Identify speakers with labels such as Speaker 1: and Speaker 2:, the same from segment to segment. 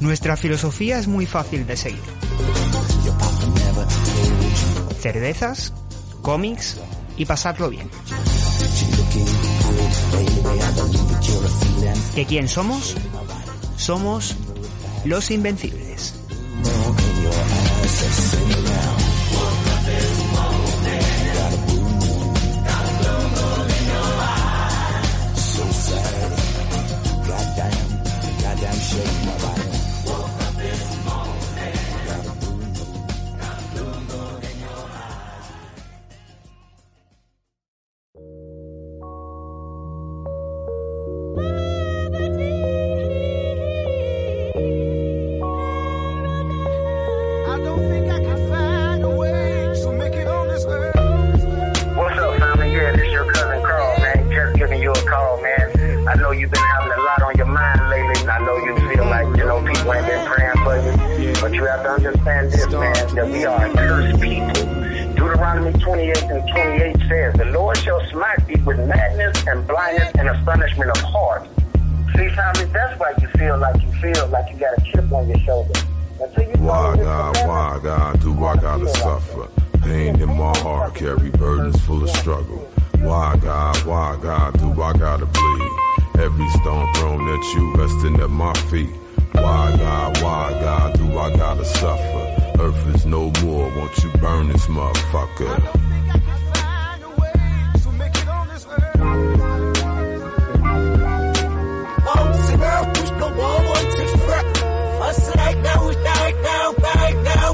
Speaker 1: Nuestra filosofía es muy fácil de seguir. Cervezas, cómics y pasarlo bien. ¿Que quién somos? Somos los invencibles.
Speaker 2: What's up, family? Yeah, this your cousin Carl, man. Just giving you a call, man. I know you've been having a lot on your mind lately, and I know you feel like, you know, people ain't been praying for you. But you have to understand this, man, that we are a cursed people. Deuteronomy 28 and 28 says, The Lord shall smite thee with madness and blindness and astonishment of heart. See, family, that's why you feel like you feel like you got a chip on your shoulder. Until you
Speaker 3: Why
Speaker 2: follow this
Speaker 3: God,
Speaker 2: commandment,
Speaker 3: why God do I gotta suffer? Pain in my heart, carry burdens full of struggle. Why God, why God do I gotta bleed? Every stone thrown at you, resting at my feet. Why God, why God do I gotta suffer? Earth is no more, won't you burn this motherfucker?
Speaker 4: Oh,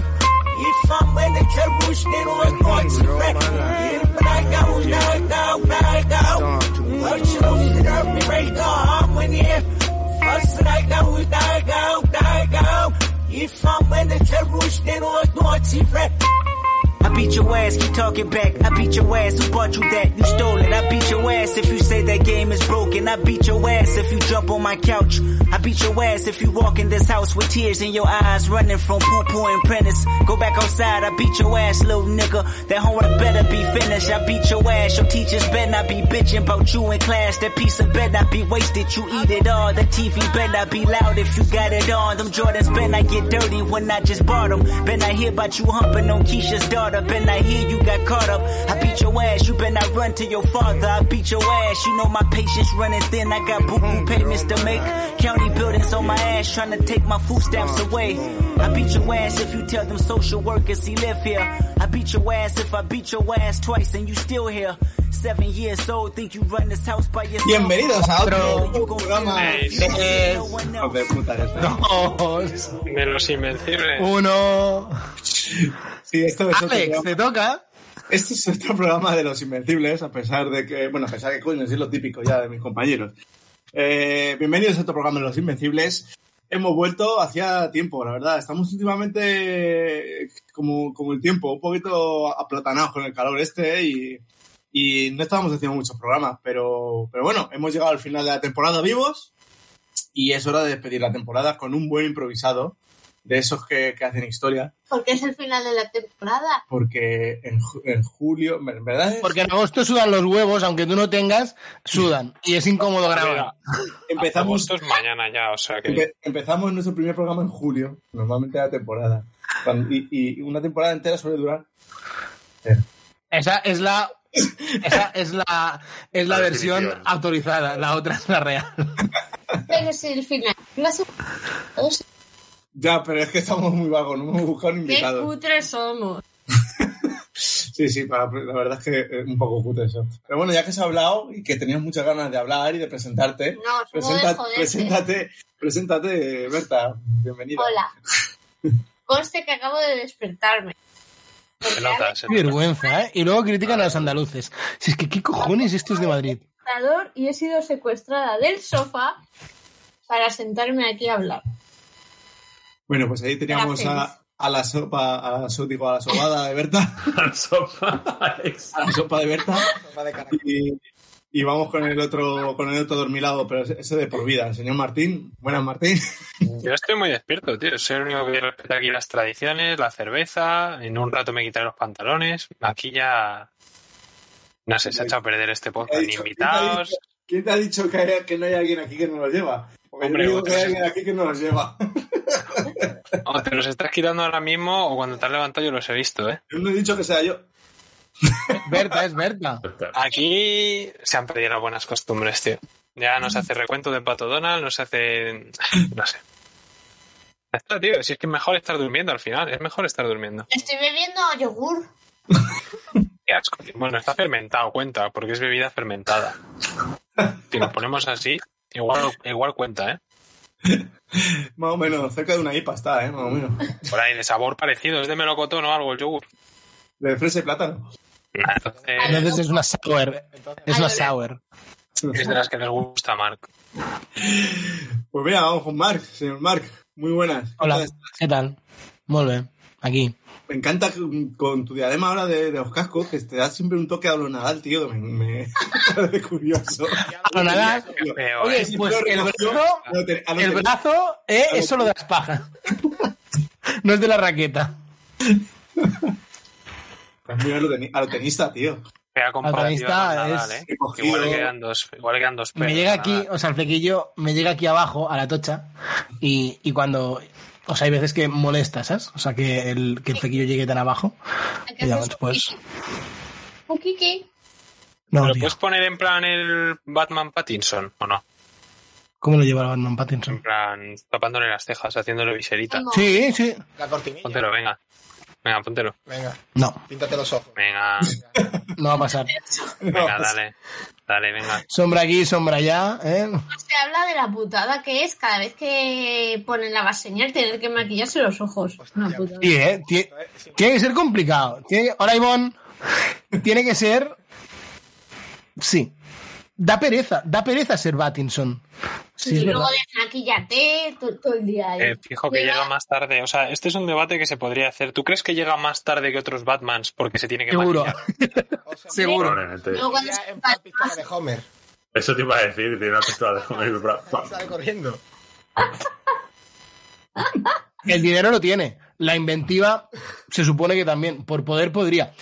Speaker 4: I beat your ass, keep talking back. I beat your ass, who bought you that? You stole it. I beat your ass if you say that game is broken. I beat your ass if you jump on my couch. I beat your ass if you walk in this house with tears in your eyes, running from poo poo and prentice. Go back outside, I beat your ass, little nigga. That homework better be finished. I beat your ass, your teachers better not be bitching about you in class. That piece of bed not be wasted, you eat it all. The TV better not be loud if you got it on. Them Jordans better not get dirty when I just bought them. Better not hear about you humping on Keisha's daughter. Better not hear you got caught up. I beat your ass, you better not run to your father. I beat your ass, you know my patience running thin. I got boo
Speaker 5: Mm-hmm.
Speaker 4: boo payments to make. County buildings on my ass trying to take my food stamps away. I beat your ass if you tell them social workers he live here. I beat your ass if I beat your ass twice and you still here. Seven years old, think you run this house by yourself.
Speaker 5: Bienvenidos a otro
Speaker 4: You gon'
Speaker 5: programa.
Speaker 4: feel
Speaker 6: Ey,
Speaker 4: like
Speaker 5: tres,
Speaker 4: no one else.
Speaker 7: Joder, puta, ya está.
Speaker 6: Dos,
Speaker 8: De los invencibles.
Speaker 6: uno.
Speaker 5: Sí, esto es otro
Speaker 6: Alex,
Speaker 5: programa.
Speaker 6: te toca.
Speaker 5: Este es otro programa de los invencibles, a pesar de que, bueno, a pesar de que coño, es lo típico ya de mis compañeros. Eh, bienvenidos a otro programa de los invencibles. Hemos vuelto hacía tiempo, la verdad. Estamos últimamente eh, como, como el tiempo, un poquito aplatanados con el calor este y, y no estábamos haciendo muchos programas, pero, pero bueno, hemos llegado al final de la temporada vivos y es hora de despedir la temporada con un buen improvisado de esos que- que hacen historia.
Speaker 9: Porque es el final de la temporada.
Speaker 5: porque en, ju- en julio, en verdad, es-
Speaker 6: Porque en agosto sudan los huevos, aunque tú no tengas, sudan. Y es incómodo grabar.
Speaker 8: Mira,
Speaker 5: empezamos,
Speaker 8: Agosto es mañana ya, o sea que.
Speaker 5: empe- empezamos nuestro primer programa en julio, normalmente la temporada, Cuando- y, y una temporada entera suele durar.
Speaker 6: Esa es la. Esa es la, es la
Speaker 7: La
Speaker 6: versión
Speaker 7: definición.
Speaker 6: autorizada, la otra es la real.
Speaker 9: Pero es el final. No sé. Todos-
Speaker 5: Ya, pero es que estamos muy vagos, no hemos buscado un
Speaker 10: Qué
Speaker 5: invitado.
Speaker 10: cutres somos.
Speaker 5: Sí, sí, para- la verdad es que es un poco puto eso. Pero bueno, ya que se ha hablado y que tenías muchas ganas de hablar y de presentarte,
Speaker 9: No, os modo de ¿eh?
Speaker 5: presenta-
Speaker 9: joderte.
Speaker 5: preséntate, preséntate, Berta, bienvenida.
Speaker 9: Hola. Conste que acabo de despertarme.
Speaker 8: Se nota, se
Speaker 6: Qué
Speaker 8: nota.
Speaker 6: vergüenza, ¿eh? Y luego critican a los andaluces. Si es que, ¿qué cojones estos de Madrid?
Speaker 9: Despertador Y he sido secuestrada del sofá para sentarme aquí a hablar.
Speaker 5: Bueno, pues ahí teníamos
Speaker 9: Gracias.
Speaker 5: a, a la sopa, a la, so- digo, a la sobada de Berta.
Speaker 7: Al sofá, Alex.
Speaker 5: a la sopa de Berta y, y vamos con el otro con el otro dormilado, pero ese ese de por vida, el señor Martín. Buenas, Martín.
Speaker 8: Yo estoy muy despierto, tío. Soy el único que respeta aquí las tradiciones, la cerveza. En un rato me quitaré los pantalones. Aquí ya. No sé, se ha echado a perder este podcast. Ni
Speaker 5: He dicho-
Speaker 8: invitados.
Speaker 5: ¿Quién te ha dicho que, hay- que no hay alguien aquí que nos lo lleva? Porque
Speaker 8: Hombre,
Speaker 5: yo digo que hay
Speaker 8: vosotros-
Speaker 5: alguien aquí que nos lo lleva.
Speaker 8: O te los estás quitando ahora mismo o cuando te has levantado yo los he visto, ¿eh?
Speaker 5: Yo no he dicho que sea yo.
Speaker 6: Berta, es Berta.
Speaker 8: Aquí se han perdido las buenas costumbres, tío. Ya no se hace recuento del pato Donald, no se hace. No sé. Ya Está, tío. Si es que es mejor estar durmiendo al final, es mejor estar durmiendo.
Speaker 9: Estoy bebiendo yogur.
Speaker 8: Qué asco, tío. Bueno, está fermentado, cuenta, porque es bebida fermentada. Si nos ponemos así, igual, igual cuenta, ¿eh?
Speaker 5: Más o menos, cerca de una IPA está, ¿eh? Más o menos.
Speaker 8: Por ahí, de sabor parecido, es de melocotón o algo, el yogur.
Speaker 5: De fresa y plátano.
Speaker 8: Entonces,
Speaker 6: Entonces es una sour. Es una sour.
Speaker 8: es de las que les gusta, Mark.
Speaker 5: Pues mira, vamos con Mark, señor Mark. Muy buenas.
Speaker 6: Hola, ¿qué tal? Muy bien, aquí.
Speaker 5: Me encanta con- con tu diadema ahora de, de los cascos, que te da siempre un toque a lo Nadal, tío. que Me, me parece curioso.
Speaker 6: Hablo nada.
Speaker 8: Qué feo,
Speaker 6: Oye,
Speaker 8: ¿eh?
Speaker 6: pues el brazo,
Speaker 5: Pero te- a lo
Speaker 6: el
Speaker 5: que-
Speaker 6: brazo eh, es solo de las pajas. No es de la raqueta.
Speaker 5: Pues Mira, a lo teni- a lo tenista, tío.
Speaker 8: Fea comparativa
Speaker 6: Protagonista
Speaker 8: con Nadal,
Speaker 6: es-
Speaker 8: ¿eh?
Speaker 5: Cogido.
Speaker 8: Igual le quedan dos, igual le quedan dos
Speaker 6: Me
Speaker 8: pelos
Speaker 6: llega
Speaker 8: a
Speaker 6: aquí,
Speaker 8: Nadal.
Speaker 6: o sea, el flequillo me llega aquí abajo, a la tocha, y, y cuando. O sea, hay veces que molesta, ¿sabes? O sea, que el, que el flequillo llegue tan abajo. Y "Pues, ya después.
Speaker 9: Un kiki.
Speaker 6: No,
Speaker 8: ¿Lo
Speaker 6: tío.
Speaker 8: puedes poner en plan el Batman Pattinson o no?
Speaker 6: ¿Cómo lo lleva el Batman
Speaker 8: En
Speaker 6: Pattinson?
Speaker 8: plan, tapándole las cejas, haciéndole viserita.
Speaker 9: Como-
Speaker 6: Sí, sí.
Speaker 10: La cortinilla.
Speaker 8: Póntelo, venga. Venga, póntelo.
Speaker 10: Venga,
Speaker 6: No,
Speaker 10: píntate los ojos.
Speaker 8: Venga,
Speaker 6: no va a pasar.
Speaker 8: venga, dale. Dale, venga.
Speaker 6: Sombra aquí, sombra allá, ¿eh?
Speaker 9: Se habla de la putada que es cada vez que ponen la baseñal tener que maquillarse los ojos. Una putada.
Speaker 6: Sí, ¿eh? Tie- Tiene que ser complicado. Tiene que- Hola, Ivonne. Tiene que ser. Sí. Da pereza, da pereza ser Battinson. Sí,
Speaker 9: y
Speaker 6: es
Speaker 9: luego
Speaker 6: verdad.
Speaker 9: desmaquillate to- todo el día. ahí.
Speaker 8: Eh, fijo que
Speaker 9: Llega-
Speaker 8: llega más tarde. O sea, este es un debate que se podría hacer. ¿Tú crees que llega más tarde que otros Batmans porque se tiene que
Speaker 6: Seguro.
Speaker 8: maquillar?
Speaker 10: O sea,
Speaker 6: Seguro.
Speaker 7: Probablemente.
Speaker 9: luego cuando
Speaker 10: ya
Speaker 9: se-
Speaker 10: en plan pistola de Homer.
Speaker 7: Eso te iba a decir, tiene una pistola con el brazo.
Speaker 10: Sale corriendo.
Speaker 6: El dinero lo tiene. La inventiva se supone que también. Por poder podría.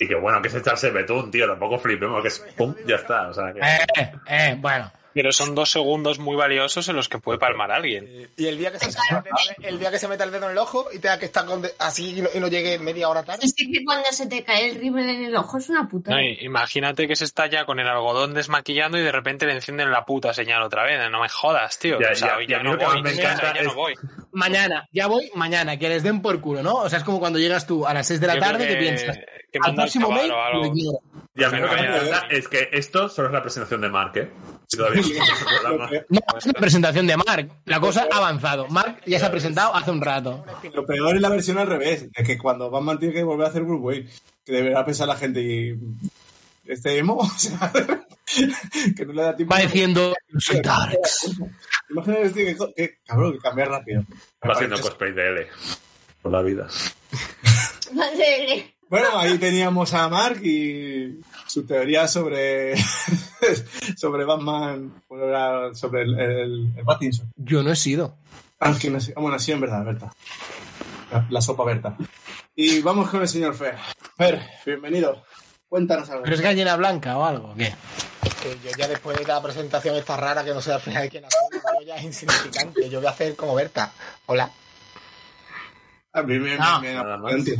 Speaker 7: Y que bueno, que es echarse betún, tío. Tampoco flipemos, que es pum, ya está. O sea, que...
Speaker 6: Eh, eh, bueno.
Speaker 8: Pero son dos segundos muy valiosos en los que puede palmar a alguien.
Speaker 10: Eh, Y el día que se, el día que se meta el dedo en el ojo y tenga que estar con de- así y no, y no llegue media hora tarde.
Speaker 9: Es que cuando se te cae el rímel en el ojo es una putada.
Speaker 8: No, y- imagínate que se está ya con el algodón desmaquillando y de repente le encienden la puta señal otra vez. No me jodas, tío.
Speaker 7: Ya,
Speaker 8: O sea,
Speaker 7: ya,
Speaker 8: hoy
Speaker 7: y a
Speaker 8: ya
Speaker 7: mí
Speaker 8: no
Speaker 7: lo que
Speaker 8: voy,
Speaker 7: más me
Speaker 8: o sea,
Speaker 7: encanta
Speaker 8: ya no
Speaker 7: es-
Speaker 8: voy.
Speaker 6: Mañana, ya voy mañana, que les den por culo, ¿no? O sea, es como cuando llegas tú a las 6 de la
Speaker 8: Yo creo
Speaker 6: tarde que,
Speaker 8: que-
Speaker 6: piensas.
Speaker 8: que
Speaker 6: al
Speaker 8: manda el
Speaker 6: próximo
Speaker 8: chaval
Speaker 6: mail
Speaker 8: o algo".
Speaker 6: lo ignoro.
Speaker 7: Y a mí lo que me
Speaker 8: Pero,
Speaker 7: encanta es que esto solo es la presentación de Mark, ¿eh? Si todavía no hemos hecho el programa.
Speaker 6: No, es una presentación de Mark. La cosa ha avanzado. Mark ya se ha presentado hace un rato.
Speaker 5: Lo peor es la versión al revés, es que cuando Batman tiene que volver a hacer Bruce Wayne, que deberá pensar la gente y este emo, o sea, que no le da tiempo.
Speaker 6: Va diciendo, soy Darks.
Speaker 5: Imagínate este que, que- cabrón, que cambia rápido.
Speaker 7: Va haciendo cosplay de L. Por la vida.
Speaker 9: Madre.
Speaker 5: Bueno, ahí teníamos a Mark y su teoría sobre sobre Batman, bueno, era sobre el, el, el Pattinson. Ah,
Speaker 6: Yo no he sido.
Speaker 5: Aunque nació, bueno, nació en verdad, Berta. La, la sopa Berta. Y vamos con el señor Fer. Fer, bienvenido. Cuéntanos algo.
Speaker 6: ¿Pero es gallina blanca o algo? o ¿Qué?
Speaker 10: Que yo ya después de la presentación esta rara que no sé al final quién ha sido, yo ya es insignificante. Yo voy a hacer como Berta. Hola.
Speaker 5: Ah, bien, bien,
Speaker 6: Ah,
Speaker 5: bien, bien,
Speaker 7: nada más.
Speaker 5: adelante.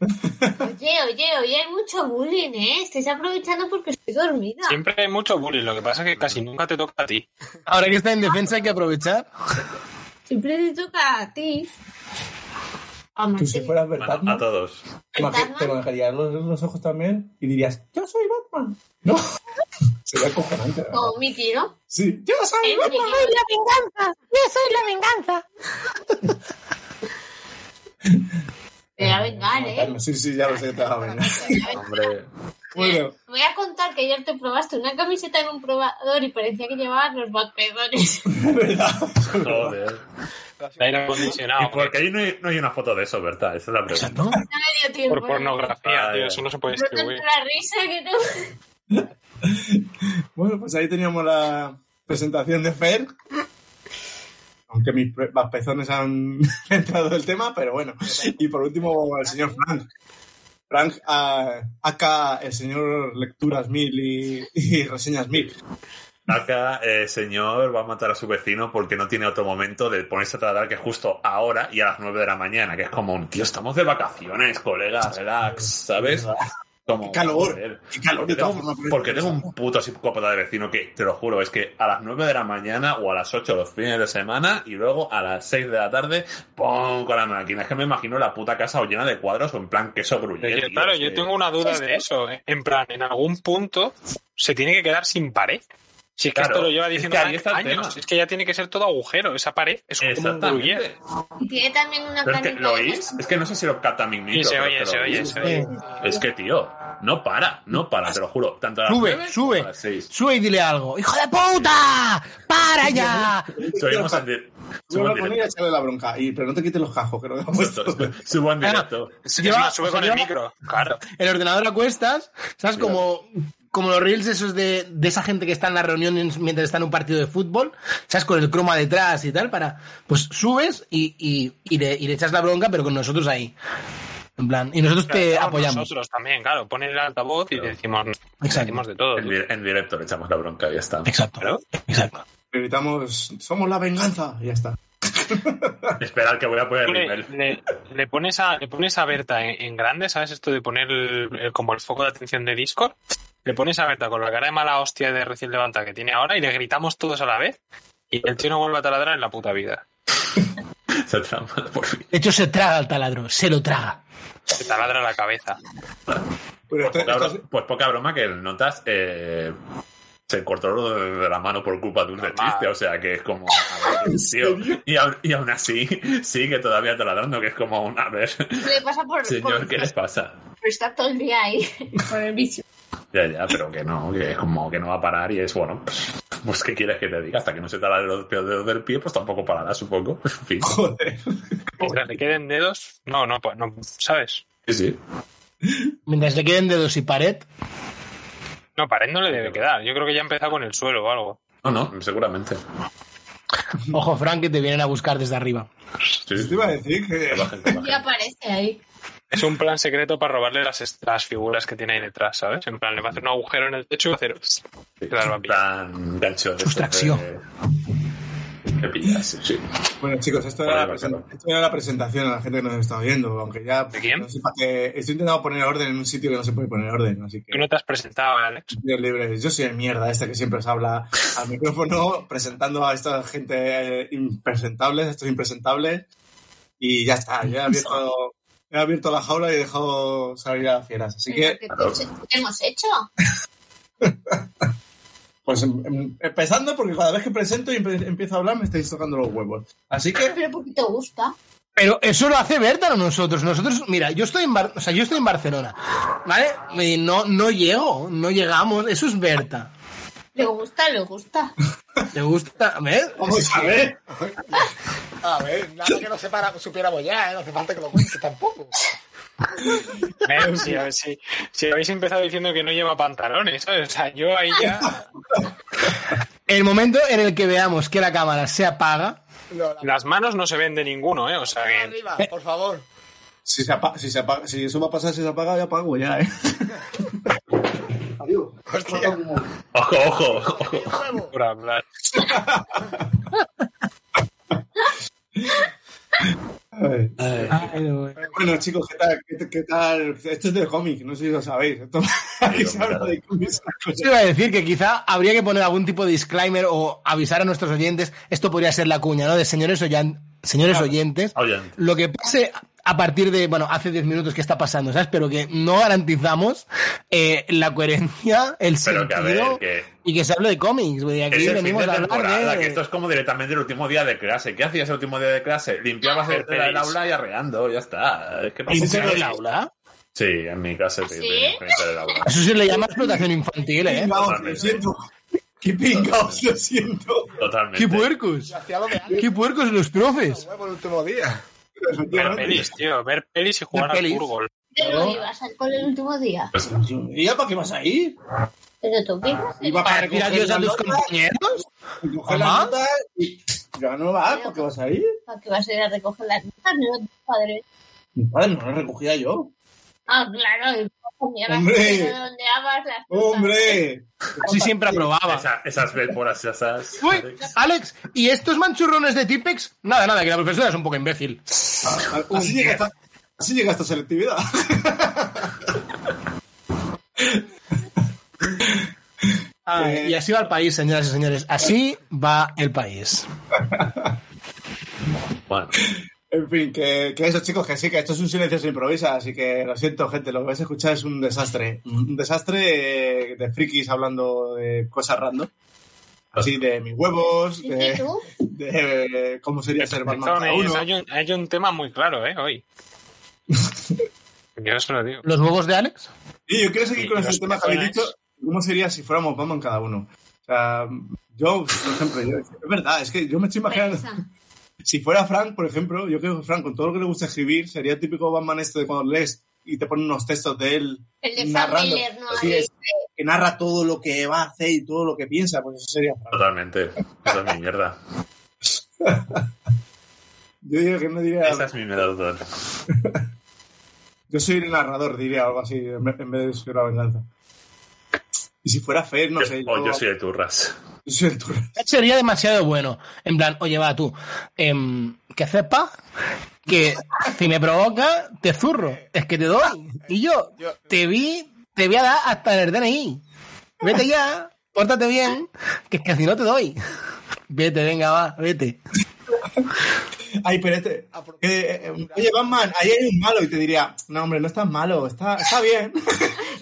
Speaker 9: Oye, oye, oye, hay mucho bullying, ¿eh? Estáis aprovechando porque estoy dormida.
Speaker 8: Siempre hay mucho bullying, lo que pasa es que casi nunca te toca a ti.
Speaker 6: Ahora que está en defensa hay que aprovechar.
Speaker 9: Siempre te toca a ti. Ah, A
Speaker 5: Tú si
Speaker 9: Martín.
Speaker 5: fueras
Speaker 7: Bueno, a
Speaker 5: Bertman,
Speaker 7: todos.
Speaker 5: te
Speaker 9: Batman.
Speaker 5: maje- te manejarías los, los ojos también y dirías, yo soy Batman. No. Sería acojonante. la verdad.
Speaker 9: Como Mickey, ¿no?
Speaker 5: Sí, yo soy
Speaker 9: El
Speaker 5: Batman.
Speaker 9: Mickey.
Speaker 4: venganza! ¡Yo soy la venganza!
Speaker 9: Te voy a
Speaker 5: Ah,
Speaker 9: vengar, ¿eh?
Speaker 5: Sí, sí, ya lo sé, te vas a venir.
Speaker 9: Te voy a vengar.
Speaker 7: Hombre,
Speaker 5: Bueno,
Speaker 9: Voy a contar que ayer te probaste una camiseta en un probador y parecía que llevabas los backpedores.
Speaker 5: es verdad.
Speaker 7: joder.
Speaker 8: El aire
Speaker 7: ¿Y
Speaker 8: acondicionado.
Speaker 7: por qué ahí no hay, no hay una foto de eso, verdad? Esa es la pregunta.
Speaker 6: Exacto.
Speaker 9: No me dio tiempo.
Speaker 8: Por pornografía,
Speaker 7: Ah,
Speaker 8: tío,
Speaker 7: ya.
Speaker 8: eso no se puede
Speaker 9: Por tanto,
Speaker 8: distribuir.
Speaker 9: la risa que no.
Speaker 5: Bueno, pues ahí teníamos la presentación de Fer. Aunque mis pre- las pezones han entrado del tema, pero bueno. Y por último, al señor Frank. Frank, ah, acá el señor Lecturas Mil y, y Reseñas Mil.
Speaker 7: Acá, eh, señor, va a matar a su vecino porque no tiene otro momento de ponerse a tratar que justo ahora y a las 9 de la mañana, que es como un tío, estamos de vacaciones, colega, relax, ¿sabes? Como,
Speaker 5: Qué calor,
Speaker 7: joder,
Speaker 5: qué calor,
Speaker 7: porque
Speaker 5: de todas
Speaker 7: tengo,
Speaker 5: formas,
Speaker 7: porque tengo un puto psicópata de vecino que, te lo juro, es que a las 9 de la mañana o a las 8 los fines de semana y luego a las 6 de la tarde, ¡pum! con la máquina. Es que me imagino la puta casa o llena de cuadros o en plan queso gruyere.
Speaker 8: Yo-
Speaker 7: tío,
Speaker 8: Eh, claro,
Speaker 7: es eh.
Speaker 8: yo
Speaker 7: que-
Speaker 8: tengo una duda de eso. ¿eh? En plan, en algún punto se tiene que quedar sin pared. Si es que
Speaker 7: Claro,
Speaker 8: esto lo lleva
Speaker 7: es que
Speaker 8: diciendo
Speaker 7: ahí está el
Speaker 8: años,
Speaker 7: tema.
Speaker 8: es que ya tiene que ser todo agujero. Esa pared es como un gruyere.
Speaker 7: Exactamente.
Speaker 9: Y tiene también una
Speaker 7: Pero es que,
Speaker 9: canita
Speaker 7: ¿Lo
Speaker 9: de-
Speaker 7: oís? Es que no sé si lo capta mi micro.
Speaker 8: Y se
Speaker 7: pero
Speaker 8: oye,
Speaker 7: es que
Speaker 8: se
Speaker 7: lo
Speaker 8: oye,
Speaker 7: oís.
Speaker 8: se oye.
Speaker 7: Es que, tío, no para, no para, te lo juro. Tanto a las
Speaker 6: Sube,
Speaker 7: nueve como a
Speaker 6: sube,
Speaker 7: las seis.
Speaker 6: sube y dile algo. ¡Hijo de puta! ¡Para ya!
Speaker 7: Subimos en, di-
Speaker 5: Yo
Speaker 7: subo
Speaker 5: lo
Speaker 7: en
Speaker 5: ponía a
Speaker 7: directo.
Speaker 5: echarle la bronca. Y, pero no te quites los cajos, que lo dejamos puesto.
Speaker 7: Subo en directo.
Speaker 8: Es
Speaker 6: Lleva-
Speaker 8: más, sube
Speaker 6: o sea,
Speaker 8: con el
Speaker 6: lleva-
Speaker 8: micro. Claro.
Speaker 6: El ordenador a cuestas, ¿sabes? Como, como los reels esos de, de esa gente que está en las reuniones mientras está en un partido de fútbol, ¿sabes? Con el croma detrás y tal, para. Pues subes y, y, y le, y le echas la bronca, pero con nosotros ahí. En plan, y nosotros te
Speaker 8: Estamos
Speaker 6: apoyamos.
Speaker 8: Nosotros también, claro. Ponen el altavoz y le decimos, le
Speaker 6: Exacto.
Speaker 8: decimos de todo.
Speaker 7: En, di- en directo le echamos la bronca y ya está.
Speaker 6: Exacto.
Speaker 8: Claro.
Speaker 6: Exacto.
Speaker 5: Gritamos, somos la venganza. Y ya está.
Speaker 7: Esperar que voy a poner el
Speaker 8: Le,
Speaker 7: nivel.
Speaker 8: le- le pones a, le pones a Berta en, en grande, ¿sabes? Esto de poner el- el- como el foco de atención de Discord. Le pones a Berta con la cara de mala hostia de recién levantada que tiene ahora y le gritamos todos a la vez y el tío no vuelve a taladrar en la puta vida.
Speaker 7: Se trama, por fin.
Speaker 6: De hecho, se traga el taladro, se lo traga.
Speaker 8: Se taladra la cabeza.
Speaker 5: Pero esto-
Speaker 7: Poca
Speaker 5: esto-
Speaker 7: bro- pues poca broma que el notas eh, se cortó de, de la mano por culpa de un despiste, o sea que es como a ver, tío, y, aún, y aún así sigue todavía taladrando, que es como un a ver,
Speaker 9: Le pasa por,
Speaker 7: señor,
Speaker 9: por-
Speaker 7: ¿qué les pasa?
Speaker 9: por estar todo el día ahí con el bicho.
Speaker 7: Ya, ya, pero que no, que es como que no va a parar y es bueno, pues, pues ¿qué quieres que te diga? Hasta que no se taladre los dedos del pie, pues tampoco parará, supongo. En fin,
Speaker 5: joder.
Speaker 8: Mientras le queden dedos, no, no, pues, no, ¿sabes?
Speaker 7: sí, sí.
Speaker 6: Mientras le queden dedos y pared,
Speaker 8: No, pared no le debe quedar. Yo creo que ya ha empezado con el suelo o algo.
Speaker 7: No, no, seguramente.
Speaker 6: ojo, Frank, que te vienen a buscar desde arriba.
Speaker 7: Sí, sí,
Speaker 5: Te iba a decir que.
Speaker 7: que bajen, que
Speaker 9: Y
Speaker 7: bajen.
Speaker 9: aparece ahí.
Speaker 8: Es un plan secreto para robarle las, est- las figuras que tiene ahí detrás, ¿sabes? En plan, le va a hacer un agujero en el techo y va a hacer...
Speaker 7: Sí,
Speaker 8: Claro, va a pillar.
Speaker 7: Tan gancho de estos
Speaker 6: Sustracción.
Speaker 7: de- que pillas, sí, sí.
Speaker 5: Bueno, chicos, esto
Speaker 7: Vale,
Speaker 5: era, la
Speaker 7: vale,
Speaker 5: presen-
Speaker 7: vale.
Speaker 5: esto era la presentación a la gente que nos está viendo, aunque ya
Speaker 8: ¿De quién?
Speaker 5: no sepa que estoy intentando poner orden en un sitio que no se puede poner orden, así que
Speaker 8: Tú no te has presentado, Alex.
Speaker 5: Dios libre. Yo soy el mierda este que siempre os habla al micrófono presentando a esta gente eh, impresentables, a estos impresentables, y ya está, ya he abierto, he abierto la jaula y he dejado salir a las fieras, así
Speaker 9: Pero
Speaker 5: que
Speaker 9: ¿qué te- ¿Qué hemos hecho?
Speaker 5: Pues em- em- empezando, porque cada vez que presento y empe- empiezo a hablar me estáis tocando los huevos. Así que,
Speaker 9: Pero porque te gusta.
Speaker 6: Pero eso lo hace Berta o nosotros. Nosotros, mira, yo estoy en, Bar- o sea, yo estoy en Barcelona, ¿vale? Y no, no llego, no llegamos. Eso es Berta.
Speaker 9: Le gusta, le gusta.
Speaker 6: ¿Te gusta? ¿Ves?
Speaker 5: vamos a ver.
Speaker 10: A ver, nada que no separa, supiéramos ya, ¿eh? no hace falta que lo cuentes tampoco.
Speaker 8: Eh, Si, si- si habéis empezado diciendo que no lleva pantalones, ¿sabes? O sea, yo ahí ya...
Speaker 6: El momento en el que veamos que la cámara se apaga,
Speaker 10: No, la-
Speaker 8: Las manos no se ven de ninguno, ¿eh? O sea que...
Speaker 10: Arriba, por favor.
Speaker 5: Si, se apa- si, se apa- si eso va a pasar, si se apaga, ya apago ya, ¿eh? Adiós.
Speaker 10: Hostia.
Speaker 7: Ojo, ojo, ojo.
Speaker 10: Huevo.
Speaker 8: Por hablar.
Speaker 5: Ay.
Speaker 10: Ah,
Speaker 6: Ay,
Speaker 5: Bueno, chicos, ¿qué tal? ¿Qué, qué tal? Esto es de cómic, no sé si lo sabéis. Esto aquí se habla de cómics.
Speaker 6: Yo iba a decir que quizá habría que poner algún tipo de disclaimer o avisar a nuestros oyentes. Esto podría ser la cuña, ¿no? De señores, oyan- señores oyentes.
Speaker 7: Ah, Oye,
Speaker 6: Lo que pase a partir de, bueno, hace 10 minutos que está pasando, ¿sabes? Pero que no garantizamos eh, la coherencia, el
Speaker 7: Pero que a ver,
Speaker 6: sentido
Speaker 7: que-
Speaker 6: y que se hable de cómics. güey. Aquí
Speaker 7: es el fin
Speaker 6: venimos
Speaker 7: de
Speaker 6: a hablar
Speaker 7: temporada,
Speaker 6: de...
Speaker 7: que esto es como directamente el último día de clase. ¿Qué hacías el último día de clase? Limpiabas el,
Speaker 8: Ver
Speaker 7: el
Speaker 8: pelis.
Speaker 7: aula y arreando, ya está. Es que no
Speaker 6: ¿Y
Speaker 7: funciona
Speaker 6: fuera del
Speaker 7: así.
Speaker 6: aula?
Speaker 7: Sí, en mi clase ¿Ah, sí,
Speaker 9: ¿Sí?
Speaker 7: frente del aula.
Speaker 6: Eso se le llama explotación infantil, ¿eh?
Speaker 5: Pingaos, lo siento. Qué pingaos, lo siento.
Speaker 7: Totalmente.
Speaker 6: ¡Qué puercos!
Speaker 10: Yo hacía lo de antes,
Speaker 6: ¡Qué puercos los profes!
Speaker 10: huevo, el último día.
Speaker 8: Ver pelis, tío. Ver pelis y jugar
Speaker 6: Ver
Speaker 8: al
Speaker 6: pelis.
Speaker 8: fútbol.
Speaker 9: Yo no ibas al cole el último día.
Speaker 5: ¿Y ya para qué vas a ir?
Speaker 9: Pero tú qué ibas a ir?
Speaker 5: Iba
Speaker 6: ¿Para
Speaker 5: recoger
Speaker 6: tirar yo
Speaker 5: la
Speaker 6: a tus
Speaker 5: nota,
Speaker 6: compañeros?
Speaker 5: recoger la
Speaker 6: ¿Mamá?
Speaker 5: nota y... Yo no va, ¿para qué vas a ir?
Speaker 9: ¿Para qué vas a ir a recoger las notas? No, tu padre.
Speaker 5: Mi padre no la recogía yo.
Speaker 9: Ah, claro, y Cambiabas
Speaker 5: Hombre.
Speaker 9: redondeabas las cosas.
Speaker 5: ¡Hombre!
Speaker 6: Así siempre aprobaba.
Speaker 7: Esa- esas béisbolas, esas.
Speaker 6: Uy, Alex, ¿y estos manchurrones de Tipex? Nada, nada, que la profesora es un poco imbécil.
Speaker 5: Así llega, esta, así llega esta selectividad.
Speaker 6: Ay, Ah, y así va el país, señoras y señores. Así va el país.
Speaker 7: Bueno,
Speaker 5: En fin, que, que eso, chicos, que sí, que esto es un silencio se improvisa, así que lo siento, gente, lo que vais a escuchar es un desastre. Un desastre eh, de frikis hablando de cosas random. Así de mis huevos,
Speaker 9: ¿Y qué
Speaker 5: de,
Speaker 9: tú?
Speaker 5: de eh, cómo sería ser Batman cada
Speaker 8: Cabrones,
Speaker 5: uno.
Speaker 8: hay, un, hay un tema muy claro, ¿eh? Hoy. Yo se lo digo.
Speaker 6: ¿Los huevos de Alex?
Speaker 5: Y yo quiero seguir
Speaker 8: Y
Speaker 5: con
Speaker 8: los
Speaker 5: ese tema que habéis dicho,
Speaker 8: cojones.
Speaker 5: ¿cómo sería si fuéramos Batman cada uno? O sea, yo, por ejemplo, yo, es verdad, es que yo me estoy imaginando...
Speaker 9: Esa.
Speaker 5: Si fuera Frank, por ejemplo, yo creo que Frank, con todo lo que le gusta escribir, sería el típico Batman este de cuando lees y te ponen unos textos de él
Speaker 9: El de Frank
Speaker 5: narrando.
Speaker 9: Miller, ¿no?
Speaker 5: Sí,
Speaker 9: Ahí.
Speaker 5: es, que narra todo lo que va a hacer y todo lo que piensa, pues eso sería Frank.
Speaker 7: totalmente. Esa es mi mierda.
Speaker 5: Yo digo que no diría...
Speaker 7: Esa es mi mierda total.
Speaker 5: Yo soy el narrador, diría algo así, en vez en vez de soy la venganza. Y si fuera Fer, no
Speaker 7: Yo-
Speaker 5: sé.
Speaker 7: oh, yo soy de turras.
Speaker 5: yo soy el turno.
Speaker 6: Sería demasiado bueno. En plan, oye, va tú, em, que sepa que si me provoca, te zurro. Es que te doy. Y yo, te vi, te voy a dar hasta en el DNI. Vete ya, pórtate bien, que es que si no te doy. Vete, venga, va, vete.
Speaker 5: Ay, pero este...
Speaker 10: Ah,
Speaker 5: que, eh, eh, oye, Batman, ahí hay un malo. Y te diría, no, hombre, no estás malo, está, está bien.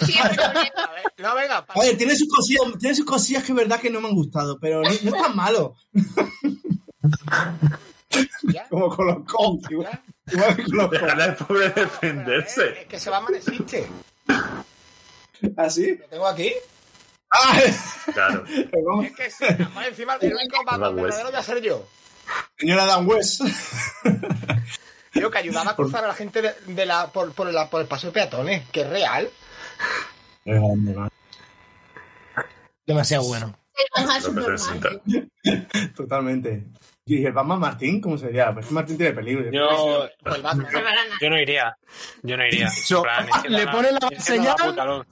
Speaker 9: Siempre con eso.
Speaker 10: A ver, no, venga, pa-
Speaker 5: A ver, tiene sus cosillas, tiene sus cosillas que es verdad que no me han gustado, pero no, no es tan malo.
Speaker 10: ya.
Speaker 5: Como con los cons, igual, igual que con los cons.
Speaker 7: Déjale al pobre
Speaker 10: Pero, a ver,
Speaker 7: defenderse.
Speaker 10: Es que se va mal existe.
Speaker 5: ¿Así?
Speaker 10: Lo tengo aquí.
Speaker 5: Ah,
Speaker 7: Claro.
Speaker 5: vamos.
Speaker 10: Es que sí, además, encima el único Batman verdadero voy a ser yo.
Speaker 5: Señora Dan West.
Speaker 10: Yo que ayudaba a cruzar a la gente de, de la, por, por, la, por el paso de peatones, que es real.
Speaker 6: Demasiado bueno.
Speaker 9: El Batman
Speaker 7: Lo que se
Speaker 9: Superman.
Speaker 7: sienta.
Speaker 5: Totalmente. ¿Y el Batman Martín? ¿Cómo sería? Pues Martín tiene peligro.
Speaker 8: Yo,
Speaker 10: Pues el Batman.
Speaker 9: No hará nada.
Speaker 8: yo no iría. Yo no iría.
Speaker 6: Eso,
Speaker 8: En plan, es que
Speaker 6: le
Speaker 8: da-
Speaker 6: pone la
Speaker 8: es que no da
Speaker 6: señal.
Speaker 8: puta luz.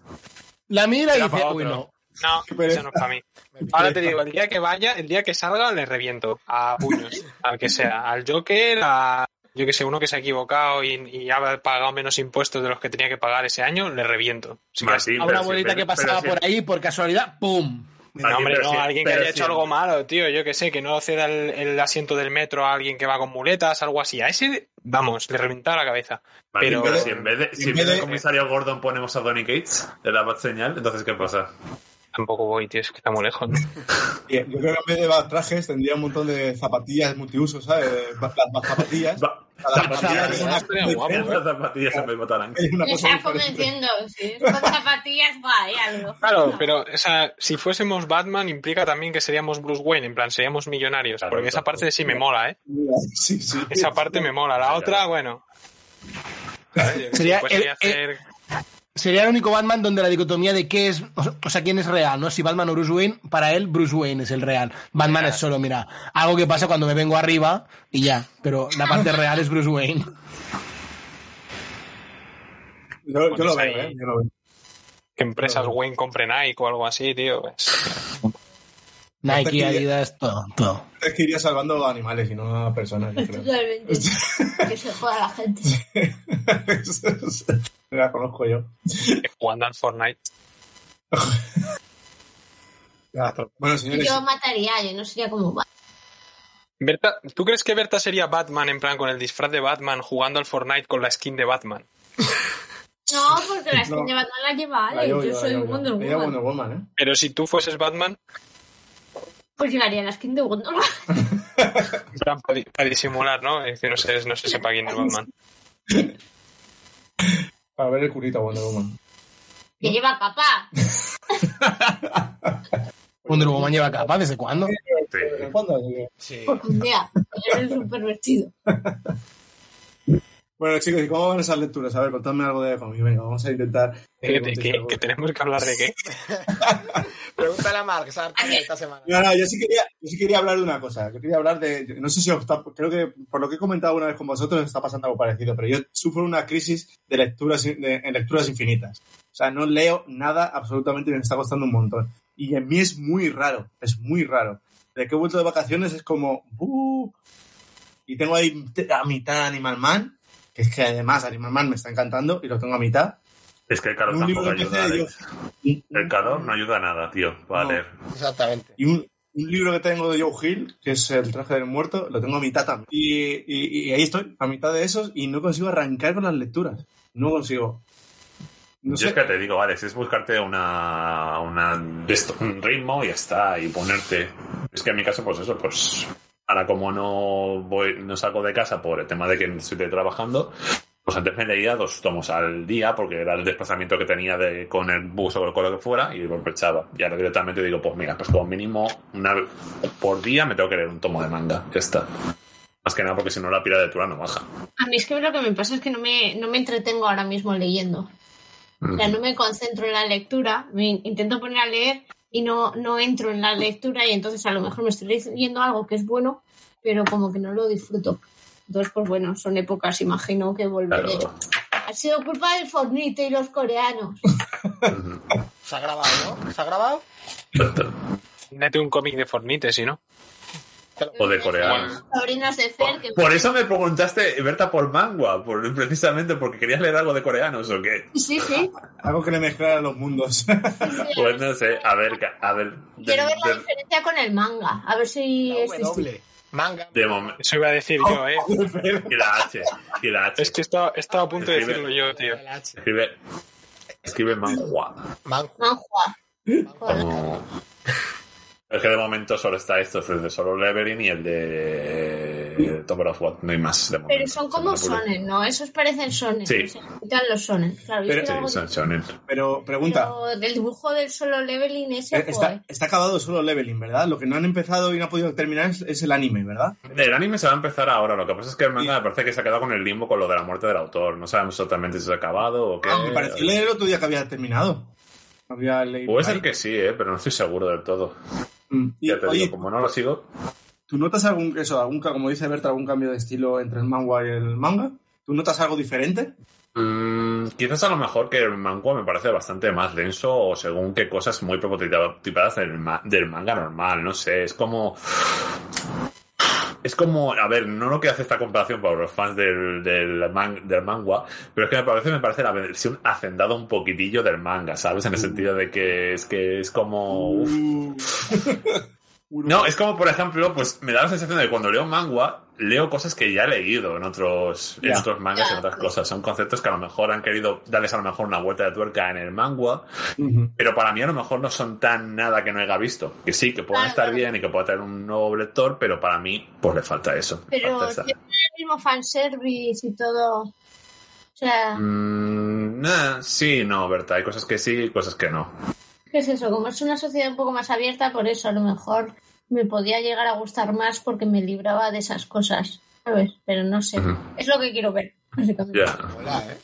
Speaker 6: La mira y
Speaker 8: Era
Speaker 6: dice,
Speaker 8: para
Speaker 6: uy,
Speaker 8: otro.
Speaker 6: no.
Speaker 8: No,
Speaker 5: Pero-
Speaker 8: eso no es para mí. Ahora te digo, el día que vaya, el día que salga, le reviento a puños, al que sea, al Joker, a yo que sé, uno que se ha equivocado y, y ha pagado menos impuestos de los que tenía que pagar ese año, le reviento. Sí,
Speaker 7: Martín,
Speaker 6: A
Speaker 7: pero
Speaker 6: una
Speaker 7: sí,
Speaker 6: abuelita
Speaker 7: pero-
Speaker 6: que pasaba
Speaker 7: pero sí.
Speaker 6: por ahí, por casualidad, ¡pum!
Speaker 8: No, hombre,
Speaker 7: pero
Speaker 8: no,
Speaker 7: sí,
Speaker 8: alguien que
Speaker 7: pero
Speaker 8: haya
Speaker 7: sí.
Speaker 8: hecho algo malo, tío, yo que sé, que no ceda el, el asiento del metro a alguien que va con muletas, algo así. A ese, vamos, le reventaba la cabeza.
Speaker 7: Martín,
Speaker 8: Pero-
Speaker 7: pero, si en vez de, si
Speaker 5: en
Speaker 7: en vez
Speaker 5: vez
Speaker 7: de
Speaker 5: de-
Speaker 7: comisario Gordon ponemos a Donny Cates de la bat señal, entonces ¿qué pasa?
Speaker 8: Tampoco voy, tío, es que está muy lejos. ¿no?
Speaker 5: Yo creo que en vez de ba- trajes tendría un montón de zapatillas multiuso, ¿sabes? De ba- Las ba- zapatillas.
Speaker 7: Va,
Speaker 5: Cada
Speaker 7: zapatillas.
Speaker 5: zapatilla es una
Speaker 8: Estaría guapo, ¿eh?
Speaker 5: cosa
Speaker 7: Las zapatillas se me botarán.
Speaker 5: diferente, es una
Speaker 9: Me
Speaker 5: cosa
Speaker 9: está
Speaker 5: diferente.
Speaker 9: convenciendo, sí. Con zapatillas va, hay algo.
Speaker 8: Claro, pero o sea, si fuésemos Batman implica también que seríamos Bruce Wayne, en plan, seríamos millonarios,
Speaker 7: Claro,
Speaker 8: porque esa
Speaker 7: claro.
Speaker 8: parte sí me mola, ¿eh?
Speaker 5: Sí, sí.
Speaker 8: Esa parte me mola. La
Speaker 7: Claro.
Speaker 8: otra, bueno.
Speaker 6: Sería
Speaker 8: Pues
Speaker 6: el-
Speaker 8: quería hacer-
Speaker 6: Sería el único Batman donde la dicotomía de qué es, o o sea, quién es real, ¿no? Si Batman o Bruce Wayne, para él Bruce Wayne es el real. Batman es solo, mira, algo que pasa cuando me vengo arriba y ya, pero la parte real es Bruce Wayne.
Speaker 5: Yo, yo lo
Speaker 8: Pones
Speaker 5: veo,
Speaker 8: ahí-
Speaker 5: ¿eh? Yo lo veo.
Speaker 8: que empresas Wayne compren Nike o algo así, tío. pues.
Speaker 6: Nike,
Speaker 5: Perspectiva.
Speaker 6: Adidas, todo, todo.
Speaker 5: Es que iría salvando a animales y no a personas, yo creo.
Speaker 9: Totalmente. que se juega la gente.
Speaker 5: Me la conozco yo.
Speaker 8: Jugando al Fortnite.
Speaker 5: Bueno, señores,
Speaker 9: Yo mataría, yo no sería como Batman.
Speaker 8: Berta, ¿tú crees que Berta sería Batman en plan con el disfraz de Batman jugando al Fortnite con la skin de Batman?
Speaker 9: No, porque la skin
Speaker 5: No.
Speaker 9: de Batman la lleva
Speaker 5: la
Speaker 9: Ale.
Speaker 5: llevo
Speaker 9: Yo, soy
Speaker 5: la llevo
Speaker 9: Wonder
Speaker 5: Me llamo
Speaker 9: Woman.
Speaker 5: Wonder Woman, ¿eh?
Speaker 8: Pero si tú fueses Batman,
Speaker 9: Pues llevaría la skin de Wonder Woman.
Speaker 8: en plan para, disimular, ¿no? Es que no se, no se sepa quién es Batman.
Speaker 5: Para ver el curito a Wonder Woman.
Speaker 9: Que lleva capa.
Speaker 6: Wonder Woman lleva capa, ¿desde cuándo?
Speaker 7: Sí.
Speaker 5: En
Speaker 6: Eh.
Speaker 5: el fondo, así que-
Speaker 10: Sí.
Speaker 9: Porque un día eres un pervertido.
Speaker 5: Bueno, chicos, ¿y cómo van esas lecturas? A ver, contadme algo de cómic. Venga, vamos a intentar. eh,
Speaker 8: ¿Qué, de qué- que tenemos que hablar de qué?
Speaker 10: Pregúntale a Mark, que se ha hartado esta semana.
Speaker 5: No, no, yo sí quería, yo sí quería hablar de una cosa. Yo quería hablar de. No sé si os está- creo que por lo que he comentado una vez con vosotros está pasando algo parecido, pero yo sufro una crisis de lecturas in- de- en lecturas infinitas. O sea, no leo nada absolutamente, me está costando un montón. Y en mí es muy raro, es muy raro. De que he vuelto de vacaciones es como. "Uh". y tengo ahí a mitad Animal Man, que es que además Animal Man me está encantando y lo tengo a mitad.
Speaker 7: Es que el calor
Speaker 5: Un libro
Speaker 7: tampoco
Speaker 5: que empecé,
Speaker 7: ayuda.
Speaker 5: digo,
Speaker 7: Alex. El calor no ayuda a nada, tío. Para
Speaker 5: No.
Speaker 7: leer.
Speaker 10: Exactamente.
Speaker 5: Y un, un libro que tengo de Joe Hill, que es El traje del muerto, lo tengo a mitad también. Y, y- y ahí estoy, a mitad de esos, y no consigo arrancar con las lecturas. No consigo. No
Speaker 7: Yo
Speaker 5: sé.
Speaker 7: es que te digo, Alex, es buscarte una, una de esto- un ritmo y ya está, y ponerte. Es que en mi caso, pues eso, pues ahora como no voy, no salgo de casa por el tema de que estoy trabajando, pues antes me leía dos tomos al día porque era el desplazamiento que tenía de, con el bus o con lo que fuera y lo echaba. Y ahora directamente digo, pues mira, pues como mínimo una vez por día me tengo que leer un tomo de manga, ya está. Más que nada porque si no la pira de Tura no baja.
Speaker 9: A mí es que lo que me pasa es que no me, no me entretengo ahora mismo leyendo. O sea, no me concentro en la lectura, me in- intento poner a leer y no, no entro en la lectura y entonces a lo mejor me estoy leyendo algo que es bueno, pero como que no lo disfruto. Entonces, pues bueno, son épocas, imagino que volveré.
Speaker 7: Claro.
Speaker 9: Ha sido culpa del fornito y los coreanos.
Speaker 10: Se ha grabado, ¿no? ¿Se ha grabado?
Speaker 8: Date un cómic de Fornite, si no.
Speaker 7: O de coreanos.
Speaker 9: Sobrinas de Fer, que
Speaker 7: Por eso me preguntaste, Berta, por mangua, por- precisamente porque querías leer algo de coreanos o qué.
Speaker 9: sí, sí, sí.
Speaker 5: Algo que le mezclara los mundos.
Speaker 9: sí, a
Speaker 7: Pues
Speaker 9: ver.
Speaker 7: no sé, a ver, ca- a ver. de-
Speaker 9: Quiero ver la
Speaker 7: de-
Speaker 9: diferencia con el manga, a ver si es este distinto.
Speaker 10: doble. Manga.
Speaker 7: de momen-
Speaker 8: Eso iba a decir yo, ¿eh?
Speaker 7: Y la H, y la H.
Speaker 8: Es que estaba, estaba a punto de
Speaker 7: Escribe.
Speaker 8: decirlo yo, tío.
Speaker 10: El H.
Speaker 7: Escribe, escribe manhua.
Speaker 10: Manju.
Speaker 9: Manhua.
Speaker 7: Como... Es que de momento solo está esto, es el de Solo Leveling y el de Tower of What, no hay más. De momento.
Speaker 9: Pero son como
Speaker 7: Se me ocurre.
Speaker 9: sonen, ¿no? Esos parecen sonen.
Speaker 7: Sí.
Speaker 9: o sea, quitan los sonen. Claro, yo
Speaker 5: Pero-
Speaker 9: quiero
Speaker 7: Sí,
Speaker 9: algo
Speaker 7: son shonen.
Speaker 5: Pero pregunta.
Speaker 9: Pero del dibujo del solo leveling ese,
Speaker 5: eh, Está,
Speaker 9: joder.
Speaker 5: está acabado solo leveling, ¿verdad? Lo que no han empezado y no han podido terminar es, es el anime, ¿verdad?
Speaker 7: El anime se va a empezar ahora, lo que pasa es que el manga me parece que se ha quedado con el limbo con lo de la muerte del autor. No sabemos exactamente si se ha acabado o qué.
Speaker 5: Ah, me pareció leer el otro día que había terminado. Había leído.
Speaker 7: Puede ser que sí, eh, pero no estoy seguro del todo.
Speaker 5: Mm. Y,
Speaker 7: Ya te
Speaker 5: oye,
Speaker 7: digo, como no lo sigo,
Speaker 5: ¿Tú notas algún, eso, algún, ca- como dice Berta, algún cambio de estilo entre el manga y el manga? ¿Tú notas algo diferente?
Speaker 7: mm, quizás a lo mejor que el manga me parece bastante más denso o según qué cosas muy prototipadas del, ma- del manga normal, no sé, es como... Es como, a ver, no lo que hace esta comparación para los fans del, del, man- del manga, pero es que me parece, me parece la versión hacendada un poquitillo del manga, ¿sabes? En el sentido de que es que es como... uf, No, es como, por ejemplo, pues me da la sensación de que cuando leo manga, leo cosas que ya he leído en otros, en
Speaker 5: Ya.
Speaker 7: otros mangas,
Speaker 9: Ya,
Speaker 7: en otras
Speaker 9: pues.
Speaker 7: cosas. Son conceptos que a lo mejor han querido darles a lo mejor una vuelta de tuerca en el manga,
Speaker 5: Ujú.
Speaker 7: pero para mí a lo mejor no son tan nada que no haya visto. Que sí, que puedan
Speaker 9: Claro,
Speaker 7: estar
Speaker 9: claro.
Speaker 7: bien y que pueda tener un nuevo lector, pero para mí, pues le falta eso. le
Speaker 9: Pero
Speaker 7: falta esa-
Speaker 9: tienen el mismo fanservice y todo. O sea,
Speaker 7: Mm, nah, sí, no, Berta, hay cosas que sí y cosas que no.
Speaker 9: ¿qué es eso? Como es una sociedad un poco más abierta, por eso a lo mejor me podía llegar a gustar más porque me libraba de esas cosas. ¿Sabes? Pero no sé.
Speaker 7: Ujú.
Speaker 9: Es lo que quiero ver, básicamente.
Speaker 7: Ya.
Speaker 10: Hola, ¿eh?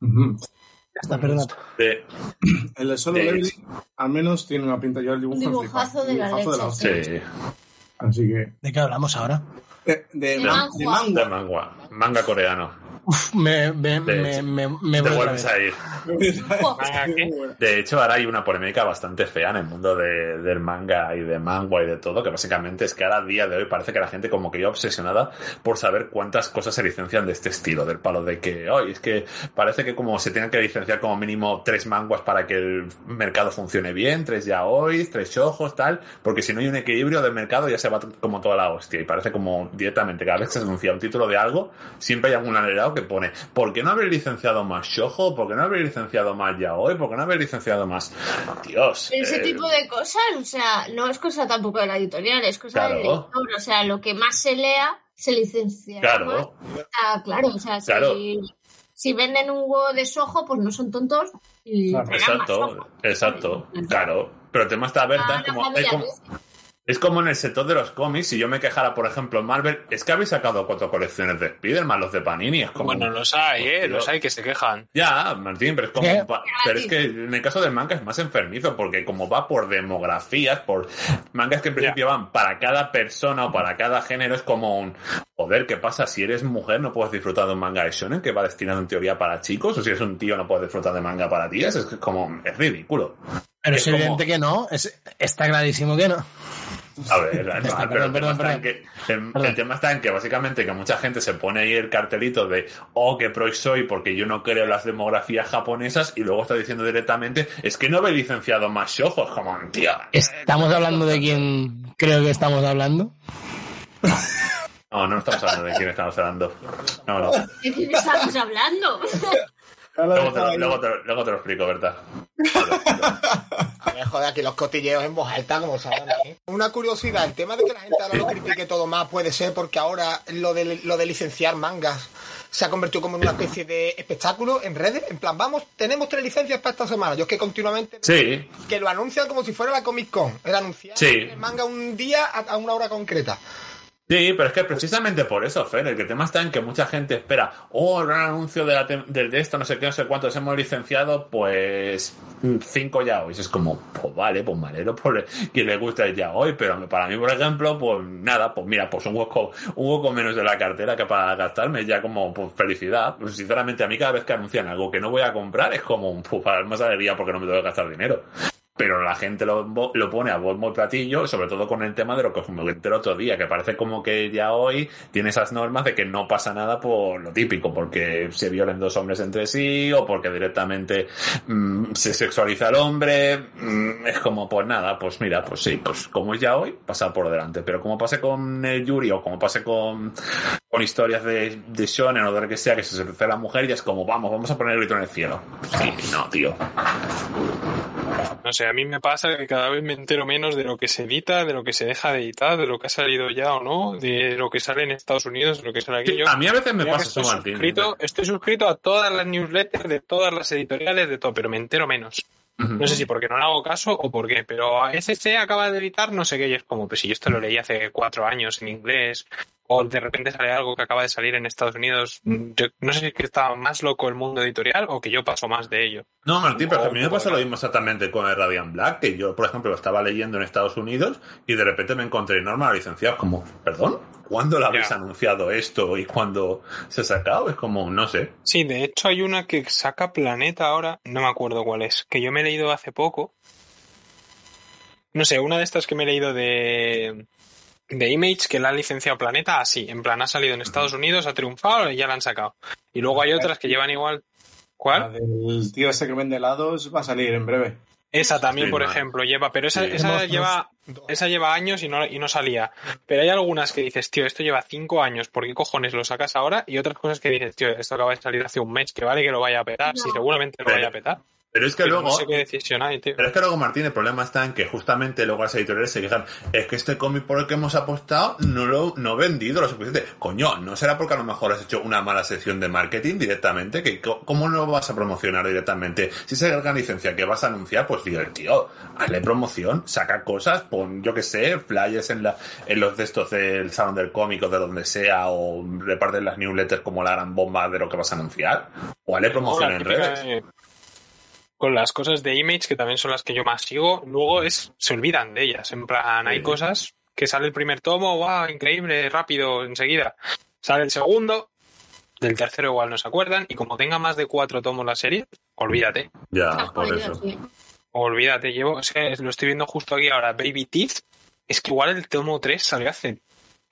Speaker 5: Ujú.
Speaker 6: Está, perdona.
Speaker 7: De-
Speaker 5: El de Solo
Speaker 7: De-
Speaker 5: Leveling, al menos tiene una pinta. Yo el dibujo
Speaker 9: Un
Speaker 5: me flipa.
Speaker 9: dibujazo
Speaker 5: Un
Speaker 9: de la
Speaker 5: dibujazo
Speaker 9: leche,
Speaker 5: hostia.
Speaker 7: sí,
Speaker 5: Así que.
Speaker 6: ¿De qué hablamos ahora?
Speaker 5: De, de-
Speaker 9: De
Speaker 5: de
Speaker 9: manga.
Speaker 7: de
Speaker 5: manga.
Speaker 7: manga, manga coreano.
Speaker 6: Uf, me,
Speaker 7: De-
Speaker 6: me, me, me, me
Speaker 7: Te
Speaker 6: voy otra
Speaker 7: vuelves
Speaker 6: vez.
Speaker 7: a ir.
Speaker 8: Manga, ¿qué?
Speaker 7: De hecho, ahora hay una polémica bastante fea en el mundo de- del manga y de manga y de todo, que básicamente es que ahora a día de hoy parece que la gente como que ya obsesionada por saber cuántas cosas se licencian de este estilo, del palo de que, hoy es que parece que como se tienen que licenciar como mínimo tres manguas para que el mercado funcione bien, tres ya hoy, tres ojos, tal, porque si no hay un equilibrio del mercado ya se va como toda la hostia y parece como directamente cada vez que se anuncia un título de algo, siempre hay algún alegado que pone, ¿por qué no habéis licenciado más Shojo? ¿Por qué no habéis licenciado más Yaoi? ¿Por qué no habéis licenciado más? Dios.
Speaker 9: Pero ese
Speaker 7: eh,
Speaker 9: tipo de cosas, o sea, no es cosa tampoco de la editorial, es cosa del
Speaker 7: Claro.
Speaker 9: lector. O sea, lo que más se lea, se licencia. más.
Speaker 7: Claro,
Speaker 9: Ah, claro, o sea, si-
Speaker 7: Claro.
Speaker 9: Si, venden un huevo de sojo, pues no son tontos. Y
Speaker 5: Claro.
Speaker 9: serán más
Speaker 7: exacto,
Speaker 9: Soho.
Speaker 7: exacto, claro. Pero el tema está, a ver,
Speaker 9: Ah,
Speaker 7: tal
Speaker 9: la
Speaker 7: como,
Speaker 9: familia
Speaker 7: es como-
Speaker 9: Luis.
Speaker 7: Es como en el sector de los cómics, si yo me quejara, por ejemplo, en Marvel, es que habéis sacado cuatro colecciones de Spider-Man, los de Panini, es como...
Speaker 8: Bueno, los hay, ¿eh?
Speaker 7: Hostia.
Speaker 8: Los hay que se quejan.
Speaker 7: Ya, Martín, pero es como...
Speaker 6: ¿Qué?
Speaker 7: pa- Pero es que en el caso del manga es más enfermizo, porque como va por demografías, por mangas que en principio van para cada persona o para cada género, es como un... Joder, ¿qué pasa? Si eres mujer no puedes disfrutar de un manga de shonen que va destinado en teoría para chicos, o si eres un tío no puedes disfrutar de manga para tías, es que es como... Es ridículo.
Speaker 6: Pero
Speaker 7: Es
Speaker 6: es evidente
Speaker 7: como-
Speaker 6: que no, es- está clarísimo que no.
Speaker 7: A ver,
Speaker 6: Ya
Speaker 7: no,
Speaker 6: está,
Speaker 7: pero
Speaker 6: perdón,
Speaker 7: el tema está
Speaker 6: perdón,
Speaker 7: en
Speaker 6: perdón.
Speaker 7: que- el-
Speaker 6: Perdón.
Speaker 7: el tema está en que básicamente que mucha gente se pone ahí el cartelito de oh, qué pro soy porque yo no creo en las demografías japonesas y luego está diciendo directamente es que no habéis licenciado más ojos como tío.
Speaker 6: ¿Estamos hablando de quién creo que estamos hablando?
Speaker 7: No, no estamos hablando de quién estamos hablando. No, no.
Speaker 9: ¿De quién estamos hablando?
Speaker 5: Ya lo he
Speaker 7: Luego te
Speaker 5: dejado
Speaker 7: lo,
Speaker 5: ahí.
Speaker 7: luego te lo- luego te lo explico, Berta.
Speaker 10: Me joder, aquí los cotilleos en voz alta, como saben. ¿eh? Una curiosidad, el tema de que la gente ahora lo critique todo más puede ser porque ahora lo de, lo de licenciar mangas se ha convertido como en una especie de espectáculo en redes. En plan, vamos, tenemos tres licencias para esta semana. Yo es que continuamente
Speaker 7: Sí,
Speaker 10: que lo anuncian como si fuera la Comic Con. El anunciar
Speaker 7: Sí.
Speaker 10: el manga un día a, a una hora concreta.
Speaker 7: Sí, pero es que precisamente por eso, Fer, el que tema está en que mucha gente espera, oh, el gran anuncio de, la tem- del de esto, no sé qué, no sé cuántos hemos licenciado, pues mm, cinco ya hoy. Es como, pues vale, pues malero, por quien le gusta el ya hoy, pero para mí, por ejemplo, pues nada, pues mira, pues un hueco, un hueco menos de la cartera que para gastarme, ya como pues, felicidad. Pues, sinceramente, a mí cada vez que anuncian algo que no voy a comprar es como, un para más alegría porque no me tengo que gastar dinero pero la gente lo, lo pone a buen y platillo, sobre todo con el tema de lo que os comenté el otro día, que parece como que ya hoy tiene esas normas de que no pasa nada por lo típico, porque se violen dos hombres entre sí o porque directamente mm, se sexualiza al hombre, mm, es como pues nada, pues mira, pues sí, pues como es ya hoy, pasa por delante, pero como pase con el Yuri o como pase con, con historias de, de Shonen o de lo que sea, que se sexualiza a la mujer, ya es como vamos, vamos a poner el grito en el cielo. Sí, no, tío.
Speaker 8: No sé, a mí me pasa que cada vez me entero menos de lo que se edita, de lo que se deja de editar, de lo que ha salido ya o no, de lo que sale en Estados Unidos, de lo que sale aquí.
Speaker 7: Sí,
Speaker 8: Yo,
Speaker 7: a mí a veces me
Speaker 8: mira que
Speaker 7: pasa eso,
Speaker 8: estoy,
Speaker 7: Martín. ¿eh?
Speaker 8: suscrito, estoy suscrito a todas las newsletters, de todas las editoriales, de todo, pero me entero menos.
Speaker 7: Ujú.
Speaker 8: No sé si porque no le hago caso o por qué, pero SC acaba de editar no sé qué y es como, pues si yo esto lo leí hace cuatro años en inglés o de repente sale algo que acaba de salir en Estados Unidos, mm, yo no sé si es que está más loco el mundo editorial o que yo paso más de ello.
Speaker 7: No, Martín, pero
Speaker 8: Oh,
Speaker 7: a mí me pasa lo
Speaker 8: bueno.
Speaker 7: mismo exactamente con el Radiant Black, que yo, por ejemplo, lo estaba leyendo en Estados Unidos y de repente me encontré norma licenciados como, perdón, ¿cuándo lo habéis
Speaker 8: Ya.
Speaker 7: anunciado esto y cuándo se ha sacado? Es como, no sé.
Speaker 8: Sí, de hecho hay una que saca Planeta ahora, no me acuerdo cuál es, que yo me he leído hace poco. No sé, una de estas que me he leído de, de Image, que la ha licenciado Planeta así, en plan ha salido en Estados Unidos, ha triunfado y ya la han sacado. Y luego hay otras que llevan igual.
Speaker 5: La
Speaker 8: ¿Cuál?
Speaker 5: del tío ese que vende helados va a salir en breve.
Speaker 8: Esa también,
Speaker 7: Sí,
Speaker 8: por
Speaker 7: no.
Speaker 8: ejemplo, lleva, pero esa,
Speaker 7: Sí.
Speaker 8: esa lleva esa lleva años y no, y no salía. Pero hay algunas que dices, tío, esto lleva cinco años, ¿por qué cojones lo sacas ahora? Y otras cosas que dices, tío, esto acaba de salir hace un mes, que vale que lo vaya a petar,
Speaker 9: No.
Speaker 8: sí, seguramente lo
Speaker 7: Pero-
Speaker 8: vaya a petar.
Speaker 7: Pero es que
Speaker 8: Pero
Speaker 7: luego...
Speaker 8: no sé qué decisión hay, tío.
Speaker 7: Pero es que luego, Martín, el problema está en que justamente luego las editoriales se quejan, es que este cómic por el que hemos apostado no lo no he vendido lo suficiente. Coño, ¿no será porque a lo mejor has hecho una mala sección de marketing directamente? que co- ¿Cómo no lo vas a promocionar directamente? Si esa gran licencia que vas a anunciar, pues digo, tío, hazle promoción, saca cosas, pon, yo que sé, flyers en, la, en los de estos del salón del cómic o de donde sea, o reparten las newsletters como la gran bomba de lo que vas a anunciar, o hazle promoción
Speaker 8: la
Speaker 7: en
Speaker 8: típica
Speaker 7: redes.
Speaker 8: de- Con las cosas de Image, que también son las que yo más sigo, luego es se olvidan de ellas. En plan, hay
Speaker 7: Sí.
Speaker 8: cosas que sale el primer tomo, wow, increíble, rápido, enseguida. Sale el segundo, del tercero igual no se acuerdan, y como tenga más de cuatro tomos la serie, olvídate.
Speaker 7: Ya, por eso.
Speaker 9: Sí.
Speaker 8: Olvídate, llevo, es que lo estoy viendo justo aquí ahora, Baby Teeth, es que igual el tomo 3 salió hace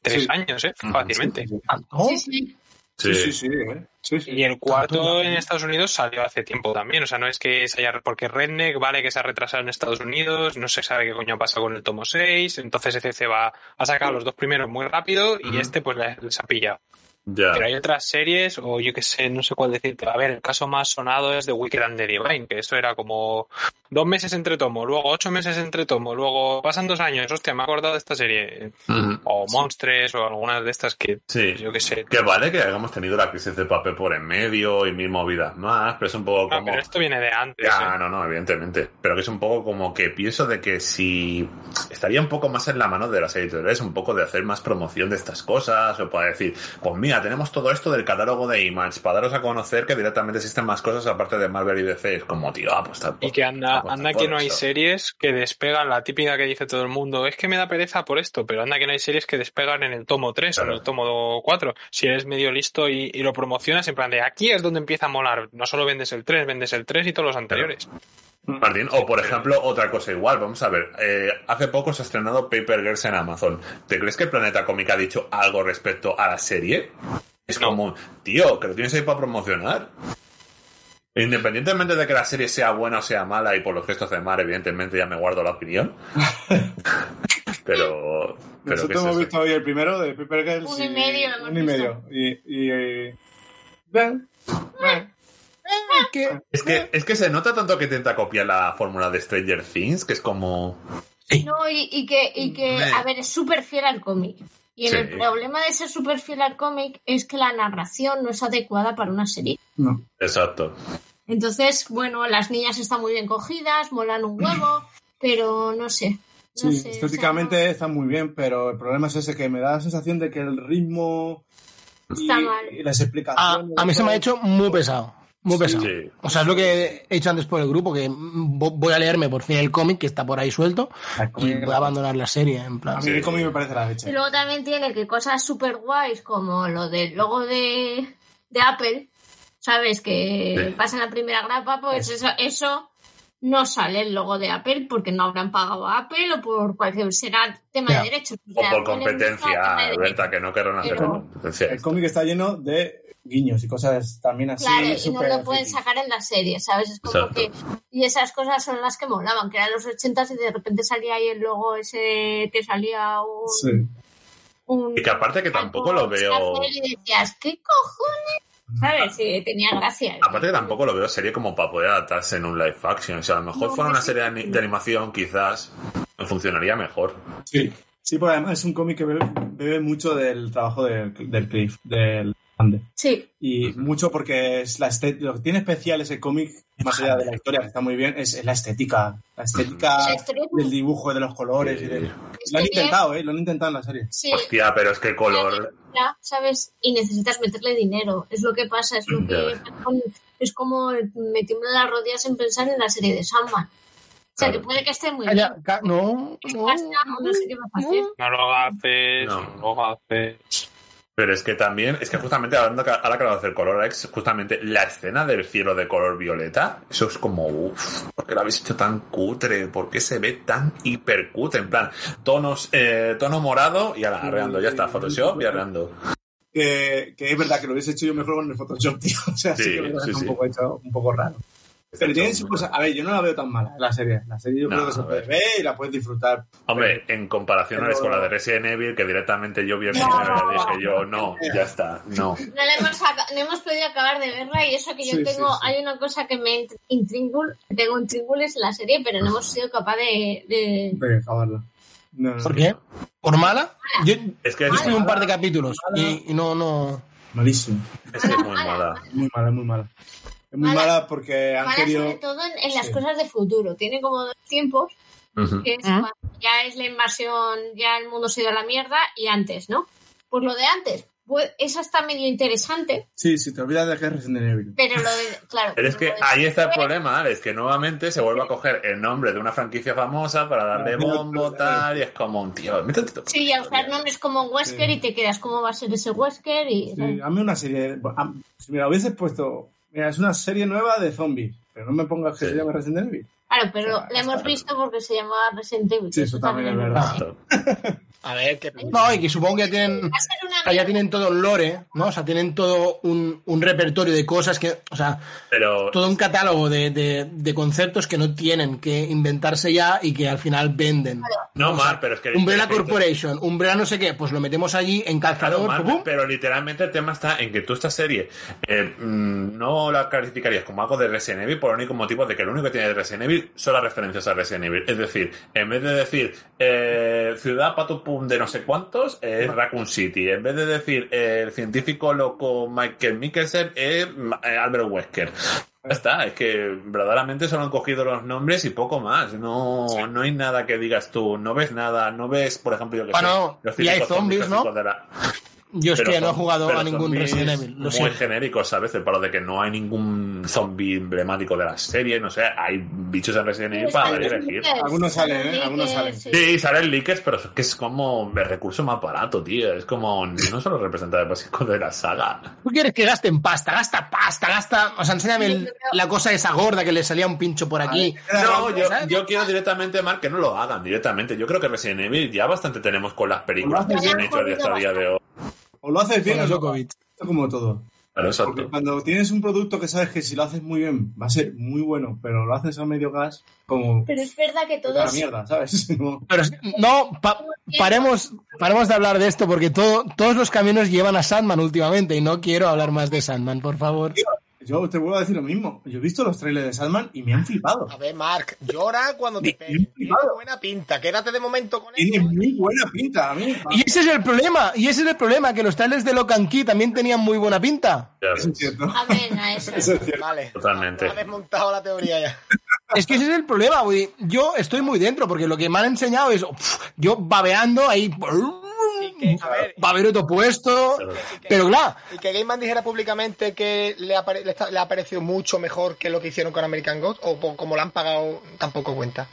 Speaker 8: tres
Speaker 5: Sí.
Speaker 8: años, ¿eh? fácilmente.
Speaker 6: ¿Tanto?
Speaker 9: Sí, sí.
Speaker 5: Ah, Sí, sí, sí. ¿eh? sí, sí.
Speaker 8: Y el cuarto en Estados Unidos salió hace tiempo también. O sea, no es que se haya. Porque Redneck, vale, que se ha retrasado en Estados Unidos, no se sabe qué coño ha pasado con el tomo E 6. Entonces ECC va a sacar los dos primeros muy rápido y este, pues, le- les ha pillado.
Speaker 7: Ya.
Speaker 8: Pero hay otras series, o yo qué sé, no sé cuál decirte. A ver, el caso más sonado es de Wicked and the Divine, que eso era como dos meses entre tomo, luego ocho meses entre tomo, luego pasan dos años, hostia, me he acordado de esta serie.
Speaker 7: Ujú.
Speaker 8: O Monstres, o algunas de estas que,
Speaker 7: Sí.
Speaker 8: yo qué sé.
Speaker 7: Que vale que hayamos tenido la crisis de papel por en medio y mil movidas más, pero es un poco
Speaker 8: Ah,
Speaker 7: como...
Speaker 8: pero esto viene de antes.
Speaker 7: Ya,
Speaker 8: ¿eh?
Speaker 7: no, no, evidentemente. Pero que es un poco como que pienso de que si estaría un poco más en la mano de las editoriales, un poco de hacer más promoción de estas cosas, o para decir, pues mira, tenemos todo esto del catálogo de Image, para daros a conocer que directamente existen más cosas aparte de Marvel y DC. Es como, tío, ah, pues apostar por-
Speaker 8: Y que anda,
Speaker 7: apostar
Speaker 8: anda
Speaker 7: por
Speaker 8: que no hay
Speaker 7: eso.
Speaker 8: series que despegan, la típica que dice todo el mundo, es que me da pereza por esto, pero anda que no hay series que despegan en el tomo 3 o
Speaker 7: Claro.
Speaker 8: en el tomo 4. Si eres medio listo y, y lo promocionas en plan de aquí es donde empieza a molar, no solo vendes el 3, vendes el 3 y todos los anteriores.
Speaker 7: Martín, o por ejemplo, otra cosa igual, vamos a ver, eh, hace poco se ha estrenado Paper Girls en Amazon. ¿Te crees que el Planeta Cómic ha dicho algo respecto a la serie? Es
Speaker 8: No.
Speaker 7: como, tío, que lo tienes ahí para promocionar. Independientemente de que la serie sea buena o sea mala, y por los gestos de mar, evidentemente ya me guardo la opinión. pero, pero ¿qué es
Speaker 5: Nosotros hemos
Speaker 7: eso?
Speaker 5: visto hoy el primero de Paper Girls.
Speaker 9: Un y medio hemos
Speaker 5: Un y medio. Y. y, eh, bien. bien. Eh,
Speaker 7: Es que, es que se nota tanto que intenta copiar la fórmula de Stranger Things, que es como.
Speaker 9: Eh, No, y, y que, y que,
Speaker 7: Me-
Speaker 9: a ver, es súper fiel al cómic. Y
Speaker 7: Sí.
Speaker 9: el problema de ser súper fiel al cómic es que la narración no es adecuada para una serie.
Speaker 5: No.
Speaker 7: Exacto.
Speaker 9: Entonces, bueno, las niñas están muy bien cogidas, molan un huevo, pero no sé.
Speaker 5: Sí,
Speaker 9: No sé, o sea,
Speaker 5: estéticamente está muy bien, pero el problema es ese que me da la sensación de que el ritmo. y-
Speaker 9: Está mal.
Speaker 5: Y las
Speaker 6: A,
Speaker 5: explicaciones.
Speaker 6: Ah, a mí se me ha hecho muy pesado. Muy pesado.
Speaker 7: Sí.
Speaker 6: O sea, es lo que he hecho antes por el grupo, que mm, vo- voy a leerme por fin el cómic que está por ahí suelto
Speaker 5: Ah,
Speaker 6: y voy a abandonar la serie, en
Speaker 5: A
Speaker 6: plan.
Speaker 5: mí el cómic me parece la
Speaker 9: Y
Speaker 5: leche.
Speaker 9: luego también tiene que cosas súper guays como lo del logo de, de Apple, ¿sabes? Que
Speaker 7: Sí.
Speaker 9: pasa en la primera grapa, pues eso, eso no sale el logo de Apple porque no habrán pagado a Apple o por cualquier será tema
Speaker 6: Ya.
Speaker 9: de derechos.
Speaker 7: O
Speaker 9: sea,
Speaker 7: por
Speaker 9: Apple es mucho
Speaker 7: competencia,
Speaker 9: tema de derechos.
Speaker 7: Berta, que no querrán hacer
Speaker 9: Pero-
Speaker 7: por competencia.
Speaker 5: El cómic está lleno de guiños y cosas también así.
Speaker 9: Claro, y no
Speaker 5: súper
Speaker 9: lo pueden
Speaker 5: frikis.
Speaker 9: sacar en la serie, ¿sabes? Es como
Speaker 7: Exacto.
Speaker 9: que. Y esas cosas son las que molaban, que eran los 80 y de repente salía ahí el logo ese que salía un.
Speaker 5: Sí.
Speaker 9: un-
Speaker 7: Y que aparte que tampoco lo
Speaker 9: algo
Speaker 7: veo.
Speaker 9: escarcel Y decías, ¿qué cojones? ¿Sabes? Sí, tenía gracia.
Speaker 7: Aparte que tampoco lo veo serie como para poder adaptarse en un live action. O sea, a lo mejor
Speaker 9: No,
Speaker 7: fuera una
Speaker 9: sí.
Speaker 7: serie de ani- de animación, quizás funcionaría mejor.
Speaker 5: Sí. Sí, porque además es un cómic que bebe, bebe mucho del trabajo del, del Cliff, del Ande.
Speaker 9: Sí,
Speaker 5: Y
Speaker 7: Ujú.
Speaker 5: mucho porque es la estet- lo que tiene especial ese cómic, más allá de la historia, que está muy bien, es, es la estética. La estética
Speaker 9: La historia es muy-
Speaker 5: del dibujo, de los colores. y de-
Speaker 7: Eh,
Speaker 5: Lo han
Speaker 9: que bien.
Speaker 5: intentado, ¿eh? Lo han intentado en la serie.
Speaker 9: sí.
Speaker 7: Hostia, pero es que el color.
Speaker 9: Ya, ¿Sabes? Y necesitas meterle dinero. Es lo que pasa. Es, lo
Speaker 7: Ya
Speaker 9: que
Speaker 7: ves.
Speaker 9: es como me tiemblan las rodillas en pensar en la serie de Sandman. O sea,
Speaker 7: Claro.
Speaker 9: que puede que esté muy bien.
Speaker 6: Calla, Ah, ca- no,
Speaker 9: Es
Speaker 6: no,
Speaker 9: pasta, o no sé qué vas a hacer.
Speaker 8: No lo haces,
Speaker 7: No.
Speaker 8: no, lo haces.
Speaker 7: Pero es que también, es que justamente hablando que- ahora que hablamos del color, Alex, justamente la escena del cielo de color violeta, eso es como, uff, ¿por qué lo habéis hecho tan cutre? ¿Por qué se ve tan hipercutre? En plan, tonos, eh, tono morado y ahora arreando, ya está, Photoshop y arreando.
Speaker 5: Que, que es verdad que lo hubiese hecho yo mejor con el Photoshop, tío. O sea, sí,
Speaker 7: Sí,
Speaker 5: que me parece
Speaker 7: sí,
Speaker 5: un,
Speaker 7: sí.
Speaker 5: Poco hecho- un poco raro. Pero tiene su cosa. A ver, yo no la veo tan mala, la serie. La serie yo
Speaker 7: No,
Speaker 5: creo que se
Speaker 7: a
Speaker 5: puede
Speaker 7: ver.
Speaker 5: ver y la puedes disfrutar.
Speaker 7: Hombre, en comparación
Speaker 5: Pero-
Speaker 7: con la de Resident Evil, que directamente yo vi el
Speaker 9: No.
Speaker 7: primero y dije yo, no, ya está,
Speaker 9: No
Speaker 7: no.
Speaker 9: la hemos, aca- no hemos podido acabar de verla y eso que yo
Speaker 5: Sí,
Speaker 9: tengo,
Speaker 5: sí, sí.
Speaker 9: hay una cosa que me int- intríngulis- que tengo intríngulis en la serie, pero no hemos sido capaz de, de-
Speaker 5: Pero acabarla. No, no,
Speaker 6: ¿Por qué? ¿Por mala? Yo
Speaker 7: Es que
Speaker 6: he
Speaker 7: es,
Speaker 6: visto un par de capítulos
Speaker 5: Mala.
Speaker 6: y, y no, no.
Speaker 5: malísimo.
Speaker 7: es que es muy mala.
Speaker 5: Muy mala, muy mala. Es muy
Speaker 9: Mala-
Speaker 5: mala porque han
Speaker 9: Mala sobre
Speaker 5: querido.
Speaker 9: todo en, en las
Speaker 5: Sí.
Speaker 9: cosas de futuro. Tiene como dos tiempos,
Speaker 7: Ujú.
Speaker 9: que es
Speaker 5: Ah.
Speaker 6: Ah.
Speaker 9: cuando ya es la invasión, ya el mundo se ha ido a la mierda y antes, ¿no? Pues lo de antes, pues esa está medio interesante,
Speaker 5: Sí, sí, te olvidas de que es Resident Evil.
Speaker 9: pero lo de, claro.
Speaker 7: Pero es que
Speaker 9: lo de-
Speaker 7: ahí está el problema, Alex, que nuevamente se vuelve a coger el nombre de una franquicia famosa para darle bombo, tal, y es como un tío, métete tú.
Speaker 9: Sí, a usar nombres como Wesker
Speaker 5: Sí.
Speaker 9: y te quedas cómo va a ser ese Wesker y...
Speaker 5: Sí, hazme una serie. a- Si me la hubieses puesto. Mira, es una serie nueva de zombies. Pero no me pongas que
Speaker 7: Sí.
Speaker 5: se llama Resident Evil.
Speaker 9: Claro, pero la hemos visto porque se llamaba Resident Evil.
Speaker 5: Sí, eso también es verdad.
Speaker 10: A ver, qué
Speaker 6: No, y que supongo que ya tienen,
Speaker 9: Va a ser una
Speaker 6: o sea, ya tienen todo el lore, ¿no? O sea, tienen todo un, un repertorio de cosas que, o sea,
Speaker 7: Pero
Speaker 6: todo un catálogo de, de- de conceptos que no tienen que inventarse ya y que al final venden.
Speaker 7: no, Mar, pero es que.
Speaker 6: Umbrella
Speaker 7: pero-
Speaker 6: Corporation, Umbrella no sé qué, pues lo metemos allí en
Speaker 7: Claro,
Speaker 6: calzador,
Speaker 7: Mar,
Speaker 6: pum, pum.
Speaker 7: pero literalmente el tema está en que tú esta serie eh, mm, no la calificarías como algo de Resident Evil por el único motivo de que lo único que tiene de Resident Evil son las referencias a Resident Evil. Es decir, en vez de decir eh, ciudad patupum de no sé cuántos, es Raccoon City. En vez de decir eh, el científico loco Michael Mikkelsen, es Ma- eh, Albert Wesker. Ya está, es que verdaderamente solo han cogido los nombres y poco más. No, no hay nada que digas tú, no ves nada, no ves, por ejemplo, yo que
Speaker 6: Ah,
Speaker 7: sé,
Speaker 6: no,
Speaker 7: los
Speaker 6: y hay
Speaker 7: típicos
Speaker 6: zombies, ¿no?
Speaker 7: clásicos de la-
Speaker 6: Yo es
Speaker 7: pero
Speaker 6: que no he
Speaker 7: son-
Speaker 6: jugado
Speaker 7: pero
Speaker 6: a ningún
Speaker 7: zombies
Speaker 6: Resident Evil, lo
Speaker 7: muy
Speaker 6: siento.
Speaker 7: genéricos a veces, para lo de que no hay ningún zombie emblemático de la serie, no sé, hay bichos en Resident Evil para ver y elegir.
Speaker 5: Algunos salen, ¿eh? Algunos salen.
Speaker 7: Sí, salen leakers, pero es que es como el recurso más barato, tío. Es como no solo representar el básico de la saga.
Speaker 6: ¿Tú quieres que gasten pasta? Gasta pasta, gasta. O sea, enséñame el- la cosa esa gorda que le salía un pincho por aquí.
Speaker 7: No, yo,
Speaker 6: ¿Sabes?
Speaker 7: yo quiero directamente, Mark, que no lo hagan directamente. Yo creo que Resident Evil ya bastante tenemos con las películas que se han hecho hasta el día de hoy.
Speaker 5: O lo haces bien
Speaker 6: Con
Speaker 5: o no.
Speaker 6: Djokovic.
Speaker 5: Esto como todo.
Speaker 7: Claro,
Speaker 5: Porque
Speaker 7: exacto.
Speaker 5: cuando tienes un producto que sabes que si lo haces muy bien va a ser muy bueno, pero lo haces a medio gas, como
Speaker 9: Pero es verdad que
Speaker 5: la
Speaker 9: todos
Speaker 5: mierda, ¿sabes? Como-
Speaker 6: Pero es que- no, pa- paremos, paremos de hablar de esto porque todo, todos los caminos llevan a Sandman últimamente y no quiero hablar más de Sandman, por favor.
Speaker 5: Yo te vuelvo a decir lo mismo. Yo he visto los trailers de Sandman y me han flipado.
Speaker 10: A ver, Mark, llora cuando te
Speaker 5: Ni- ni
Speaker 10: peguen. Tiene
Speaker 5: privado.
Speaker 10: buena pinta. Quédate de momento con
Speaker 5: Tiene
Speaker 10: eso. ¿eh?
Speaker 5: muy buena pinta a mí.
Speaker 6: Y ese es el problema, y ese es el problema, que los trailers de Locan Key también tenían muy buena pinta.
Speaker 7: Ya
Speaker 5: Eso es
Speaker 7: ves,
Speaker 5: cierto.
Speaker 9: amen a eso.
Speaker 5: Eso es cierto.
Speaker 10: Vale.
Speaker 7: Totalmente.
Speaker 10: Ha desmontado la teoría ya.
Speaker 6: Es que ese es el problema, güey. Yo estoy muy dentro porque lo que me han enseñado es pf, yo babeando ahí.
Speaker 10: que, a ver.
Speaker 6: Baberoto puesto. Pero claro,
Speaker 10: Y que Gaiman dijera públicamente que le, apare- le está- le ha parecido mucho mejor que lo que hicieron con American Gods o po- como lo han pagado, tampoco cuenta.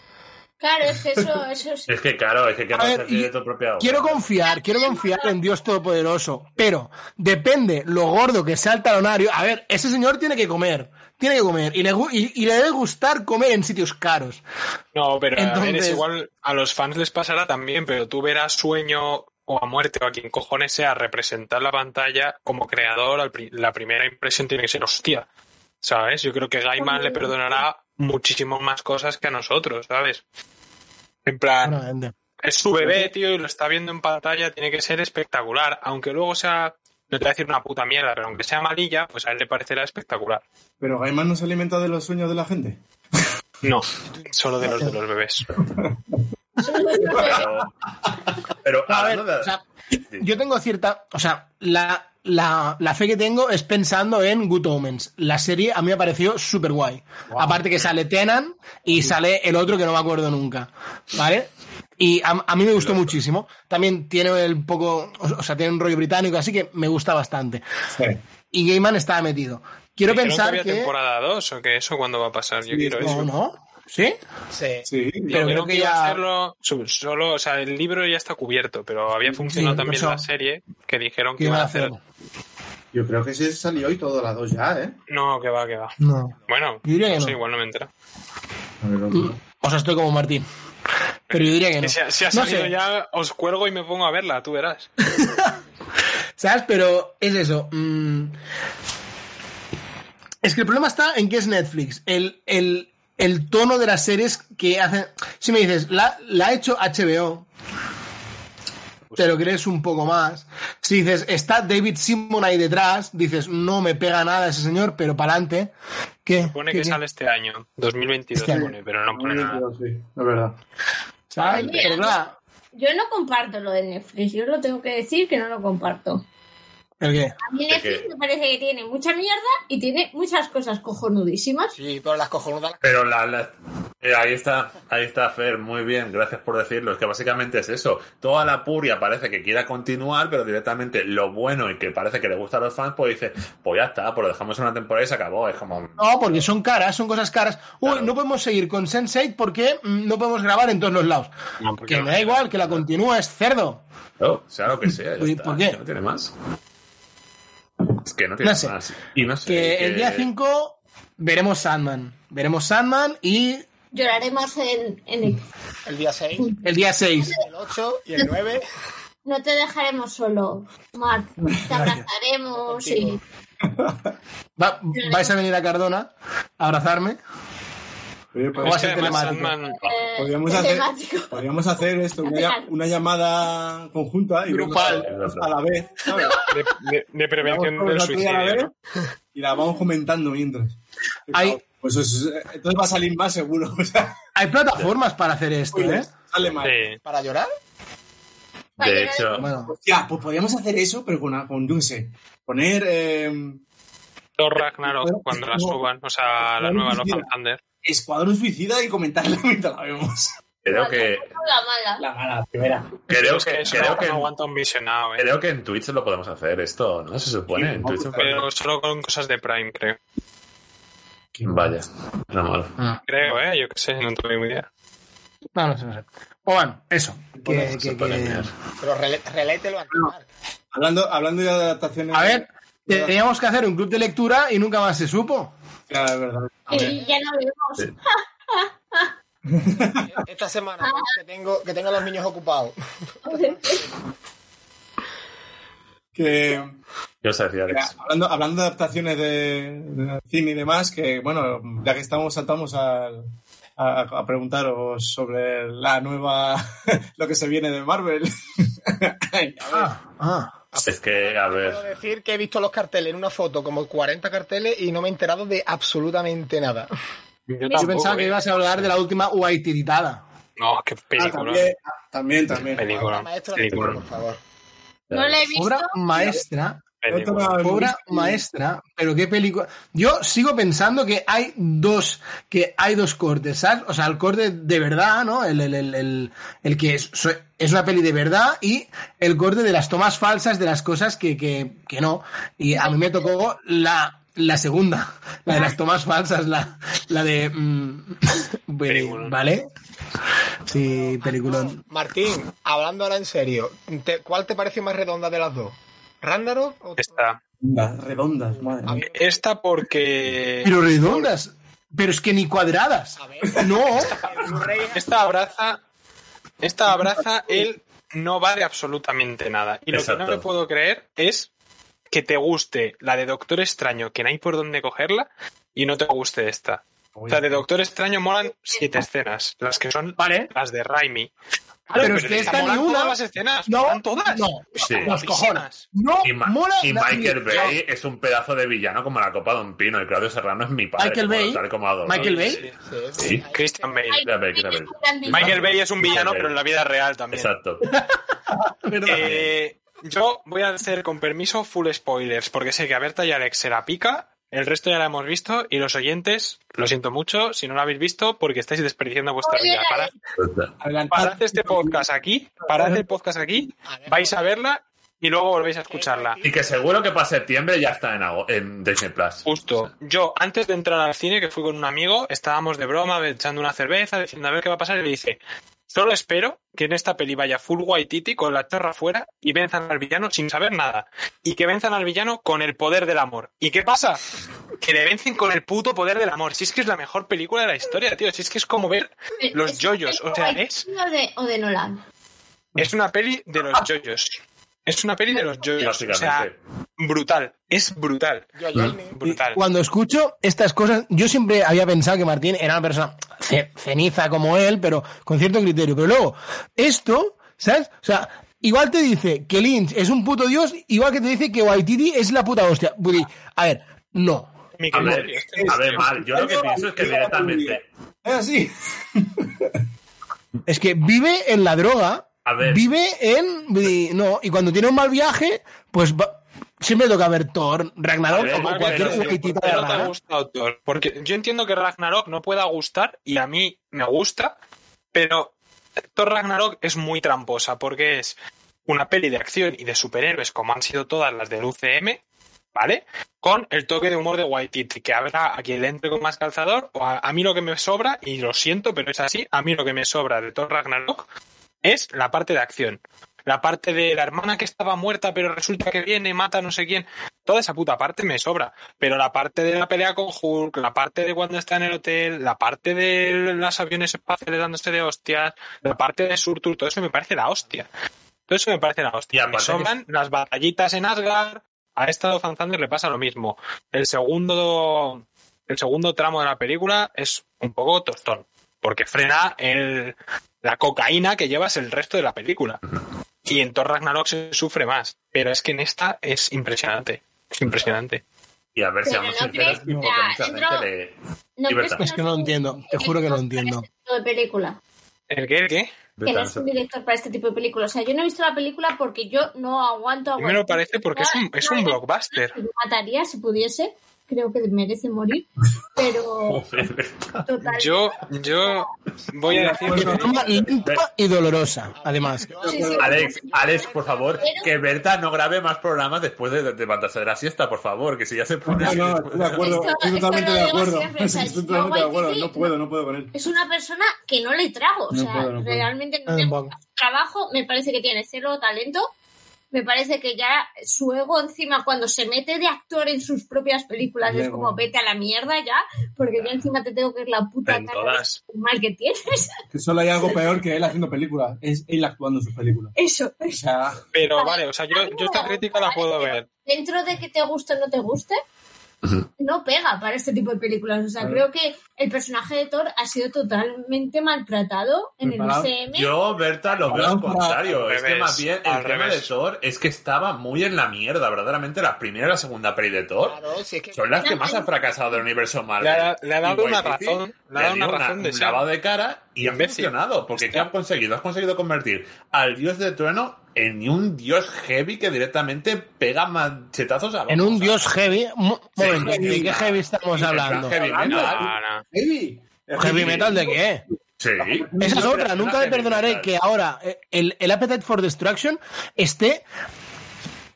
Speaker 9: Claro, es que eso, eso sí.
Speaker 7: Es que claro, es que
Speaker 6: A ver,
Speaker 7: quieres hacer
Speaker 6: y-
Speaker 7: de tu propia obra.
Speaker 6: Quiero confiar, quiero confiar en Dios Todopoderoso, pero depende lo gordo que sea el talonario. A ver, ese señor tiene que comer, tiene que comer, y le, gu- y, y le debe gustar comer en sitios caros.
Speaker 8: No, pero a ver,
Speaker 6: Entonces-
Speaker 8: es igual a los fans les pasará también, pero tú verás sueño o a muerte o a quien cojones sea representar la pantalla como creador, al pri- la primera impresión tiene que ser hostia. ¿Sabes? Yo creo que Gaiman le perdonará muchísimo más cosas que a nosotros, ¿sabes? En plan,
Speaker 6: Seguramente.
Speaker 8: es su bebé, tío, y lo está viendo en pantalla, tiene que ser espectacular. Aunque luego sea, no te voy a decir una puta mierda, pero aunque sea malilla, pues a él le parecerá espectacular.
Speaker 5: Pero Gaiman no se alimenta de los sueños de la gente.
Speaker 8: No, solo de los de los bebés.
Speaker 7: Pero, pero
Speaker 6: A ver,
Speaker 7: hablando de-
Speaker 6: o sea, yo tengo cierta, o sea, la, la, la fe que tengo es pensando en Good Omens. La serie a mí me pareció súper guay. Aparte que sale Tenan y sale el otro que no me acuerdo nunca, ¿vale? Y a, a mí me gustó muchísimo. También tiene el poco, o o sea, tiene un rollo británico, así que me gusta bastante. Y Gaiman estaba metido. Quiero
Speaker 8: Dijeron
Speaker 6: pensar
Speaker 8: había
Speaker 6: que...
Speaker 8: temporada 2 o que eso cuándo va a pasar. Yo quiero eso.
Speaker 6: No, no. ¿Sí?
Speaker 10: Sí.
Speaker 5: Sí.
Speaker 8: Pero
Speaker 6: creo
Speaker 8: creo
Speaker 6: que
Speaker 8: que iba
Speaker 6: ya-
Speaker 8: a hacerlo su- solo, o sea, el libro ya está cubierto, pero había funcionado
Speaker 6: Sí,
Speaker 8: también
Speaker 6: eso.
Speaker 8: la serie que dijeron que
Speaker 6: ¿Qué
Speaker 8: iban
Speaker 6: van
Speaker 8: a hacer.
Speaker 5: Yo creo que se salió hoy todo la dos ya, ¿eh?
Speaker 8: No, que va, que va.
Speaker 6: No.
Speaker 8: Bueno,
Speaker 6: Yo diría que
Speaker 8: no sé,
Speaker 6: no.
Speaker 8: igual no me entera.
Speaker 6: O sea, estoy como Martín. Pero yo diría que no.
Speaker 8: Si, ha- si ha
Speaker 6: No
Speaker 8: salido
Speaker 6: sé.
Speaker 8: ya, os cuelgo y me pongo a verla, tú verás.
Speaker 6: ¿Sabes? Pero es eso. mm. Es que el problema está en que es Netflix. El, el- el tono de las series que hacen. Si me dices, la, la ha hecho HBO. Te lo crees un poco más. Si dices, está David Simon ahí detrás, dices, no me pega nada ese señor, pero para adelante. ¿Qué?
Speaker 8: Pone
Speaker 6: ¿Qué-
Speaker 8: que
Speaker 6: qué?
Speaker 8: sale este año, 2022
Speaker 6: Este año.
Speaker 8: pone, pero no pone nada.
Speaker 5: Sí, es verdad.
Speaker 6: ¿Sabes?
Speaker 9: Oye,
Speaker 6: Pero claro,
Speaker 9: Yo no comparto lo de Netflix, yo lo tengo que decir que no lo comparto.
Speaker 6: ¿el qué?
Speaker 9: A mí Netflix
Speaker 7: que-
Speaker 9: me parece que tiene mucha mierda y tiene muchas cosas cojonudísimas.
Speaker 10: Sí, pero las cojonudas. las-
Speaker 7: Pero la, la- eh, ahí está, ahí está Fer, muy bien, gracias por decirlo. Es que básicamente es eso. Toda la puria parece que quiera continuar, pero directamente lo bueno y que parece que le gusta a los fans, pues dice, pues ya está, pues lo dejamos en una temporada y se acabó. Es como,
Speaker 6: No, porque son caras, son cosas caras. Uy,
Speaker 7: Claro.
Speaker 6: no podemos seguir con Sense8 porque mm, no podemos grabar en todos los lados.
Speaker 8: No, porque
Speaker 6: que
Speaker 8: no.
Speaker 6: me da igual, que la continúa, es cerdo.
Speaker 7: no, sea lo que sea. ya
Speaker 6: Uy,
Speaker 7: está,
Speaker 6: ¿por qué?
Speaker 7: No tiene más. Es que no tiene
Speaker 6: No sé.
Speaker 7: más. Y no sé,
Speaker 8: Eh,
Speaker 6: que
Speaker 7: y
Speaker 6: el día
Speaker 7: que-
Speaker 6: 5 veremos Sandman. Veremos Sandman y
Speaker 9: Lloraremos en, en el...
Speaker 10: El día 6,
Speaker 6: El día 6.
Speaker 10: el 8 y el 9.
Speaker 9: No te dejaremos solo, Mar. Te abrazaremos y...
Speaker 6: Va- ¿Vais a venir a Cardona a abrazarme?
Speaker 5: Oye, pues,
Speaker 6: ¿Cómo va a
Speaker 8: Es que
Speaker 6: ser
Speaker 8: además
Speaker 6: telemático?
Speaker 8: este Sandman-
Speaker 9: eh,
Speaker 5: Podríamos
Speaker 9: es
Speaker 5: hacer,
Speaker 9: temático.
Speaker 5: podríamos hacer esto, una, lla- una llamada conjunta y
Speaker 6: Grupal.
Speaker 5: vernos a la vez, ¿sabes?
Speaker 8: de, de- de
Speaker 5: Vamos
Speaker 8: prevención
Speaker 5: con
Speaker 8: del
Speaker 5: la tuya a la
Speaker 8: suicidio.
Speaker 5: vez
Speaker 8: ¿no?
Speaker 5: Y la vamos comentando mientras.
Speaker 6: Hay-
Speaker 5: Pues eso es- entonces va a salir más seguro. o sea,
Speaker 6: Hay plataformas para hacer esto, ¿eh?
Speaker 5: sale mal.
Speaker 8: Sí.
Speaker 10: ¿Para llorar?
Speaker 7: De hecho,
Speaker 6: Bueno,
Speaker 5: Hostia, pues podríamos hacer eso, pero con, con yo qué sé, poner eh,
Speaker 8: Thor Ragnarok cuando la suban, o sea, la nueva Love and Thunder.
Speaker 5: Escuadrón Suicida y comentarla mientras la vemos.
Speaker 7: creo que,
Speaker 9: La mala.
Speaker 5: La mala, la primera.
Speaker 7: creo
Speaker 8: Es
Speaker 7: que,
Speaker 8: que eso
Speaker 7: creo
Speaker 8: no,
Speaker 7: que,
Speaker 8: no aguanta un visionado, eh.
Speaker 7: creo que en Twitch lo podemos hacer esto, ¿no? Se supone. En Twitch
Speaker 8: Pero solo con cosas de Prime, creo.
Speaker 7: Vaya, no malo.
Speaker 8: Creo, eh, yo qué sé, no tengo ni idea.
Speaker 6: no, no sé, no sé. O bueno, eso. Que,
Speaker 7: Se
Speaker 6: que-
Speaker 7: puede
Speaker 6: que-
Speaker 7: mirar.
Speaker 10: Pero rele- relételo a Marc.
Speaker 5: Hablando, hablando ya de adaptaciones.
Speaker 6: A ver, eh, teníamos que hacer un club de lectura y nunca más se supo.
Speaker 5: ya, es verdad. A ver,
Speaker 9: Y ya no vemos.
Speaker 10: Esta semana ¿no? que tengo, que tengo a los niños ocupados.
Speaker 5: que,
Speaker 7: ¿Qué os decía, Alex?
Speaker 5: que hablando, hablando de adaptaciones de, de cine y demás, que bueno, ya que estamos, saltamos al- a, a preguntaros sobre la nueva. lo que se viene de Marvel. Ay, a ver.
Speaker 6: Ah, ah.
Speaker 7: Es que, a
Speaker 10: Puedo
Speaker 7: ver,
Speaker 10: decir que he visto los carteles en una foto, como 40 carteles, y no me he enterado de absolutamente nada.
Speaker 8: Yo,
Speaker 6: Yo pensaba que
Speaker 8: eh.
Speaker 6: ibas a hablar de la última Waitiritada.
Speaker 8: No, qué
Speaker 5: Ah,
Speaker 8: película.
Speaker 5: también, también, también.
Speaker 8: película.
Speaker 10: Maestro,
Speaker 8: película.
Speaker 10: por favor.
Speaker 9: No la he visto.
Speaker 6: Obra maestra,
Speaker 8: película.
Speaker 5: Otra-
Speaker 6: obra maestra, pero qué película. Yo sigo pensando que hay dos, que hay dos cortes, ¿sabes? O sea, el corte de verdad, ¿no? El, el, el, el, el que es, so- es una peli de verdad y el corte de las tomas falsas de las cosas que, que, que no. Y a mí me tocó la, la segunda, la de las tomas falsas, la, la de... mm,
Speaker 8: Peliculón.
Speaker 6: ¿Vale? Sí, peliculón.
Speaker 10: Martín, hablando ahora en serio, ¿te- ¿cuál te parece más redonda de las dos? ¿Rándaro o
Speaker 8: Esta.
Speaker 5: Redondas, redondas, madre mía.
Speaker 8: Esta porque.
Speaker 6: Pero redondas, pero es que ni cuadradas.
Speaker 10: Eh, A ver,
Speaker 6: No.
Speaker 10: el Blu-ray es-
Speaker 8: Esta abraza. Esta abraza el no vale absolutamente nada. Y lo
Speaker 7: Exacto.
Speaker 8: que no me puedo creer es que te guste la de Doctor Extraño, que no hay por dónde cogerla, y no te guste esta. O sea, de Doctor Extraño molan siete escenas, las que son
Speaker 6: Vale.
Speaker 8: las de Raimi.
Speaker 6: Claro, pero es que esta
Speaker 8: molan
Speaker 6: ni una-
Speaker 8: todas las escenas,
Speaker 6: No,
Speaker 8: molan todas.
Speaker 6: no,
Speaker 7: Sí.
Speaker 6: los cojones. No,
Speaker 7: Y, Ma-
Speaker 6: mola.
Speaker 7: y
Speaker 6: na-
Speaker 7: Michael
Speaker 6: ni-
Speaker 7: Bay es un pedazo de villano como la copa de un pino y Claudio Serrano es mi padre.
Speaker 6: Michael
Speaker 7: como-
Speaker 6: Bay.
Speaker 7: tal como adoro.
Speaker 6: Michael Bay.
Speaker 8: Sí.
Speaker 10: Sí, sí.
Speaker 7: Sí.
Speaker 8: Christian Bale.
Speaker 7: Christian Bale, Christian Bale.
Speaker 8: Michael Bay es un villano,
Speaker 7: Michael Bay.
Speaker 8: pero en la vida real también.
Speaker 7: Exacto.
Speaker 6: Perdón.
Speaker 8: Eh, yo voy a hacer con permiso full spoilers, porque sé que a Berta y Alex se la pica, el resto ya la hemos visto, y los oyentes, lo siento mucho, si no la habéis visto, porque estáis desperdiciando vuestra
Speaker 9: Oye,
Speaker 8: vida. Para,
Speaker 5: Adelantad.
Speaker 8: parad este podcast aquí, parad el podcast aquí, vais a verla y luego volvéis a escucharla.
Speaker 7: y que seguro que para septiembre ya está en, ago- en Disney Plus.
Speaker 8: Justo. Yo, antes de entrar al cine, que fui con un amigo, estábamos de broma, echando una cerveza, diciendo a ver qué va a pasar, y le dice, solo espero que en esta peli vaya full Waititi con la chorra fuera y venzan al villano sin saber nada. Y que venzan al villano con el poder del amor. ¿Y qué pasa? Que le vencen con el puto poder del amor. Si es que es la mejor película de la historia, tío. Si es que es como ver... Eh, Los yoyos, o sea, es-
Speaker 9: O de, o de Nolan.
Speaker 8: Es una peli de los yoyos. Es una peli de los yoyos. O sea,
Speaker 7: Básicamente.
Speaker 8: brutal. Es brutal.
Speaker 10: Yo a Jamie,
Speaker 8: Brutal.
Speaker 6: Cuando escucho estas cosas, yo siempre había pensado que Martín era una persona ce- ceniza como él, pero con cierto criterio. Pero luego, esto, ¿sabes? O sea, igual te dice que Lynch es un puto dios, igual que te dice que Waititi es la puta hostia. Voy a decir, A ver, no.
Speaker 8: Mi
Speaker 7: A
Speaker 8: querido
Speaker 7: ver,
Speaker 8: Dios, tío,
Speaker 7: a ver, mal. Yo lo que pienso es que directamente.
Speaker 5: Es así.
Speaker 6: Es que vive en la droga,
Speaker 7: A ver.
Speaker 6: vive en... voy a decir, No, y cuando tiene un mal viaje, pues va- siempre toca ver Thor, Ragnarok
Speaker 7: A ver,
Speaker 6: o
Speaker 7: Marvel,
Speaker 6: cualquier
Speaker 7: pero si
Speaker 6: Waititi
Speaker 8: Pero
Speaker 6: de
Speaker 8: no te ha gustado Thor, Porque yo entiendo que Ragnarok no pueda gustar y a mí me gusta, pero Thor Ragnarok es muy tramposa porque es una peli de acción y de superhéroes como han sido todas las del UCM, ¿vale? Con el toque de humor de Waititi, que habrá a quien le entre con más calzador o a, a mí lo que me sobra, y lo siento, pero es así, a mí lo que me sobra de Thor Ragnarok es la parte de acción. La parte de la hermana que estaba muerta, pero resulta que viene, mata a no sé quién. Toda esa puta parte me sobra. Pero la parte de la pelea con Hulk, la parte de cuando está en el hotel, la parte de los aviones espaciales dándose de hostias, la parte de Surtur, todo eso me parece la hostia. Todo eso me parece la
Speaker 7: Y
Speaker 8: hostia. Me
Speaker 7: aparte que-
Speaker 8: sobran las batallitas en Asgard. A estado Fan Thunder le pasa lo mismo. El segundo, el segundo tramo de la película es un poco tostón. Porque frena el, la cocaína que llevas el resto de la película. Y en Thor Ragnarok se sufre más. Pero es que en esta es impresionante. Es impresionante.
Speaker 7: Y a ver,
Speaker 9: Pero
Speaker 7: seamos
Speaker 9: no crees-
Speaker 7: sinceros, porque
Speaker 9: ya,
Speaker 7: mucha
Speaker 9: no-
Speaker 7: gente le.
Speaker 9: ¿No crees
Speaker 7: Y verdad.
Speaker 6: Es que no
Speaker 9: es
Speaker 6: entiendo, te
Speaker 9: un
Speaker 6: juro que no
Speaker 9: director para
Speaker 6: entiendo.
Speaker 9: este tipo de película.
Speaker 8: ¿El qué? ¿El qué?
Speaker 9: Que no es un director para este tipo de película. O sea, yo no he visto la película porque yo no aguanto
Speaker 8: A mí me
Speaker 9: aguantar.
Speaker 8: lo parece porque es un, es un blockbuster.
Speaker 9: Me mataría si pudiese. Creo que merece morir. Pero total.
Speaker 8: Yo, yo voy a decir
Speaker 7: pues
Speaker 6: De
Speaker 8: que
Speaker 6: forma lenta y dolorosa, además.
Speaker 9: Sí, sí,
Speaker 7: Alex,
Speaker 9: sí.
Speaker 7: Alex, por favor, que Berta no grabe más programas después de, de levantarse de la siesta, por favor, que si ya se pone.
Speaker 5: No, no, estoy de acuerdo,
Speaker 9: Esto-
Speaker 5: estoy
Speaker 9: esto
Speaker 5: totalmente
Speaker 9: lo
Speaker 5: de
Speaker 9: digo
Speaker 5: acuerdo.
Speaker 9: siempre, o sea,
Speaker 5: Estoy
Speaker 9: no
Speaker 5: totalmente
Speaker 9: voy
Speaker 5: de
Speaker 9: a
Speaker 5: acuerdo,
Speaker 9: decir-
Speaker 5: no puedo, no puedo con él.
Speaker 9: Es una persona que no le trago. O
Speaker 5: No
Speaker 9: sea,
Speaker 5: puedo, no puedo.
Speaker 9: realmente no
Speaker 6: Ah,
Speaker 9: tengo
Speaker 6: bueno.
Speaker 9: trabajo. Me parece que tiene cero talento. Me parece que ya su ego encima cuando se mete de actor en sus propias películas es
Speaker 5: Luego.
Speaker 9: como vete a la mierda ya, porque yo encima te tengo que ver la puta
Speaker 7: En
Speaker 9: cara
Speaker 7: todas.
Speaker 9: de mal que tienes.
Speaker 5: Que solo hay algo peor que él haciendo películas. Es él actuando en sus películas.
Speaker 9: Eso,
Speaker 5: O
Speaker 9: eso.
Speaker 5: sea,
Speaker 8: Pero vale, o sea, yo, yo esta crítica la puedo ver.
Speaker 9: Dentro de que te guste o no te guste, no pega para este tipo de películas. O sea, creo que el personaje de Thor ha sido totalmente maltratado en el
Speaker 5: Preparado.
Speaker 9: UCM.
Speaker 7: Yo, Berta, lo veo al
Speaker 5: Vamos a-
Speaker 7: contrario.
Speaker 8: al
Speaker 7: es que
Speaker 8: revés,
Speaker 7: más bien el
Speaker 8: al
Speaker 7: tema
Speaker 8: revés.
Speaker 7: de Thor es que estaba muy en la mierda, verdaderamente. La primera y la segunda peli de Thor
Speaker 10: Claro, si es que.
Speaker 7: son las que más han fracasado del universo Marvel.
Speaker 8: Le ha- le ha dado
Speaker 7: Y
Speaker 8: una
Speaker 7: Waititi
Speaker 8: razón, le ha
Speaker 7: le
Speaker 8: dado
Speaker 7: dio
Speaker 8: una razón de
Speaker 7: un
Speaker 8: ser.
Speaker 7: lavado de cara y ha
Speaker 8: Imbécil.
Speaker 7: funcionado. Porque ¿qué han conseguido? Has conseguido convertir al dios de trueno en un dios heavy que directamente pega machetazos a
Speaker 6: En un dios heavy. mo-
Speaker 7: Sí,
Speaker 6: Momento,
Speaker 7: sí,
Speaker 6: ¿de
Speaker 7: sí.
Speaker 6: qué heavy estamos
Speaker 7: Sí,
Speaker 6: hablando?
Speaker 7: en plan heavy metal.
Speaker 8: No, no.
Speaker 5: heavy. Es
Speaker 6: ¿Heavy metal de qué?
Speaker 7: Sí.
Speaker 6: Esa es
Speaker 7: Pero
Speaker 6: otra,
Speaker 7: es
Speaker 6: nunca
Speaker 7: una
Speaker 6: le perdonaré
Speaker 7: genialidad.
Speaker 6: que ahora eh, el, el Appetite for Destruction esté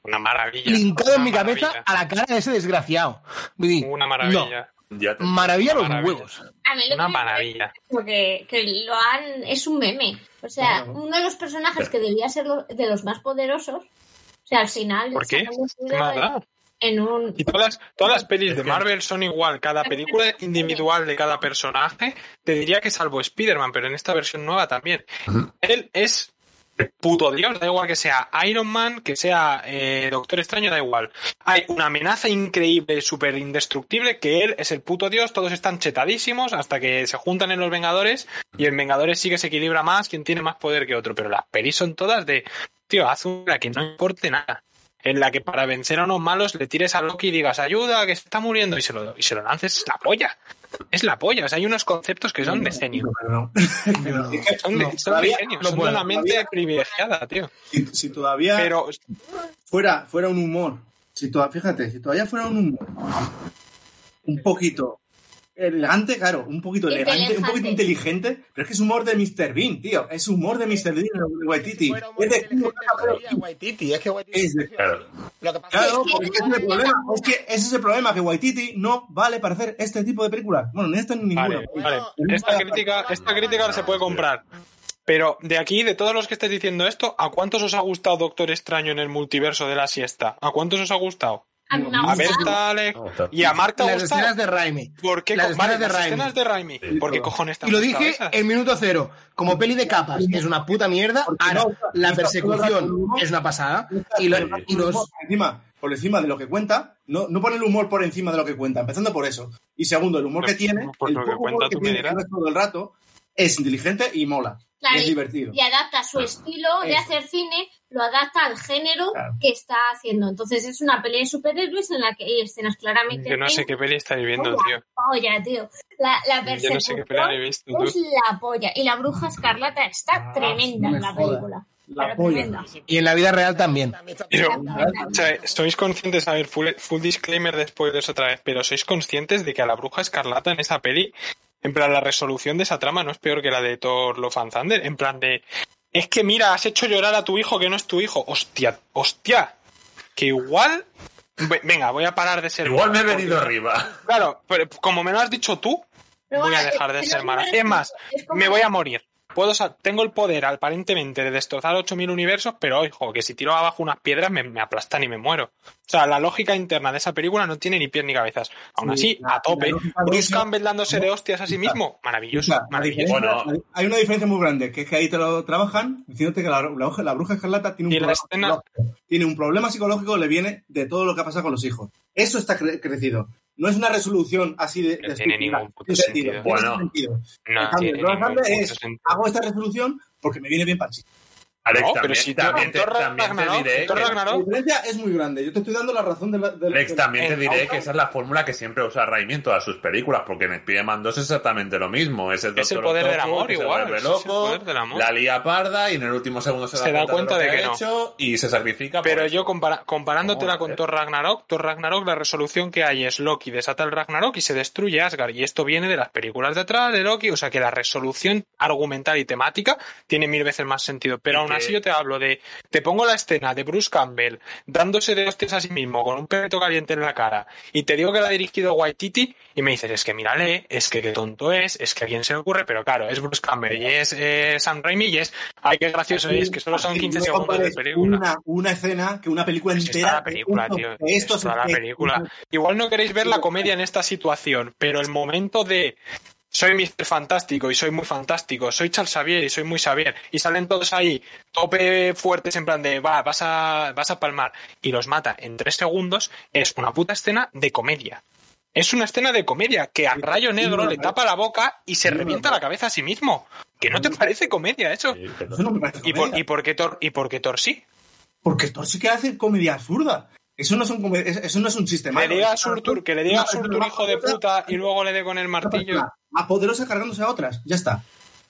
Speaker 8: Una maravilla.
Speaker 6: linkado en
Speaker 8: Una
Speaker 6: mi cabeza
Speaker 8: maravilla.
Speaker 6: a la cara de ese desgraciado. Voy a decir,
Speaker 8: Una maravilla.
Speaker 7: Ya te-
Speaker 6: No, maravilla los
Speaker 8: Maravilla.
Speaker 6: huevos.
Speaker 9: A mí lo
Speaker 8: Una
Speaker 9: que me
Speaker 8: maravilla.
Speaker 9: porque que lo han es un meme o sea
Speaker 5: Claro.
Speaker 9: uno de los personajes que debía ser lo- de los más poderosos o sea al final
Speaker 8: ¿Por
Speaker 9: se
Speaker 8: qué?
Speaker 9: ha convertido
Speaker 8: Nada.
Speaker 9: en, en un
Speaker 8: Y todas, todas las pelis
Speaker 7: Es
Speaker 8: de
Speaker 7: que-
Speaker 8: Marvel son igual, cada película individual de cada personaje, te diría que salvo Spider-Man, pero en esta versión nueva también. Él es el puto dios, da igual que sea Iron Man, que sea eh, Doctor Extraño, da igual. Hay una amenaza increíble, súper indestructible, que él es el puto dios, todos están chetadísimos hasta que se juntan en los Vengadores y en Vengadores sí que se equilibra más, quien tiene más poder que otro, pero las pelis son todas de, tío, haz una que no importe nada en la que para vencer a unos malos le tires a Loki y digas ayuda, que se está muriendo, y se lo, y se lo lances, es la polla. Es la polla. O sea, hay unos conceptos que son de genio. Son de, son de
Speaker 5: todavía
Speaker 8: genio.
Speaker 5: no
Speaker 8: son
Speaker 5: puedo,
Speaker 8: de la mente
Speaker 5: todavía.
Speaker 8: privilegiada, tío.
Speaker 5: Si, si todavía
Speaker 8: Pero
Speaker 5: fuera, fuera un humor, si toda, fíjate, si todavía fuera un humor un poquito elegante, claro, un poquito elegante, un
Speaker 9: Inteligente.
Speaker 5: poquito inteligente, pero es que es humor de Mr. Bean, tío, es humor de Mr. Bean de
Speaker 10: Si
Speaker 5: Waititi.
Speaker 10: fuera muy
Speaker 5: Es de
Speaker 10: inteligente, lo haría Waititi. Es que Waititi.
Speaker 5: Es de-
Speaker 7: Claro.
Speaker 10: Lo que pasa
Speaker 5: Claro,
Speaker 10: es que.
Speaker 5: porque ese es el problema. Es que ese es el problema, que Waititi no vale para hacer este tipo de películas. Bueno, ni esta ni ninguna.
Speaker 8: Vale, vale. Esta crítica, esta crítica se puede comprar. Pero de aquí, de todos los que estáis diciendo esto, ¿a cuántos os ha gustado Doctor Extraño en el multiverso de la siesta? ¿A cuántos os ha gustado?
Speaker 9: a mí me ha
Speaker 8: A
Speaker 9: gustado.
Speaker 8: Berta, Alex y a Marta
Speaker 6: Las escenas
Speaker 8: gustado.
Speaker 6: de Raimi.
Speaker 8: ¿Por qué
Speaker 6: las
Speaker 8: co-
Speaker 6: escenas
Speaker 8: vale,
Speaker 6: de
Speaker 8: las
Speaker 6: Raimi.
Speaker 8: escenas de Raimi? ¿Por qué cojones te
Speaker 6: Y lo
Speaker 8: han gustado
Speaker 6: dije
Speaker 8: esas?
Speaker 6: en minuto cero. Como peli de capas es una puta mierda. Ahora, la persecución es una pasada. Y, lo- y los.
Speaker 5: Por encima, por encima de lo que cuenta, no, no pone el humor por encima de lo que cuenta, empezando por eso. Y segundo, el humor
Speaker 8: No,
Speaker 5: que tiene,
Speaker 8: por
Speaker 5: el
Speaker 8: lo que
Speaker 5: poco
Speaker 8: cuenta,
Speaker 5: humor que
Speaker 8: tú me
Speaker 5: tiene
Speaker 8: dirás.
Speaker 5: todo el rato, es inteligente y mola.
Speaker 9: Claro,
Speaker 5: y es divertido.
Speaker 9: y adapta su estilo de
Speaker 5: Eso.
Speaker 9: hacer cine, lo adapta al género
Speaker 5: Claro.
Speaker 9: que está haciendo. Entonces es una pelea de superhéroes en la que hay escenas claramente...
Speaker 8: Yo no sé qué peli estáis viendo,
Speaker 9: Hola.
Speaker 8: tío.
Speaker 9: Polla, tío. La, la
Speaker 8: Yo no sé qué peli
Speaker 9: persecución
Speaker 8: he visto,
Speaker 9: es
Speaker 8: tú.
Speaker 9: la polla. Y la bruja escarlata está tremenda
Speaker 5: Ah, no me
Speaker 9: en la
Speaker 5: jodas.
Speaker 9: película.
Speaker 5: La
Speaker 9: Pero
Speaker 5: polla.
Speaker 9: tremenda.
Speaker 6: Y en la vida real también.
Speaker 10: También está-
Speaker 8: Pero, o sea, ¿sois conscientes, a ver, full, full disclaimer de spoilers otra vez, pero ¿sois conscientes de que a la bruja escarlata en esa peli, en plan, la resolución de esa trama no es peor que la de Thor Love and Thunder? En plan de, es que mira, has hecho llorar a tu hijo que no es tu hijo. Hostia, hostia, que igual... Ve- Venga, voy a parar de ser...
Speaker 7: Igual me he
Speaker 8: porque-
Speaker 7: venido arriba.
Speaker 8: Claro, pero como me lo has dicho tú,
Speaker 9: Pero
Speaker 8: voy a
Speaker 9: bueno,
Speaker 8: dejar de
Speaker 9: pero
Speaker 8: ser
Speaker 9: es
Speaker 8: mala.
Speaker 9: como-
Speaker 8: Es más,
Speaker 9: es como-
Speaker 8: me voy a morir. Puedo, sa- tengo el poder aparentemente de destrozar 8.000 universos, pero ojo, que si tiro abajo unas piedras me, me aplastan y me muero. O sea, la lógica interna de esa película no tiene ni pies ni cabezas. Aún
Speaker 5: Sí,
Speaker 8: así,
Speaker 5: la-
Speaker 8: a tope.
Speaker 5: la lógica de
Speaker 8: Bruce
Speaker 5: eso-
Speaker 8: Campbell dándose de hostias a sí mismo. Maravilloso,
Speaker 5: La
Speaker 8: maravilloso.
Speaker 5: diferencia-
Speaker 7: Bueno.
Speaker 5: la- hay una diferencia muy grande, que es que ahí te lo trabajan diciéndote que la, la hoja- la bruja escarlata tiene un,
Speaker 8: Y la
Speaker 5: problema
Speaker 8: escena-
Speaker 5: psicológico. tiene un problema psicológico, le viene de todo lo que ha pasado con los hijos. Eso está cre- crecido. No es una resolución así de...
Speaker 8: No
Speaker 5: de
Speaker 8: tiene
Speaker 5: estúpida,
Speaker 8: ningún puto
Speaker 5: sin sentido.
Speaker 8: sentido.
Speaker 5: Tiene
Speaker 7: Bueno.
Speaker 5: sentido. En
Speaker 8: No
Speaker 5: cambio,
Speaker 8: tiene
Speaker 5: Donald
Speaker 8: ningún
Speaker 5: Trump es,
Speaker 8: puto sentido.
Speaker 5: hago esta resolución porque me viene bien para el chiste.
Speaker 7: Alex,
Speaker 8: No, pero
Speaker 7: también,
Speaker 8: si
Speaker 7: también,
Speaker 8: yo-
Speaker 7: te,
Speaker 8: en Thor
Speaker 7: también te
Speaker 8: Ragnarok-
Speaker 7: diré
Speaker 8: en Thor
Speaker 7: que-
Speaker 5: La
Speaker 8: Ragnarok
Speaker 5: diferencia es muy grande. Yo te estoy dando la razón de la... de la-
Speaker 7: Alex,
Speaker 5: de-
Speaker 7: también te
Speaker 8: en
Speaker 7: diré
Speaker 8: Outland-
Speaker 7: que esa es la fórmula que siempre usa Raimi en todas sus películas, porque en Spider-Man 2 es exactamente lo mismo. Es el,
Speaker 8: Es el
Speaker 7: Dr.
Speaker 8: poder del
Speaker 7: Octopus
Speaker 8: amor
Speaker 7: que se
Speaker 8: igual,
Speaker 7: vuelve
Speaker 8: es el
Speaker 7: loco,
Speaker 8: poder del amor.
Speaker 7: la lía parda y en el último segundo se,
Speaker 8: Se da cuenta
Speaker 7: de,
Speaker 8: de
Speaker 7: lo
Speaker 8: que
Speaker 7: ha
Speaker 8: no.
Speaker 7: hecho y se sacrifica. pues, por
Speaker 8: Pero
Speaker 7: eso.
Speaker 8: yo compara- comparándotela
Speaker 7: Joder.
Speaker 8: con Thor Ragnarok, Thor Ragnarok la resolución que hay es Loki desata el Ragnarok y se destruye Asgard. Y esto viene de las películas de atrás de Loki, o sea que la resolución argumental y temática tiene mil veces más sentido. Pero
Speaker 7: Y
Speaker 8: aún
Speaker 7: que-
Speaker 8: así yo te hablo de, te pongo la escena de Bruce Campbell dándose de hostias a sí mismo con un perrito caliente en la cara y te digo que la ha dirigido Waititi y me dices, es que mírale, es que qué tonto es, es que a quién se le ocurre, pero claro, es Bruce Campbell y es eh, Sam Raimi y es, ay, qué gracioso es, que solo son
Speaker 5: Así,
Speaker 8: 15
Speaker 5: no
Speaker 8: segundos de
Speaker 5: compares
Speaker 8: película.
Speaker 5: Una, una escena que una película
Speaker 8: Pues
Speaker 5: entera...
Speaker 8: está la película,
Speaker 5: esto-
Speaker 8: tío.
Speaker 5: Esto es
Speaker 8: está la
Speaker 5: el-
Speaker 8: película. Igual no queréis ver la comedia en esta situación, pero el momento de soy Mr. Fantástico y soy muy fantástico, soy Charles Xavier y soy muy Xavier, y salen todos ahí, tope fuertes en plan de va, vas a, vas a palmar, y los mata en tres segundos, es una puta escena de comedia. Es una escena de comedia que al rayo negro le tapa la boca y se revienta la cabeza a sí mismo. ¿Que no te parece comedia eso?
Speaker 7: Sí, pero-
Speaker 5: Eso no me parece
Speaker 8: ¿Y por,
Speaker 5: comedia.
Speaker 8: y por qué Thor, y por qué Thor sí?
Speaker 5: Porque esto sí que hace comedia absurda. Eso no es un, come- eso no es un sistema.
Speaker 8: Que le diga a Surtur, que le diga a Surtur hijo de puta y luego le dé con el martillo.
Speaker 5: A poderosa cargándose a otras, ya está.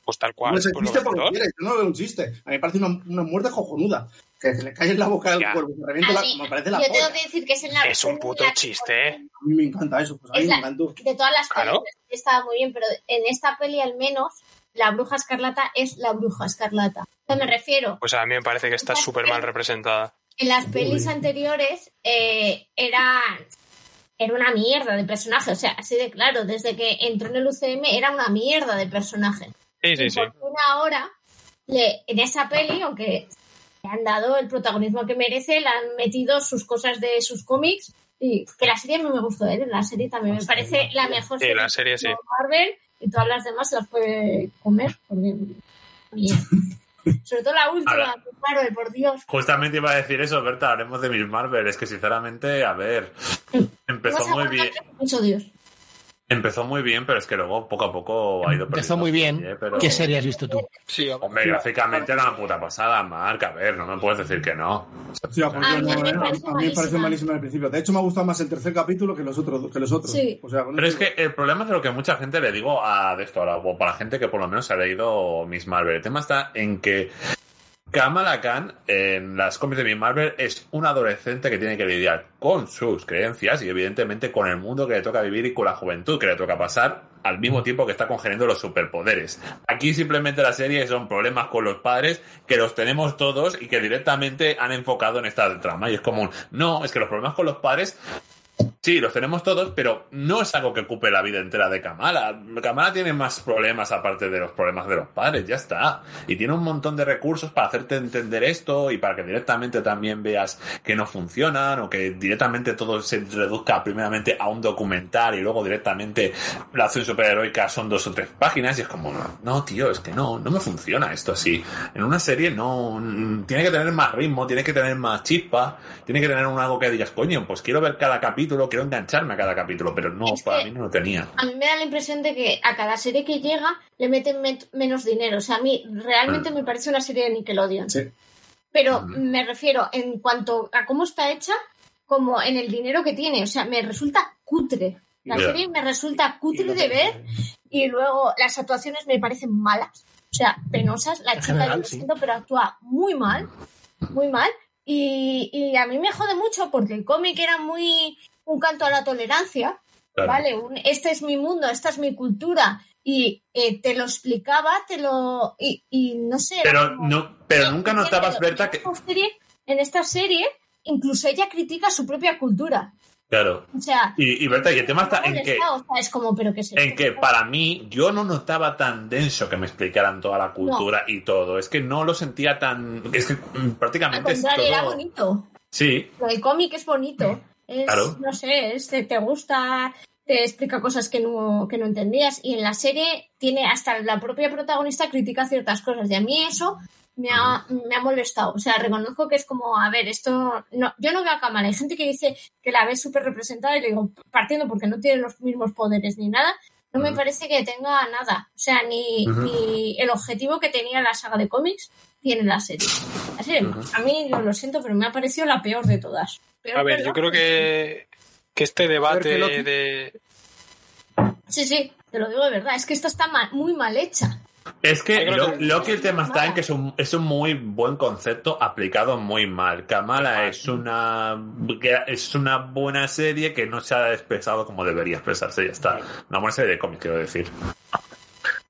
Speaker 8: Pues tal cual.
Speaker 5: No es
Speaker 8: pues lo
Speaker 5: el chiste
Speaker 8: que
Speaker 5: porque
Speaker 8: todo.
Speaker 5: quieres, yo no veo un chiste. A mí me parece una, una muerte cojonuda. Que se le cae en la boca al
Speaker 8: Ya.
Speaker 5: cuerpo, se revienta
Speaker 9: A
Speaker 5: la,
Speaker 9: mí-
Speaker 5: me parece la
Speaker 9: Ah, yo
Speaker 5: polla.
Speaker 9: tengo que decir que es en la
Speaker 8: Es un puto
Speaker 9: en la-
Speaker 8: chiste, ¿eh?
Speaker 5: A mí me encanta eso, pues a mí
Speaker 9: Es
Speaker 5: me
Speaker 9: la-
Speaker 5: encantó.
Speaker 9: de todas las
Speaker 8: Claro.
Speaker 9: películas estaba muy bien, pero en esta peli al menos la bruja escarlata es la bruja escarlata. O sea, me refiero,
Speaker 8: Pues a mí me parece que está súper mal representada.
Speaker 9: en las pelis anteriores eh, era, era una mierda de personaje, o sea, así de claro, desde que entró en el UCM era una mierda de personaje.
Speaker 8: Sí, sí, sí.
Speaker 9: Por una hora, le, en esa peli, aunque le han dado el protagonismo que merece, le han metido sus cosas de sus cómics. Y que la serie no me gustó, ¿eh? la serie también me parece la mejor
Speaker 8: Sí, la serie sí.
Speaker 9: de Marvel y todas las demás se las puede comer. porque- bien. Sobre todo la última,
Speaker 7: Ahora-
Speaker 9: Marvel, por Dios.
Speaker 7: Justamente iba a decir eso, Berta, hablemos de Miss Marvel. Es que sinceramente, a ver, empezó
Speaker 9: Hemos
Speaker 7: muy bien,
Speaker 9: aguantado tres episodios.
Speaker 7: empezó muy bien, pero es que luego poco a poco ha ido
Speaker 6: Empezó
Speaker 7: perdiendo
Speaker 6: muy bien.
Speaker 7: fuelle, eh, pero-
Speaker 6: ¿Qué serie has visto tú?
Speaker 10: Sí, hombre.
Speaker 7: Hombre, gráficamente era una puta pasada, Marc. A ver, no me puedes decir que no.
Speaker 5: Sí, a, por
Speaker 9: A
Speaker 5: Dios,
Speaker 9: mí
Speaker 5: no,
Speaker 9: me
Speaker 5: eh.
Speaker 9: parece
Speaker 5: A mí me parece
Speaker 9: malísima.
Speaker 5: malísima al principio. De hecho, me ha gustado más el tercer capítulo que los otros. Que los otros.
Speaker 9: Sí.
Speaker 5: O sea, con
Speaker 7: Pero es
Speaker 5: eso-
Speaker 7: que el problema es lo que mucha gente le digo a de esto, a la, o para la gente que por lo menos ha leído Miss Marvel. El tema está en que Kamala Khan en las cómics de Miss Marvel es una adolescente que tiene que lidiar con sus creencias y evidentemente con el mundo que le toca vivir y con la juventud que le toca pasar al mismo tiempo que está congeniando los superpoderes. Aquí simplemente la serie son problemas con los padres que los tenemos todos y que directamente han enfocado en esta trama y es como un, no, es que los problemas con los padres Sí, los tenemos todos, pero no es algo que ocupe la vida entera de Kamala. Kamala tiene más problemas aparte de los problemas de los padres, ya está. Y tiene un montón de recursos para hacerte entender esto y para que directamente también veas que no funcionan o que directamente todo se reduzca primeramente a un documental y luego directamente la acción superheroica son dos o tres páginas y es como, no, tío, es que no, no me funciona esto así. En una serie no, mm, tiene que tener más ritmo, tiene que tener más chispa, tiene que tener un algo que digas, coño, pues quiero ver cada capítulo, quiero engancharme a cada capítulo, pero no,
Speaker 9: Es
Speaker 7: para
Speaker 9: que-
Speaker 7: mí no lo tenía.
Speaker 9: A mí me da la impresión de que a cada serie que llega le meten met- menos dinero. O sea, a mí realmente me parece una serie de Nickelodeon.
Speaker 5: Sí.
Speaker 9: Pero me refiero en cuanto a cómo está hecha, como en el dinero que tiene. O sea, me resulta cutre. La
Speaker 7: Ya.
Speaker 9: serie me resulta
Speaker 5: Y lo
Speaker 9: cutre
Speaker 5: que-
Speaker 9: de ver y luego las actuaciones me parecen malas. O sea, penosas. La
Speaker 6: En
Speaker 9: chica,
Speaker 6: general,
Speaker 9: yo lo
Speaker 6: sí.
Speaker 9: siento, pero actúa muy mal. Muy mal. Y, y a mí me jode mucho porque el cómic era muy un canto a la tolerancia.
Speaker 7: Claro.
Speaker 9: Vale, un, este es mi mundo, esta es mi cultura. Y eh, te lo explicaba, te lo. Y, y no sé. era
Speaker 7: Pero,
Speaker 9: como-
Speaker 7: no, pero
Speaker 9: Sí,
Speaker 7: nunca
Speaker 9: entiendo,
Speaker 7: notabas,
Speaker 9: pero
Speaker 7: Berta,
Speaker 9: en
Speaker 7: que...
Speaker 9: esta serie- en esta serie, incluso ella critica su propia cultura.
Speaker 7: Claro.
Speaker 9: O sea,
Speaker 7: Y, y Berta, y el tema está en que,
Speaker 9: o sea, es como, pero que se.
Speaker 7: en que para mí yo no notaba tan denso que me explicaran toda la cultura y todo. Es que no lo sentía tan... Es que mm,
Speaker 9: Al
Speaker 7: prácticamente es
Speaker 9: contrario, era
Speaker 7: todo...
Speaker 9: bonito.
Speaker 7: Sí,
Speaker 9: Lo del cómic es bonito. Es,
Speaker 7: Claro.
Speaker 9: No sé, es- te, te gusta, te explica cosas que no, que no entendías. Y en la serie tiene hasta la propia protagonista critica ciertas cosas. Y a mí eso me ha, me ha molestado. O sea, reconozco que es como, a ver, esto. no Yo no veo a Kamala. Hay gente que dice que la ve súper representada y le digo, partiendo porque no tiene los mismos poderes ni nada. No me
Speaker 7: Ujú.
Speaker 9: parece que tenga nada, o sea, ni,
Speaker 7: Ujú.
Speaker 9: ni el objetivo que tenía la saga de cómics tiene la serie. La serie,
Speaker 7: Ujú.
Speaker 9: a mí lo, lo siento, pero me ha parecido la peor de todas. Peor,
Speaker 8: A ver,
Speaker 9: peor,
Speaker 8: yo creo que, que este
Speaker 6: que
Speaker 8: debate
Speaker 6: Loki.
Speaker 8: de.
Speaker 9: Sí, sí, te lo digo de verdad. Es que esta está ma- muy mal hecha.
Speaker 7: Es que
Speaker 8: Yo creo
Speaker 7: lo,
Speaker 8: que-
Speaker 7: lo que el tema está en que es un, es un muy buen concepto aplicado muy mal. Kamala es una es una buena serie que no se ha expresado como debería expresarse, ya está. Una buena serie de cómics, quiero decir.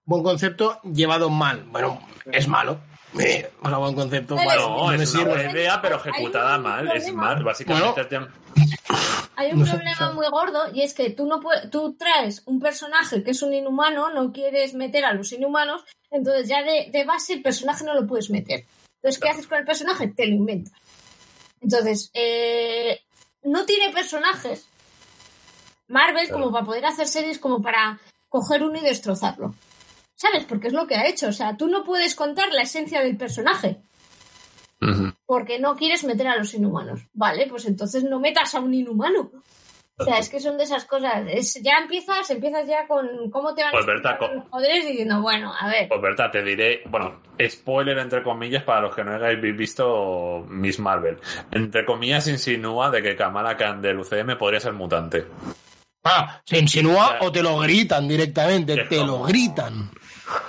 Speaker 6: Buen concepto llevado mal. Bueno, es malo. Eh, o sea, buen concepto
Speaker 9: Pero
Speaker 6: malo.
Speaker 7: No,
Speaker 6: me
Speaker 7: es una
Speaker 6: sirve.
Speaker 7: buena idea, pero ejecutada
Speaker 9: Hay un
Speaker 7: mal, es
Speaker 9: problema.
Speaker 7: mal. Básicamente
Speaker 6: Bueno.
Speaker 7: el tema-
Speaker 9: Hay un problema muy gordo y es que tú no pue- tú traes un personaje que es un inhumano, no quieres meter a los inhumanos, entonces ya de, de base el personaje no lo puedes meter. Entonces, ¿qué haces con el personaje? Te lo inventas. Entonces, eh, no tiene personajes. Marvel como para poder hacer series como para coger uno y destrozarlo. ¿Sabes? Porque es lo que ha hecho. O sea, tú no puedes contar la esencia del personaje
Speaker 7: Ujú.
Speaker 9: porque no quieres meter a los inhumanos. Vale, pues entonces no metas a un inhumano. O sea, es que son de esas cosas. Es, ya empiezas, empiezas ya con cómo te van
Speaker 7: Pues, Berta,
Speaker 9: explicar
Speaker 7: co-
Speaker 9: los poderes y diciendo, bueno, a ver.
Speaker 7: Pues verdad, te diré, bueno, spoiler entre comillas para los que no hayáis visto Miss Marvel. Entre comillas insinúa de que Kamala Khan del UCM podría ser mutante.
Speaker 6: Ah, se insinúa
Speaker 7: Ya.
Speaker 6: o te lo gritan directamente,
Speaker 7: Es
Speaker 6: te lo
Speaker 7: como-
Speaker 6: gritan.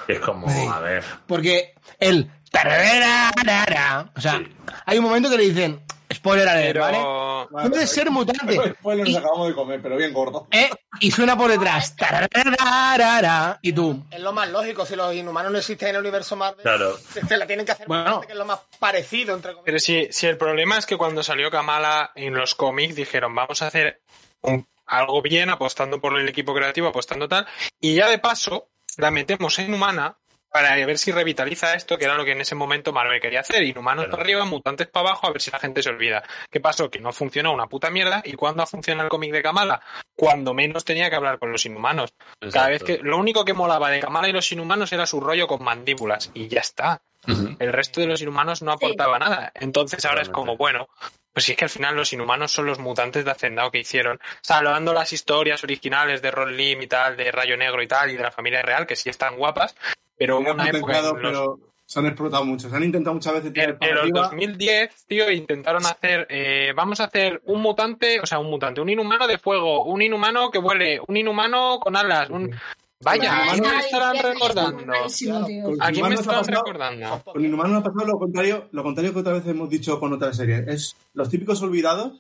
Speaker 7: Es como,
Speaker 6: Sí.
Speaker 7: a ver.
Speaker 6: Porque el tarararara, o sea, hay un momento que le dicen, spoiler alert,
Speaker 8: Pero.
Speaker 6: ¿vale? Puedes ser mutante.
Speaker 5: Después nos
Speaker 6: Y-
Speaker 5: acabamos de comer, pero bien gordo.
Speaker 6: eh, y suena por detrás, tarararara, y tú,
Speaker 10: Es lo más lógico, si los inhumanos no existen en el universo Marvel,
Speaker 7: Claro.
Speaker 10: se, se la tienen que hacer
Speaker 6: Bueno.
Speaker 10: mutante, que es lo más parecido, entre
Speaker 8: Pero
Speaker 10: comillas.
Speaker 8: si, si el problema es que cuando salió Kamala en los cómics dijeron, vamos a hacer un- algo bien, apostando por el equipo creativo, apostando tal, y ya de paso la metemos en humana para ver si revitaliza esto, que era lo que en ese momento Marvel quería hacer. Inhumanos
Speaker 7: Claro.
Speaker 8: para arriba, mutantes para abajo, a ver si la gente se olvida. ¿Qué pasó? Que no funcionó una puta mierda. ¿Y cuándo ha funcionado el cómic de Kamala? Cuando menos tenía que hablar con los inhumanos. Cada vez
Speaker 7: Exacto.
Speaker 8: que lo único que molaba de Kamala y los inhumanos era su rollo con mandíbulas y ya está.
Speaker 7: Ujú.
Speaker 8: El resto de los inhumanos no
Speaker 9: Sí.
Speaker 8: aportaba nada. Entonces ahora es
Speaker 7: Totalmente.
Speaker 8: como, bueno, pues si es que al final los inhumanos son los mutantes de Hacendado que hicieron. Salvando las historias originales de Ron Lim y tal, de Rayo Negro y tal, y de la familia real, que sí están guapas, pero hubo
Speaker 5: Han
Speaker 8: una época en
Speaker 5: potenciado,
Speaker 8: los,
Speaker 5: pero se han explotado mucho. Se han intentado muchas veces
Speaker 8: en-
Speaker 5: tirar
Speaker 8: en
Speaker 5: para
Speaker 8: los
Speaker 5: arriba.
Speaker 8: 2010, tío, intentaron hacer, eh, vamos a hacer un mutante, o sea, un mutante, un inhumano de fuego, un inhumano que vuele, un inhumano con alas, un... Vaya, ¿a
Speaker 9: Ay,
Speaker 8: quién me
Speaker 9: ay,
Speaker 8: estarán
Speaker 9: ya te-
Speaker 8: recordando?
Speaker 9: malísimo, tío.
Speaker 5: Claro,
Speaker 8: ¿A quién me
Speaker 5: Inhumanos ha
Speaker 8: estarán
Speaker 5: pasado-
Speaker 8: recordando?
Speaker 5: Con Inhumanos no ha pasado lo contrario, lo contrario que otras veces hemos dicho con otras series. Es los típicos olvidados.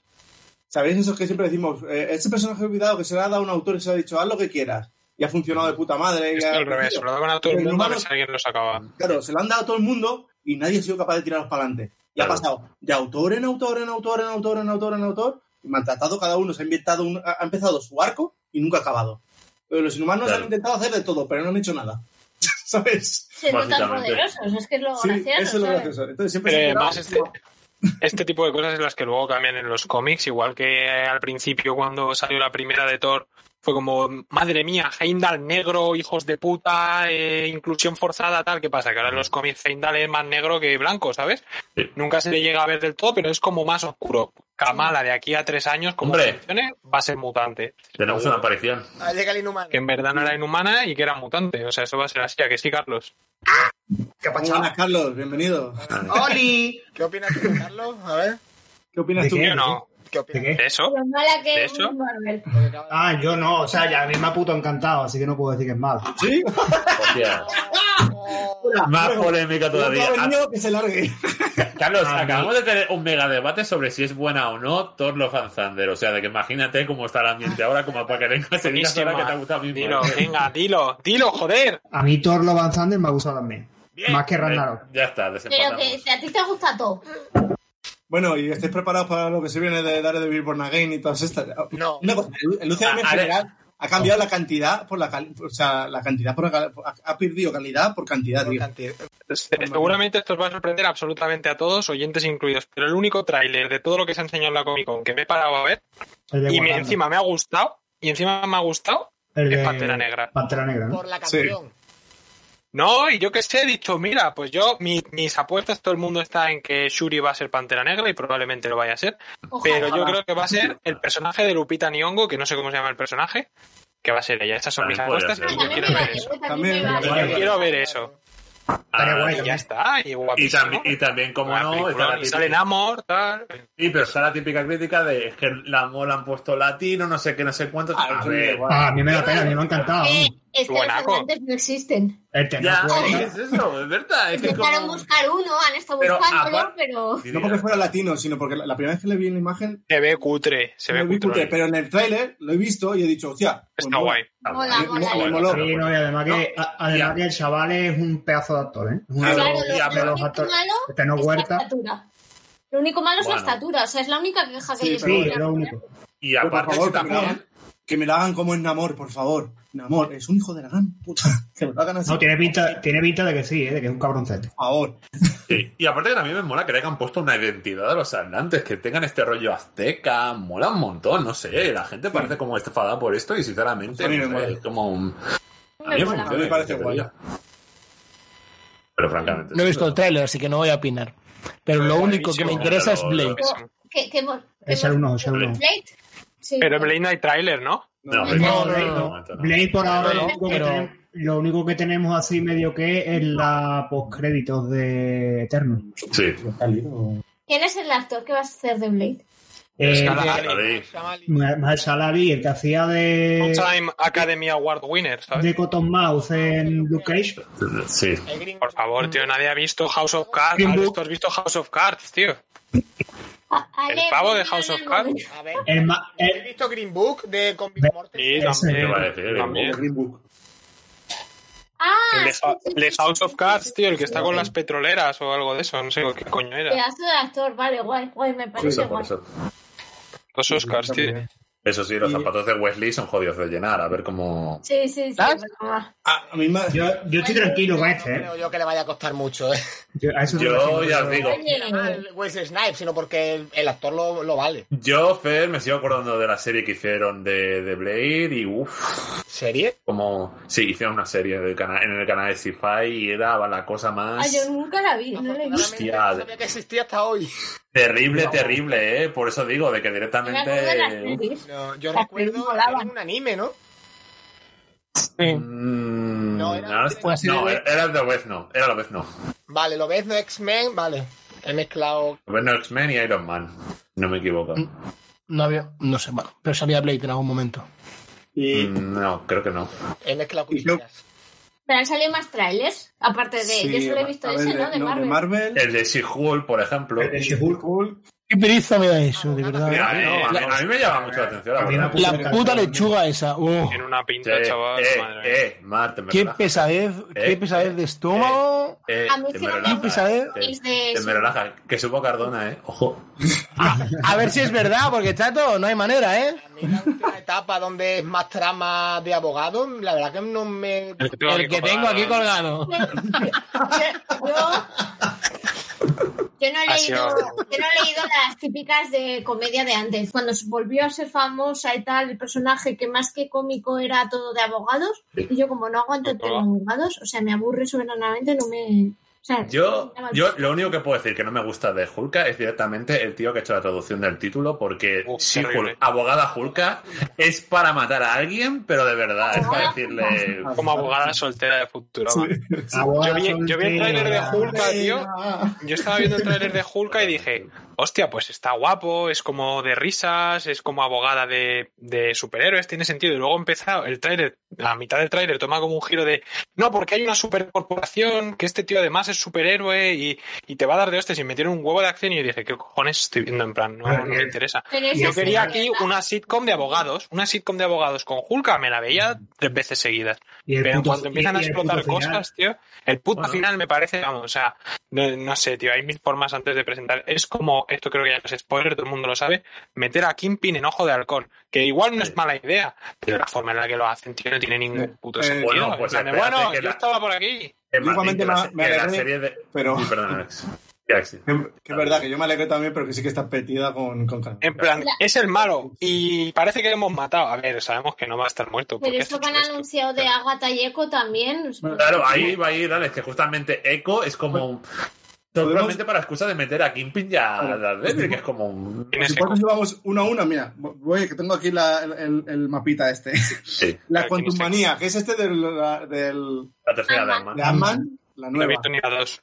Speaker 5: ¿Sabéis esos que siempre decimos? eh, este personaje olvidado que se le ha dado a un autor y se le ha dicho, haz lo que quieras. Y ha funcionado de puta madre. y
Speaker 8: Esto
Speaker 5: ha
Speaker 8: al revés,
Speaker 5: crecido.
Speaker 8: lo daban a todo el
Speaker 5: Los
Speaker 8: mundo a ver
Speaker 5: inhumanos-
Speaker 8: si alguien lo sacaba.
Speaker 5: Claro, se lo han dado a todo el mundo y nadie ha sido capaz de tirarlos para adelante. Y ha
Speaker 7: Claro.
Speaker 5: pasado de autor en autor, en autor, en autor, en autor, en autor. Y maltratado cada uno, se ha inventado un- ha ha empezado su arco y nunca ha acabado. Pero los inhumanos
Speaker 7: Claro.
Speaker 5: han intentado hacer de todo, pero no han hecho nada. ¿Sabes?
Speaker 9: Siendo tan
Speaker 7: Básicamente.
Speaker 9: poderosos, es que es lo
Speaker 5: Sí,
Speaker 9: gracioso.
Speaker 5: eso es lo
Speaker 9: ¿sabes?
Speaker 5: gracioso. Entonces siempre
Speaker 8: Pero
Speaker 5: se queda-
Speaker 8: además este, este tipo de cosas es las que luego cambian en los cómics, igual que al principio cuando salió la primera de Thor fue como, madre mía, Heimdall negro, hijos de puta, eh, inclusión forzada, tal, ¿qué pasa? Que ahora en los cómics Heimdall es más negro que blanco, ¿sabes?
Speaker 7: Sí.
Speaker 8: Nunca se le llega a ver del todo, pero es como más oscuro. Kamala de aquí a tres años, como
Speaker 7: Hombre.
Speaker 8: funcione, va a ser mutante.
Speaker 7: Tenemos una aparición.
Speaker 10: Ah, Llega el inhumano.
Speaker 8: Que en verdad no era inhumana y que era mutante. O sea, eso va a ser así, ¿a que sí, Carlos?
Speaker 10: ¿Qué
Speaker 5: Muy
Speaker 10: pasa?
Speaker 5: Buenas, Carlos, bienvenido.
Speaker 10: ¡Oli! ¿Qué opinas tú, Carlos? A ver,
Speaker 5: ¿Qué opinas
Speaker 11: ¿De
Speaker 5: tú?
Speaker 11: qué?
Speaker 8: Yo no.
Speaker 10: ¿qué
Speaker 11: ¿De
Speaker 10: opinas?
Speaker 11: qué?
Speaker 8: ¿Eso?
Speaker 9: Lo mala que
Speaker 8: ¿De
Speaker 9: es
Speaker 8: hecho?
Speaker 9: Marvel.
Speaker 10: Porque acaba de-
Speaker 11: Ah, yo no, o sea, ya a mí me ha puto encantado, así que no puedo decir que es malo.
Speaker 5: ¿Sí?
Speaker 7: Hostia.
Speaker 10: Oh,
Speaker 7: Más polémica todavía.
Speaker 5: No, niño, que se largue.
Speaker 7: Ah, Carlos,
Speaker 11: A mí-
Speaker 7: acabamos de tener un mega debate sobre si es buena o no Thor Love and Thunder. O sea, de que imagínate cómo está el ambiente ahora, como para que vengas y digas ahora que te ha gustado mi
Speaker 8: Dilo, venga, dilo, dilo, joder.
Speaker 11: A mí Thor Love and Thunder me ha gustado también. Más que Ragnarok.
Speaker 7: Ya está,
Speaker 9: Pero que
Speaker 7: desempatamos.
Speaker 9: que a ti te gusta todo.
Speaker 5: Bueno, ¿y estáis preparados para lo que se viene de Daredevil Born Again y todas estas?
Speaker 10: No.
Speaker 5: Una cosa, el- el UCM en
Speaker 7: Ah, a ver.
Speaker 5: general ha cambiado la cantidad por la cal- o sea, la cantidad por la cal- ha- ha perdido calidad por cantidad,
Speaker 10: Por
Speaker 5: digo.
Speaker 10: cantidad.
Speaker 11: Pues
Speaker 5: Hombre.
Speaker 8: Seguramente esto os va a sorprender absolutamente a todos, oyentes incluidos, pero el único tráiler de todo lo que se ha enseñado en la Comic Con que me he parado a ver
Speaker 11: El de
Speaker 8: y me-
Speaker 11: Wakanda.
Speaker 8: encima me ha gustado, y encima me ha gustado,
Speaker 11: El
Speaker 8: es Pantera Negra.
Speaker 11: Pantera Negra, ¿no?
Speaker 10: Por la canción.
Speaker 8: No, y yo que sé, he dicho, mira, pues yo, mi- mis apuestas, todo el mundo está en que Shuri va a ser Pantera Negra y probablemente lo vaya a ser,
Speaker 9: Ojalá.
Speaker 8: pero yo creo que va a ser el personaje de Lupita Nyong'o, que no sé cómo se llama el personaje, que va a ser ella. Estas son mis
Speaker 7: También podría
Speaker 8: apuestas
Speaker 7: ser.
Speaker 8: y
Speaker 9: Ah,
Speaker 8: yo
Speaker 9: también
Speaker 8: quiero
Speaker 9: me
Speaker 8: ver
Speaker 9: vale,
Speaker 8: eso.
Speaker 9: yo también me
Speaker 5: También-
Speaker 9: vale.
Speaker 8: Yo quiero ver eso.
Speaker 11: Estaría guay
Speaker 8: Y ya
Speaker 11: también.
Speaker 8: está, y
Speaker 7: Y
Speaker 8: guapísimo.
Speaker 7: también, y también como
Speaker 8: Una
Speaker 7: no, está
Speaker 8: película,
Speaker 7: la
Speaker 8: y sale
Speaker 7: típica,
Speaker 8: Namor, tal...
Speaker 7: sí, pero está la típica crítica de es que la mola han puesto latino, no sé qué, no sé cuánto.
Speaker 5: Ah,
Speaker 7: A
Speaker 5: eso
Speaker 7: ver,
Speaker 5: me da igual.
Speaker 11: Ah, a mí me da pena, a mí me ha encantado.
Speaker 9: Eh, es que los
Speaker 8: Guanaco.
Speaker 9: Fernández no existen.
Speaker 11: El que no
Speaker 7: ya,
Speaker 11: puede.
Speaker 7: ¿qué es eso? Es verdad,
Speaker 5: Eh,
Speaker 7: es que
Speaker 9: Intentaron
Speaker 7: como...
Speaker 9: buscar uno, han estado
Speaker 7: Pero
Speaker 9: buscándolo,
Speaker 7: aparte-
Speaker 9: pero...
Speaker 5: No porque fuera latino, sino porque la, la primera vez que le vi en la imagen
Speaker 8: Se ve cutre, se
Speaker 5: lo
Speaker 8: ve
Speaker 5: vi
Speaker 8: cutre.
Speaker 5: cutre, pero en el tráiler lo he visto y he dicho, hostia, pues
Speaker 8: Está
Speaker 5: mola.
Speaker 8: guay.
Speaker 9: Mola,
Speaker 5: Me-
Speaker 9: mola.
Speaker 5: me
Speaker 9: mola.
Speaker 5: moló. Ah,
Speaker 11: Sí, no, y además, que, a- además
Speaker 7: Ya.
Speaker 11: que el chaval es un pedazo de actor, ¿eh? Es uno de
Speaker 9: Claro,
Speaker 11: los-
Speaker 9: lo,
Speaker 7: ya,
Speaker 9: lo
Speaker 11: de los
Speaker 9: único
Speaker 11: actores.
Speaker 9: malo
Speaker 11: Este no
Speaker 9: es la
Speaker 11: Huerta.
Speaker 9: estatura. Lo único malo es
Speaker 7: Bueno.
Speaker 9: la estatura, o sea, es la única queja que
Speaker 5: Sí,
Speaker 9: yo
Speaker 5: pero-
Speaker 11: Sí,
Speaker 9: tengo.
Speaker 11: es lo único. Pues,
Speaker 7: Y
Speaker 5: Pero, por
Speaker 7: aparte
Speaker 5: favor,
Speaker 7: que
Speaker 5: que me, lo hagan,
Speaker 7: también...
Speaker 5: que me lo hagan como en Namor, por favor. Namor, es un hijo de la gran puta. Que me lo hagan así,
Speaker 11: No, tiene pinta, tiene pinta de que sí, ¿eh? de que es un cabroncete.
Speaker 5: por favor.
Speaker 7: sí, Y aparte que también me mola que le hayan puesto una identidad a los atlantes, que tengan este rollo azteca, mola un montón, no sé, la gente parece como estafada por esto y sinceramente
Speaker 5: A mí me
Speaker 7: no sé,
Speaker 5: mola.
Speaker 7: es como un... A
Speaker 9: Me
Speaker 7: mí,
Speaker 9: mola.
Speaker 5: A mí me parece guay.
Speaker 7: Pero francamente...
Speaker 6: No he
Speaker 7: sí,
Speaker 6: visto el
Speaker 7: pero-
Speaker 6: tráiler, así que no voy a opinar. Pero lo único que me interesa es Blade.
Speaker 9: Como- que- que mo- que
Speaker 11: Es el
Speaker 9: mo-
Speaker 11: uno, es el uno.
Speaker 9: Blade. Sí,
Speaker 8: Pero en
Speaker 9: Blade.
Speaker 8: Blade no hay tráiler, ¿no?
Speaker 7: No,
Speaker 11: No,
Speaker 7: no,
Speaker 11: Blade,
Speaker 7: no,
Speaker 11: no.
Speaker 7: no, no.
Speaker 11: Blade por ahora
Speaker 6: No,
Speaker 11: lo, único que
Speaker 6: pero-
Speaker 11: tenemos, lo único que tenemos así medio que es la postcréditos de Eterno.
Speaker 7: Sí.
Speaker 9: ¿Quién es el actor que vas a hacer de Blade?
Speaker 11: Eh,
Speaker 8: Escala-
Speaker 7: A ver,
Speaker 11: Más Salari, el que hacía de,
Speaker 8: Time Academy Award winner, ¿sabes?
Speaker 11: de Cotton Mouse en Luke Cage.
Speaker 7: Sí.
Speaker 10: El Green-
Speaker 8: Por favor, tío, nadie ha visto House of Cards.
Speaker 11: Green Book.
Speaker 8: ¿Tú has visto House of Cards, tío?
Speaker 9: A- Ale,
Speaker 8: El pavo de
Speaker 9: mira,
Speaker 8: House of
Speaker 9: no,
Speaker 8: Cards.
Speaker 9: no.
Speaker 10: A ver.
Speaker 11: El, ma-
Speaker 10: He
Speaker 11: el-
Speaker 10: visto Green Book de Combi
Speaker 8: Sí,
Speaker 10: Mortensen.
Speaker 11: Te
Speaker 7: va a decir,
Speaker 8: también.
Speaker 5: El
Speaker 8: también.
Speaker 5: Green Book.
Speaker 9: Ah,
Speaker 8: El de,
Speaker 9: sí,
Speaker 8: Ha-
Speaker 9: sí,
Speaker 8: el de
Speaker 9: sí,
Speaker 8: House
Speaker 9: sí,
Speaker 8: of
Speaker 9: sí,
Speaker 8: Cards,
Speaker 9: sí,
Speaker 8: tío, el
Speaker 9: sí,
Speaker 8: que está
Speaker 9: sí.
Speaker 8: con las petroleras o algo de eso, no sé qué coño era.
Speaker 9: Pedazo de actor, vale, guay, guay, me
Speaker 7: Por
Speaker 9: parece
Speaker 7: eso, por
Speaker 9: guay.
Speaker 7: eso.
Speaker 8: Los Oscars, tío.
Speaker 7: Eso sí, los zapatos de Wesley son jodidos de llenar. A ver cómo.
Speaker 9: Sí, sí, sí.
Speaker 6: ¿Sabes?
Speaker 9: bueno,
Speaker 5: Ah, a mí me...
Speaker 11: yo, yo estoy tranquilo con este, ¿eh?
Speaker 10: creo yo que le vaya a costar mucho, ¿eh?
Speaker 11: Yo, a eso te
Speaker 7: Yo
Speaker 11: refiero.
Speaker 7: ya os digo.
Speaker 9: oye,
Speaker 10: Al Wesley Snipes, sino porque el, el actor lo, lo vale.
Speaker 7: Yo, Fer, me sigo acordando de la serie que hicieron de, de Blade y uff,
Speaker 10: ¿Serie?
Speaker 7: como. Sí, hicieron una serie del cana- en el canal de Sci-Fi y era la cosa
Speaker 9: ah,
Speaker 7: más.
Speaker 9: yo nunca la vi, no la he visto.
Speaker 10: Afortunadamente,
Speaker 7: Hostia.
Speaker 10: no sabía que existía hasta hoy.
Speaker 7: Terrible, terrible, ¿eh? Por eso digo, de que
Speaker 9: Me acuerdo de las
Speaker 7: directamente.
Speaker 9: series.
Speaker 10: No, yo
Speaker 9: Las
Speaker 10: recuerdo
Speaker 9: pelis volaban.
Speaker 10: era un anime, ¿no?
Speaker 6: Sí.
Speaker 7: Mm,
Speaker 10: No, era-
Speaker 7: ahora sí-
Speaker 6: Pues sí,
Speaker 7: no,
Speaker 6: de-
Speaker 7: era de vez no. Era la vez no.
Speaker 10: Vale, lo ves de X-Men, vale. He mezclado.
Speaker 7: Bueno, X-Men y Iron Man. No me equivoco.
Speaker 6: No había, no sé, bueno, pero sabía Blade en algún momento.
Speaker 5: Y
Speaker 7: Mm, No, creo que no.
Speaker 10: He mezclado
Speaker 5: Y yo-
Speaker 10: cuchillas.
Speaker 9: Pero han salido más trailers, aparte de... yo solo he visto
Speaker 5: a ver,
Speaker 9: ese, ¿no? De
Speaker 5: no,
Speaker 9: Marvel.
Speaker 7: El de She-Hulk, por ejemplo.
Speaker 11: El de She-Hulk, Ah,
Speaker 6: Qué pereza me da eso, de
Speaker 7: Mira,
Speaker 6: verdad.
Speaker 7: eh, a, mí, a mí me llama mucho la atención, la
Speaker 11: A mí
Speaker 7: verdad.
Speaker 11: me
Speaker 6: La puta lechuga esa. oh.
Speaker 8: Tiene una
Speaker 7: Sí,
Speaker 8: pinta, chaval.
Speaker 7: eh,
Speaker 8: madre mía.
Speaker 7: eh, Mar, te me
Speaker 6: Qué
Speaker 7: relajas.
Speaker 6: pesadez,
Speaker 7: Eh,
Speaker 6: qué pesadez de estómago.
Speaker 7: Eh,
Speaker 9: A mí
Speaker 7: te
Speaker 9: sí
Speaker 7: me
Speaker 9: me
Speaker 7: relajas,
Speaker 6: gusta. ¿Sabes?
Speaker 7: te-
Speaker 9: Es de-
Speaker 7: te me relajas. Que supo Cardona, eh. Ojo.
Speaker 6: A, a ver si es verdad, porque chato, no hay manera, ¿eh?
Speaker 10: A mí la última etapa donde es más trama de abogado, la verdad que no me.
Speaker 8: El que tengo
Speaker 6: El
Speaker 8: aquí
Speaker 6: que tengo
Speaker 8: colgado.
Speaker 6: aquí colgado.
Speaker 9: Yo, yo- yo no, he
Speaker 8: Ha sido-
Speaker 9: leído, yo no he leído las típicas de comedia de antes. Cuando se volvió a ser famosa y tal, el personaje que más que cómico era todo de abogados. Y yo, como no aguanto tener abogados, o sea, me aburre soberanamente, no me. O sea,
Speaker 7: Yo, yo lo único que puedo decir que no me gusta de Hulka es directamente el tío que ha hecho la traducción del título, porque
Speaker 8: Uf,
Speaker 7: sí,
Speaker 8: terrible.
Speaker 7: Hulk, abogada Hulka es para matar a alguien, pero de verdad, es
Speaker 9: Abogada
Speaker 7: para decirle.
Speaker 8: Como abogada soltera de futuro. Yo vi- yo vi el tráiler de Hulk. tío. Yo estaba viendo el tráiler de Hulka y dije, hostia, pues está guapo, es como de risas, es como abogada de, de superhéroes, tiene sentido. Y luego empieza el tráiler, a mitad del tráiler toma como un giro de, no, porque hay una supercorporación, que este tío además es superhéroe y, y te va a dar de hostias y metieron un huevo de acción y yo dije, ¿qué cojones estoy viendo? En plan, no, no me interesa.
Speaker 9: pero eso
Speaker 8: Yo
Speaker 9: sí,
Speaker 8: quería
Speaker 9: la
Speaker 8: aquí
Speaker 9: verdad.
Speaker 8: una sitcom de abogados, una sitcom de abogados con Hulka, me la veía tres veces seguidas.
Speaker 11: Y el
Speaker 8: Pero
Speaker 11: puto-
Speaker 8: cuando empiezan
Speaker 11: y-
Speaker 8: a
Speaker 11: y el puto
Speaker 8: explotar
Speaker 11: final.
Speaker 8: cosas, tío, el puto
Speaker 7: Bueno.
Speaker 8: final me parece, vamos, o sea, no, no sé, tío, hay mil formas antes de presentar. Es como como, esto creo que ya no es spoiler, todo el mundo lo sabe, meter a Kimpin en Ojo de Halcón, que igual no es mala idea, pero la forma en la que lo hacen, tío, no tiene ningún puto
Speaker 5: Eh,
Speaker 8: sentido.
Speaker 7: bueno, pues
Speaker 8: En plan de,
Speaker 7: espérate
Speaker 8: bueno,
Speaker 7: que
Speaker 8: yo
Speaker 7: la-
Speaker 8: estaba por aquí.
Speaker 7: En
Speaker 5: Yo
Speaker 7: Madrid,
Speaker 5: igualmente
Speaker 7: que la,
Speaker 5: me- me
Speaker 7: que la
Speaker 5: alegré,
Speaker 7: serie de...
Speaker 5: pero-
Speaker 7: Sí, perdón, Alex. Ya, sí.
Speaker 5: Que, que es verdad que yo me alegro también, pero que sí que está petida con, Pues con calma.
Speaker 8: En plan,
Speaker 9: La-
Speaker 8: es el malo y parece que lo hemos matado. A ver, sabemos que no va a estar muerto. ¿por
Speaker 9: Pero
Speaker 8: qué
Speaker 9: eso
Speaker 8: has
Speaker 9: que han
Speaker 8: hecho esto?
Speaker 9: anunciado de Agatha y Echo también.
Speaker 7: Claro, ahí va a ir, Alex, que justamente Echo es como un... Totalmente para excusa de meter a Kimpin y a Daredevil, que es como un...
Speaker 8: ¿Quién es
Speaker 5: Si
Speaker 8: Echo?
Speaker 5: por eso llevamos uno a uno, mira, voy, que tengo aquí la- el, el- el mapita este.
Speaker 7: Sí,
Speaker 5: La
Speaker 8: Claro, ¿quién es
Speaker 5: Quantummanía, que es este del, la- del
Speaker 7: la tercera de
Speaker 9: Ant-Man.
Speaker 7: Ant-Man.
Speaker 5: de Ant-Man, la
Speaker 8: No he
Speaker 5: nueva.
Speaker 8: visto ni a dos.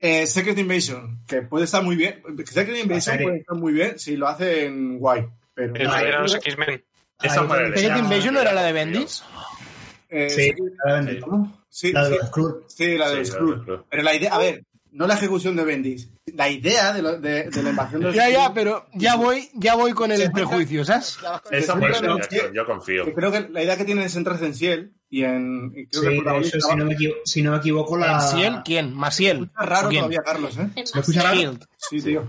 Speaker 5: Eh, Secret Invasion, que puede estar muy bien. Secret Invasion
Speaker 11: serie.
Speaker 5: puede estar muy bien si lo hacen guay. Pero
Speaker 8: El
Speaker 5: Ah,
Speaker 8: de los X-Men.
Speaker 7: Esa
Speaker 11: Ay,
Speaker 7: fue la
Speaker 6: Secret
Speaker 7: idea.
Speaker 6: Invasion no era la de Bendis.
Speaker 5: eh,
Speaker 11: Sí, la de
Speaker 7: Sí.
Speaker 11: Bendis.
Speaker 5: sí,
Speaker 11: La de
Speaker 5: sí,
Speaker 11: los Skrulls.
Speaker 7: Sí,
Speaker 5: sí, la de los
Speaker 7: la de
Speaker 5: Skrulls.
Speaker 7: los Skrulls.
Speaker 5: Pero la idea, a ver, no la ejecución de Bendis, la idea de, lo- de, de la invasión de los
Speaker 6: Ya, ya,
Speaker 5: Skrulls,
Speaker 6: pero ya voy, ya voy con el prejuicio, ¿sabes?
Speaker 10: Ya vas con el
Speaker 7: Esa fue la
Speaker 5: Pero
Speaker 7: idea,
Speaker 5: que-
Speaker 7: tío, yo confío.
Speaker 5: que Creo que la idea que tienen es centrarse en Ciel y en. y
Speaker 11: Sí,
Speaker 5: creo que el
Speaker 11: de
Speaker 5: protagonista
Speaker 11: hecho, si no me, equivo- si no me equivoco, la.
Speaker 6: ¿Maciel? ¿Quién? ¿Maciel?
Speaker 5: va- Está raro
Speaker 6: ¿Quién?
Speaker 5: todavía, Carlos, ¿eh?
Speaker 9: En
Speaker 11: ¿Se escucha
Speaker 9: Marvel.
Speaker 11: raro?
Speaker 6: Shield.
Speaker 5: Sí, tío.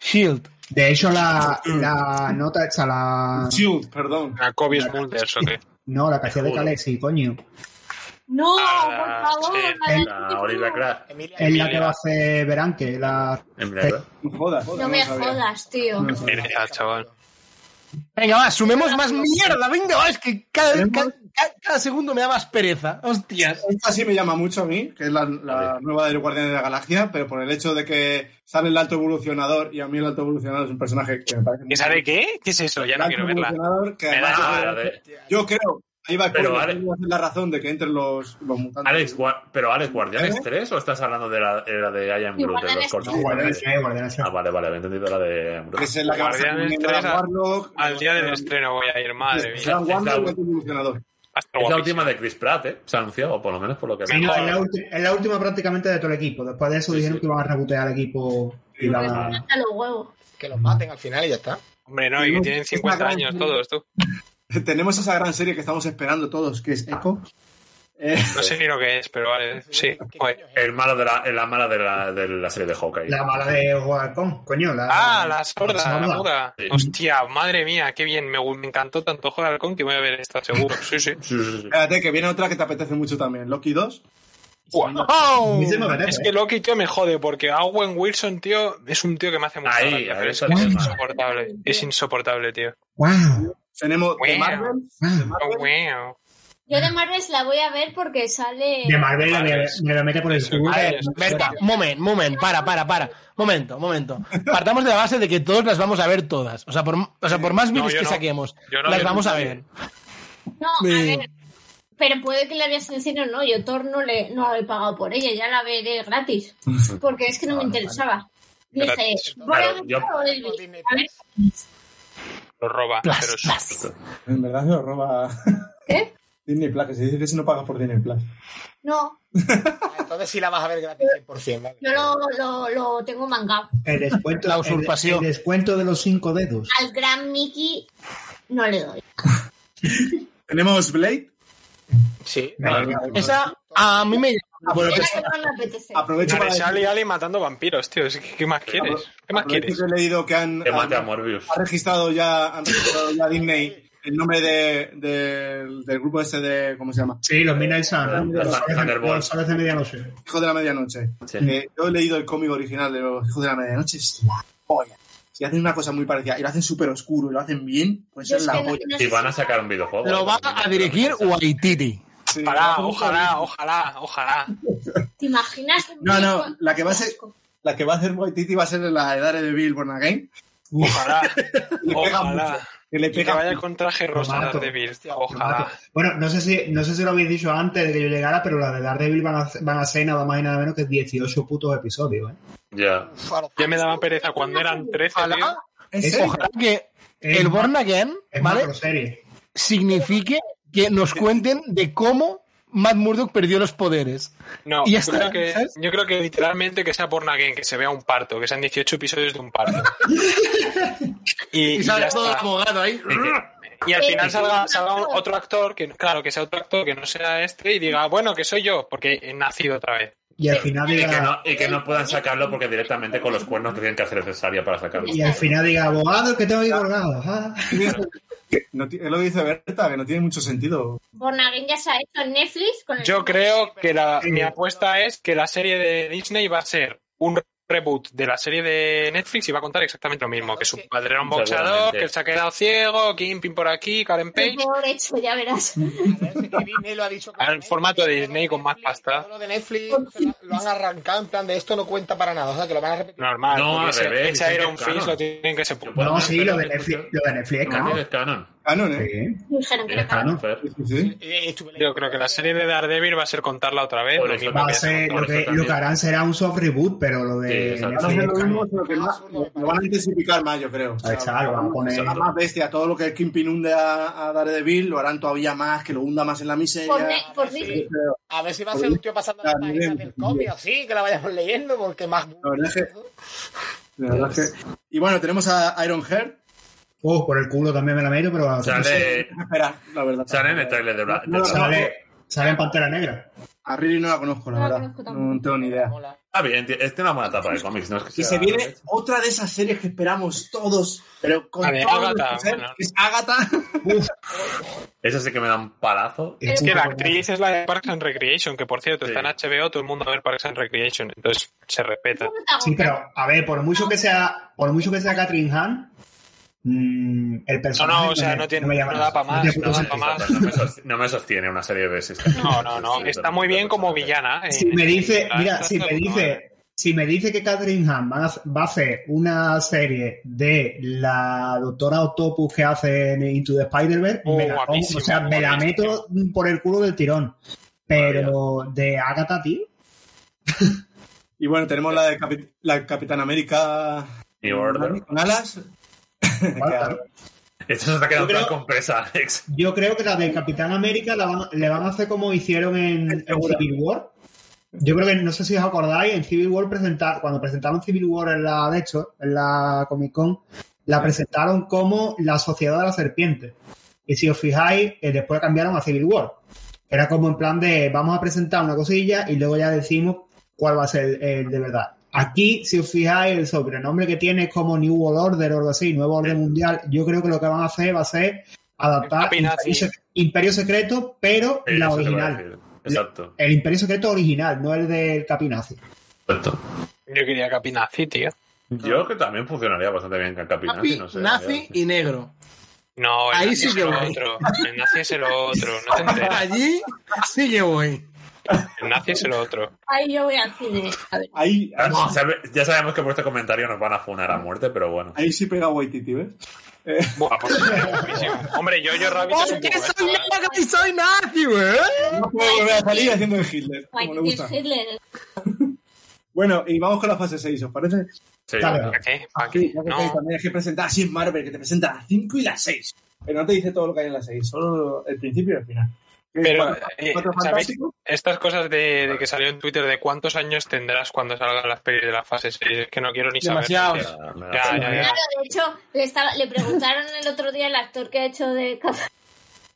Speaker 6: Shield.
Speaker 11: De hecho, la, la nota esta, la.
Speaker 5: Mm. Shield, perdón.
Speaker 8: A Kobe Smulders o qué.
Speaker 11: No, la que hacía de Calexi, coño.
Speaker 9: No,
Speaker 8: Ah,
Speaker 9: por favor.
Speaker 8: sí.
Speaker 9: la de-
Speaker 7: La Olivia Craft.
Speaker 10: Emilia,
Speaker 11: Es la que va a hacer Beranque, la.
Speaker 7: En verdad.
Speaker 5: No jodas.
Speaker 9: No me jodas, tío.
Speaker 5: No sabía.
Speaker 8: Pereza, chaval.
Speaker 6: Venga, va, sumemos más mierda. Venga, va, es que cada, ca- ca- cada segundo me da más pereza. Hostias.
Speaker 5: Esta sí me llama mucho a mí, que es la, la nueva del Guardián de la Galaxia, pero por el hecho de que sale el alto evolucionador, y a mí el alto evolucionador es un personaje que me parece. muy-
Speaker 8: ¿Y sabe qué? ¿Qué es eso? Ya
Speaker 5: El
Speaker 8: no
Speaker 5: alto
Speaker 8: quiero verla.
Speaker 5: evolucionador, que
Speaker 7: Me da-
Speaker 5: además yo,
Speaker 7: la
Speaker 5: creo,
Speaker 7: de-
Speaker 5: yo creo, ahí va
Speaker 7: Pero,
Speaker 5: Corbin,
Speaker 7: Ale-
Speaker 5: que va a ser la razón de que entren los, los mutantes.
Speaker 7: Alex, Gua- pero Alex, ¿Guardianes
Speaker 5: ¿Eh?
Speaker 7: 3 o estás hablando de la, de la de I Am
Speaker 9: Sí,
Speaker 7: Groot, de los
Speaker 9: Guardianes
Speaker 7: cortos?
Speaker 11: No, Guardianes, eh, Guardianes.
Speaker 7: Ah, vale, vale, había entendido la de I Am Groot.
Speaker 5: que es la que va a estar
Speaker 8: Guardianes
Speaker 5: uniendo
Speaker 8: tres ah,
Speaker 5: a
Speaker 8: a-
Speaker 5: Warlock.
Speaker 8: Al día del
Speaker 5: estreno.
Speaker 8: estreno voy a ir, madre
Speaker 5: Es
Speaker 8: mía.
Speaker 5: la Wanda y el
Speaker 7: Es la-
Speaker 5: alto evolucionador.
Speaker 8: Hasta
Speaker 7: Es la
Speaker 8: guapísimo.
Speaker 7: última de Chris Pratt, ¿eh? Se ha anunciado, por lo menos por lo que
Speaker 8: Sí,
Speaker 11: Sí, no,
Speaker 7: veo.
Speaker 11: es, la ulti- es la última prácticamente de todo el equipo. Después de eso
Speaker 7: Sí,
Speaker 11: dijeron
Speaker 7: sí.
Speaker 11: que iban a rebotear al equipo y van a-
Speaker 7: Ah.
Speaker 9: Hasta los huevos.
Speaker 10: que los maten al final y ya está.
Speaker 8: Hombre, no, y que tienen 50 años todos, Ah, tú.
Speaker 5: Tenemos esa gran serie que estamos esperando todos, que es Echo. Eh,
Speaker 8: No sé ni lo que es, pero vale. Sí,
Speaker 10: ¿Qué
Speaker 8: joder.
Speaker 10: coño es?
Speaker 7: El malo de la, el- la mala de la, de la serie de Hawkeye.
Speaker 11: La mala de Ojalcón, coño. La,
Speaker 8: Ah, la sorda,
Speaker 11: sorda.
Speaker 8: la muda.
Speaker 7: Sí.
Speaker 8: Hostia, madre mía, qué bien. Me, gu- me encantó tanto Ojo de Halcón que voy a ver esta, seguro. Sí, sí.
Speaker 7: Sí, sí, sí.
Speaker 5: espérate, que viene otra que te apetece mucho también. Loki 2.
Speaker 8: Buah.
Speaker 11: A mí se me
Speaker 8: ¡Oh! Es
Speaker 11: apetece,
Speaker 8: que
Speaker 11: eh.
Speaker 8: Loki que me jode, porque Owen Wilson, tío, es un tío que me hace mucha
Speaker 7: Ahí,
Speaker 8: gracia,
Speaker 7: ahí
Speaker 8: pero es
Speaker 7: está el tema.
Speaker 8: insoportable. Es insoportable, tío.
Speaker 11: Guau,
Speaker 5: Tenemos de
Speaker 8: Bueno.
Speaker 5: Marvel. de
Speaker 11: guau.
Speaker 8: Oh,
Speaker 5: Marvel,
Speaker 8: wow.
Speaker 9: Yo de Marvel la voy a ver porque sale.
Speaker 11: De Marvel la voy a-
Speaker 8: Marvel.
Speaker 11: me la mete por el
Speaker 8: Eso,
Speaker 11: culo.
Speaker 8: a ver,
Speaker 11: Eh,
Speaker 6: Berta, moment, moment, para, para, para. Momento, momento. Partamos de la base de que todos las vamos a ver todas. O sea, por, o sea, por más
Speaker 8: No,
Speaker 6: virus
Speaker 8: yo
Speaker 6: que
Speaker 8: no.
Speaker 6: saquemos,
Speaker 8: Yo no,
Speaker 6: las
Speaker 8: yo no.
Speaker 6: vamos a ver.
Speaker 9: No, a
Speaker 6: Eh.
Speaker 9: ver. Pero puede que la veas en el cine o no. Yo Thor no, le, no he pagado por ella, ya la veré gratis. Porque es que no me interesaba. Dije,
Speaker 8: Gratis.
Speaker 9: voy a
Speaker 7: Claro,
Speaker 9: ver
Speaker 7: yo-
Speaker 9: Thor, el-
Speaker 10: Por Disney
Speaker 9: a ver,
Speaker 8: Lo roba,
Speaker 6: Plas,
Speaker 8: pero es-
Speaker 6: plas.
Speaker 5: En verdad se lo roba
Speaker 9: ¿Qué?
Speaker 5: Disney Plus, que se dice que si no pagas por Disney Plus.
Speaker 9: No,
Speaker 10: Ah, Entonces sí la vas a ver gratis 100%. ¿vale?
Speaker 9: yo lo, lo, lo tengo mangado.
Speaker 11: El descuento,
Speaker 6: La
Speaker 11: el-
Speaker 6: usurpación.
Speaker 11: el descuento de los cinco dedos.
Speaker 9: Al gran Mickey no le doy.
Speaker 5: Tenemos Blade.
Speaker 10: Sí.
Speaker 6: Esa a mí me llama.
Speaker 5: Bueno,
Speaker 9: Era que no le apetece.
Speaker 5: Aprovecho para
Speaker 8: Hombre,
Speaker 5: decir-
Speaker 8: sale y Ali matando vampiros, tío. Es que, ¿Qué más quieres? ¿Qué más
Speaker 5: aprovecho
Speaker 8: quieres?
Speaker 5: que he leído que han,
Speaker 7: Que mate a
Speaker 5: han,
Speaker 7: Morbius.
Speaker 5: ha registrado ya, han registrado ya Disney el nombre de, de- del grupo ese de. ¿Cómo se llama?
Speaker 11: Sí, los Midnight Sun.
Speaker 7: Los Thunderbolts.
Speaker 11: Los soles de medianoche.
Speaker 5: Hijos de la Medianoche.
Speaker 7: Sí.
Speaker 5: Eh, yo he leído el cómic original de los Hijos de la Medianoche. Es la polla. Si hacen una cosa muy parecida y lo hacen súper oscuro y lo hacen bien, pues
Speaker 9: Yo
Speaker 5: es
Speaker 9: es
Speaker 5: la
Speaker 9: que no-
Speaker 5: polla.
Speaker 9: no sé
Speaker 7: Y van a
Speaker 9: si-
Speaker 7: sacar un videojuego. ¿eh?
Speaker 6: Lo va a dirigir Waititi.
Speaker 5: Sí, lo
Speaker 8: Ojalá,
Speaker 5: hacen muy
Speaker 8: ojalá, ojalá, ojalá.
Speaker 9: ¿Te imaginas?
Speaker 5: No, no, la que va a ser- La que va a hacer Waititi va a ser la edad de Bill Born Again.
Speaker 8: Ojalá.
Speaker 5: Le pega mucho,
Speaker 8: Ojalá.
Speaker 5: Que le
Speaker 8: Y que
Speaker 5: pega
Speaker 8: vaya con traje rosa
Speaker 11: Mato.
Speaker 8: de Bill.
Speaker 7: Ah.
Speaker 8: Ojalá.
Speaker 11: Bueno, no sé, si, no sé si lo habéis dicho antes de que yo llegara, pero la de Daredevil van a, van a ser nada más y nada menos que 18 putos episodios. ¿eh?
Speaker 7: Ya.
Speaker 10: Uf, a los-
Speaker 8: Ya me daba pereza cuando eran 13, tío.
Speaker 6: Ojalá,
Speaker 5: ¿En serio?
Speaker 6: ojalá que
Speaker 11: Es
Speaker 6: el
Speaker 11: ma-
Speaker 6: Born Again,
Speaker 11: Es
Speaker 6: ¿vale?
Speaker 11: macroserie.
Speaker 6: Signifique que nos cuenten de cómo Matt Murdock perdió los poderes.
Speaker 8: No,
Speaker 6: Y
Speaker 8: yo,
Speaker 6: ya
Speaker 8: creo
Speaker 6: está,
Speaker 8: que,
Speaker 6: ¿sabes?
Speaker 8: yo creo que literalmente que sea porno again, que se vea un parto, que sean 18 episodios de un parto. y, y ya está.
Speaker 6: abogado ahí.
Speaker 7: Y que-
Speaker 8: Y al
Speaker 9: Sí,
Speaker 8: final
Speaker 9: sí.
Speaker 8: salga, salga un- otro actor, que claro, que sea otro actor que no sea este y diga, bueno, que soy yo, porque he nacido otra vez.
Speaker 11: Y al final
Speaker 7: Y que,
Speaker 11: diga,
Speaker 7: no, y que no puedan sacarlo porque directamente con los cuernos tienen que hacer cesárea para sacarlo.
Speaker 11: y al final diga, abogado, que tengo que ir colgado. ah".
Speaker 5: Que no ti- es lo que dice Berta, que no tiene mucho sentido.
Speaker 9: Born Again ya se ha hecho en Netflix con el-
Speaker 8: Yo creo que la, mi apuesta es que la serie de Disney va a ser un reboot de la serie de Netflix y va a contar exactamente lo mismo, que su padre era un boxeador,
Speaker 7: Seguramente.
Speaker 8: que él se ha quedado ciego, Kimpin por aquí, Karen Page.
Speaker 9: por hecho, ya verás.
Speaker 10: A ver, que Disney lo ha dicho.
Speaker 8: Al formato de Disney con más pasta.
Speaker 10: Todo Lo de Netflix o sea, lo han arrancado en plan de esto no cuenta para nada. O sea, que lo van a repetir.
Speaker 8: Normal,
Speaker 7: No,
Speaker 8: porque
Speaker 7: al
Speaker 8: ese,
Speaker 7: revés,
Speaker 8: ese
Speaker 7: dicen que
Speaker 8: Iron
Speaker 7: es canon.
Speaker 8: Fist lo tienen que sepultar.
Speaker 11: No, sí, lo de Netflix, lo de Netflix es
Speaker 7: No,
Speaker 11: canon.
Speaker 7: es canon.
Speaker 5: Canon, ¿eh?
Speaker 11: Sí.
Speaker 9: Dijeron que
Speaker 7: Es
Speaker 9: era canon.
Speaker 7: canon, Fer.
Speaker 5: Sí, sí.
Speaker 10: Eh, estuve leyendo-
Speaker 8: Yo creo que la serie de Daredevil va a ser contarla otra vez.
Speaker 7: Por
Speaker 8: lo
Speaker 7: eso
Speaker 8: mismo
Speaker 11: Va a
Speaker 8: que-
Speaker 11: ser,
Speaker 7: por
Speaker 11: lo que,
Speaker 7: eso
Speaker 11: lo
Speaker 7: también.
Speaker 11: que harán será un soft reboot, pero lo
Speaker 7: Sí,
Speaker 11: de
Speaker 7: exacto.
Speaker 5: Van a hacer
Speaker 11: Netflix
Speaker 5: lo
Speaker 11: es
Speaker 5: mismo,
Speaker 11: canon.
Speaker 5: sino que más- lo van a intensificar más, yo creo. O sea,
Speaker 11: Exacto, van a poner-
Speaker 5: será más bestia. Todo lo que el Kingpin hunde a, a Daredevil lo harán todavía más, que lo hunda más en la
Speaker 9: Por,
Speaker 5: miseria.
Speaker 9: Ne- por Disney.
Speaker 5: Pero
Speaker 10: A ver si va a ser un tío pasando las páginas del cómic así, que la vayamos leyendo, porque más.
Speaker 5: La verdad es que- la verdad es que- Y bueno, tenemos a Iron Heart.
Speaker 11: Oh, por el culo también me la meto, pero
Speaker 7: Sale,
Speaker 5: Espera, la verdad.
Speaker 7: sale en el trailer de, Bla- de
Speaker 5: No lo
Speaker 7: Bla-
Speaker 11: sale, sale en Pantera Negra.
Speaker 5: A Riri no la conozco, la
Speaker 9: No la
Speaker 5: verdad.
Speaker 9: conozco tampoco.
Speaker 5: no tengo ni idea.
Speaker 10: Mola.
Speaker 7: Ah, bien, tiene- tiene una buena etapa de cómics, ¿no? Es que sea-
Speaker 5: Y se viene otra de esas series que esperamos todos, pero con
Speaker 8: A ver,
Speaker 5: todo
Speaker 8: Ágata,
Speaker 5: nuestro ser,
Speaker 8: bueno.
Speaker 5: que es Agatha.
Speaker 7: Esa sí que me da un palazo.
Speaker 9: Es
Speaker 8: Es que la
Speaker 11: muy buena.
Speaker 8: actriz es la de Parks and Recreation, que por cierto
Speaker 7: Sí.
Speaker 8: está en HBO, todo el mundo va a ver Parks and Recreation, entonces se respeta.
Speaker 11: Sí, pero a ver, por mucho que sea, por mucho que sea Catherine Hahn, mm, el
Speaker 8: No,
Speaker 11: personaje
Speaker 8: no, o sea,
Speaker 11: me-
Speaker 8: no tiene
Speaker 11: me llama
Speaker 8: no da para
Speaker 11: nada.
Speaker 8: más,
Speaker 11: No tiene
Speaker 8: no
Speaker 5: pues,
Speaker 11: puto
Speaker 8: da
Speaker 11: sentido.
Speaker 8: para más.
Speaker 7: No me, sostiene, no me sostiene una serie de veces.
Speaker 8: No, no, no, está muy bien como villana. eh.
Speaker 11: Si me dice, mira,
Speaker 8: Está
Speaker 11: si me
Speaker 8: todo, ¿no?
Speaker 11: dice, si me dice que Catherine Hahn va a hacer- va a hacer una serie de la doctora Octopus que hace en Into the Spider-Verse,
Speaker 8: Oh,
Speaker 11: me la como,
Speaker 8: guapísimo,
Speaker 11: o sea, me la
Speaker 8: guapísimo.
Speaker 11: meto por el culo del tirón. Pero de Agatha, tío.
Speaker 5: Y bueno, tenemos la de Capi- la Capitán América
Speaker 7: Y Order.
Speaker 5: con alas.
Speaker 11: Claro.
Speaker 7: Esto se está quedando
Speaker 11: Yo creo-
Speaker 7: tan con presa, Alex.
Speaker 11: Pues Yo creo que la del Capitán América la van- le van a hacer como hicieron en, en Civil War. Yo creo que, no sé si os acordáis, en Civil War presentar, cuando presentaron Civil War en la de hecho, en la Comic Con, la presentaron como la Sociedad de la Serpiente. Y si os fijáis, eh, después cambiaron a Civil War. Era como en plan de vamos a presentar una cosilla y luego ya decimos cuál va a ser el, el de verdad. Aquí, si os fijáis, el sobrenombre que tiene es como New World Order o algo así, Nuevo Orden Mundial. Yo creo que lo que van a hacer va a ser adaptar
Speaker 8: Papi nazi.
Speaker 11: Imperio, Sec- Imperio Secreto, pero
Speaker 7: Eh,
Speaker 11: la
Speaker 7: eso te voy a
Speaker 11: original.
Speaker 7: decir. Exacto.
Speaker 11: El Imperio Secreto original, no el del Capinazi.
Speaker 7: Exacto.
Speaker 8: Yo quería Capinazi, tío.
Speaker 7: Yo creo que también funcionaría bastante bien con Capinazi,
Speaker 6: Papi,
Speaker 7: no sé.
Speaker 6: nazi y negro.
Speaker 8: No, el
Speaker 6: Ahí
Speaker 8: nazi
Speaker 6: sí
Speaker 8: es
Speaker 6: que
Speaker 8: el
Speaker 6: voy.
Speaker 8: otro. El nazi es el otro. No te enteras.
Speaker 6: Allí sí que voy.
Speaker 8: El nazi es el otro.
Speaker 9: Ahí yo voy al cine. A ver.
Speaker 5: Ahí,
Speaker 7: Ah, no, sabe- ya sabemos que por este comentario nos van a funar a muerte, pero bueno. Eh.
Speaker 5: ahí sí pega Waititi, ¿ves?
Speaker 8: Buah, pues, guapísimo. Hombre, yo, yo Rabbit es un
Speaker 6: Porque
Speaker 8: poco
Speaker 6: soy
Speaker 8: esto, ¿eh?
Speaker 6: negro y soy nazi, ¿eh? güey.
Speaker 5: No puedo volver a salir haciendo de Hitler, como le
Speaker 9: Whitey
Speaker 5: gusta.
Speaker 9: Hitler.
Speaker 5: Bueno, y vamos con la fase 6, ¿os parece?
Speaker 7: Sí,
Speaker 11: Claro.
Speaker 7: bueno.
Speaker 8: ¿Para qué? ¿Para
Speaker 5: Sí,
Speaker 8: qué?
Speaker 5: ya que
Speaker 8: No.
Speaker 5: te- también es que presentar así en Marvel, que te presenta la 5 y la 6. Pero no te dice todo lo que hay en la 6, solo el principio y el final.
Speaker 8: Pero,
Speaker 5: Cuatro-
Speaker 8: eh,
Speaker 5: cuatro
Speaker 8: ¿sabéis?
Speaker 5: fantásticos.
Speaker 8: Estas cosas de, de que salió en Twitter de cuántos años tendrás cuando salgan las pelis de la fase 6, es que no quiero ni saber.
Speaker 6: Demasiados.
Speaker 7: Ya, me da
Speaker 8: Ya,
Speaker 7: pena.
Speaker 8: ya, ya.
Speaker 9: Claro, de hecho, le, estaba, le preguntaron el otro día al actor que ha hecho de, Cap-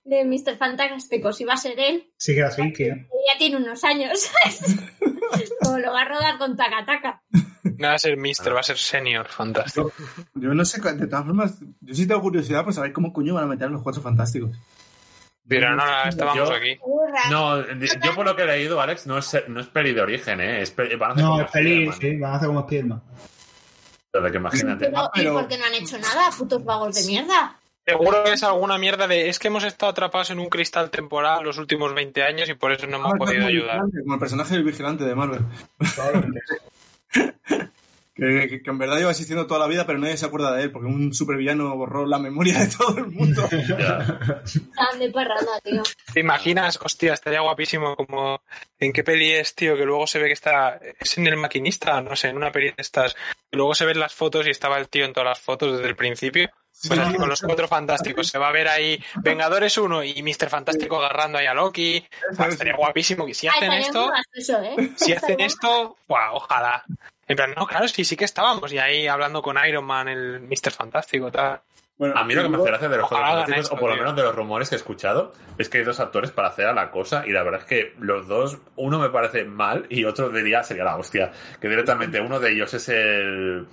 Speaker 9: de Mr. Fantástico si va a ser él.
Speaker 11: Sí que era así, que...
Speaker 9: Ya tiene unos años. o lo va a rodar con Takataka.
Speaker 8: No va a ser Mister, va a ser Senior, fantástico.
Speaker 5: Yo no sé, de todas formas, yo sí tengo curiosidad por saber cómo coño van a meter a los cuatro fantásticos.
Speaker 8: Pero no, no, estábamos
Speaker 7: Yo-
Speaker 8: aquí.
Speaker 7: No, di- yo por lo que he leído, Alex, no es, no es peli de origen, ¿eh? Es peli, van a hacer
Speaker 11: No,
Speaker 7: como
Speaker 11: es feliz,
Speaker 7: Spider-Man.
Speaker 11: sí, van a hacer como Spiderman.
Speaker 7: Entonces, que
Speaker 11: Ah,
Speaker 7: imagínate.
Speaker 9: Pero, ¿y
Speaker 5: pero-
Speaker 9: por qué no han hecho nada? Putos vagos de mierda.
Speaker 8: Seguro que es alguna mierda de. Es que hemos estado atrapados en un cristal temporal los últimos 20 años y por eso no hemos
Speaker 5: Ah,
Speaker 8: podido
Speaker 5: como el
Speaker 8: ayudar.
Speaker 5: vigilante, Como el personaje del vigilante de Marvel. que, que- que en verdad lleva existiendo toda la vida, pero nadie se acuerda de él, porque un supervillano borró la memoria de todo el mundo.
Speaker 7: ya.
Speaker 9: Tan de parranda, tío.
Speaker 8: ¿Te imaginas? Hostia, estaría guapísimo como... ¿En qué peli es, tío? Que luego se ve que está... Es en El Maquinista, no sé, en una peli de estas. Y luego se ven las fotos y estaba el tío en todas las fotos desde el principio. Pues así con los cuatro fantásticos. Se va a ver ahí Vengadores 1 y Mister Fantástico agarrando ahí a Loki. Pues estaría guapísimo. que Si
Speaker 9: Ay,
Speaker 8: hacen
Speaker 9: estaría
Speaker 8: esto...
Speaker 9: muy gracioso, ¿eh?
Speaker 8: Si hacen esto... ¡Buah, ojalá! En plan, no, claro, sí, sí que estábamos. Y ahí hablando con Iron Man, el Mister Fantástico, tal.
Speaker 5: Bueno,
Speaker 7: A mí lo que me hace gracia de los Juegos
Speaker 8: Hagan
Speaker 7: Fantásticos,
Speaker 8: esto,
Speaker 7: o por lo
Speaker 8: tío.
Speaker 7: menos de los rumores que he escuchado, es que hay dos actores para hacer a la cosa y la verdad es que los dos, uno me parece mal y otro diría sería la hostia. Que directamente uno de ellos es el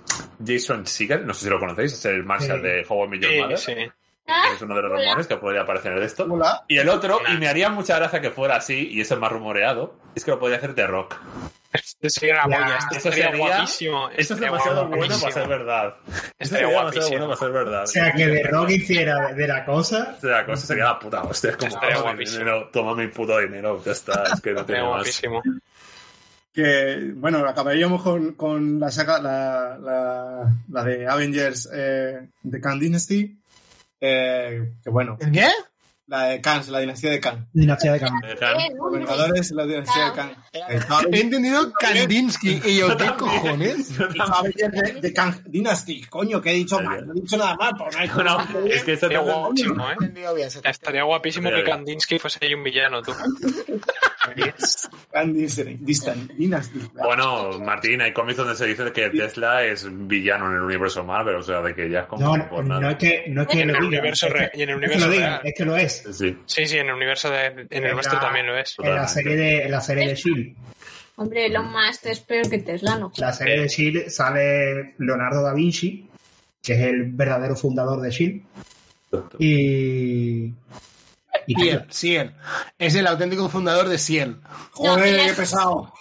Speaker 7: Jason Segel, no sé si lo conocéis, es el Marshall
Speaker 11: Sí.
Speaker 7: de How I Met Your Mother,
Speaker 8: Sí, sí.
Speaker 9: Ah,
Speaker 7: Es uno de los
Speaker 9: Hola.
Speaker 7: rumores que podría aparecer en esto.
Speaker 5: Hola.
Speaker 7: Y el otro, y me haría mucha gracia que fuera así, y eso es más rumoreado, es que lo podría hacer The Rock.
Speaker 8: Este sería la
Speaker 11: Ya,
Speaker 8: polla, este
Speaker 7: Eso
Speaker 8: sería
Speaker 7: sería-
Speaker 8: guapísimo.
Speaker 7: Eso es
Speaker 8: estaría
Speaker 7: demasiado
Speaker 8: guapísimo.
Speaker 7: bueno para ser verdad. Eso
Speaker 8: Estaría
Speaker 7: sería demasiado
Speaker 8: guapísimo.
Speaker 7: bueno para ser verdad.
Speaker 11: O sea, que de Rock hiciera de la cosa.
Speaker 7: Esta cosa sería la puta hostia. Es como,
Speaker 8: Estaría
Speaker 7: toma mi
Speaker 8: guapísimo.
Speaker 7: dinero, toma mi puto dinero, ya está, es que no
Speaker 8: Estaría
Speaker 7: tiene más.
Speaker 8: guapísimo.
Speaker 5: Que, bueno, acabaríamos con, con la saga, la, la, la de Avengers eh, de Khan Dynasty. Eh, que bueno,
Speaker 6: ¿El qué?
Speaker 5: la de Khan, la dinastía de Khan.
Speaker 11: Dinastía de Khan.
Speaker 9: qué
Speaker 5: Los
Speaker 9: nombre.
Speaker 5: Vengadores, la dinastía de Khan. Eh, los
Speaker 6: He
Speaker 5: Avengers-
Speaker 6: entendido Kandinsky y yo, ¿qué cojones?
Speaker 5: los Avengers de, de Khan Dynasty, coño, que he dicho mal, no he dicho nada mal, por ahí.
Speaker 7: Eh, No, es que eso
Speaker 8: Estaría
Speaker 7: también-
Speaker 8: guapísimo, ¿eh?
Speaker 10: Entendido bien, se te-
Speaker 8: Estaría guapísimo que
Speaker 7: Estaría bien.
Speaker 8: Kandinsky fuese ahí un villano, tú.
Speaker 5: Khan Dynasty, Dynasty, Dynasty.
Speaker 7: Bueno, Martín, hay cómics donde se dice que Tesla es villano en el universo Marvel, o sea, de que ya es como
Speaker 11: No,
Speaker 7: por
Speaker 11: no, no
Speaker 7: nada.
Speaker 11: es que, no es que
Speaker 8: En
Speaker 11: lo
Speaker 8: el
Speaker 11: diga.
Speaker 8: universo
Speaker 11: es que-
Speaker 8: re- y en el
Speaker 11: es que
Speaker 8: universo
Speaker 11: lo diga,
Speaker 8: real.
Speaker 11: es que lo es.
Speaker 7: Sí.
Speaker 8: Sí, sí, en el universo de, en el
Speaker 11: Era-
Speaker 8: nuestro también lo es.
Speaker 11: En la,
Speaker 7: Totalmente.
Speaker 11: serie de, en la serie de S.H.I.E.L.D.
Speaker 9: Hombre, lo más te espero que Tesla no.
Speaker 11: La serie de S.H.I.E.L.D. sale Leonardo da Vinci, que es el verdadero fundador de S.H.I.E.L.D. Y... y
Speaker 6: Ciel, Ciel. Es el auténtico fundador de Ciel.
Speaker 9: No,
Speaker 5: Joder,
Speaker 9: en
Speaker 5: qué
Speaker 9: las-
Speaker 5: pesado.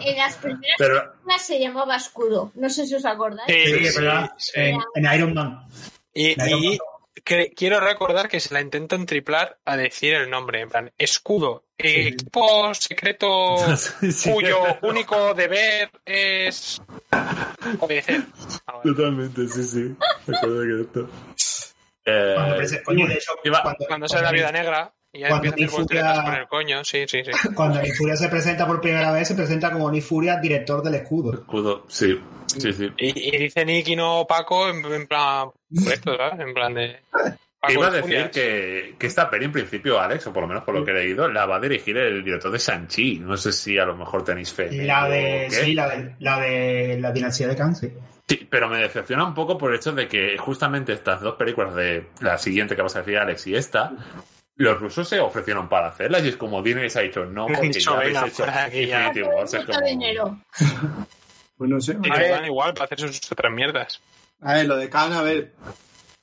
Speaker 9: En las primeras
Speaker 7: Pero
Speaker 9: películas se llamaba escudo. No sé si os acordáis.
Speaker 11: Sí, es verdad.
Speaker 8: sí.
Speaker 11: En, en Iron Man.
Speaker 8: Y,
Speaker 11: Iron Man.
Speaker 8: y que- quiero recordar que se la intentan triplar a decir el nombre, en plan, escudo, eh, equipo secreto
Speaker 7: Sí, sí.
Speaker 8: cuyo único deber es obedecer. Ah, bueno.
Speaker 7: Totalmente, sí, sí. Me acuerdo que esto. Eh,
Speaker 11: Cuando prese- coño, de hecho,
Speaker 7: iba-
Speaker 11: cuando-
Speaker 8: Cuando sale la viuda negra y ya
Speaker 11: cuando
Speaker 8: empieza a hacer
Speaker 11: Nick Furia-
Speaker 8: volteretas con el coño, sí, sí, sí.
Speaker 11: Cuando Nick Furia se presenta por primera vez, se presenta como Nick Furia, director del escudo.
Speaker 7: escudo, sí, sí, sí.
Speaker 8: Y, y dice Nick y no Paco en, en plan, por esto, ¿sabes? En plan de... Paco
Speaker 7: Iba a
Speaker 8: en
Speaker 7: decir
Speaker 8: furias.
Speaker 7: que, que esta peli, en principio, Alex, o por lo menos por lo que he leído, la va a dirigir el director de Sanchi. No sé si a lo mejor tenéis fe. en
Speaker 11: La
Speaker 7: ello
Speaker 11: de,
Speaker 7: o qué.
Speaker 11: sí, la de, la de la dinastía de Khan, sí.
Speaker 7: Sí, pero me decepciona un poco por el hecho de que justamente estas dos películas de la siguiente que vas a decir, Alex, y esta, los rusos se ofrecieron para hacerlas y es como Disney les ha dicho no,
Speaker 8: Han
Speaker 7: porque
Speaker 8: dicho,
Speaker 7: ya habéis
Speaker 8: "Venga,
Speaker 7: hecho
Speaker 8: fuera de aquí ya".
Speaker 7: Infinity War. Es
Speaker 9: Mucho
Speaker 7: como-
Speaker 9: dinero.
Speaker 5: Pues no sé.
Speaker 8: Y les dan igual para hacer sus otras mierdas.
Speaker 5: A ver, lo de Khan, a ver,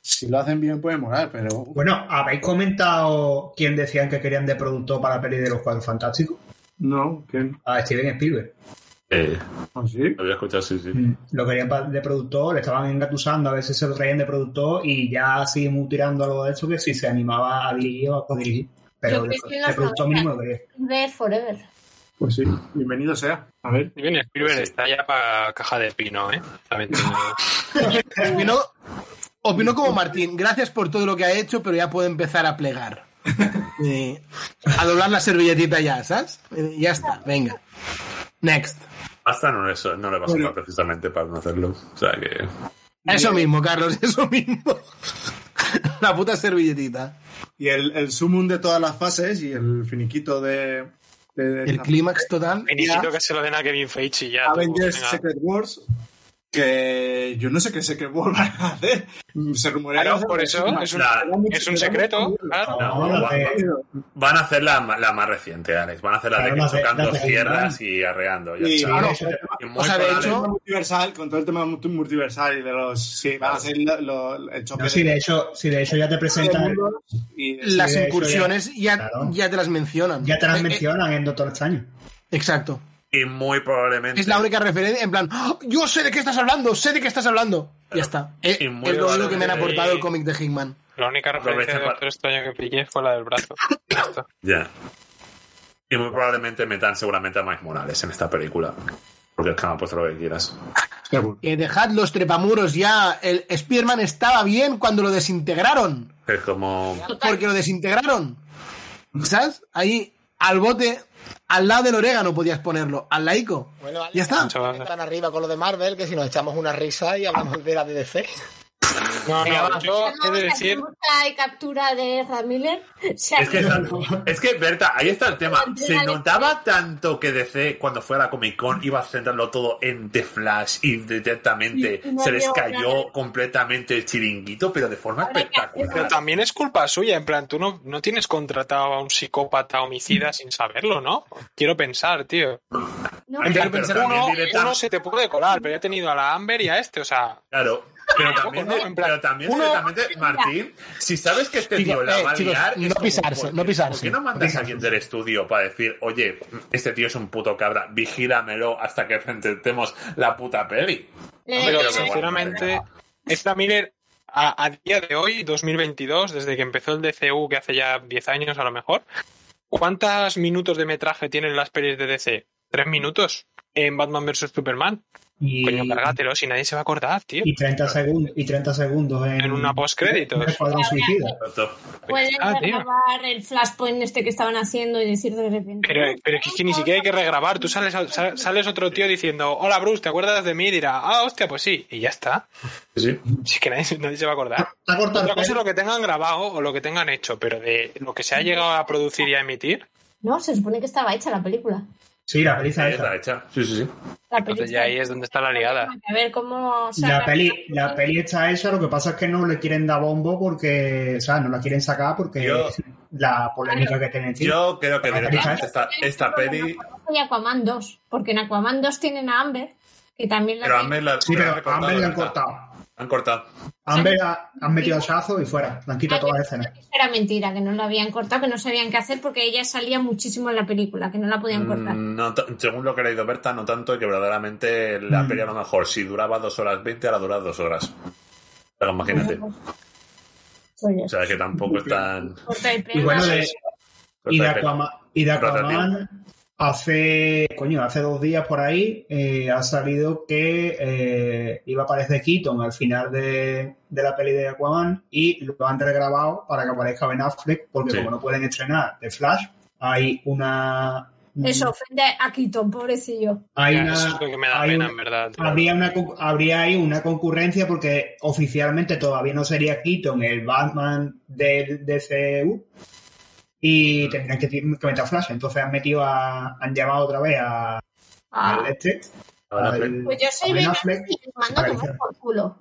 Speaker 5: si lo hacen bien puede morar, pero...
Speaker 11: Bueno, ¿habéis comentado quién decían que querían de productor para la peli de los Cuatro Fantásticos?
Speaker 5: No, que
Speaker 11: A Steven Spielberg.
Speaker 7: Eh,
Speaker 5: no, sí.
Speaker 7: lo había escuchado, sí, Mm. sí.
Speaker 11: Lo querían pa- de productor, le estaban engatusando, a veces se lo traían de productor y ya seguimos tirando algo de eso que si se animaba a dirigir o a codirigir. Pero
Speaker 9: Yo
Speaker 11: de,
Speaker 9: creí que en
Speaker 11: de
Speaker 9: las
Speaker 11: productor
Speaker 9: novelas.
Speaker 11: mínimo lo quería.
Speaker 9: Ver Forever.
Speaker 5: Pues sí, bienvenido sea. A ver.
Speaker 8: Y bien, Spielberg
Speaker 7: Sí.
Speaker 8: está ya para caja de pino, ¿eh? También te digo.
Speaker 6: Opinó, opinó como Martín. Gracias por todo lo que ha hecho, pero ya puedo empezar a plegar. Eh, a doblar la servilletita ya, ¿sabes? Eh, ya está, venga. Next.
Speaker 7: Hasta no, eso, no le va a sonar
Speaker 5: Bueno.
Speaker 7: precisamente para no hacerlo. O sea que.
Speaker 6: Eso mismo, Carlos, eso mismo. la puta servilletita.
Speaker 5: Y el, el sumum de todas las fases y el finiquito de... de- de-
Speaker 6: El clímax total.
Speaker 8: Y necesito que se lo den a Kevin Feige y ya. tú,
Speaker 5: Avengers
Speaker 8: venga.
Speaker 5: Secret Wars. Que yo no sé qué Secret Wars van a hacer. Se rumorea.
Speaker 8: Claro, por eso es un,
Speaker 7: Nah.
Speaker 8: es un secreto, claro.
Speaker 7: No,
Speaker 11: Ah, No, la
Speaker 7: va-
Speaker 11: de-
Speaker 7: van a hacer la, ma- la más reciente, Alex. Van a hacer la
Speaker 11: Claro,
Speaker 7: de que
Speaker 11: la de-
Speaker 7: chocan
Speaker 11: la
Speaker 7: dos
Speaker 11: de-
Speaker 7: tierras y arreando. Ya
Speaker 5: Y-
Speaker 7: está.
Speaker 5: Claro.
Speaker 7: Y muy
Speaker 6: O sea, de
Speaker 7: con
Speaker 6: hecho-
Speaker 7: Alex.
Speaker 5: Multiversal, con todo el tema multi- multiversal y de los. Sí, van a ser lo- lo- el choque
Speaker 11: No, si de hecho, si de hecho ya te presentan,
Speaker 5: mundos y-
Speaker 6: Las
Speaker 11: Sí, eso ya-
Speaker 6: incursiones ya,
Speaker 11: claro.
Speaker 6: ya te las mencionan.
Speaker 11: ya te las
Speaker 6: Eh, eh,
Speaker 11: mencionan en Doctor Extraño.
Speaker 6: exacto.
Speaker 7: y muy probablemente.
Speaker 6: Es la única referencia, en plan, ¡Ah! yo sé de qué estás hablando, sé de qué estás hablando. Ya está. Es,
Speaker 7: Y
Speaker 6: es
Speaker 7: muy
Speaker 6: lo único que me han
Speaker 7: probablemente-
Speaker 6: aportado el cómic de Hickman.
Speaker 8: La única referencia de
Speaker 7: Aprovecha para-
Speaker 8: Doctor Extraño que pillé fue la del brazo. Ya está.
Speaker 7: Ya. Y muy probablemente metan seguramente a Mike Morales en esta película. Porque el que me ha puesto lo que quieras.
Speaker 6: Eh, dejad los trepamuros ya. El Spearman estaba bien cuando lo desintegraron.
Speaker 7: Es como.
Speaker 6: Porque lo desintegraron. ¿Sabes? Ahí, al bote, al lado del orégano podías ponerlo, al laico.
Speaker 10: Bueno, vale,
Speaker 6: Ya está.
Speaker 10: están arriba con lo de Marvel, que si nos echamos una risa y hablamos de la DDC.
Speaker 8: No,
Speaker 6: Venga,
Speaker 8: no,
Speaker 6: va.
Speaker 8: yo he de
Speaker 9: la
Speaker 8: decir.
Speaker 9: busca y captura de Ezra Miller. O sea,
Speaker 7: Es que, es que, Berta, ahí está el tema. Se notaba tanto que DC, cuando fue a la Comic Con, iba a centrarlo todo en The Flash y directamente
Speaker 9: Y- y no
Speaker 7: se les
Speaker 9: había
Speaker 7: cayó completamente el chiringuito, pero de forma
Speaker 8: Pero
Speaker 7: espectacular.
Speaker 8: también es culpa suya, en plan, tú no, no tienes contratado a un psicópata homicida sin saberlo, ¿no? Quiero pensar, tío.
Speaker 9: no,
Speaker 8: En plan,
Speaker 7: Pero
Speaker 8: uno-
Speaker 7: también
Speaker 8: uno,
Speaker 7: directa-
Speaker 8: se te puede colar, pero ya he tenido a la Amber y a este, o sea,
Speaker 7: Claro. Pero
Speaker 8: Tampoco,
Speaker 7: también,
Speaker 8: ¿no? En plan,
Speaker 7: pero también
Speaker 8: uno-
Speaker 7: directamente, Martín, si sabes que este tío
Speaker 6: Chicos,
Speaker 7: la
Speaker 6: eh,
Speaker 7: va a
Speaker 6: chicos,
Speaker 7: liar, es
Speaker 6: no
Speaker 7: como,
Speaker 6: pisarse,
Speaker 7: ¿por qué-
Speaker 6: no pisarse.
Speaker 7: ¿Por qué no
Speaker 6: No
Speaker 7: mandas
Speaker 6: pisarse.
Speaker 7: a alguien del estudio para decir, oye, este tío es un puto cabra, vigílamelo hasta que enfrentemos la puta peli?
Speaker 9: le-
Speaker 7: Hombre,
Speaker 8: pero
Speaker 7: creo que bueno,
Speaker 8: Eh, sinceramente, Ezra Miller, a, a día de hoy, 2022, desde que empezó el DCU, que hace ya 10 años a lo mejor, ¿cuántos minutos de metraje tienen las pelis de DC? ¿Tres minutos? En Batman vs Superman.
Speaker 11: Y,
Speaker 8: Coño, cárgatelo, si nadie se va a acordar, tío.
Speaker 11: y 30 segundos y 30 segundos en,
Speaker 8: En una postcréditos.
Speaker 11: en Escuadrón Suicida.
Speaker 7: Exacto.
Speaker 8: Pues
Speaker 9: Pueden
Speaker 8: ya está, tío.
Speaker 9: regrabar el flashpoint este que estaban haciendo y decir de repente.
Speaker 8: Pero, pero es que ni siquiera hay que regrabar. Tú sales, sal- sales otro tío diciendo, hola Bruce, ¿te acuerdas de mí? Y dirá, ah, hostia, pues sí. Y ya está.
Speaker 7: Sí.
Speaker 8: Si es que nadie, nadie se va a acordar.
Speaker 11: Te ha cortado ¿eh? el
Speaker 8: Otra cosa es
Speaker 11: pelo.
Speaker 8: lo que tengan grabado o lo que tengan hecho, pero de lo que se ha llegado a producir y a emitir,
Speaker 9: No, se supone que estaba hecha la película.
Speaker 11: Sí, la peli está
Speaker 7: Ahí está
Speaker 11: hecha.
Speaker 7: hecha. Sí, sí, sí.
Speaker 9: La
Speaker 8: entonces
Speaker 9: película
Speaker 8: ya ahí es donde está la liada.
Speaker 9: A ver cómo. o sea,
Speaker 11: La peli, la peli está hecha, lo que pasa es que no le quieren dar bombo porque, o sea, no la quieren sacar porque
Speaker 7: Yo-
Speaker 11: la polémica que tienen encima.
Speaker 7: Yo creo que
Speaker 11: Pero
Speaker 7: directamente
Speaker 11: está
Speaker 7: esta, esta peli.
Speaker 9: Y Aquaman 2, porque en Aquaman 2 tienen a Amber, que también la
Speaker 7: Pero
Speaker 9: tienen-
Speaker 7: Amber la,
Speaker 11: Sí,
Speaker 7: la
Speaker 11: pero
Speaker 7: han
Speaker 11: a
Speaker 7: recortado,
Speaker 11: Amber la han
Speaker 7: ¿verdad?
Speaker 11: cortado.
Speaker 7: Han cortado.
Speaker 11: Amber ha- han metido el chazo y fuera. Le han quitado todas las escenas.
Speaker 9: Eso era mentira, que no la habían cortado, que no sabían qué hacer porque ella salía muchísimo en la película, que no la podían cortar.
Speaker 7: Mm, no t- según lo que he leído Berta, no tanto que verdaderamente la
Speaker 11: Mm.
Speaker 7: peli a lo mejor, si duraba dos horas 20, ahora dura dos horas. Pero imagínate.
Speaker 9: Pues ya
Speaker 7: O
Speaker 9: está.
Speaker 7: sea, que tampoco es tan.
Speaker 9: Corta el pelo.
Speaker 11: Y bueno, de, y de
Speaker 7: corta el pelo.
Speaker 11: Aquaman, y de Aquaman hace, coño, hace dos días por ahí eh, ha salido que eh, iba a aparecer Keaton al final de, de la peli de Aquaman y lo han regrabado para que aparezca Ben Affleck porque
Speaker 7: Sí.
Speaker 11: como no pueden estrenar The Flash, hay una...
Speaker 9: Eso ofende a Keaton, pobrecillo.
Speaker 11: Mm. Hay
Speaker 8: Ya,
Speaker 11: una,
Speaker 8: eso es lo que me da
Speaker 11: hay
Speaker 8: pena,
Speaker 11: una-
Speaker 8: en verdad. tío.
Speaker 11: habría una con- habría ahí una concurrencia porque oficialmente todavía no sería Keaton el Batman del DCU
Speaker 8: Mm.
Speaker 11: y tendrían que, que meter a Flash entonces han metido a han llamado otra vez a,
Speaker 9: Ah,
Speaker 11: al este
Speaker 7: Ahora,
Speaker 11: al-
Speaker 7: Fleck.
Speaker 9: pues yo soy
Speaker 11: a Ben
Speaker 9: Ben
Speaker 11: Affleck.
Speaker 9: Affleck y les mando a
Speaker 11: Vale.
Speaker 9: tomar por culo.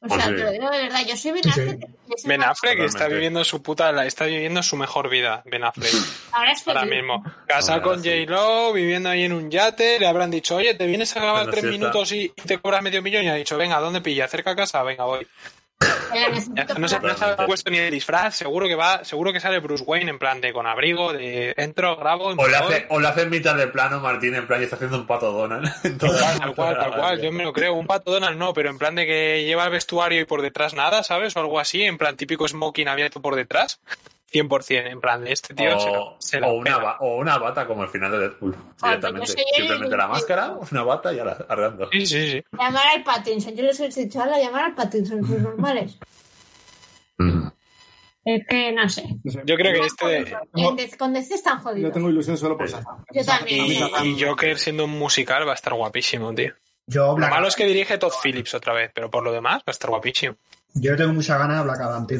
Speaker 9: O sea,
Speaker 7: Pues sí.
Speaker 9: te lo digo de verdad, yo soy Ben
Speaker 11: Sí, sí.
Speaker 9: Affleck. y les he
Speaker 8: Ben
Speaker 9: mandado-
Speaker 8: Affleck está
Speaker 7: Totalmente.
Speaker 8: viviendo su puta, la- está viviendo su mejor vida, Ben Affleck,
Speaker 9: Ahora es
Speaker 8: ahora
Speaker 9: feliz.
Speaker 8: mismo. Casado
Speaker 7: Ahora
Speaker 8: con
Speaker 7: sí.
Speaker 8: J-Lo, viviendo ahí en un yate, le habrán dicho, oye, te vienes a grabar
Speaker 7: Pero
Speaker 8: tres
Speaker 7: sí está.
Speaker 8: minutos y, y te cobras medio millón, y ha dicho, venga, ¿dónde pilla? ¿Cerca a casa? Venga, voy.
Speaker 9: Eh,
Speaker 8: Ya
Speaker 9: necesito
Speaker 8: está, No se, no se ha
Speaker 7: Totalmente.
Speaker 8: puesto ni el disfraz, seguro que va, seguro que sale Bruce Wayne en plan de con abrigo, de entro, grabo,
Speaker 7: O le
Speaker 8: me voy.
Speaker 7: hace, o le hace en mitad de plano Martín, en plan, y está haciendo un pato Donald.
Speaker 8: Tal
Speaker 7: Entonces,
Speaker 8: cual, tal cual, tal cual, yo me lo creo. Un pato Donald no, pero en plan de que lleva el vestuario y por detrás nada, ¿sabes? O algo así, en plan típico smoking abierto por detrás. 100%, en plan de este tío se
Speaker 7: O,
Speaker 8: lo- se
Speaker 7: o
Speaker 8: lo
Speaker 7: una,
Speaker 8: pela.
Speaker 7: ba- o una bata como el final de Deadpool. Directamente.
Speaker 9: pues yo soy el-
Speaker 7: Simplemente la máscara, una bata y ahora arreando.
Speaker 8: Sí, sí, sí.
Speaker 9: Llamar al Pattinson. Yo les he dicho, "Hala, llamar al Pattinson, sus normales.
Speaker 7: Mm.
Speaker 9: Es que no sé.
Speaker 5: No sé,
Speaker 8: Yo creo que este.
Speaker 9: En Dez- con DC están
Speaker 5: Yo
Speaker 9: jodidos.
Speaker 5: tengo ilusión solo por Shazam.
Speaker 9: Yo también.
Speaker 8: Y, y Joker siendo un musical va a estar guapísimo, tío.
Speaker 11: yo
Speaker 8: Lo
Speaker 11: Black
Speaker 8: malo es que dirige Todd Phillips otra vez, pero por lo demás va a estar guapísimo.
Speaker 11: yo tengo muchas ganas de Black Adam tío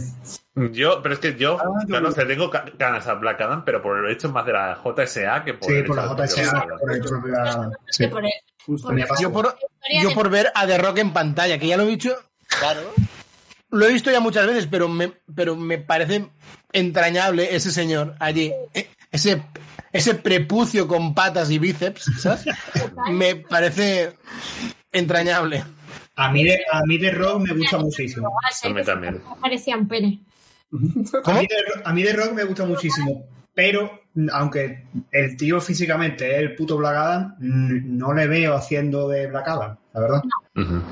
Speaker 7: Yo, pero es que yo,
Speaker 5: Ah, yo
Speaker 7: Carlos, te tengo ca- ganas a Black Adam, pero por el hecho más de la JSA que por
Speaker 11: sí
Speaker 7: el
Speaker 11: por la
Speaker 7: hecho de que
Speaker 11: JSA
Speaker 7: yo-
Speaker 11: por el propio
Speaker 9: Es
Speaker 11: sí.
Speaker 9: que por el-
Speaker 5: Justo.
Speaker 11: Tenía
Speaker 6: Yo
Speaker 11: pasado.
Speaker 6: por, yo por ver a The Rock en pantalla, que ya lo he dicho,
Speaker 10: Claro.
Speaker 6: lo he visto ya muchas veces, pero me, pero me parece entrañable ese señor allí. Eh, Ese, ese prepucio con patas y bíceps, ¿sabes? Me parece entrañable.
Speaker 11: a mí de, a mí de Rock me gusta muchísimo
Speaker 9: drogas, ¿eh?
Speaker 7: A mí también.
Speaker 9: Parecía un pene.
Speaker 11: A mí, de, a mí The Rock me gusta muchísimo, pero aunque el tío físicamente es el puto Black Adam, n- no le veo haciendo de Black Adam, la verdad.
Speaker 7: Ujú.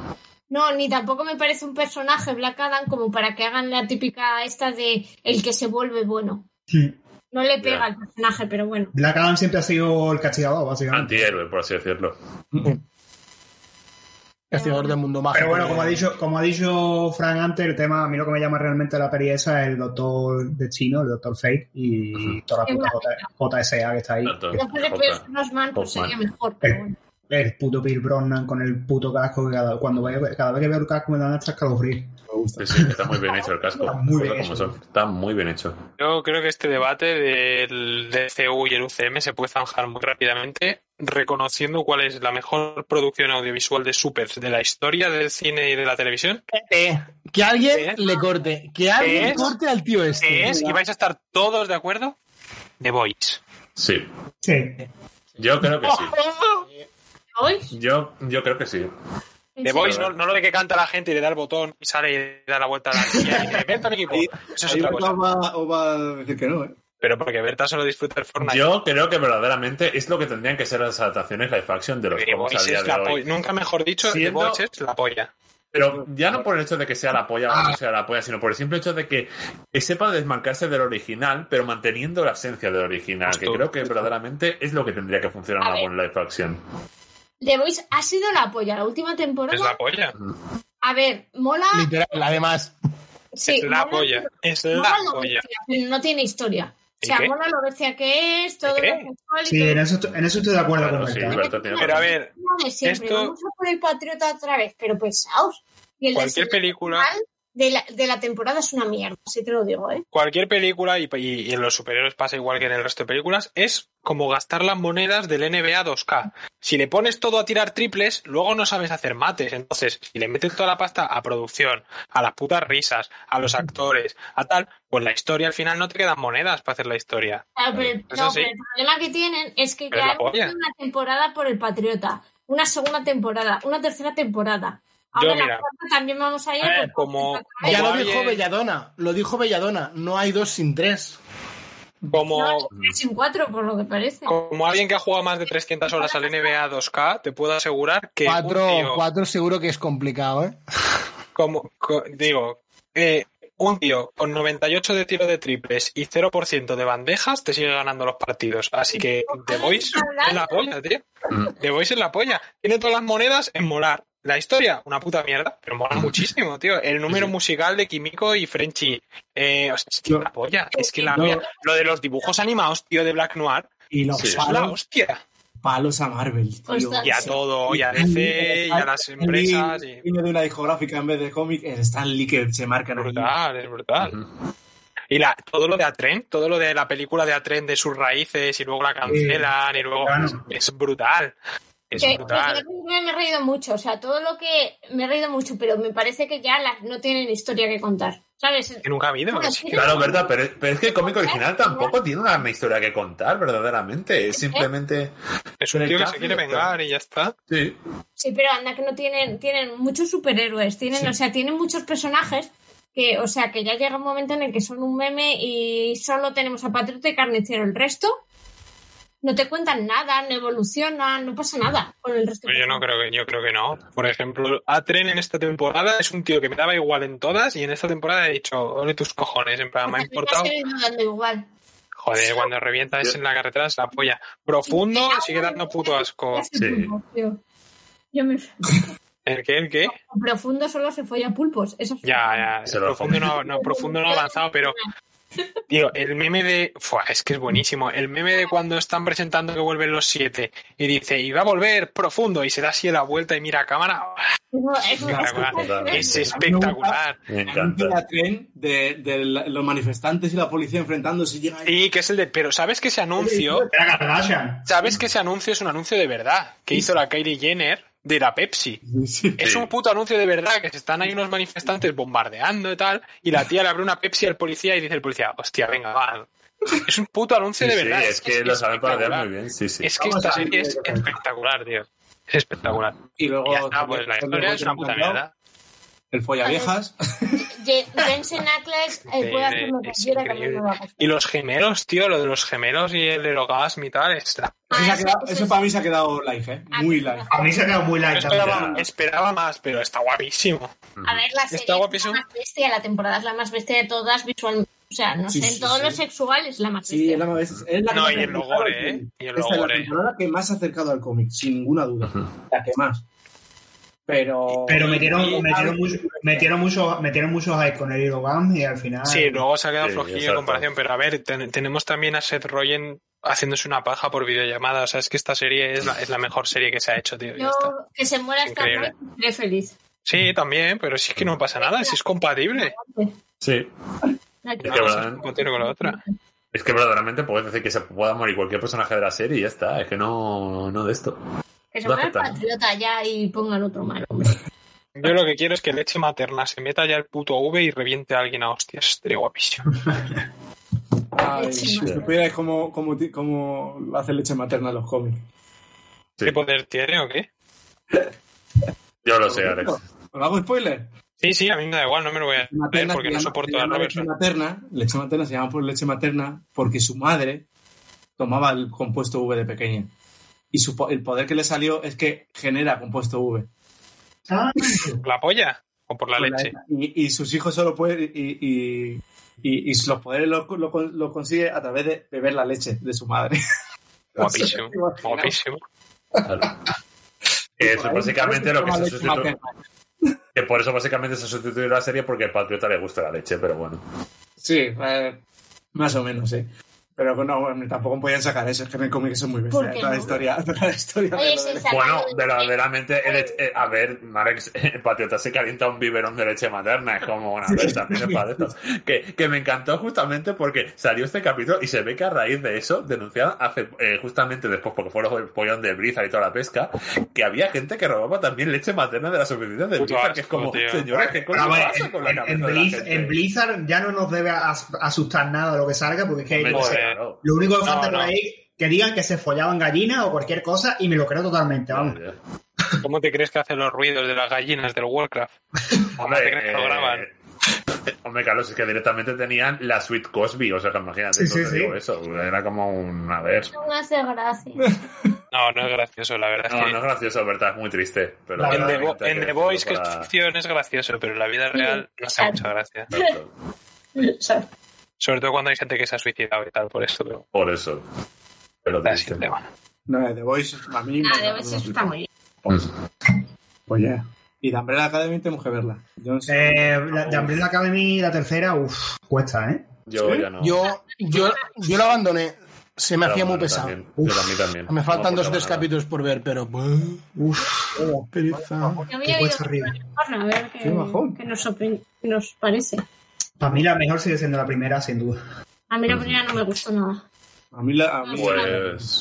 Speaker 9: No, ni tampoco me parece un personaje Black Adam como para que hagan la típica esta de el que se vuelve bueno. No le pega
Speaker 7: Ya.
Speaker 9: al personaje, pero bueno.
Speaker 11: Black Adam siempre ha sido el castigador, básicamente.
Speaker 7: Antihéroe, por así decirlo.
Speaker 6: Castigador del mundo mágico.
Speaker 11: Pero bueno, como ha dicho, como ha dicho Frank antes, el tema, a mí lo que me llama realmente la peli esa es el doctor de chino, el doctor Fate y toda la puta J- JSA que está ahí.
Speaker 7: Tanto-
Speaker 9: Yo creo que
Speaker 7: Hawkeye.
Speaker 9: Pierce Brosnan pues,
Speaker 7: Hawkman.
Speaker 9: sería mejor, pero bueno.
Speaker 11: El puto Bill Brosnan con el puto casco que cada, cuando veo- cada vez que veo el casco me dan hasta escalofríos.
Speaker 7: Sí, sí, está muy bien hecho el casco.
Speaker 11: Está muy bien
Speaker 7: Cosas como son. Está muy bien hecho.
Speaker 8: Yo creo que este debate del DCU y el UCM se puede zanjar muy rápidamente reconociendo cuál es la mejor producción audiovisual de supers de la historia del cine y de la televisión.
Speaker 6: Eh, que alguien
Speaker 8: ¿Es?
Speaker 6: le corte. Que alguien
Speaker 8: ¿Es?
Speaker 6: corte al tío este.
Speaker 8: que es, y vais a estar todos de acuerdo, The Boys.
Speaker 7: Sí.
Speaker 11: Sí.
Speaker 7: Yo creo que sí.
Speaker 9: Hoy,
Speaker 8: Oh.
Speaker 7: Yo, yo creo que sí.
Speaker 8: The Boys, no, no lo de que canta la gente y le da el botón y sale y da la vuelta a la silla y dice, "Vente al equipo. Eso es
Speaker 5: Ahí
Speaker 8: otra cosa.
Speaker 5: Berta os va, os va a decir que no, ¿eh?
Speaker 8: Pero porque Berta solo disfruta el Fortnite.
Speaker 7: Yo creo que verdaderamente es lo que tendrían que ser las adaptaciones live action de los
Speaker 8: The
Speaker 7: juegos
Speaker 8: Boys
Speaker 7: a día
Speaker 8: es
Speaker 7: de
Speaker 8: la
Speaker 7: hoy.
Speaker 8: polla. Nunca mejor dicho,
Speaker 7: Siendo-
Speaker 8: The Boys es la polla. Ah.
Speaker 7: Pero ya no por el hecho de que sea la polla o no sea la polla, sino por el simple hecho de que, que sepa desmarcarse del original, pero manteniendo la esencia del original,
Speaker 8: Justo.
Speaker 7: que creo que verdaderamente es lo que tendría que funcionar
Speaker 9: A
Speaker 7: una
Speaker 9: ver.
Speaker 7: buena live action.
Speaker 9: The Voice ha sido la polla. La última temporada.
Speaker 8: Es la polla.
Speaker 9: A ver, mola.
Speaker 6: Literal, además.
Speaker 9: Ah. Sí,
Speaker 8: es la
Speaker 9: mola-
Speaker 8: polla. Es
Speaker 9: Mola
Speaker 8: la
Speaker 9: lo
Speaker 8: polla.
Speaker 9: bestia, pero no tiene historia. O
Speaker 8: ¿Y
Speaker 9: sea,
Speaker 8: qué?
Speaker 9: mola lo bestia que es, todo
Speaker 8: ¿Y qué?
Speaker 9: lo sexual y
Speaker 11: Sí,
Speaker 9: todo.
Speaker 11: en eso, en eso estoy de acuerdo
Speaker 7: Claro,
Speaker 11: con
Speaker 7: sí,
Speaker 11: Berta. ¿eh?
Speaker 7: Berta tiene
Speaker 9: Pero
Speaker 8: Pero a
Speaker 7: razón.
Speaker 8: ver,
Speaker 9: Lo de siempre,
Speaker 8: esto-
Speaker 9: vamos a por el Patriota otra vez, pero pensaos. Y el
Speaker 8: Cualquier
Speaker 9: desenlace
Speaker 8: película-
Speaker 9: final De la, de la temporada es una mierda, si te lo digo, ¿eh?
Speaker 8: cualquier película, y, y- y en los superhéroes pasa igual que en el resto de películas, es como gastar las monedas del NBA 2K. Si le pones todo a tirar triples, luego no sabes hacer mates. Entonces, si le metes toda la pasta a producción, a las putas risas, a los actores, a tal, pues la historia al final no te quedan monedas para hacer la historia.
Speaker 9: Claro, Ah, pero, el-
Speaker 8: Eso
Speaker 9: no,
Speaker 8: sí.
Speaker 9: pero el problema que tienen es que
Speaker 8: Pero
Speaker 9: ya
Speaker 8: la
Speaker 9: han
Speaker 8: polla.
Speaker 9: hecho una temporada por el Patriota, una segunda temporada, una tercera temporada.
Speaker 8: Yo,
Speaker 9: Ahora la
Speaker 8: mira.
Speaker 9: cuarta también vamos a ir
Speaker 6: A ver,
Speaker 9: por-
Speaker 8: como-
Speaker 9: por-
Speaker 8: Como
Speaker 6: Ya lo
Speaker 8: alguien-
Speaker 6: dijo Belladona. Lo dijo Belladona. No hay dos sin tres.
Speaker 9: No,
Speaker 8: Como,
Speaker 9: tres en cuatro, por lo que parece.
Speaker 8: como alguien que ha jugado más de 300 horas al NBA 2K, te puedo asegurar que... un
Speaker 6: Cuatro,
Speaker 8: tío-
Speaker 6: cuatro seguro que es complicado, ¿eh?
Speaker 8: como co- digo, eh, un tío con 98 de tiro de triples y 0% de bandejas te sigue ganando los partidos. Así que The Voice es la polla, tío.
Speaker 7: Mm.
Speaker 8: The Voice es la polla. Tiene todas las monedas en molar. La historia, una puta mierda, pero mola muchísimo, tío. El número musical de Kimiko y Frenchy. Eh, o sea, es que
Speaker 5: Yo-
Speaker 8: la polla, es que la
Speaker 5: yo-
Speaker 8: polla. Lo de los dibujos animados, tío, de Black Noir,
Speaker 5: Y los
Speaker 7: Sí.
Speaker 8: es la
Speaker 5: palos,
Speaker 8: hostia.
Speaker 5: palos a Marvel, tío.
Speaker 9: Ostras.
Speaker 8: Y a todo, y a DC, y a las
Speaker 5: Stan Lee,
Speaker 8: empresas. y-
Speaker 5: Vino de una discográfica en vez de cómic, es Stan Lee que se marcan aquí.
Speaker 8: brutal, es brutal.
Speaker 7: Ujú.
Speaker 8: Y la, todo lo de Atren, todo lo de la película de Atren de sus raíces y luego la cancelan y luego
Speaker 11: claro.
Speaker 8: es brutal. Es
Speaker 9: Que-
Speaker 8: brutal.
Speaker 9: que me, me he reído mucho, o sea, todo lo que me he reído mucho, pero me parece que ya las no tienen historia que contar, ¿sabes?
Speaker 8: Que nunca ha habido.
Speaker 9: Bueno,
Speaker 8: es que-
Speaker 9: sí,
Speaker 7: Claro, verdad, pero, pero es que el cómic original tampoco tiene una historia que contar, verdaderamente.
Speaker 9: ¿Eh?
Speaker 7: Es simplemente.
Speaker 8: es un
Speaker 7: pero
Speaker 8: tío que
Speaker 7: el
Speaker 8: se quiere
Speaker 7: cambio,
Speaker 8: vengar y ya está.
Speaker 7: Sí.
Speaker 9: Sí, pero anda que no tienen, tienen muchos superhéroes, tienen, o sea, tienen muchos personajes que, o sea, que ya llega un momento en el que son un meme y solo tenemos a Patriota y Carnicero, el resto no te cuentan nada, no evolucionan, no pasa nada con el resto.
Speaker 8: Pero Pues yo no creo que, yo creo que no. Por ejemplo, Atren en esta temporada es un tío que me daba igual en todas y en esta temporada he dicho, ole tus cojones, en plan, me ha
Speaker 9: Porque
Speaker 8: importado.
Speaker 9: me ha seguido dando igual.
Speaker 8: Joder, cuando revienta es en la carretera es la polla. Profundo sigue dando puto asco.
Speaker 7: Sí.
Speaker 9: Yo, yo me
Speaker 8: ¿El qué? ¿El qué?
Speaker 9: profundo solo se folla pulpos, eso es-
Speaker 8: Ya,
Speaker 7: Se
Speaker 8: ya.
Speaker 7: lo
Speaker 8: Profundo no, no, profundo no ha avanzado, pero. Digo, el meme de. Fua, es que es buenísimo. El meme de cuando están presentando que vuelven los siete y dice, y va a volver profundo, y se da así la vuelta y mira a cámara.
Speaker 9: No, es una-
Speaker 7: Espectacular.
Speaker 8: Es espectacular.
Speaker 7: Me
Speaker 5: La
Speaker 7: encanta.
Speaker 5: tren de, de la- los manifestantes y la policía enfrentándose y llega ahí.
Speaker 8: Sí, que es el de. Pero sabes que ese anuncio.
Speaker 11: Era Kardashian.
Speaker 8: Sabes que ese anuncio es un anuncio de verdad que hizo la Kylie Jenner de la Pepsi.
Speaker 5: Sí.
Speaker 8: Es
Speaker 7: Sí.
Speaker 8: un puto anuncio de verdad que se están ahí unos manifestantes bombardeando y tal, y la tía le abre una Pepsi al policía y dice el policía, hostia, venga, va. Es un puto anuncio
Speaker 7: Sí,
Speaker 8: de
Speaker 7: sí,
Speaker 8: verdad.
Speaker 7: es que lo saben
Speaker 8: espectacular.
Speaker 7: parodiar muy bien. Sí, sí.
Speaker 8: Es que
Speaker 5: Vamos
Speaker 8: esta
Speaker 5: a ver
Speaker 8: serie es
Speaker 5: qué pasa.
Speaker 8: espectacular, tío. Es espectacular.
Speaker 5: Y luego
Speaker 8: Y ya está, pues la historia es una puta mierda.
Speaker 5: El follaviejas.
Speaker 9: Ye- Jensen Ackles eh, puede hacer lo que
Speaker 8: Es
Speaker 9: quiera que a mí
Speaker 8: increíble.
Speaker 9: no me va a gustar.
Speaker 8: Y los gemelos, tío, lo de los gemelos y el erogasm y tal, es la-
Speaker 9: Ah,
Speaker 5: Eso, se ha
Speaker 9: eso-
Speaker 5: quedado-
Speaker 9: eso
Speaker 5: eso
Speaker 9: es-
Speaker 5: para mí se ha quedado live, ¿eh?
Speaker 9: Ah,
Speaker 5: Muy
Speaker 9: sí,
Speaker 5: live.
Speaker 11: A mí se ha quedado muy
Speaker 8: Yo
Speaker 11: light también.
Speaker 8: esperaba, esperaba más, pero está guapísimo.
Speaker 9: A ver, la serie es
Speaker 8: guapísimo.
Speaker 9: la más bestia, la temporada es la más bestia de todas visualmente. O sea, no
Speaker 5: Sí,
Speaker 9: sé,
Speaker 5: sí,
Speaker 9: en todo
Speaker 5: sí.
Speaker 9: lo sexual es la más
Speaker 5: Sí,
Speaker 9: bestia.
Speaker 5: es la, es la
Speaker 8: No,
Speaker 5: que
Speaker 8: y el
Speaker 5: más ha acercado
Speaker 8: Logore,
Speaker 5: al
Speaker 8: ¿eh?
Speaker 5: cómic.
Speaker 8: Y el
Speaker 5: Esta es la
Speaker 8: Logore.
Speaker 5: temporada que más se ha acercado al cómic, sin ninguna duda. La que más. Pero.
Speaker 11: Pero metieron,
Speaker 8: Y-
Speaker 11: metieron, mucho- metieron, mucho, metieron muchos hype con el Hero Gam y al final.
Speaker 8: Sí, luego se ha quedado
Speaker 7: Sí,
Speaker 8: flojillo en
Speaker 7: exacto.
Speaker 8: comparación, pero a ver, ten- tenemos también a Seth Rogen haciéndose una paja por videollamada. O sea, es que esta serie es la, es la mejor serie que se ha hecho, tío. ya
Speaker 9: Yo,
Speaker 8: está.
Speaker 9: que se muera esta
Speaker 8: Increíble.
Speaker 9: noche, estaré feliz.
Speaker 8: Sí, también, pero si es que no pasa nada, si es compatible.
Speaker 7: Sí.
Speaker 9: No hay que-
Speaker 7: Es
Speaker 8: Una
Speaker 7: que,
Speaker 8: cosa
Speaker 7: verdaderamente-
Speaker 8: compatible con la otra.
Speaker 7: es que verdaderamente puedes decir que se pueda morir cualquier personaje de la serie y ya está. Es que no, no de esto.
Speaker 9: Que se
Speaker 7: no
Speaker 9: muera el
Speaker 7: aceptan.
Speaker 9: patriota ya y pongan otro malo. hombre.
Speaker 8: Yo lo que quiero es que leche materna se meta ya el puto V y reviente a alguien a hostias. Estaría guapísimo.
Speaker 5: Ay,
Speaker 9: Sí,
Speaker 5: si
Speaker 7: sí.
Speaker 5: supierais cómo, cómo, ti- cómo hace leche materna en los cómics.
Speaker 7: Sí.
Speaker 8: ¿Qué poder tiene o qué?
Speaker 7: Yo lo sé, Alex.
Speaker 5: ¿Os hago spoiler?
Speaker 8: Sí, sí, a mí me da igual, no me lo voy a ver
Speaker 5: Materna
Speaker 8: porque
Speaker 5: se
Speaker 8: no
Speaker 5: llama- se
Speaker 8: soporto a
Speaker 5: llama leche
Speaker 8: Robertson.
Speaker 5: materna, leche materna se llama por leche materna porque su madre tomaba el compuesto V de pequeña. Y su po- el poder que le salió es que genera compuesto V.
Speaker 11: Ah,
Speaker 8: ¿Por la polla o por la leche?
Speaker 5: Y, y sus hijos solo pueden. Y, y, y- y los poderes los lo, lo consigue a través de beber la leche de su madre.
Speaker 8: Guapísimo,
Speaker 5: Imagina.
Speaker 8: guapísimo.
Speaker 7: Claro. Eso es básicamente lo que
Speaker 5: Toma
Speaker 7: se
Speaker 5: leche
Speaker 7: sustituye.
Speaker 5: materna.
Speaker 7: Que por eso básicamente se sustituye la serie porque al patriota le gusta la leche, pero bueno.
Speaker 5: Sí, eh, más o menos, sí. Pero bueno, bueno, tampoco podían sacar eso, es que en el cómic eso es muy bestia.
Speaker 9: ¿Por qué
Speaker 5: Toda la
Speaker 9: no?
Speaker 5: historia, toda la historia de
Speaker 9: Oye,
Speaker 5: lo
Speaker 9: si
Speaker 5: de-
Speaker 7: Bueno,
Speaker 9: sacando de-
Speaker 7: verdaderamente, el, eh, a ver, Marex, el patriota se calienta un biberón de leche materna, es como una vez también es para esto. Que, que me encantó justamente porque salió este capítulo y se ve que a raíz de eso denunciaron hace, eh, justamente después, porque fue el pollón de Blizzard y toda la pesca, que había gente que robaba también leche materna de las oficinas de
Speaker 8: Puto
Speaker 7: Blizzard, que es
Speaker 8: asco,
Speaker 7: como,
Speaker 8: tío.
Speaker 7: señores, ¿qué
Speaker 11: pero
Speaker 7: coño
Speaker 11: bueno,
Speaker 7: pasa con la
Speaker 11: en, en
Speaker 7: cabeza de la
Speaker 11: Blizz-
Speaker 7: gente?
Speaker 11: en Blizzard ya no nos debe as- asustar nada lo que salga, porque es que
Speaker 7: Hombre,
Speaker 11: yo qué sé,
Speaker 7: claro.
Speaker 11: lo único que
Speaker 8: No,
Speaker 11: falta por
Speaker 8: no.
Speaker 11: ahí que digan que se follaban gallinas o cualquier cosa y me lo creo totalmente, vamos.
Speaker 8: ¿Cómo te crees que hacen los ruidos de las gallinas del Warcraft? ¿Cómo te crees que lo graban?
Speaker 7: Hombre, eh, hombre, Carlos, es que directamente tenían la suite Cosby, o sea, que imagínate,
Speaker 11: Sí,
Speaker 7: no
Speaker 11: sí,
Speaker 7: te
Speaker 11: sí.
Speaker 7: digo eso, era como un, a ver,
Speaker 9: No me hace gracia.
Speaker 8: No, no es gracioso, la verdad
Speaker 7: no,
Speaker 8: es que.
Speaker 7: no es gracioso, verdad, es muy triste, pero
Speaker 11: La
Speaker 8: En The, Vo-
Speaker 7: verdaderamente hay
Speaker 8: en The
Speaker 7: que
Speaker 8: Voice, que
Speaker 7: decirlo
Speaker 8: es
Speaker 7: para-
Speaker 8: ficción, es gracioso, pero en la vida real no hace mucha gracia.
Speaker 7: Exacto,
Speaker 9: Exacto.
Speaker 8: Sobre todo cuando hay gente que se ha suicidado y tal por esto, pero
Speaker 7: por eso, pero
Speaker 8: así
Speaker 7: triste.
Speaker 8: el tema.
Speaker 5: No, eh, The Voice, a mí.
Speaker 9: Ah,
Speaker 5: me-
Speaker 9: de veces está muy bien.
Speaker 7: Mm.
Speaker 5: Pues ya. Y de Umbrella Academy tenemos que verla. Yo no sé. Ah,
Speaker 11: Eh, la, de Umbrella Academy, la tercera, uff, cuesta, ¿eh?
Speaker 7: Yo ya no.
Speaker 6: Yo, yo, yo la abandoné. Se me
Speaker 7: Pero
Speaker 6: hacía muy
Speaker 7: bueno,
Speaker 6: pesado.
Speaker 7: también, pues
Speaker 11: Uf,
Speaker 7: yo a mí también.
Speaker 6: Me faltan
Speaker 7: No
Speaker 6: dos
Speaker 7: aportaba
Speaker 6: o tres
Speaker 7: nada.
Speaker 6: capítulos por ver, pero. buh,
Speaker 11: Uff,
Speaker 6: pereza.
Speaker 9: Yo
Speaker 11: qué
Speaker 9: había oído
Speaker 11: cuesta arriba.
Speaker 9: Bueno, a ver qué,
Speaker 5: Qué bajón.
Speaker 9: qué nos, opin- qué nos parece.
Speaker 11: Para mí la mejor sigue siendo la primera, sin duda.
Speaker 9: A mí la primera no me gustó nada.
Speaker 5: A mí la. A mí
Speaker 7: Pues,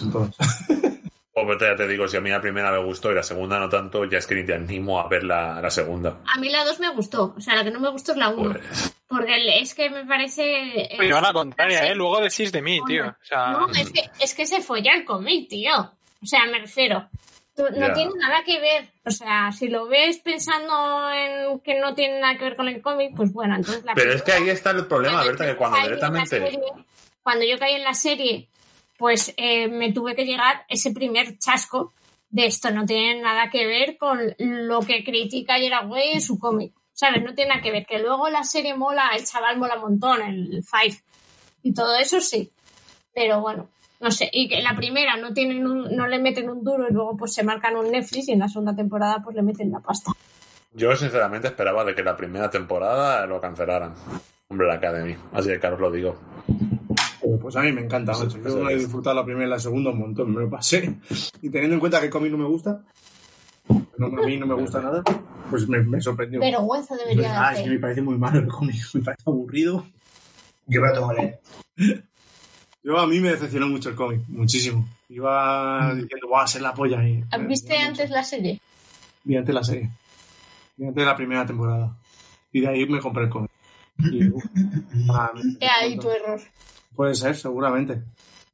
Speaker 7: pues ya te digo, si a mí la primera me gustó y la segunda no tanto, ya es que ni te animo a ver la, la segunda.
Speaker 9: A mí la dos me gustó. O sea, la que no me gustó es la uno.
Speaker 7: Pues,
Speaker 9: Porque el- es que me parece... eh,
Speaker 8: Pero a la contraria,
Speaker 9: sí.
Speaker 8: ¿eh? Luego decís de mí, tío. O sea,
Speaker 9: No, es que, es que se follan conmigo, tío. O sea, me refiero. Tú- no
Speaker 7: Ya.
Speaker 9: tiene nada que ver. O sea, si lo ves pensando en que no tiene nada que ver con el cómic, pues bueno, entonces la
Speaker 7: pero es que ahí está el problema,
Speaker 9: Cuando
Speaker 7: Berta,
Speaker 9: yo
Speaker 7: que cuando
Speaker 9: caí en la
Speaker 7: directamente...
Speaker 9: serie- cuando yo caí en la serie, pues eh, me tuve que llegar ese primer chasco de esto. No tiene nada que ver con lo que critica Gerard Way en su cómic. ¿Sabes? No tiene nada que ver. Que luego la serie mola, el chaval mola un montón, el Five. Y todo eso sí. Pero bueno, no sé. Y que en la primera no, tienen un- no le meten un duro y luego pues se marcan un Netflix y en la segunda temporada pues le meten la pasta.
Speaker 7: Yo sinceramente esperaba de que la primera temporada lo cancelaran. Hombre, la Academy. Así de claro os lo digo.
Speaker 5: pues a mí me encanta,
Speaker 7: Sí,
Speaker 5: macho.
Speaker 7: sí,
Speaker 5: Yo
Speaker 7: sí.
Speaker 5: he disfrutado la primera y la segunda un montón, me lo pasé. Y teniendo en cuenta que el cómic no me gusta, no, a mí no me gusta nada, pues me, me sorprendió.
Speaker 9: Vergüenza debería de
Speaker 5: Ah, es que me
Speaker 9: hacer.
Speaker 5: parece muy malo el cómic, me parece aburrido.
Speaker 11: Yo me lo tengo que leer.
Speaker 5: Yo a mí me decepcionó mucho el cómic, muchísimo. Iba diciendo, va a ser la polla. Y,
Speaker 9: ¿Viste antes la serie?
Speaker 5: Vi antes la serie. Vi antes la primera temporada. Y de ahí me compré el cómic. Y, uf, ah, me
Speaker 9: He ahí tu error.
Speaker 5: Puede ser, seguramente.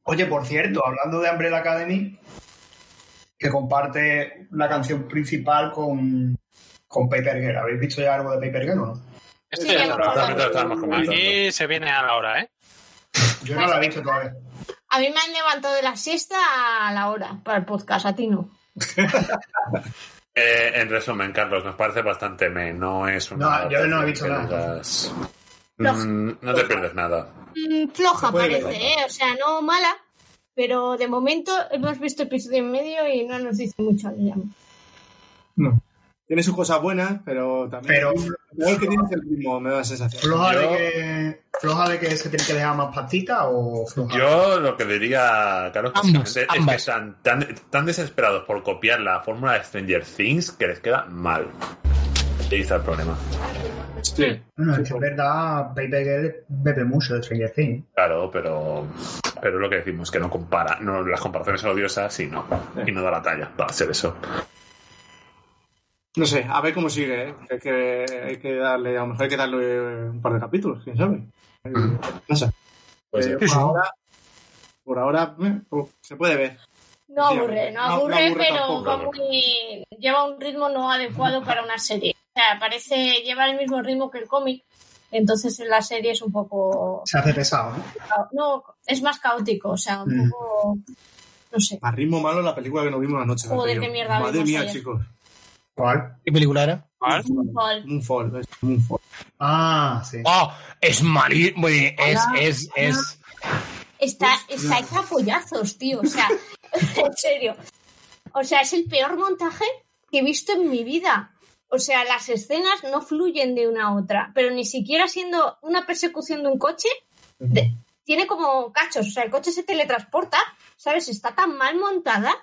Speaker 11: Oye, por cierto, hablando de Umbrella Academy, que comparte la canción principal con, con Paper Girl. ¿Habéis visto ya algo de Paper Girl o no?
Speaker 8: esto
Speaker 9: Sí,
Speaker 8: ya
Speaker 9: ya
Speaker 8: está.
Speaker 9: lo hemos
Speaker 7: También te lo estábamos comentando.
Speaker 8: Aquí se viene a la hora, ¿eh?
Speaker 11: Yo no la he visto todavía.
Speaker 9: A mí me han levantado de la siesta a la hora para el podcast, a ti no.
Speaker 7: Eh, en resumen, Carlos, nos parece bastante me. No es una.
Speaker 11: No, yo no he visto
Speaker 7: que
Speaker 11: nada.
Speaker 7: digas,
Speaker 9: No.
Speaker 7: "Mm, no te pierdes nada.
Speaker 9: Mm, floja
Speaker 5: puede
Speaker 9: parece,
Speaker 5: ver.
Speaker 9: ¿eh? O sea, no mala, pero de momento hemos visto episodio en medio y no nos dice mucho. digamos.
Speaker 5: No. tiene sus cosas buenas, pero también.
Speaker 11: Pero-
Speaker 5: lo peor que tiene es el ritmo, me da la sensación.
Speaker 11: ¿Floja,
Speaker 7: Yo-
Speaker 11: de que, ¿Floja de que se tiene que dejar más pastita o floja?
Speaker 7: Yo lo que diría, Carlos,
Speaker 6: Ambas,
Speaker 7: precisamente es que
Speaker 6: ambas.
Speaker 7: están tan, tan desesperados por copiar la fórmula de Stranger Things que les queda mal. Ahí está el problema.
Speaker 5: Sí.
Speaker 11: Bueno, es que es verdad, Baby Girl bebe mucho de Stranger Things.
Speaker 7: Claro, pero, pero lo que decimos que no compara, no, las comparaciones son odiosas y no, y no da la talla para hacer eso.
Speaker 5: No sé, a ver cómo sigue, ¿eh? Hay que, hay que darle, a lo mejor hay que darle eh, un par de capítulos, quién sabe.
Speaker 11: Mm.
Speaker 5: Eh, pasa.
Speaker 7: Pues,
Speaker 5: Eh,
Speaker 7: eh,
Speaker 5: por, ahora, por ahora, eh, pues, se puede ver.
Speaker 9: No aburre, no
Speaker 5: No- no
Speaker 9: aburre,
Speaker 5: aburre
Speaker 9: pero
Speaker 5: tampoco.
Speaker 9: va muy- lleva un ritmo no adecuado para una serie. O sea, parece lleva el mismo ritmo que el cómic, entonces en la serie es un poco...
Speaker 11: Se hace pesado, ¿no?
Speaker 9: ca- No, es más caótico, o sea, un
Speaker 11: Mm.
Speaker 9: poco... No sé.
Speaker 5: A ritmo malo la película que nos vimos anoche. la
Speaker 9: Joder,
Speaker 5: anterior.
Speaker 9: qué mierda
Speaker 5: Madre
Speaker 9: vimos
Speaker 5: mía,
Speaker 9: ayer.
Speaker 5: chicos.
Speaker 11: ¿Cuál?
Speaker 6: ¿Qué película era?
Speaker 8: ¿Vale?
Speaker 9: Moonfall.
Speaker 5: Moonfall, es Moonfall.
Speaker 11: Ah, sí.
Speaker 6: Oh, es malísimo. Es,
Speaker 9: Hola.
Speaker 6: es, es.
Speaker 9: Está, está hecha pollazos, tío. O sea, en serio. O sea, es el peor montaje que he visto en mi vida. O sea, las escenas no fluyen de una a otra, pero ni siquiera siendo una persecución de un coche, de- tiene como cachos. O sea, el coche se teletransporta, ¿sabes? Está tan mal montada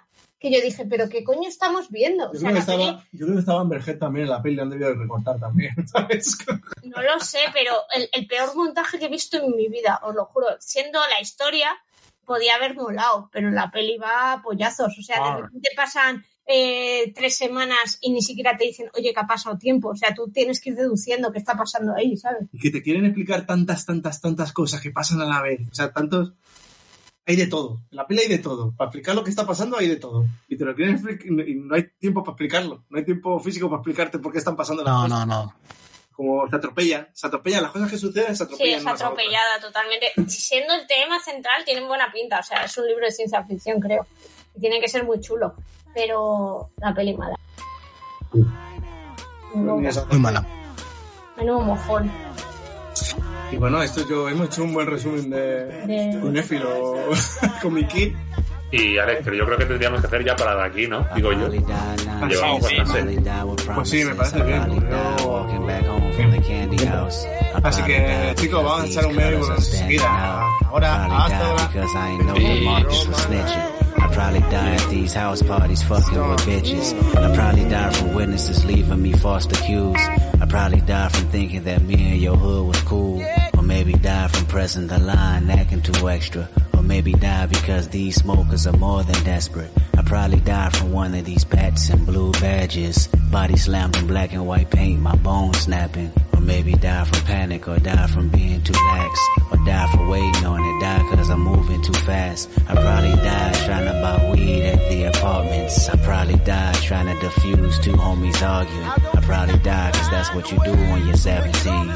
Speaker 9: que yo dije, ¿pero qué coño estamos viendo? O
Speaker 5: Yo
Speaker 9: sea,
Speaker 5: creo, que
Speaker 9: la peli-
Speaker 5: estaba, yo creo que estaba en Berger también en la peli, la han debido de recortar también, ¿sabes?
Speaker 9: No lo sé, pero el, el peor montaje que he visto en mi vida, os lo juro. Siendo la historia, podía haber molado, pero la peli va a pollazos. O sea, de repente pasan eh, tres semanas y ni siquiera te dicen, oye, que ha pasado tiempo. O sea, tú tienes que ir deduciendo qué está pasando ahí, ¿sabes?
Speaker 5: Y que te quieren explicar tantas, tantas, tantas cosas que pasan a la vez. O sea, tantos... Hay de todo. En la peli hay de todo. Para explicar lo que está pasando hay de todo. Y te lo quieren explicar y no hay tiempo para explicarlo. No hay tiempo físico para explicarte por qué están pasando las
Speaker 6: No,
Speaker 5: cosas.
Speaker 6: no, no.
Speaker 5: Como se atropellan. Se atropellan. Las cosas que suceden se
Speaker 9: Sí,
Speaker 5: atropellan.
Speaker 9: es
Speaker 5: unas a otras.
Speaker 9: atropellada totalmente. Siendo el tema central, tienen buena pinta. O sea, es un libro de ciencia ficción, creo. Y tiene que ser muy chulo. Pero la peli mala.
Speaker 5: Ni
Speaker 9: Menudo,
Speaker 5: esa-
Speaker 6: Muy mala.
Speaker 9: menudo mojón.
Speaker 5: Y bueno, esto yo hemos hecho un buen resumen de...
Speaker 9: De-
Speaker 5: Cinéfilo con mi kit.
Speaker 7: Y Alex, pero yo creo que tendríamos que hacer ya para de aquí, ¿no? Digo yo. Llevamos
Speaker 5: sí.
Speaker 7: bastante.
Speaker 5: Pues sí, me parece bien. yo- Así que, chicos, vamos a echar un medio y volvemos enseguida. Ahora, hasta ahora.
Speaker 12: Cause I ain't no the markers for snitching. I probably die at these house parties fucking with bitches. I probably die from witnesses leaving me false accused. I probably die from thinking that me and your hood was cool. Or maybe die from pressing the line, acting too extra. Or maybe die because these smokers are more than desperate. I probably die from one of these bats and blue badges. Body slammed in black and white paint, my bones snapping. Or maybe die from panic or die from being too lax. Or die from waiting on it, die cause I'm moving too fast. I probably died trying to buy weed at the apartments. I probably died trying to defuse two homies arguing. I probably died cause that's what you do when you're 17.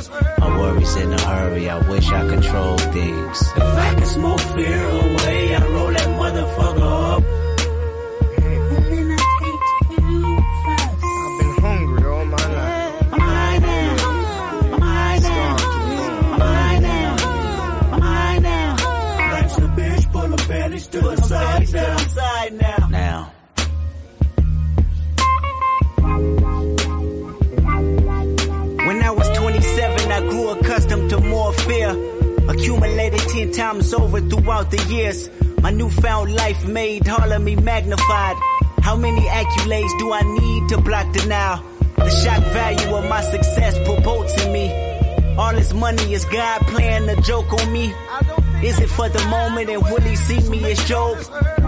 Speaker 12: My worries in a hurry, I wish I controlled things. If I could smoke fear away, I roll that motherfucker up. now.
Speaker 4: When I was 27, I grew accustomed to more fear. Accumulated 10 times over throughout the years. My newfound life made Harlem me magnified. How many accolades do I need to block denial? The shock value of my success promotes in me. All this money is God playing a joke on me. Is it for the moment and will he see me as Job?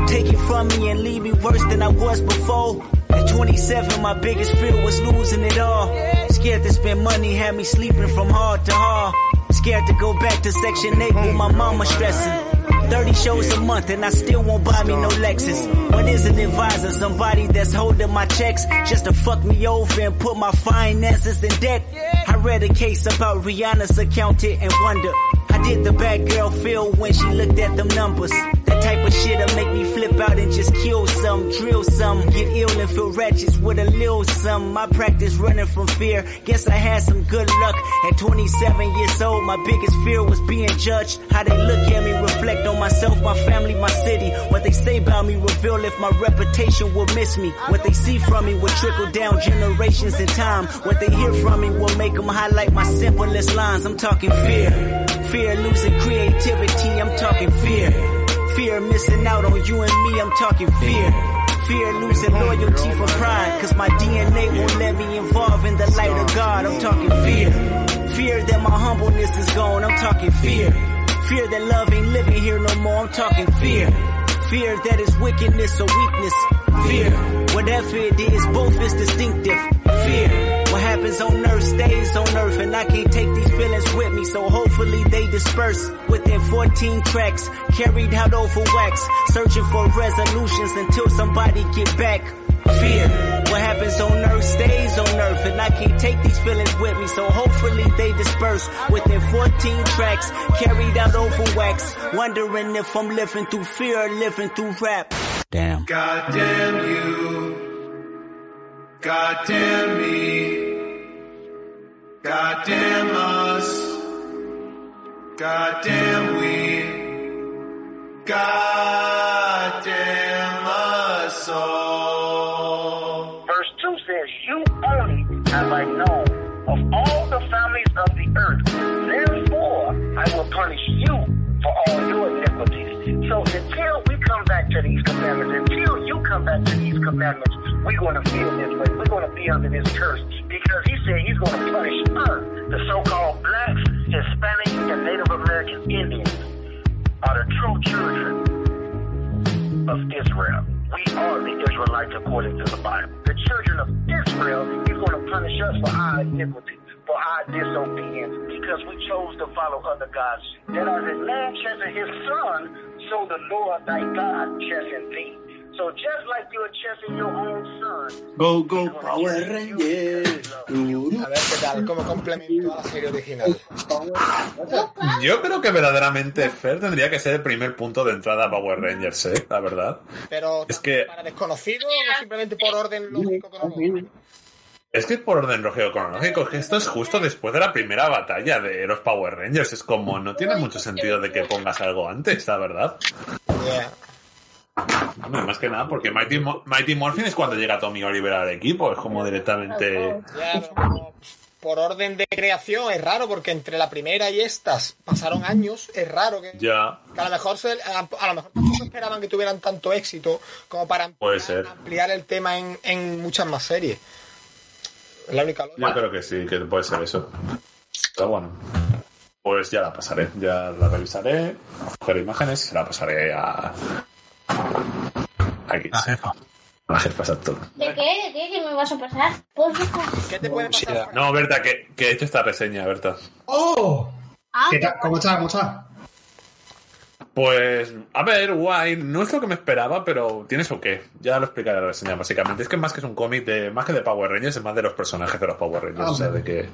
Speaker 4: Take it from me and leave me worse than I was before. At 27, my biggest fear was losing it all. Scared to spend money had me sleeping from hard to hard. Scared to go back to Section 8 with my mama stressing. 30 shows a month and I still won't buy me no Lexus. What is an advisor? Somebody that's holding my checks just to fuck me over and put my finances in debt. I read a case about Rihanna's accountant and wonder. How did the bad girl feel when she looked at them numbers? That type of shit'll make me flip out and just kill some, drill some, get ill and feel ratchet with a lil some. I practice running from fear. Guess I had some good luck. At 27 years old, my biggest fear was being judged. How they look at me, reflect on myself, my family, my city. What they say about me reveal if my reputation will miss me. What they see from me will trickle down generations in time. What they hear from me will make them highlight my simplest lines. I'm talking fear. Fear losing creativity, I'm talking fear. Fear missing out on you and me, I'm talking fear. Fear losing loyalty from pride, cause my DNA won't let me involve in the light of God, I'm talking fear. Fear that my humbleness is gone, I'm talking fear. Fear that love ain't living here no more, I'm talking fear. Fear that is wickedness or weakness, fear. Whatever it is, both is distinctive, fear. What happens on earth stays on earth and I can't take these feelings with me so hopefully they disperse within 14 tracks carried out over wax searching for resolutions until somebody get back fear what happens on earth stays on earth and I can't take these feelings with me so hopefully they disperse within 14 tracks carried out over wax wondering if I'm living through fear or living through rap
Speaker 12: Damn.
Speaker 13: Goddamn you. Goddamn me. Goddamn us. Goddamn we. Goddamn us all.
Speaker 2: Verse 2 says, You only have I known of all the families of the earth. Therefore, I will punish you for all your iniquities. So until we come back to these commandments, until you come back to these commandments, we're going to feel this way. We're going to be under this curse because he said he's going to punish us. The so-called blacks, Hispanics, and Native American Indians are the true children of Israel. We are the Israelites according to the Bible. The children of Israel, he's going to punish us for our iniquity, for our disobedience, because we chose to follow other gods. That as a man chasing his son, so the Lord thy God chasing thee. So just like you are chasing your own son,
Speaker 5: Go, go, Power Rangers.
Speaker 10: A ver qué tal, como complemento a la serie original.
Speaker 7: Yo creo que verdaderamente Fer tendría que ser el primer punto de entrada a Power Rangers, ¿eh? La verdad.
Speaker 10: Pero
Speaker 7: Es que
Speaker 10: para desconocido o simplemente por orden lógico cronológico.
Speaker 7: es que por orden lógico cronológico, es que esto es justo después de la primera batalla de los Power Rangers. Es como, no tiene mucho sentido de que pongas algo antes, la verdad.
Speaker 10: Yeah.
Speaker 7: Hombre, más que nada porque Mighty, Mo- Mighty Morphin es cuando llega Tommy Oliver al equipo, es como directamente...
Speaker 10: Claro, como por orden de creación es raro porque entre la primera y estas pasaron años, es raro que,
Speaker 7: Ya,
Speaker 10: que a lo mejor se- a, a lo mejor tampoco esperaban que tuvieran tanto éxito como para ampliar,
Speaker 7: puede ser.
Speaker 10: ampliar el tema en, en muchas más series. Es la única lógica.
Speaker 7: Yo creo que sí, que puede ser eso. Pero bueno. Pues ya la pasaré, ya la revisaré, cogeré imágenes y la pasaré a... Aquí. La jefa. La jefa, exacto.
Speaker 9: ¿De qué? ¿De qué? ¿Qué me vas a pasar? Pues ya está.
Speaker 10: ¿Qué te puede pasar? Fran?
Speaker 7: No, Berta, que, que he hecho esta reseña, Berta.
Speaker 11: ¡Oh!
Speaker 9: Ah,
Speaker 11: ¿Qué tal? ¿Cómo está? ¿Cómo está?
Speaker 7: Pues, a ver, guay, no es lo que me esperaba, pero tiene su qué. Ya lo explicaré en la reseña, básicamente. Es que más que es un cómic de, más que de Power Rangers, es más de los personajes de los Power Rangers.
Speaker 11: Ah,
Speaker 7: o sea, de
Speaker 11: hombre.
Speaker 7: que.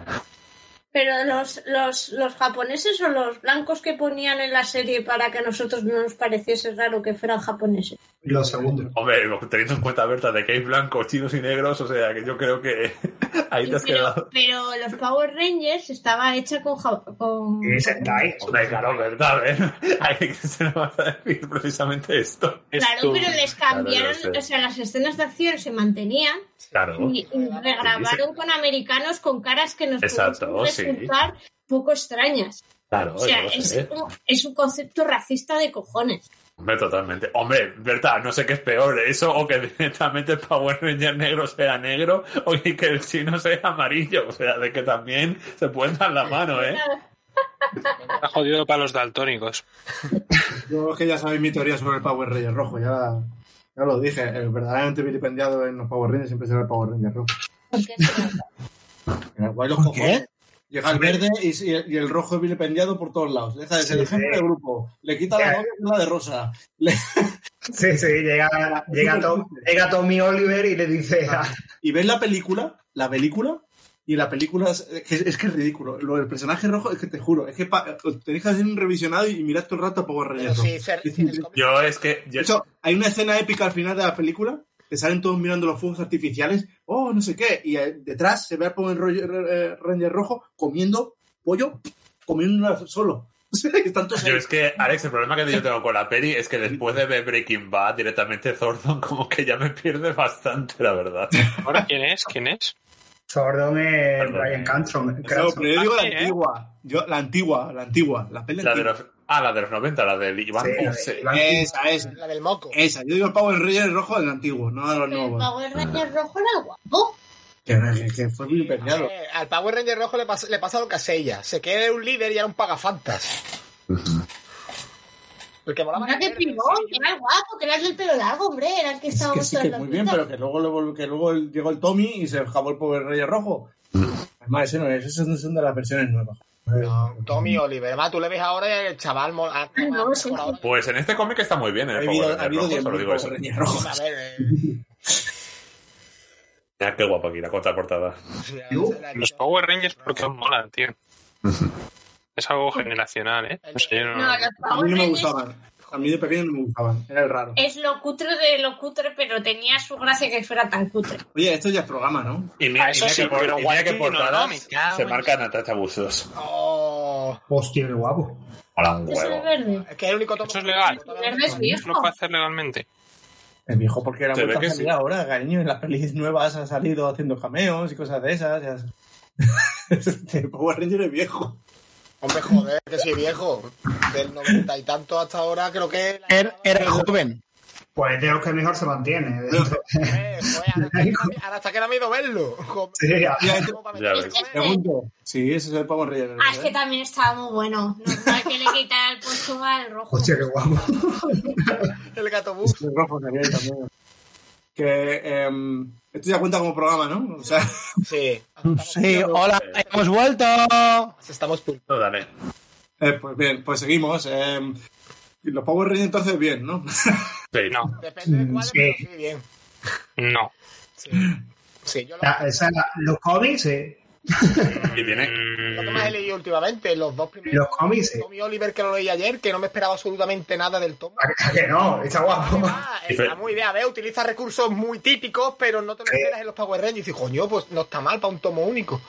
Speaker 9: Pero los, los, los japoneses o los blancos que ponían en la serie para que a nosotros no nos pareciese raro que fueran japoneses.
Speaker 11: Lo segundo.
Speaker 7: Hombre, teniendo en cuenta, Berta, de que hay blancos, chinos y negros, o sea, que yo creo que ahí te has
Speaker 9: Pero,
Speaker 7: quedado.
Speaker 9: pero los Power Rangers estaba hecha con, ja- con
Speaker 11: Ese está ahí.
Speaker 7: Hombre, claro, Berta, a ver. Ahí que se nos va a decir precisamente esto.
Speaker 9: Claro, pero les cambiaron,
Speaker 7: Claro, yo
Speaker 9: o sea, las escenas de acción se mantenían
Speaker 7: Claro.
Speaker 9: y, y regrabaron con americanos con caras que nos
Speaker 7: Exacto,
Speaker 9: pueden
Speaker 7: sí.
Speaker 9: resultar poco extrañas.
Speaker 7: Claro,
Speaker 9: O sea,
Speaker 7: yo lo
Speaker 9: es
Speaker 7: sé.
Speaker 9: un, es un concepto racista de cojones.
Speaker 7: Hombre, totalmente. Hombre, Berta, no sé qué es peor, eso o que directamente el Power Ranger negro sea negro o que el chino sea amarillo. O sea, de que también se pueden dar la mano, ¿eh?
Speaker 8: Está jodido para los daltónicos.
Speaker 5: Yo es que ya sabéis mi teoría sobre el Power Ranger rojo, ya, ya lo dije. El verdaderamente vilipendiado en los Power Rangers siempre será el Power Ranger rojo.
Speaker 9: Porque es-
Speaker 5: En el guay los cojones. Llega el verde y, y el rojo es vilipendiado por todos lados. Deja de ser el
Speaker 11: Sí,
Speaker 5: jefe
Speaker 11: sí.
Speaker 5: del grupo. Le quita la
Speaker 11: Ya.
Speaker 5: novia y la de rosa. Le-
Speaker 11: Sí, sí, llega, llega, Tom- llega Tommy Oliver y le dice. a-
Speaker 5: y ves la película, la película, Y la película es, es que es, que es ridículo. Lo del personaje rojo es que te juro, es que pa- tenéis que hacer un revisionado y mirad todo el rato a Power Rangers.
Speaker 10: sí, ser-
Speaker 5: Es
Speaker 10: tienes
Speaker 5: increíble.
Speaker 7: Yo es que. yo-
Speaker 5: De hecho, hay una escena épica al final de la película que salen todos mirando los fuegos artificiales, oh, no sé qué, y eh, detrás se ve a Power Ranger, eh, Ranger rojo comiendo pollo, comiendo una solo. Están todos ahí.
Speaker 7: yo es que, Alex, el problema que yo tengo con la peli es que después de ver Breaking Bad directamente Zordon, como que ya me pierde bastante, la verdad.
Speaker 8: ¿Ahora quién es? ¿Quién es?
Speaker 11: Sordón es
Speaker 7: Perdón.
Speaker 11: Brian Cantron.
Speaker 5: Claro,
Speaker 11: Cranston.
Speaker 5: pero yo digo la
Speaker 8: Ah, sí, ¿eh?
Speaker 5: antigua, yo, la antigua, la antigua, la
Speaker 7: La
Speaker 5: peli
Speaker 7: de
Speaker 5: antigua.
Speaker 7: los, ah, la de los 90, la del Iván
Speaker 11: Sí, la de
Speaker 7: Ponce.
Speaker 11: Iván-
Speaker 5: Esa, esa,
Speaker 10: La del moco.
Speaker 5: esa. Yo digo el Power Ranger rojo del antiguo, no de los
Speaker 9: Pero el
Speaker 5: nuevos.
Speaker 9: Power Ranger rojo era guapo.
Speaker 5: Que, que- que fue muy premiado.
Speaker 10: Eh, al Power Ranger rojo le pasa, le pasa lo que a Seiya. Se queda un líder y era un pagafantas. Porque molaba
Speaker 9: Mira qué
Speaker 10: el verde, el
Speaker 9: pibón, que
Speaker 10: Seiya.
Speaker 9: era el guapo, que era el del pelo largo, hombre, era el que
Speaker 5: Es
Speaker 9: estaba
Speaker 5: que sí, que muy bien, pero que luego, le vol- que luego el- llegó el Tommy y se acabó el Power Ranger rojo. Además, ese no es, esos no son de las versiones nuevas.
Speaker 10: No, Tommy Oliver. Además, tú le ves ahora y el chaval mola. ha-
Speaker 9: Ah, No,
Speaker 10: ha-
Speaker 9: sí.
Speaker 10: por ahora-
Speaker 7: Pues en este cómic está muy bien,
Speaker 5: Ha
Speaker 7: en el
Speaker 5: habido,
Speaker 7: Power
Speaker 5: ha habido
Speaker 7: Ranger rojo, solo
Speaker 5: 10.000
Speaker 7: digo
Speaker 5: Power
Speaker 7: eso.
Speaker 5: Rangers rojos.
Speaker 10: A ver, eh,
Speaker 7: Mira qué guapo aquí, la contra portada.
Speaker 10: o sea,
Speaker 8: Los Power Rangers porque molan, tío. Es algo generacional, ¿eh? No sé, yo no-
Speaker 9: No, los
Speaker 5: A
Speaker 9: Power
Speaker 5: mí no me
Speaker 9: Rangers
Speaker 5: gustaban. A mí de pequeño no me gustaban. Era el raro.
Speaker 9: es lo cutre de lo cutre, pero tenía su gracia que fuera tan cutre.
Speaker 5: Oye, esto ya es programa, ¿no?
Speaker 7: Y mira,
Speaker 8: Ah, eso
Speaker 7: y mira
Speaker 8: sí,
Speaker 7: que, por-
Speaker 8: pero
Speaker 7: y mira
Speaker 8: guay,
Speaker 7: que
Speaker 8: no,
Speaker 7: portadas
Speaker 8: no, me cago
Speaker 7: se
Speaker 8: en-
Speaker 7: marca Natacha Busos.
Speaker 10: oh,
Speaker 11: Hostia, qué guapo.
Speaker 7: Hola, un
Speaker 9: Eso es
Speaker 7: huevo.
Speaker 9: verde.
Speaker 10: es que es el único tomo
Speaker 8: Eso es legal.
Speaker 9: Verde es
Speaker 8: Eso lo
Speaker 9: viejo.
Speaker 8: puede hacer legalmente.
Speaker 5: El viejo porque era
Speaker 7: Se
Speaker 5: muy
Speaker 7: ve que
Speaker 5: calidad
Speaker 7: sí.
Speaker 5: ahora, cariño. En las pelis nuevas ha salido haciendo cameos y cosas de esas. ya- Este Power Ranger es viejo.
Speaker 10: Hombre, joder, que sí, viejo. Del noventa y tanto hasta ahora, creo que. la-
Speaker 6: Era, era joven.
Speaker 11: Pues es de los que mejor se mantiene.
Speaker 10: Eh, joder, ahora hasta que da mi- ahora hasta que da miedo verlo. Joder,
Speaker 11: Sí, ya.
Speaker 10: ¿cómo va a
Speaker 7: Ya
Speaker 10: meter?
Speaker 7: ves.
Speaker 5: Pregunto. Sí, ese es el Power Ranger.
Speaker 9: Ah, es
Speaker 5: ¿eh?
Speaker 9: que también estaba muy bueno. Normal que le quitara el puesto al rojo.
Speaker 11: Hostia, qué guapo.
Speaker 10: El gato bus.
Speaker 5: Es rojo también. también. Que em, esto ya cuenta como programa, ¿no? O sea,
Speaker 10: Sí.
Speaker 6: Sí, hola, hemos vuelto.
Speaker 10: Estamos pul-
Speaker 7: No, dale.
Speaker 5: eh, pues bien, pues seguimos. em, y los Power Rangers entonces bien, ¿no?
Speaker 7: Sí,
Speaker 8: No,
Speaker 10: Depende de cuál,
Speaker 11: Sí.
Speaker 10: pero sí, bien.
Speaker 8: no.
Speaker 10: Sí. Sí, yo lo,
Speaker 11: La- esa, la- los cómics, sí.
Speaker 7: Y tiene.
Speaker 10: lo que más he leído últimamente, los dos primeros.
Speaker 11: Los cómics, sí.
Speaker 10: Tommy Oliver, que lo leí ayer, que no me esperaba absolutamente nada del tomo.
Speaker 11: ¿A, a Ah, que no? Está guapo.
Speaker 10: Ah, está muy bien, a ver, utiliza recursos muy típicos, pero no te lo esperas en los Power Rangers. Y dices, coño, pues no está mal para un tomo único.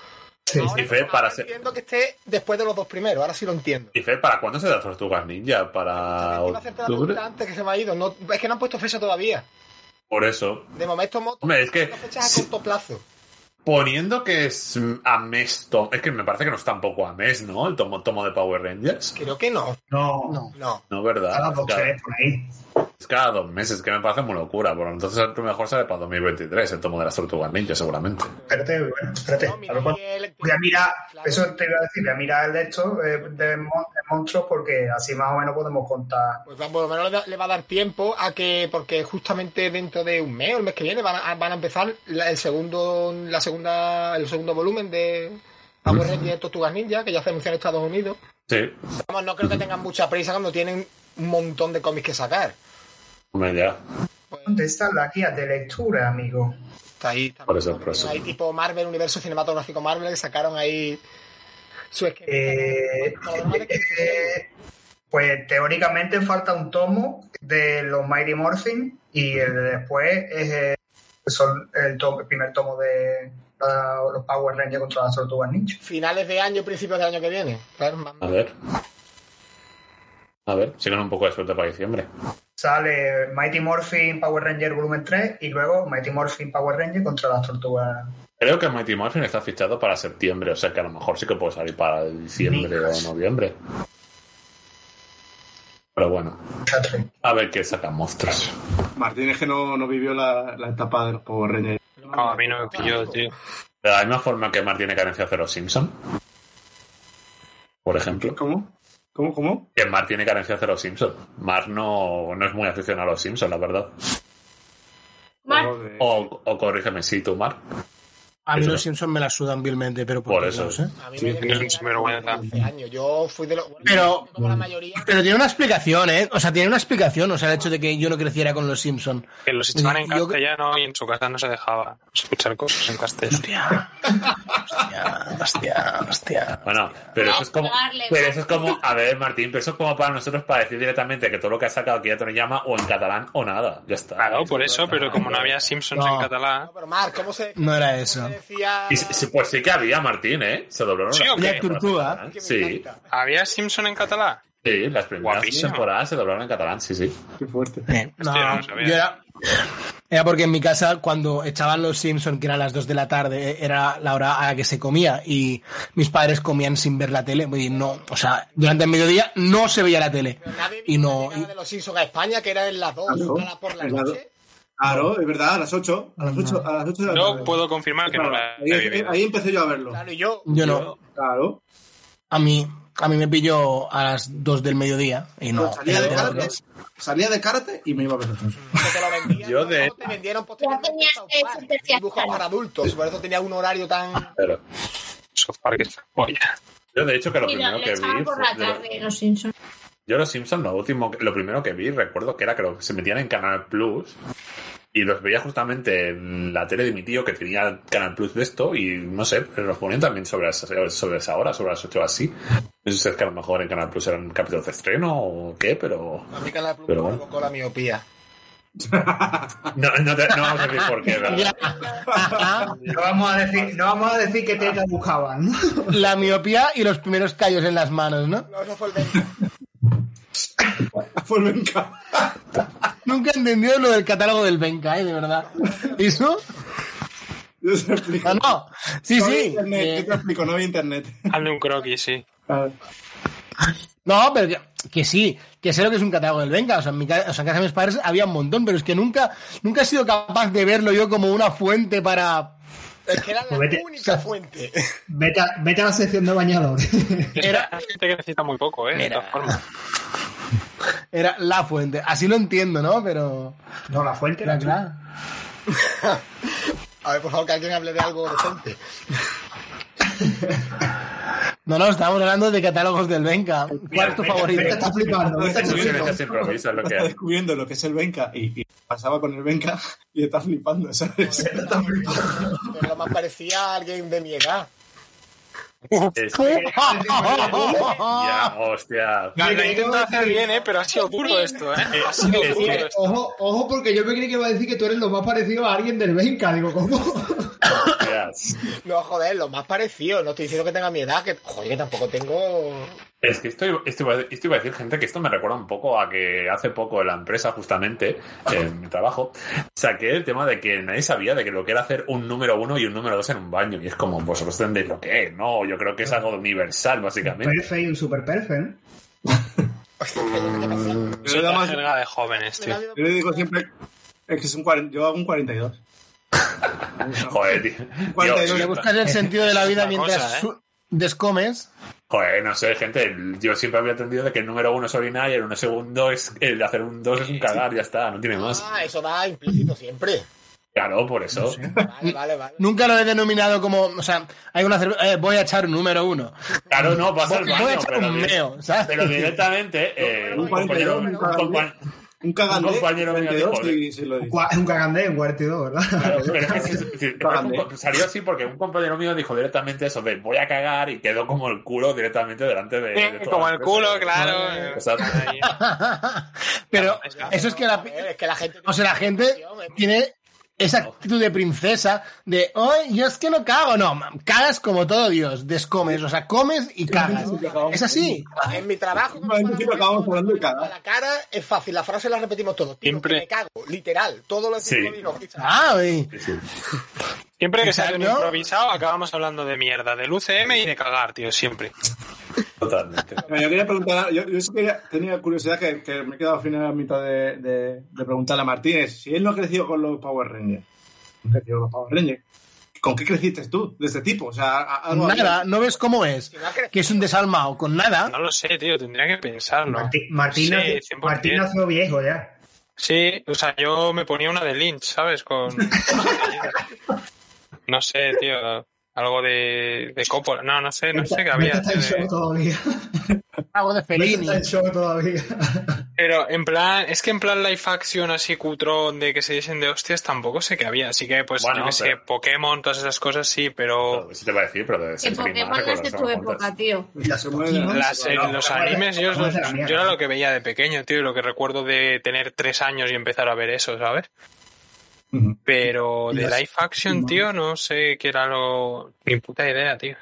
Speaker 11: Sí,
Speaker 10: Ahora,
Speaker 7: Y Fer, para
Speaker 10: ahora
Speaker 7: ser-
Speaker 10: entiendo que esté después de los dos primeros, ahora sí lo entiendo.
Speaker 7: ¿Y Fer, ¿para cuándo se da Tortugas Ninja? ¿Para
Speaker 10: Justamente iba a hacerte la
Speaker 7: octubre?
Speaker 10: pregunta antes que se me ha ido. No, es que no han puesto fecha todavía.
Speaker 7: Por eso.
Speaker 10: De momento, mo-
Speaker 7: Hombre, es que
Speaker 10: fechas a
Speaker 7: sí.
Speaker 10: corto plazo.
Speaker 7: Poniendo que es mm, a mes. to- Es que me parece que no es tampoco a mes, ¿no? El tomo, tomo de Power Rangers.
Speaker 10: Creo que no.
Speaker 11: No, no.
Speaker 10: No.
Speaker 7: No, ¿verdad?
Speaker 11: Cada dos,
Speaker 7: Es cada,
Speaker 11: tres, por ahí.
Speaker 7: es cada dos meses, que me parece muy locura. Bueno, entonces a lo mejor sale para 2023 el tomo de las Tortugas Ninja, seguramente.
Speaker 11: Espérate, bueno, espérate.
Speaker 10: No,
Speaker 11: A lo
Speaker 10: mira,
Speaker 11: mejor-
Speaker 10: Miguel,
Speaker 11: Voy a mirar,
Speaker 10: Claro.
Speaker 11: eso te iba a decir, voy a mirar el de estos eh, de, mon- de monstruos porque así más o menos podemos contar.
Speaker 10: Pues por lo menos le da- le va a dar tiempo a que, porque justamente dentro de un mes o el mes que viene van a, van a empezar la- el segundo, la segunda, el segundo volumen de Power Rangers Tortugas Ninja, que ya se anunció en Estados Unidos.
Speaker 7: Sí.
Speaker 10: Vamos, no creo que tengan mucha prisa cuando tienen un montón de cómics que sacar. Pues
Speaker 7: Hombre, ya.
Speaker 11: ¿Dónde está la guía de lectura, amigo?
Speaker 10: Está ahí. está-
Speaker 7: Por eso, por eso.
Speaker 10: Hay tipo Marvel, universo cinematográfico Marvel, que sacaron ahí su esquema.
Speaker 11: Eh,
Speaker 10: Por lo menos de 15 series.
Speaker 11: eh, pues teóricamente falta un tomo de los Mighty Morphin y el de después es eh, son el, tomo- el primer tomo de la- los Power Rangers contra las Tortugas Ninja.
Speaker 10: Finales de año, principios del año que viene. Claro, más-
Speaker 7: A ver. A ver, si con un poco de suerte para diciembre.
Speaker 11: Sale Mighty Morphin Power Ranger volumen 3 y luego Mighty Morphin Power Ranger contra las Tortugas
Speaker 7: Creo que Mighty Morphin está fichado para septiembre, o sea que a lo mejor sí que puede salir para diciembre o noviembre. Pero bueno,
Speaker 11: Ninja 3.
Speaker 7: a ver qué sacan monstruos.
Speaker 5: Martín es que no, no vivió la, la etapa de los Power Rangers.
Speaker 8: No, a mí no me pilló, tío.
Speaker 7: De la misma forma que Mar tiene carencia de los Simpson. Por ejemplo.
Speaker 5: ¿Cómo? ¿Cómo? ¿Cómo?
Speaker 7: Que Mar tiene carencia de los Simpson. Mar no, no es muy aficionado a los Simpson, la verdad.
Speaker 9: Mar,
Speaker 5: Joder.
Speaker 7: O, o corrígeme, sí, tú, Mar.
Speaker 6: A mí
Speaker 7: Eso.
Speaker 6: los Simpsons me la sudan vilmente, pero
Speaker 7: Por
Speaker 6: todos
Speaker 7: eso.
Speaker 6: lados, ¿eh?
Speaker 10: A mí
Speaker 8: Sí,
Speaker 10: me
Speaker 8: tienes
Speaker 10: llegaron
Speaker 8: mucha vergüenza.
Speaker 10: 15 años. Yo fui de los. bueno,
Speaker 6: Pero-
Speaker 10: como la mayoría.
Speaker 6: Pero tiene una explicación, ¿eh? O sea, tiene una explicación, o sea, el hecho de que yo no creciera con los Simpsons.
Speaker 8: Que los echaban en
Speaker 6: Yo-
Speaker 8: castellano y en su casa no se dejaba escuchar cosas en castellano.
Speaker 6: hostia, hostia, hostia.
Speaker 7: Bueno, pero eso es como.
Speaker 9: Darle,
Speaker 7: Pero eso es como. A ver, Martín, pero eso es como para nosotros para decir directamente que todo lo que has sacado aquí ya te lo llama o en catalán o nada. Ya está.
Speaker 8: Claro, por eso, pero como no había Simpsons
Speaker 6: No.
Speaker 8: en catalán.
Speaker 10: No, pero Marc, ¿cómo se
Speaker 6: No era eso.
Speaker 10: decía?
Speaker 7: Y sí- sí, pues sí que había, Martín, ¿eh? Se doblaron
Speaker 8: ¿Sí
Speaker 7: las
Speaker 8: o qué?
Speaker 6: Había Tortuga.
Speaker 10: Que me
Speaker 7: Sí,
Speaker 10: encanta.
Speaker 8: ¿Había Simpson en catalán?
Speaker 7: sí, las primeras
Speaker 8: Guapísimo.
Speaker 7: temporadas se doblaron en catalán, sí, sí.
Speaker 5: Qué fuerte.
Speaker 6: No,
Speaker 8: Hostia, no lo sabía.
Speaker 6: yo era, era porque en mi casa, cuando echaban los Simpson, que era a las 2 de la tarde, era la hora a la que se comía y mis padres comían sin ver la tele. Voy a decir, no, o sea, durante el mediodía no se veía la tele.
Speaker 10: Pero nadie
Speaker 6: Y no.
Speaker 10: nada de los Simpsons a España, que era en las 2
Speaker 5: Claro.
Speaker 10: a la- por la
Speaker 5: Claro.
Speaker 10: noche.
Speaker 5: Claro, es verdad, a las 8. A las 8, a las 8 de la tarde.
Speaker 8: Yo puedo confirmar que no la
Speaker 5: ahí,
Speaker 8: he vivido.
Speaker 5: ahí empecé yo a verlo.
Speaker 10: Claro, y yo.
Speaker 6: Yo no.
Speaker 5: Claro.
Speaker 6: A mí, a mí me pilló a las 2 del mediodía y no.
Speaker 5: Pues salía,
Speaker 6: era
Speaker 5: de
Speaker 6: de
Speaker 5: karate,
Speaker 6: los-
Speaker 5: salía de karate y me iba a ver los Simpsons.
Speaker 10: que te lo vendían,
Speaker 7: Yo
Speaker 10: ¿no?
Speaker 7: de-
Speaker 10: te vendieron posteriormente
Speaker 9: Ya tenía
Speaker 10: South
Speaker 9: eso,
Speaker 10: Park,
Speaker 9: te hacía
Speaker 10: dibujos para adultos, por eso tenía un horario tan.
Speaker 7: Ah, Pero
Speaker 8: South Park es la polla.
Speaker 7: yo, de hecho, que lo
Speaker 9: Y lo,
Speaker 7: primero
Speaker 9: lo
Speaker 7: que vi.
Speaker 9: echaban por
Speaker 7: fue-
Speaker 9: la
Speaker 7: de lo-
Speaker 9: tarde los Simpsons.
Speaker 7: Yo los Simpsons, lo último, lo primero que vi, recuerdo que era que lo- se metían en Canal Plus y los veía justamente en la tele de mi tío que tenía Canal Plus de esto y no sé, pero los ponían también sobre, las- sobre esa hora, sobre las 8 o así. No sé si es que a lo mejor en Canal Plus eran capítulos de estreno o qué, pero
Speaker 10: A mí Canal Plus
Speaker 7: Pero
Speaker 10: me
Speaker 7: bueno.
Speaker 10: provocó la miopía.
Speaker 7: no, no, te- no vamos a decir por qué, ¿verdad?
Speaker 11: No vamos a decir, no vamos a decir que
Speaker 10: Ah.
Speaker 11: te buscaban.
Speaker 6: La miopía y los primeros callos en las manos, ¿no?
Speaker 10: No, eso fue el de-
Speaker 5: Fue el venga.
Speaker 6: Nunca he entendido lo del catálogo del Benca, ¿eh? De verdad. ¿Y eso?
Speaker 5: Yo te explico.
Speaker 6: No, no. Sí,
Speaker 5: No había
Speaker 6: sí.
Speaker 5: internet,
Speaker 6: Eh,
Speaker 5: Yo te explico, no había internet.
Speaker 8: Hazme un croquis, sí.
Speaker 6: No, pero que, que sí, que sé lo que es un catálogo del Benca. O sea, en, mi ca- o sea, en casa de mis padres había un montón, pero es que nunca, nunca he sido capaz de verlo yo como una fuente para.
Speaker 10: Es que era la
Speaker 11: Pues vete.
Speaker 10: única fuente.
Speaker 11: Vete a, vete a la sección de bañadores.
Speaker 8: Era gente que necesita muy poco, ¿eh? De todas formas.
Speaker 6: Era la fuente. Así lo entiendo, ¿no? Pero.
Speaker 11: No, la fuente
Speaker 6: Era
Speaker 11: era clara.
Speaker 6: claro.
Speaker 10: A ver, por favor, que alguien hable de algo decente.
Speaker 6: No, no, estábamos hablando de catálogos del Benca. ¿Cuál es tu favorito?
Speaker 11: Vete, está flipando. vete,
Speaker 5: Está
Speaker 11: está
Speaker 5: descubriendo,
Speaker 7: Estas improvisas, este lo que
Speaker 5: está
Speaker 7: hay.
Speaker 5: descubriendo lo que es el venga y, y pasaba con el venga y está flipando, ¿sabes? Está flipando.
Speaker 10: Pero lo más parecía a alguien de mi edad.
Speaker 7: Es- Ya, hostia.
Speaker 8: Lo he intentado hacer bien, ¿eh? Pero ha sido duro esto, ¿eh? Ha sido
Speaker 7: Es
Speaker 8: duro
Speaker 7: que-
Speaker 8: esto.
Speaker 11: Ojo, ojo, porque yo me creí que iba a decir que tú eres lo más parecido a alguien del Benca. Digo, ¿cómo?
Speaker 7: Ya.
Speaker 10: No, joder, lo más parecido. No estoy diciendo que tenga mi edad, que joder, que tampoco tengo.
Speaker 7: Es que esto, iba- esto, iba, esto iba a decir, gente, que esto me recuerda un poco a que hace poco en la empresa, justamente, en mi trabajo, saqué el tema de que nadie sabía de que lo que era hacer un número uno y un número dos en un baño. Y es como, vosotros entendéis lo que es, ¿no? Yo creo que es algo universal, básicamente.
Speaker 11: Perfect, un super perfect.
Speaker 5: Yo le,
Speaker 8: Soy
Speaker 5: da
Speaker 8: una
Speaker 5: más-
Speaker 8: jerga de jóvenes, tío.
Speaker 5: yo le digo siempre es que es un 40, yo hago un 42.
Speaker 7: Joder, tío.
Speaker 5: ¿Cuánto
Speaker 7: Yo-
Speaker 5: es?
Speaker 6: Le buscas el sentido de la vida
Speaker 8: Es una
Speaker 6: mientras
Speaker 8: cosa, ¿eh?
Speaker 6: su- descomes.
Speaker 7: joder, no sé, gente. Yo siempre había entendido de que el número uno es orinar y el uno segundo es el de hacer un dos es un cagar, ya está, no tiene más.
Speaker 10: Ah, eso va implícito siempre.
Speaker 7: Claro, por eso.
Speaker 10: Vale, vale, vale.
Speaker 6: Nunca lo he denominado como, o sea, hay una cerve- eh, voy a echar un número uno.
Speaker 7: Claro, no, pasa el
Speaker 6: Voy a
Speaker 7: baño,
Speaker 6: echar
Speaker 7: pero,
Speaker 6: un
Speaker 7: di-
Speaker 6: meo, ¿sabes?
Speaker 7: pero directamente eh,
Speaker 5: Un
Speaker 7: un compañero, un
Speaker 5: 42,
Speaker 7: compa-
Speaker 5: Un cagante.
Speaker 7: Un compañero mío dijo,
Speaker 5: 42 y sí lo digo.
Speaker 11: Gua- Es un cagandé, un cuartido, ¿verdad?
Speaker 7: Claro, pero es que sí, sí, sí,
Speaker 5: Vale.
Speaker 7: fue un- salió así porque un compañero mío dijo directamente eso de voy a cagar y quedó como el culo directamente delante de, de
Speaker 8: Sí,
Speaker 7: toda
Speaker 8: Como
Speaker 7: la
Speaker 8: el
Speaker 7: empresa.
Speaker 8: culo, claro.
Speaker 7: Exacto.
Speaker 8: Ahí.
Speaker 6: pero
Speaker 8: Claro,
Speaker 6: eso es que
Speaker 10: A
Speaker 6: la,
Speaker 10: ver, es que la gente.
Speaker 6: o sea, la gente tiene esa actitud de princesa de, hoy yo es que no cago, no, mam, cagas como todo Dios, descomes, o sea, comes y cagas. Es así.
Speaker 10: En mi trabajo,
Speaker 5: Un momento que acabamos hablando de cara.
Speaker 10: la cara es fácil, la frase la repetimos todos. Tío,
Speaker 8: Siempre.
Speaker 10: que me cago, literal. Todo lo que
Speaker 7: Sí.
Speaker 10: yo digo.
Speaker 6: Ah, y-
Speaker 8: Siempre que sale un
Speaker 6: ¿No?
Speaker 8: improvisado acabamos hablando de mierda, del UCM y de cagar, tío, siempre.
Speaker 7: Totalmente.
Speaker 5: Bueno, yo quería preguntar, yo, yo sí quería- tenía curiosidad que, que me he quedado al final a mitad de, de- de preguntarle a Martínez si él no ha crecido con los Power Rangers. No ha crecido con los Power Rangers. ¿Con qué creciste tú de este tipo? O sea, a- algo
Speaker 6: nada, no ves cómo es, que es un desalmado con nada.
Speaker 8: No lo sé, tío, tendría que pensarlo.
Speaker 11: Martí- Martín,
Speaker 8: Sí,
Speaker 11: nació-
Speaker 8: 100%.
Speaker 11: Martín nació viejo ya.
Speaker 8: Sí, o sea, yo me ponía una de Lynch, ¿sabes? Con. no sé, tío. Algo de, de Coppola. No, no sé, no sé qué
Speaker 11: No
Speaker 8: había.
Speaker 11: está
Speaker 8: tío,
Speaker 11: en
Speaker 8: de-
Speaker 9: Ah,
Speaker 11: show todavía.
Speaker 6: Algo de
Speaker 11: No está
Speaker 6: Fellini.
Speaker 11: en show todavía.
Speaker 8: Pero en plan, es que en plan live action así cutrón de que se diesen de hostias tampoco sé que había. Así que pues
Speaker 7: Bueno,
Speaker 8: yo que sé,
Speaker 7: pero-
Speaker 8: Pokémon, todas esas cosas sí, pero...
Speaker 7: Eso te va a decir, pero
Speaker 8: pues
Speaker 7: de
Speaker 9: Que Pokémon no es de tu época, tío.
Speaker 11: Las Pokémon.
Speaker 8: Las- eh, los animes yo,
Speaker 11: Pokémon es de la
Speaker 8: los-
Speaker 11: mía.
Speaker 8: yo era lo que veía de pequeño, tío, y lo que recuerdo de tener tres años y empezar a ver eso, ¿sabes? Pero de
Speaker 5: Las-
Speaker 8: live action, tío, no sé qué era lo... Ni puta idea, tío.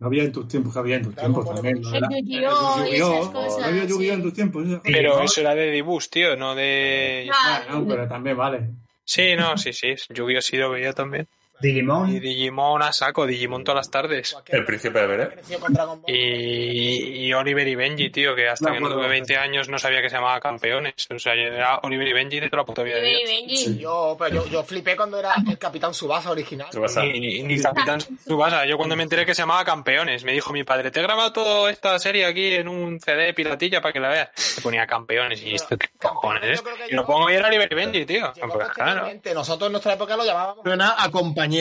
Speaker 5: No había en tus tiempos, que había en tus tiempos también. ¿no?
Speaker 9: El Yu-Gi-Oh! y esas
Speaker 5: Yu-Gi-Oh! No
Speaker 9: cosas.
Speaker 5: había Yu-Gi-Oh en tus tiempos. esas cosas.
Speaker 8: Pero eso era de Dibus, tío, no de...
Speaker 9: Ah,
Speaker 5: No, pero también vale.
Speaker 8: Sí, no, sí, sí. Yu-Gi-Oh! sí lo veía también. Y
Speaker 11: Digimon.
Speaker 8: Digimon a saco, Digimon todas las tardes.
Speaker 7: El príncipe de Belén.
Speaker 10: Creció con Dragon Ball.
Speaker 8: Y, y Oliver y Benji, tío, que hasta
Speaker 5: Me
Speaker 8: que no
Speaker 5: acuerdo.
Speaker 8: tuve 20 años no sabía que se llamaba campeones. O sea, yo era Oliver y Benji de toda la puta vida de
Speaker 9: Benji,
Speaker 8: Dios.
Speaker 9: Benji.
Speaker 10: Yo, pero yo, yo flipé cuando era el Capitán Subasa original.
Speaker 7: Tú vas a-
Speaker 8: Ni, ni- ni Capitán Tsubasa. Yo cuando me enteré que se llamaba Campeones, me dijo mi padre, te he grabado toda esta serie aquí en un CD piratilla para que la veas. Le ponía Campeones y esto, ¿qué cojones?
Speaker 10: yo creo que
Speaker 8: Y lo
Speaker 10: llegó-
Speaker 8: pongo y era Oliver y Benji, tío.
Speaker 10: Llegó
Speaker 8: Pues claro.
Speaker 10: posteriormente. Nosotros en nuestra época lo llamábamos. ¿Ah?
Speaker 6: Suena a compañeros.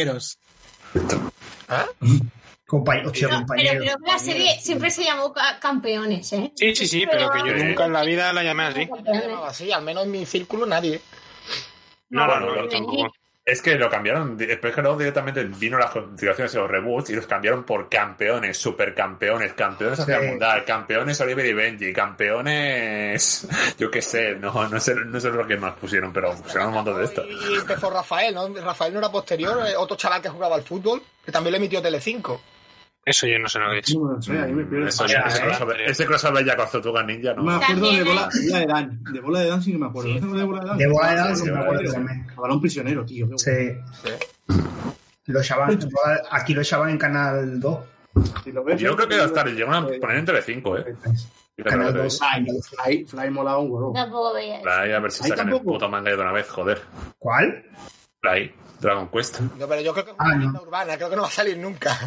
Speaker 11: Compañero. Hostia,
Speaker 9: No, pero
Speaker 11: compañero.
Speaker 9: creo que la serie siempre se llamó ca- Campeones, ¿eh?
Speaker 8: Sí, sí, sí, pero que yo
Speaker 9: Pero-
Speaker 8: nunca en la vida la llamé así.
Speaker 10: Se llamaba así, al menos en mi círculo nadie.
Speaker 8: No, no, no,
Speaker 7: Bueno,
Speaker 8: yo tampoco.
Speaker 7: Es que lo cambiaron, después que luego directamente vino las continuaciones y los reboots y los cambiaron por campeones, supercampeones, campeones hacia
Speaker 11: Sí.
Speaker 7: el mundial, campeones Oliver y Benji, campeones. Yo qué sé, no, no sé, no sé lo que más pusieron, pero pusieron un montón de esto.
Speaker 10: Y empezó Rafael, ¿no? Rafael no era posterior, eh, otro chaval que jugaba al fútbol, que también lo emitió Telecinco.
Speaker 8: Eso yo no sé lo que es.
Speaker 5: No lo sé, ahí me pierdo.
Speaker 7: Eso ya,
Speaker 8: ya,
Speaker 7: ese
Speaker 8: ¿eh?
Speaker 7: crossover- Ese crossover ya con Tortuga Ninja,
Speaker 5: No me
Speaker 7: ¿no?
Speaker 5: acuerdo de
Speaker 9: También
Speaker 5: bola, bola de Dan. De bola de Dan sí que me acuerdo. ¿No te acuerdas de bola de Dan?
Speaker 11: De bola de Dan,
Speaker 7: sí,
Speaker 11: sí, me
Speaker 7: sí,
Speaker 11: acuerdo
Speaker 7: sí.
Speaker 11: también.
Speaker 5: A balón prisionero, tío. qué
Speaker 11: Sí.
Speaker 5: bueno.
Speaker 11: Lo echaban, aquí lo echaban en Canal 2.
Speaker 5: Si lo ves,
Speaker 7: Yo creo que
Speaker 5: tío,
Speaker 7: hasta le llegaron a poner en Telecinco, ¿eh? Yo creo
Speaker 11: Canal
Speaker 7: que-
Speaker 11: 2.
Speaker 5: Fly, Fly, Fly molaba un huevo.
Speaker 9: Tampoco veía eso.
Speaker 7: Fly, a ver si
Speaker 5: Ahí
Speaker 7: sacan el
Speaker 5: tampoco.
Speaker 7: puto manga de una vez, joder.
Speaker 11: ¿Cuál?
Speaker 7: Fly, Dragon Quest.
Speaker 10: No, pero yo creo que es
Speaker 11: Ah,
Speaker 10: una
Speaker 11: no.
Speaker 10: leyenda urbana, creo que no va a salir nunca.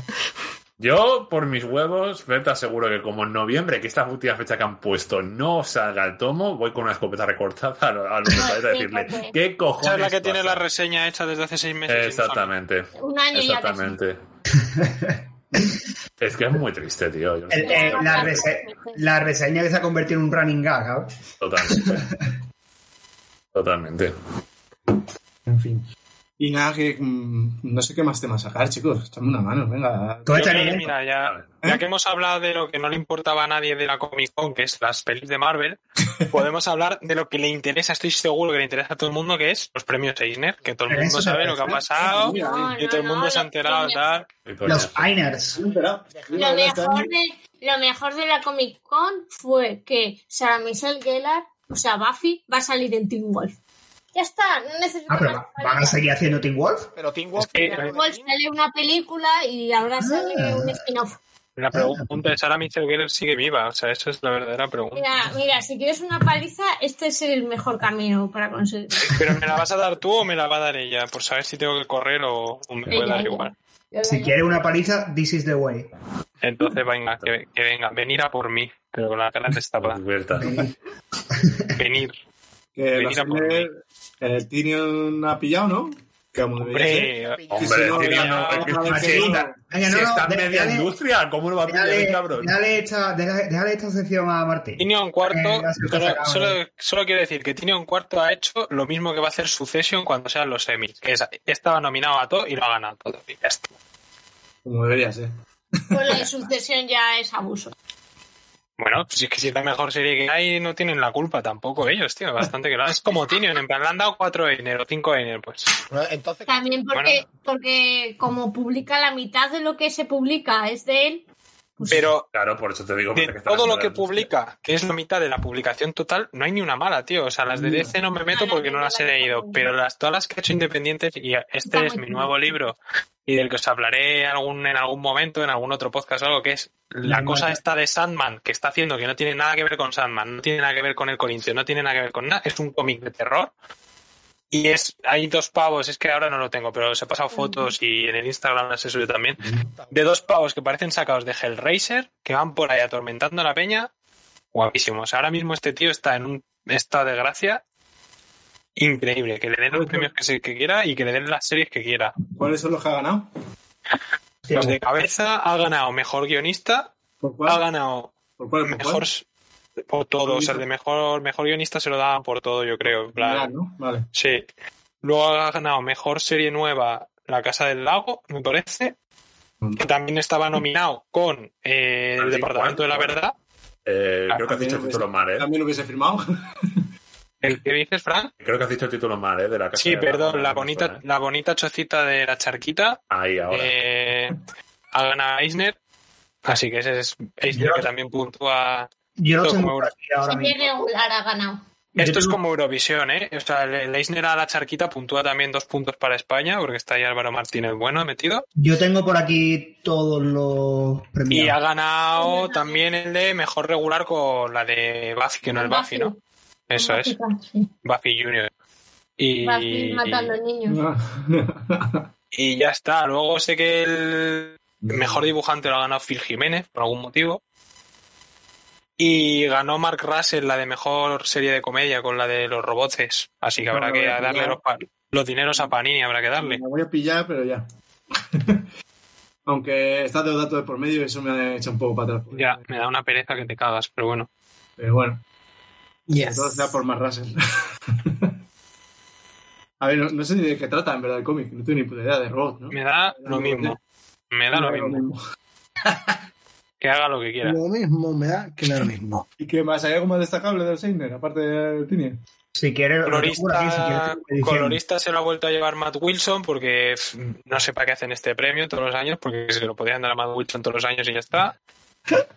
Speaker 7: Yo, por mis huevos, Fer, te aseguro que como en noviembre, que esta última fecha que han puesto no salga el tomo, voy con una escopeta recortada a lo- a los padres a decirle,
Speaker 9: Sí, porque-
Speaker 7: ¿qué cojones
Speaker 8: Esa es la que tiene
Speaker 7: pasa?".
Speaker 8: la reseña hecha desde hace seis meses.
Speaker 7: Exactamente.
Speaker 9: Un año ya casi.
Speaker 7: Exactamente. es que es muy triste, tío. Yo no sé
Speaker 11: El-
Speaker 7: cómo
Speaker 11: eh,
Speaker 7: está
Speaker 11: la,
Speaker 7: el-
Speaker 11: rese- la reseña que se ha convertido en un running gag, ¿sabes?
Speaker 7: Totalmente. Totalmente.
Speaker 11: En fin.
Speaker 5: Y nada, que mm, no sé qué más temas sacar, chicos. Echadme una mano, venga.
Speaker 11: Todo
Speaker 8: Yo
Speaker 11: está
Speaker 8: creo que,
Speaker 11: bien.
Speaker 8: mira, ya,
Speaker 5: ¿Eh?
Speaker 8: ya que hemos hablado de lo que no le importaba a nadie de la Comic Con, que es las pelis de Marvel, podemos hablar de lo que le interesa, estoy seguro que le interesa a todo el mundo, que es los premios Eisner, que todo el
Speaker 11: Pero
Speaker 8: mundo
Speaker 11: eso ¿eh?
Speaker 8: sabe
Speaker 11: te
Speaker 8: lo que ha
Speaker 5: parece.
Speaker 8: pasado
Speaker 5: Sí,
Speaker 9: No,
Speaker 8: y todo el
Speaker 9: ¿eh? no,
Speaker 8: mundo
Speaker 9: no,
Speaker 8: se ha
Speaker 9: los
Speaker 8: enterado,
Speaker 9: premios.
Speaker 8: tal.
Speaker 7: Victoria.
Speaker 11: Los Ainers.
Speaker 9: Lo mejor, de, lo mejor de la Comic Con fue que Sarah Michelle Gellar, o sea, Buffy, va a salir en Teen Wolf. Ya está, no necesito
Speaker 11: Ah, pero
Speaker 9: más
Speaker 11: va- ¿van a seguir haciendo Teen Wolf?
Speaker 10: Pero Teen Wolf.
Speaker 8: que-
Speaker 10: tenía algo
Speaker 9: Teen
Speaker 10: de
Speaker 9: Wolf
Speaker 10: Teen.
Speaker 9: sale una película y
Speaker 11: Ah.
Speaker 9: ahora sale un spin-off.
Speaker 8: La pregunta es, ¿ahora Michelle Geller sigue viva? O sea, esa es la verdadera pregunta.
Speaker 9: Mira, mira, si quieres una paliza, este es el mejor camino para conseguir.
Speaker 8: ¿Pero me la vas a dar tú o me la va a dar ella? Por saber si tengo que correr o, o me puede
Speaker 9: Ella,
Speaker 8: dar
Speaker 9: ella.
Speaker 8: igual.
Speaker 11: Si quiere una paliza, this is the way.
Speaker 8: Entonces, venga, que, que venga, venir a por mí, pero con la cara destapada.
Speaker 7: Vuelta.
Speaker 8: Venir.
Speaker 5: Que la
Speaker 8: Venid a por
Speaker 5: serie, el Tinion ha pillado, ¿no? Que como debería ser.
Speaker 8: Hombre,
Speaker 7: Hombre,
Speaker 8: eh,
Speaker 5: no,
Speaker 7: tío,
Speaker 8: ya,
Speaker 7: no, es que-
Speaker 5: otra vez
Speaker 7: si
Speaker 5: que no.
Speaker 7: está,
Speaker 11: Venga, no,
Speaker 7: si
Speaker 11: no,
Speaker 7: está en
Speaker 11: dale,
Speaker 7: media
Speaker 11: dale.
Speaker 7: industria, ¿cómo lo va a pillar
Speaker 11: Déjale,
Speaker 7: el cabrón?
Speaker 11: déjale esta, déjale, déjale esta sección a Martín.
Speaker 8: Tiene un
Speaker 11: Eh,
Speaker 8: cuarto,
Speaker 11: ya se está
Speaker 8: solo,
Speaker 11: sacando.
Speaker 8: solo- solo quiero decir que Tiene un cuarto ha hecho lo mismo que va a hacer Succession cuando sean los semis. Que es, estaba nominado a todo y lo ha ganado todo. Y ya está.
Speaker 5: Como debería ser.
Speaker 9: Pues la de sucesión ya es abuso.
Speaker 8: Bueno, pues es que si es la mejor serie que hay, no tienen la culpa tampoco ellos, tío. Bastante que lo Es como Tinion, en plan, le han dado 4 Einer o 5 Einer, pues.
Speaker 10: Bueno, Entonces,
Speaker 9: También porque, porque como publica la mitad de lo que se publica es de él,
Speaker 8: Pero
Speaker 7: Claro, por eso te digo.
Speaker 8: de
Speaker 7: parece está
Speaker 8: todo
Speaker 7: en
Speaker 8: lo
Speaker 7: media
Speaker 8: que
Speaker 7: industria.
Speaker 8: publica, que es la mitad de la publicación total, no hay ni una mala, tío. O sea, las de DC no me meto porque no las he leído, pero las todas las que he hecho independientes, y este es mi nuevo libro, y del que os hablaré algún, en algún momento, en algún otro podcast o algo, que es la cosa esta de Sandman, que está haciendo, que no tiene nada que ver con Sandman, no tiene nada que ver con el Corintio, no tiene nada que ver con nada, es un cómic de terror. Y es, hay dos pavos, es que ahora no lo tengo, pero os he pasado fotos y en el Instagram las he subido también, de dos pavos que parecen sacados de Hellraiser, que van por ahí atormentando a la peña. Guapísimos. ahora mismo este tío está en un estado de gracia increíble. Que le den los premios que, se, que quiera y que le den las series que quiera.
Speaker 5: ¿Cuáles son los que ha ganado?
Speaker 11: Hostia,
Speaker 8: Los de cabeza ha ganado mejor guionista,
Speaker 5: ¿Por
Speaker 8: ha
Speaker 5: cuál?
Speaker 8: ganado
Speaker 5: ¿Por cuál? ¿Por cuál?
Speaker 8: mejor, Por todos. El de mejor, mejor guionista se lo daban por todo, yo creo. en plan-
Speaker 5: Verdad, ¿no? Vale.
Speaker 8: Sí. Luego ha ganado mejor serie nueva La Casa del Lago, me parece.
Speaker 5: Mm.
Speaker 8: Que también estaba nominado con eh, el Departamento de la Verdad.
Speaker 7: Eh, creo que has dicho el título mal, ¿eh?
Speaker 5: También hubiese firmado.
Speaker 8: ¿El que dices, Frank?
Speaker 7: Creo que has dicho el título mal, ¿eh? De la casa
Speaker 8: Sí,
Speaker 7: de
Speaker 8: perdón, la
Speaker 7: ¿eh?
Speaker 8: bonita, la bonita chocita de la charquita.
Speaker 7: Ahí, ahora.
Speaker 8: Eh, ha ganado Eisner. Así que ese es Eisner que también puntúa.
Speaker 11: Yo lo
Speaker 8: esto,
Speaker 11: tengo
Speaker 8: como
Speaker 11: por
Speaker 8: Euro-
Speaker 11: aquí ahora
Speaker 9: Serie
Speaker 11: mismo.
Speaker 9: regular ha ganado.
Speaker 8: esto es como Eurovisión, ¿eh? O sea, el, el Eisner a la charquita puntúa también dos puntos para España, porque está ahí Álvaro Martínez bueno metido.
Speaker 11: Yo tengo por aquí todos
Speaker 8: Y
Speaker 11: los
Speaker 8: ha
Speaker 11: premios.
Speaker 8: ganado también el de mejor regular con la de Buffy, que no es Buffy, ¿no? Eso es, Buffy Junior. Y,
Speaker 9: Va a ir matando niños.
Speaker 11: Ah.
Speaker 8: y ya está. Luego sé que el mejor dibujante lo ha ganado Phil Jiménez, por algún motivo. Y ganó Mark Russell la de mejor serie de comedia con la de los robots. Así que habrá
Speaker 5: No,
Speaker 8: que
Speaker 5: no, no,
Speaker 8: darle
Speaker 5: no.
Speaker 8: los, pa- los dineros a Panini, habrá que darle.
Speaker 5: La voy a pillar, pero ya. Aunque está deudado de por medio, eso me ha hecho un poco para atrás.
Speaker 8: Ya, me da una pereza que te cagas, pero bueno.
Speaker 5: Pero bueno. Entonces da por más Russell. A ver, no, no sé ni de qué trata en verdad el cómic. No tengo ni puta idea de robot, ¿no?
Speaker 8: Me da lo mismo. Me da lo mismo. Que haga lo que quiera.
Speaker 6: Lo mismo me da que da lo mismo.
Speaker 5: ¿Y qué más? ¿Hay algo más destacable del Seiner, aparte de Tinier?
Speaker 11: Si quieres, lo tengo por aquí, si quieres,
Speaker 8: Colorista,
Speaker 11: te lo voy diciendo.
Speaker 8: colorista se lo ha vuelto a llevar Matt Wilson porque pf, no sé para qué hacen este premio todos los años, porque se lo podían dar a Matt Wilson todos los años y ya está.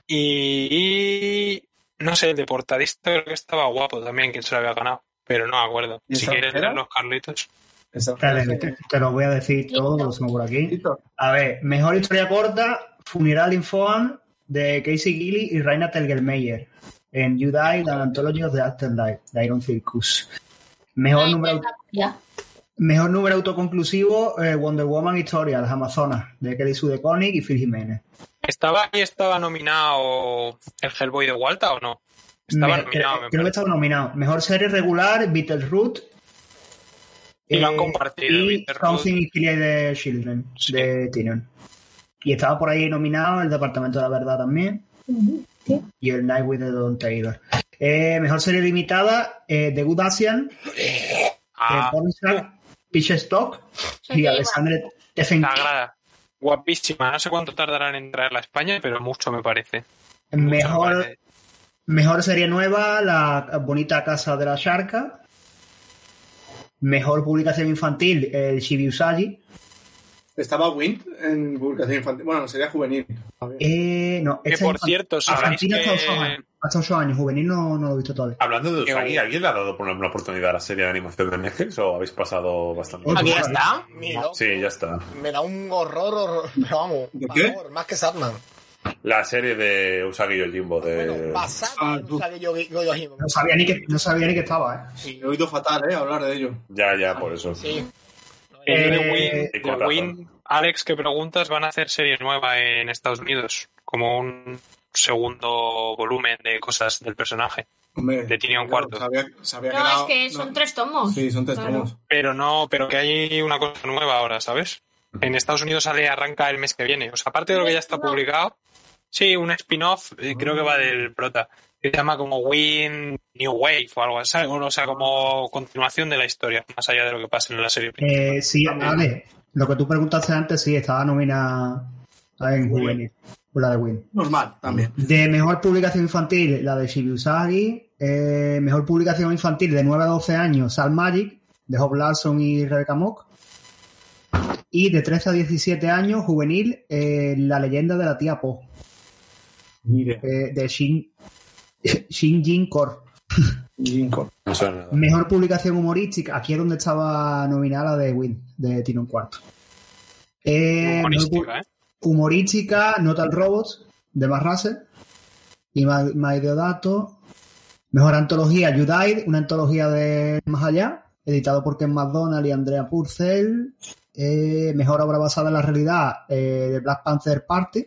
Speaker 8: Y, y no sé, el de portadista creo que estaba guapo también, que se lo había ganado, pero no me acuerdo.
Speaker 5: ¿Y
Speaker 8: Si
Speaker 5: esa
Speaker 8: quieres
Speaker 5: era?
Speaker 8: ver los Carlitos.
Speaker 11: Espérate, te, te lo voy a decir todo, lo tengo por aquí. A ver, mejor historia corta, Funeral in Foam de Casey Gilly y Raina Telgemeier en You Die, The Anthology of the Afterlife, de Iron Circus. Mejor número,
Speaker 9: Ya.
Speaker 11: mejor número autoconclusivo, eh, Wonder Woman Historia, Las Amazonas, de Kelly Sue DeConnick y Phil Jiménez.
Speaker 8: ¿Estaba y estaba nominado el Hellboy de Walta o no? Estaba
Speaker 11: Me- eh,
Speaker 8: nominado, me
Speaker 11: creo que estaba nominado. Mejor serie regular, Beetle
Speaker 8: Y lo han compartido,
Speaker 11: Y
Speaker 8: Beetleroot.
Speaker 11: Something is Killing the Children, de Tyrion. Y estaba por ahí nominado el Departamento de la Verdad también. Y el Night with the Don Taylor. Eh, mejor serie limitada, eh, The Good Asian, Eh,
Speaker 8: Ah,
Speaker 11: Pitch Stock y Alexandre Tefen.
Speaker 8: sagrada. Guapísima. No sé cuánto tardarán en traerla a España, pero mucho me parece.
Speaker 11: Mejor, mejor serie nueva, La Bonita Casa de la Sharka. Mejor publicación infantil, el Shibiusagi.
Speaker 5: Estaba Wind en publicación infantil. Bueno, sería juvenil.
Speaker 11: Eh, no,
Speaker 5: Que
Speaker 11: esta
Speaker 5: por
Speaker 11: infan-
Speaker 5: cierto, ¿sabéis
Speaker 11: infantil hasta ocho
Speaker 5: que-
Speaker 11: años. Hasta ocho años, juvenil no, no lo he visto todavía.
Speaker 7: Hablando de Usagi, ¿alguien le ha dado por una oportunidad a la serie de animación de Netflix o habéis pasado bastante?
Speaker 10: Aquí ya está. Ni loco.
Speaker 7: Sí, ya está.
Speaker 10: Me da un horror, horror. Pero vamos,
Speaker 7: qué?
Speaker 10: pavor, más que Satman.
Speaker 7: La serie de Usagi Yojimbo de...
Speaker 10: Basado en un saque yo- yo- yo- yo-
Speaker 11: No sabía ni que, no sabía ni que estaba, ¿eh?
Speaker 5: He oído fatal, ¿eh? Hablar de ello.
Speaker 7: Ya, ya, por eso.
Speaker 10: Sí.
Speaker 8: El de
Speaker 7: Eh,
Speaker 8: Win-
Speaker 7: con
Speaker 8: de Win, Alex, que preguntas, van a hacer serie nueva en Estados Unidos, como un segundo volumen de cosas del personaje.
Speaker 5: Hombre,
Speaker 8: de Tyrion
Speaker 5: claro,
Speaker 8: cuarto.
Speaker 5: sabía, sabía
Speaker 9: No, es que son tres tomos.
Speaker 5: Sí, son tres
Speaker 9: Claro.
Speaker 5: tomos.
Speaker 8: Pero no, pero que hay una cosa nueva ahora, ¿sabes? En Estados Unidos sale, arranca el mes que viene. O sea, aparte de lo que ya está publicado, sí, un spin-off, eh, creo que va del prota. Se llama como Win New Wave o algo así. O sea, como continuación de la historia, más allá de lo que pasa en la serie.
Speaker 11: Eh, sí, vale. Lo que tú preguntaste antes, sí, estaba nominada en juvenil. por La de Win.
Speaker 5: Normal, también.
Speaker 11: De mejor publicación infantil, la de Shibiusagi. Eh, mejor publicación infantil de 9 a 12 años, Sal Magic, de Hob Larson y Rebecca Mock. Y de 13 a 17 años, juvenil, eh, La leyenda de la tía Po. Eh, de Shin, Shin Jin Kor.
Speaker 7: No sé nada.
Speaker 11: Mejor publicación humorística. Aquí es donde estaba nominada la de Win, de Tino Cuarto. Eh, mejor
Speaker 8: Humorística, ¿eh?
Speaker 11: pu- humorística, Notal Robots, de Marrase. Y Ma- Maideodato. Mejor antología, You Died, una antología de Más Allá, editado por Ken McDonald y Andrea Purcell. Eh, mejor obra basada en la realidad, eh, de Black Panther Party.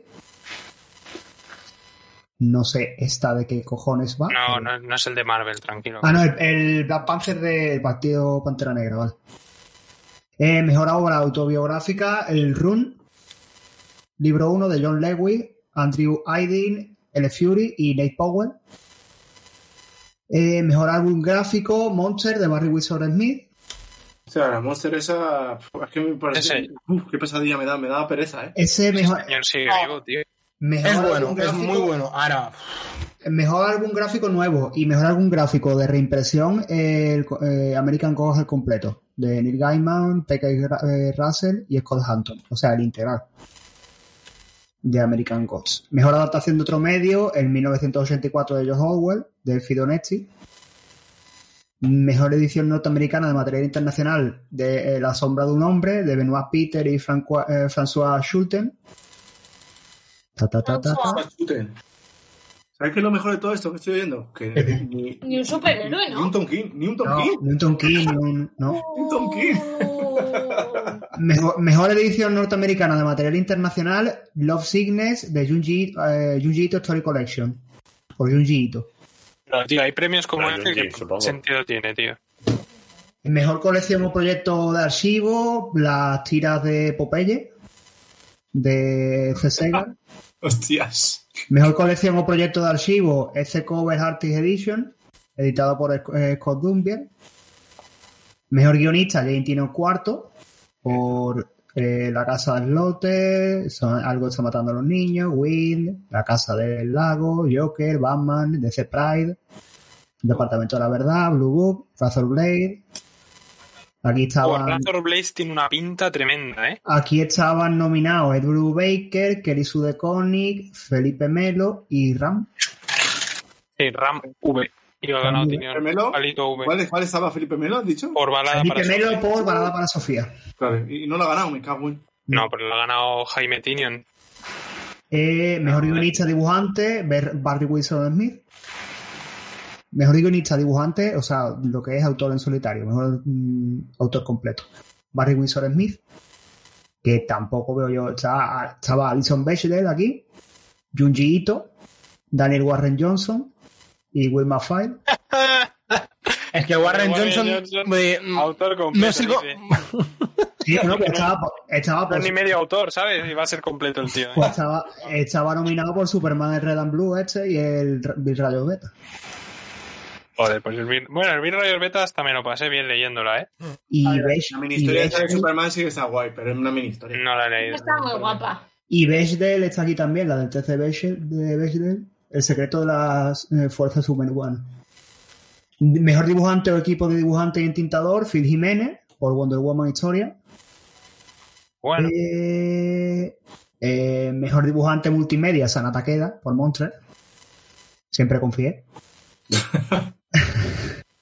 Speaker 11: No sé esta de qué cojones va.
Speaker 8: No, no, no es el de Marvel, tranquilo.
Speaker 11: Ah, no, el,
Speaker 5: eh,
Speaker 11: el Black Panther del partido Pantera Negra, vale. Eh, mejor obra autobiográfica, El Run, libro 1 de John Lewis, Andrew Aydin, El Fury y Nate Powell. Eh, mejor álbum gráfico, Monster, de Barry Wilson Smith.
Speaker 5: O sea, la Monster esa. pf, Es que me parece. Uf, qué pesadilla me da, me da pereza, ¿eh?
Speaker 11: Ese mejor, Ah.
Speaker 8: Señor sigue vivo, tío.
Speaker 11: mejor
Speaker 6: Es
Speaker 11: álbum
Speaker 6: bueno, es
Speaker 11: gráfico-
Speaker 6: muy bueno. Ahora,
Speaker 11: Mejor álbum gráfico nuevo y mejor álbum gráfico de reimpresión, eh, el co- eh, American Gods al completo, de Neil Gaiman, P.K. Ra- eh, Russell y Scott Hampton, o sea, el integral de American Gods. Mejor adaptación de otro medio, el 1984 de George Orwell, de Fidonetti. Mejor edición norteamericana de material internacional de eh, La sombra de un hombre, de Benoit Peter y Franco- eh, François Schulten. Ta, ta, ta, ta, ta.
Speaker 5: Chuten. ¿Sabes qué es lo mejor de todo esto que estoy oyendo? Que ni,
Speaker 9: Ni un superhéroe,
Speaker 5: ni
Speaker 9: ¿no?
Speaker 5: un Tom King, ni un Tom
Speaker 11: No,
Speaker 5: King,
Speaker 11: ni un Tom King, ni un- no.
Speaker 5: ni un Tom King.
Speaker 9: Oh,
Speaker 11: Mejor, mejor edición norteamericana de material internacional, Love Sickness de Junji, eh, Junji Ito Story Collection. Por Junji Ito.
Speaker 8: Pero, tío, hay premios como
Speaker 7: Pero
Speaker 8: este
Speaker 7: Yuji,
Speaker 8: que
Speaker 7: supongo.
Speaker 8: sentido tiene, tío.
Speaker 11: Mejor colección o proyecto de archivo, las tiras de Popeye de C. Segal.
Speaker 5: Hostias.
Speaker 11: Mejor colección o proyecto de archivo, S. Cover Artist Edition, editado por eh, Scott Dumbier. Mejor guionista, Jane Tino Cuarto, por eh, La Casa del Lote, Son- Algo está matando a los niños, Will, La Casa del Lago, Joker, Batman, DC Pride, Departamento de la Verdad, Blue Book, Razorblade. Aquí
Speaker 8: Por
Speaker 11: estaban,
Speaker 8: Razor Blaze tiene una pinta tremenda, ¿eh?
Speaker 11: aquí estaban nominados Ed Bruce Baker, Kelly Sue de Koenig, Felipe Melo y Ram.
Speaker 8: Sí, Ram V. Y lo ha ganado, tío.
Speaker 5: Melo.
Speaker 8: Palito V.
Speaker 5: ¿Cuál, cuál estaba Felipe Melo, has dicho?
Speaker 8: Por balada
Speaker 11: Felipe
Speaker 8: para
Speaker 11: Melo
Speaker 8: Sofía.
Speaker 11: por Balada para Sofía.
Speaker 5: Claro, y, y no lo ha ganado, me cago en.
Speaker 8: No, pero lo ha ganado Jaime Tinion.
Speaker 11: Eh, mejor guionista dibujante, Ber- Barry Wilson Smith. Mejor guionista dibujante, o sea, lo que es autor en solitario, mejor mm, autor completo. Barry Wilson Smith, que tampoco veo yo. Estaba, estaba Alison Bechdel aquí, Junji Ito, Daniel Warren Johnson y Will File.
Speaker 6: es que Warren,
Speaker 8: Warren
Speaker 6: Johnson,
Speaker 8: Johnson,
Speaker 6: hombre, mm,
Speaker 8: Autor completo.
Speaker 6: no sé cómo-
Speaker 8: dice.
Speaker 11: Sí, no, pero estaba,
Speaker 5: Ah,
Speaker 11: estaba,
Speaker 8: No
Speaker 5: pues
Speaker 11: por-
Speaker 8: es ni medio autor, ¿sabes? Y va a ser completo el tío. ¿eh?
Speaker 11: pues estaba, estaba nominado por Superman el Red and Blue este y el Ra- Bill Rayo Beta.
Speaker 8: Joder, pues el Bill- Bueno, el Bill Rogers Beta hasta me lo pasé bien leyéndola, ¿eh?
Speaker 5: Mm.
Speaker 11: Y
Speaker 5: A ver,
Speaker 11: Besh-
Speaker 5: La
Speaker 11: y
Speaker 5: minihistoria esa de
Speaker 11: Bechdel-
Speaker 5: Superman sí que está guay, pero es una minihistoria.
Speaker 8: No la he leído.
Speaker 9: Está muy guapa.
Speaker 11: Y Bechdel está aquí también, la del test de Bechdel, de Bechdel, el secreto de las eh, fuerzas superhumanas. Mejor dibujante o equipo de dibujante y entintador, Phil Jiménez, por Wonder Woman Historia.
Speaker 8: Bueno,
Speaker 11: Eh, eh, mejor dibujante multimedia, Sana Takeda, por Monster. Siempre confié.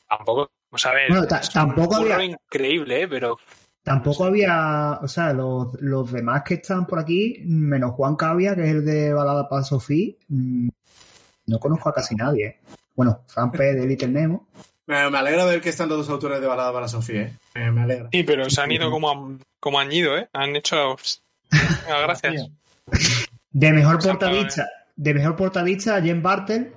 Speaker 8: tampoco. Vamos a ver.
Speaker 11: Bueno, ta-
Speaker 8: es un
Speaker 11: tampoco
Speaker 8: curro
Speaker 11: había-
Speaker 8: increíble, ¿eh? Pero
Speaker 11: Tampoco había, o sea, los, los demás que están por aquí, menos Juan Cavia, que es el de Balada para Sofía, mm, no conozco a casi nadie. eh. Bueno, Fran P. de Little Nemo.
Speaker 5: Me, me alegra ver que están los dos autores de Balada para Sofía, ¿eh? Eh, me alegra.
Speaker 8: Sí, pero se han ido como, am- como han ido, ¿eh? Han hecho. Venga, gracias.
Speaker 11: De mejor
Speaker 8: Exacto, eh.
Speaker 11: portadista, de mejor portadista, Jen Bartel,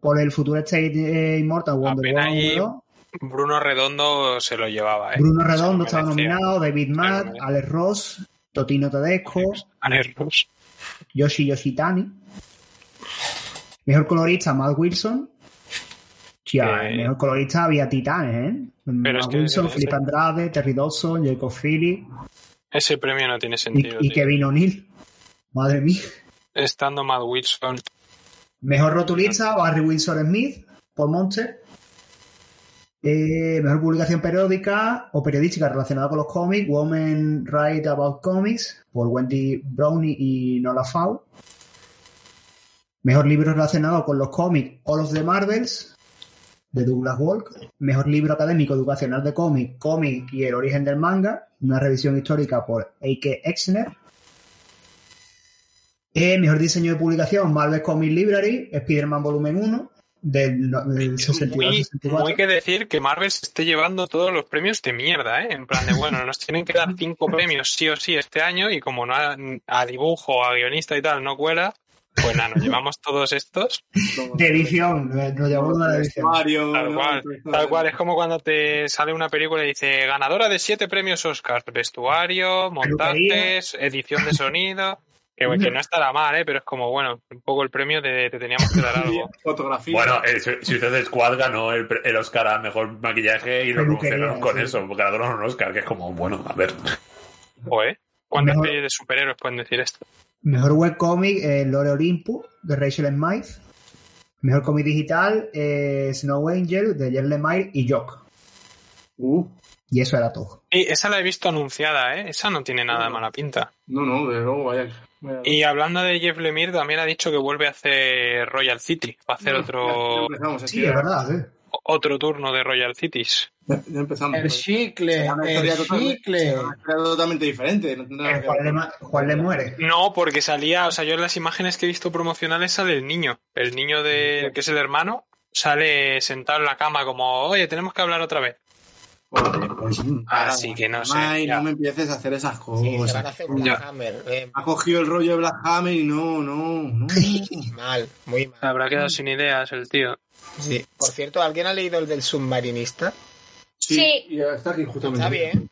Speaker 11: por el Future State eh, Immortal Wonder
Speaker 8: Apenas
Speaker 11: Woman
Speaker 8: ahí-
Speaker 11: 1.
Speaker 8: Bruno Redondo se lo llevaba, ¿eh?
Speaker 11: Bruno
Speaker 8: Se lo
Speaker 11: Redondo estaba
Speaker 8: merecía.
Speaker 11: nominado, David Matt,
Speaker 8: merecía.
Speaker 11: Alex Ross, Totino Tedesco,
Speaker 8: Alex Ross.
Speaker 11: Yoshi Yoshitani. Mejor colorista, Matt Wilson. Hostia,
Speaker 8: Eh,
Speaker 11: el mejor colorista había
Speaker 8: Ah,
Speaker 11: titanes, ¿eh? Matt
Speaker 8: es que-
Speaker 11: Wilson,
Speaker 8: es-
Speaker 11: Felipe Andrade, Terry Dawson, Jacob Philly
Speaker 8: Ese premio no tiene
Speaker 11: y,
Speaker 8: sentido.
Speaker 11: y
Speaker 8: tío.
Speaker 11: Kevin O'Neill. Madre mía.
Speaker 8: Estando Matt Wilson.
Speaker 11: Mejor rotulista, Barry Wilson Smith, por Monster. Eh, mejor publicación periódica o periodística relacionada con los cómics, Women Write About Comics, por Wendy Brownie y Nola Fau. Mejor libro relacionado con los cómics, All of the Marvels, de Douglas Walk. Mejor libro académico educacional de cómic, Cómic y el origen del manga, una revisión histórica por Eike Exner. Eh, mejor diseño de publicación, Marvel Comics Library, Spider-Man Volumen 1, del, no- del 62 al
Speaker 8: Muy,
Speaker 11: 64.
Speaker 8: muy que decir que Marvel se esté llevando todos los premios de mierda, ¿eh? En plan de, bueno, nos tienen que dar cinco premios sí o sí este año y como no a, a dibujo, a guionista y tal no cuela, pues nada, nos llevamos todos estos.
Speaker 11: De edición, eh, nos llamamos de la edición.
Speaker 5: Mario,
Speaker 8: Tal
Speaker 5: ¿no?
Speaker 8: cual,
Speaker 5: Entonces,
Speaker 8: tal cual. Es como cuando te sale una película y dice ganadora de siete premios Oscar, vestuario, montajes, edición de sonido. Que, que no estará mal, ¿eh? Pero es como, bueno, un poco el premio de te teníamos que dar algo.
Speaker 5: Fotografía.
Speaker 7: Bueno, eh, Su- Suicide Squad ganó el, pre- el Oscar a mejor maquillaje y lo
Speaker 11: Peluquería,
Speaker 7: promocionaron con
Speaker 11: sí.
Speaker 7: eso. Ganaron un Oscar, que es como, bueno, a ver.
Speaker 8: O, ¿eh? ¿Cuántas
Speaker 11: Mejor-
Speaker 8: series de superhéroes pueden decir esto?
Speaker 11: Mejor webcomic, eh, Lore Olympus, de Rachel Smythe. Mejor cómic digital, eh, Snow Angel, de Jerry Lemire y Jock. Uh. Y eso era todo.
Speaker 8: Y esa la he visto anunciada, ¿eh? Esa no tiene nada de mala pinta.
Speaker 5: No, no, de luego, vaya. vaya-
Speaker 8: Y hablando de Jeff Lemire, también ha dicho que vuelve a hacer Royal City. Va a hacer
Speaker 5: Ya
Speaker 8: otro,
Speaker 5: empezamos,
Speaker 11: Sí, es verdad, sí.
Speaker 8: otro turno de Royal Cities.
Speaker 5: Ya, ya empezamos.
Speaker 6: El chicle,
Speaker 5: Será una historia
Speaker 6: el
Speaker 5: totalmente-
Speaker 6: chicle.
Speaker 5: será una historia totalmente diferente. No tendrá nada
Speaker 11: Eh,
Speaker 5: que
Speaker 11: Juan,
Speaker 5: ver.
Speaker 11: le, ma- Juan le muere.
Speaker 8: No, porque salía, o sea, yo en las imágenes que he visto promocionales sale el niño, el niño de que es el hermano, sale sentado en la cama como, oye, tenemos que hablar otra vez.
Speaker 5: Joder, pues,
Speaker 8: Así que no sé,
Speaker 5: Ay,
Speaker 8: ya.
Speaker 5: no me empieces a hacer esas
Speaker 10: Sí, se van a
Speaker 5: cosas.
Speaker 10: hacer
Speaker 8: Ya.
Speaker 10: Black Hammer. eh,
Speaker 5: ha cogido el rollo de Black Hammer y no, no, no.
Speaker 10: mal, muy mal.
Speaker 8: Habrá quedado sin ideas el tío.
Speaker 10: Sí. Por cierto, ¿alguien ha leído el del submarinista?
Speaker 9: Sí.
Speaker 5: y está aquí justamente.
Speaker 10: Está bien.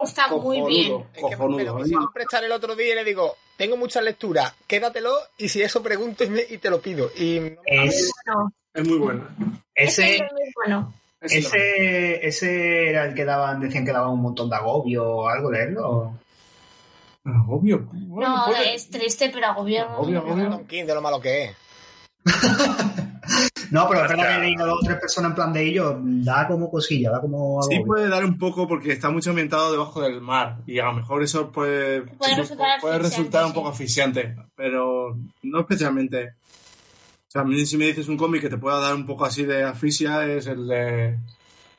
Speaker 9: Está muy
Speaker 5: Cojonudo.
Speaker 9: bien.
Speaker 10: Es que me lo
Speaker 5: Cojonudo.
Speaker 10: quisieron prestar el otro día y le digo, tengo muchas lecturas, quédatelo y si eso pregunto y, me- y te lo pido. Y no me-
Speaker 11: Es-
Speaker 9: Bueno,
Speaker 5: Es muy bueno.
Speaker 9: ese
Speaker 11: ese,
Speaker 9: es muy bueno.
Speaker 5: Ese lo-
Speaker 11: ese, ese era el que daban, decían que daban un montón de agobio o algo, leerlo.
Speaker 5: Agobio.
Speaker 9: No,
Speaker 5: Bueno, pues, ponle-
Speaker 9: es triste, pero agobiado.
Speaker 5: Agobio, agobio.
Speaker 10: Tom eh, King, de lo malo que es.
Speaker 11: No, pero es verdad que he leído dos o tres personas en plan de ellos. Da como cosilla, da como
Speaker 5: Sí
Speaker 11: agobio.
Speaker 5: puede dar un poco porque está mucho ambientado debajo del mar y a lo mejor eso puede,
Speaker 9: Puede resultar
Speaker 5: puede
Speaker 9: asfixiante,
Speaker 5: resultar un
Speaker 9: sí.
Speaker 5: poco asfixiante, pero no especialmente. O sea, a mí si me dices un cómic que te pueda dar un poco así de asfixia es el de...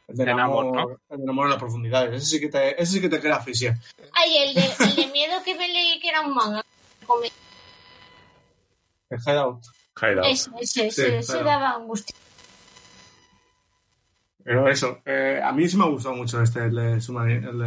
Speaker 5: El de
Speaker 8: De Namor,
Speaker 5: enamor, el de Namor en las profundidades. Ese sí que te, ese sí que te crea asfixia.
Speaker 9: Ay, el de, el de miedo que me leí que era un manga. Come-
Speaker 5: El Hideout.
Speaker 7: Hideout.
Speaker 9: Ese, ese,
Speaker 5: Sí,
Speaker 9: ese, ese
Speaker 5: claro.
Speaker 9: daba angustia.
Speaker 5: Pero eso, eh, a mí sí me ha gustado mucho este, el de Submarine- el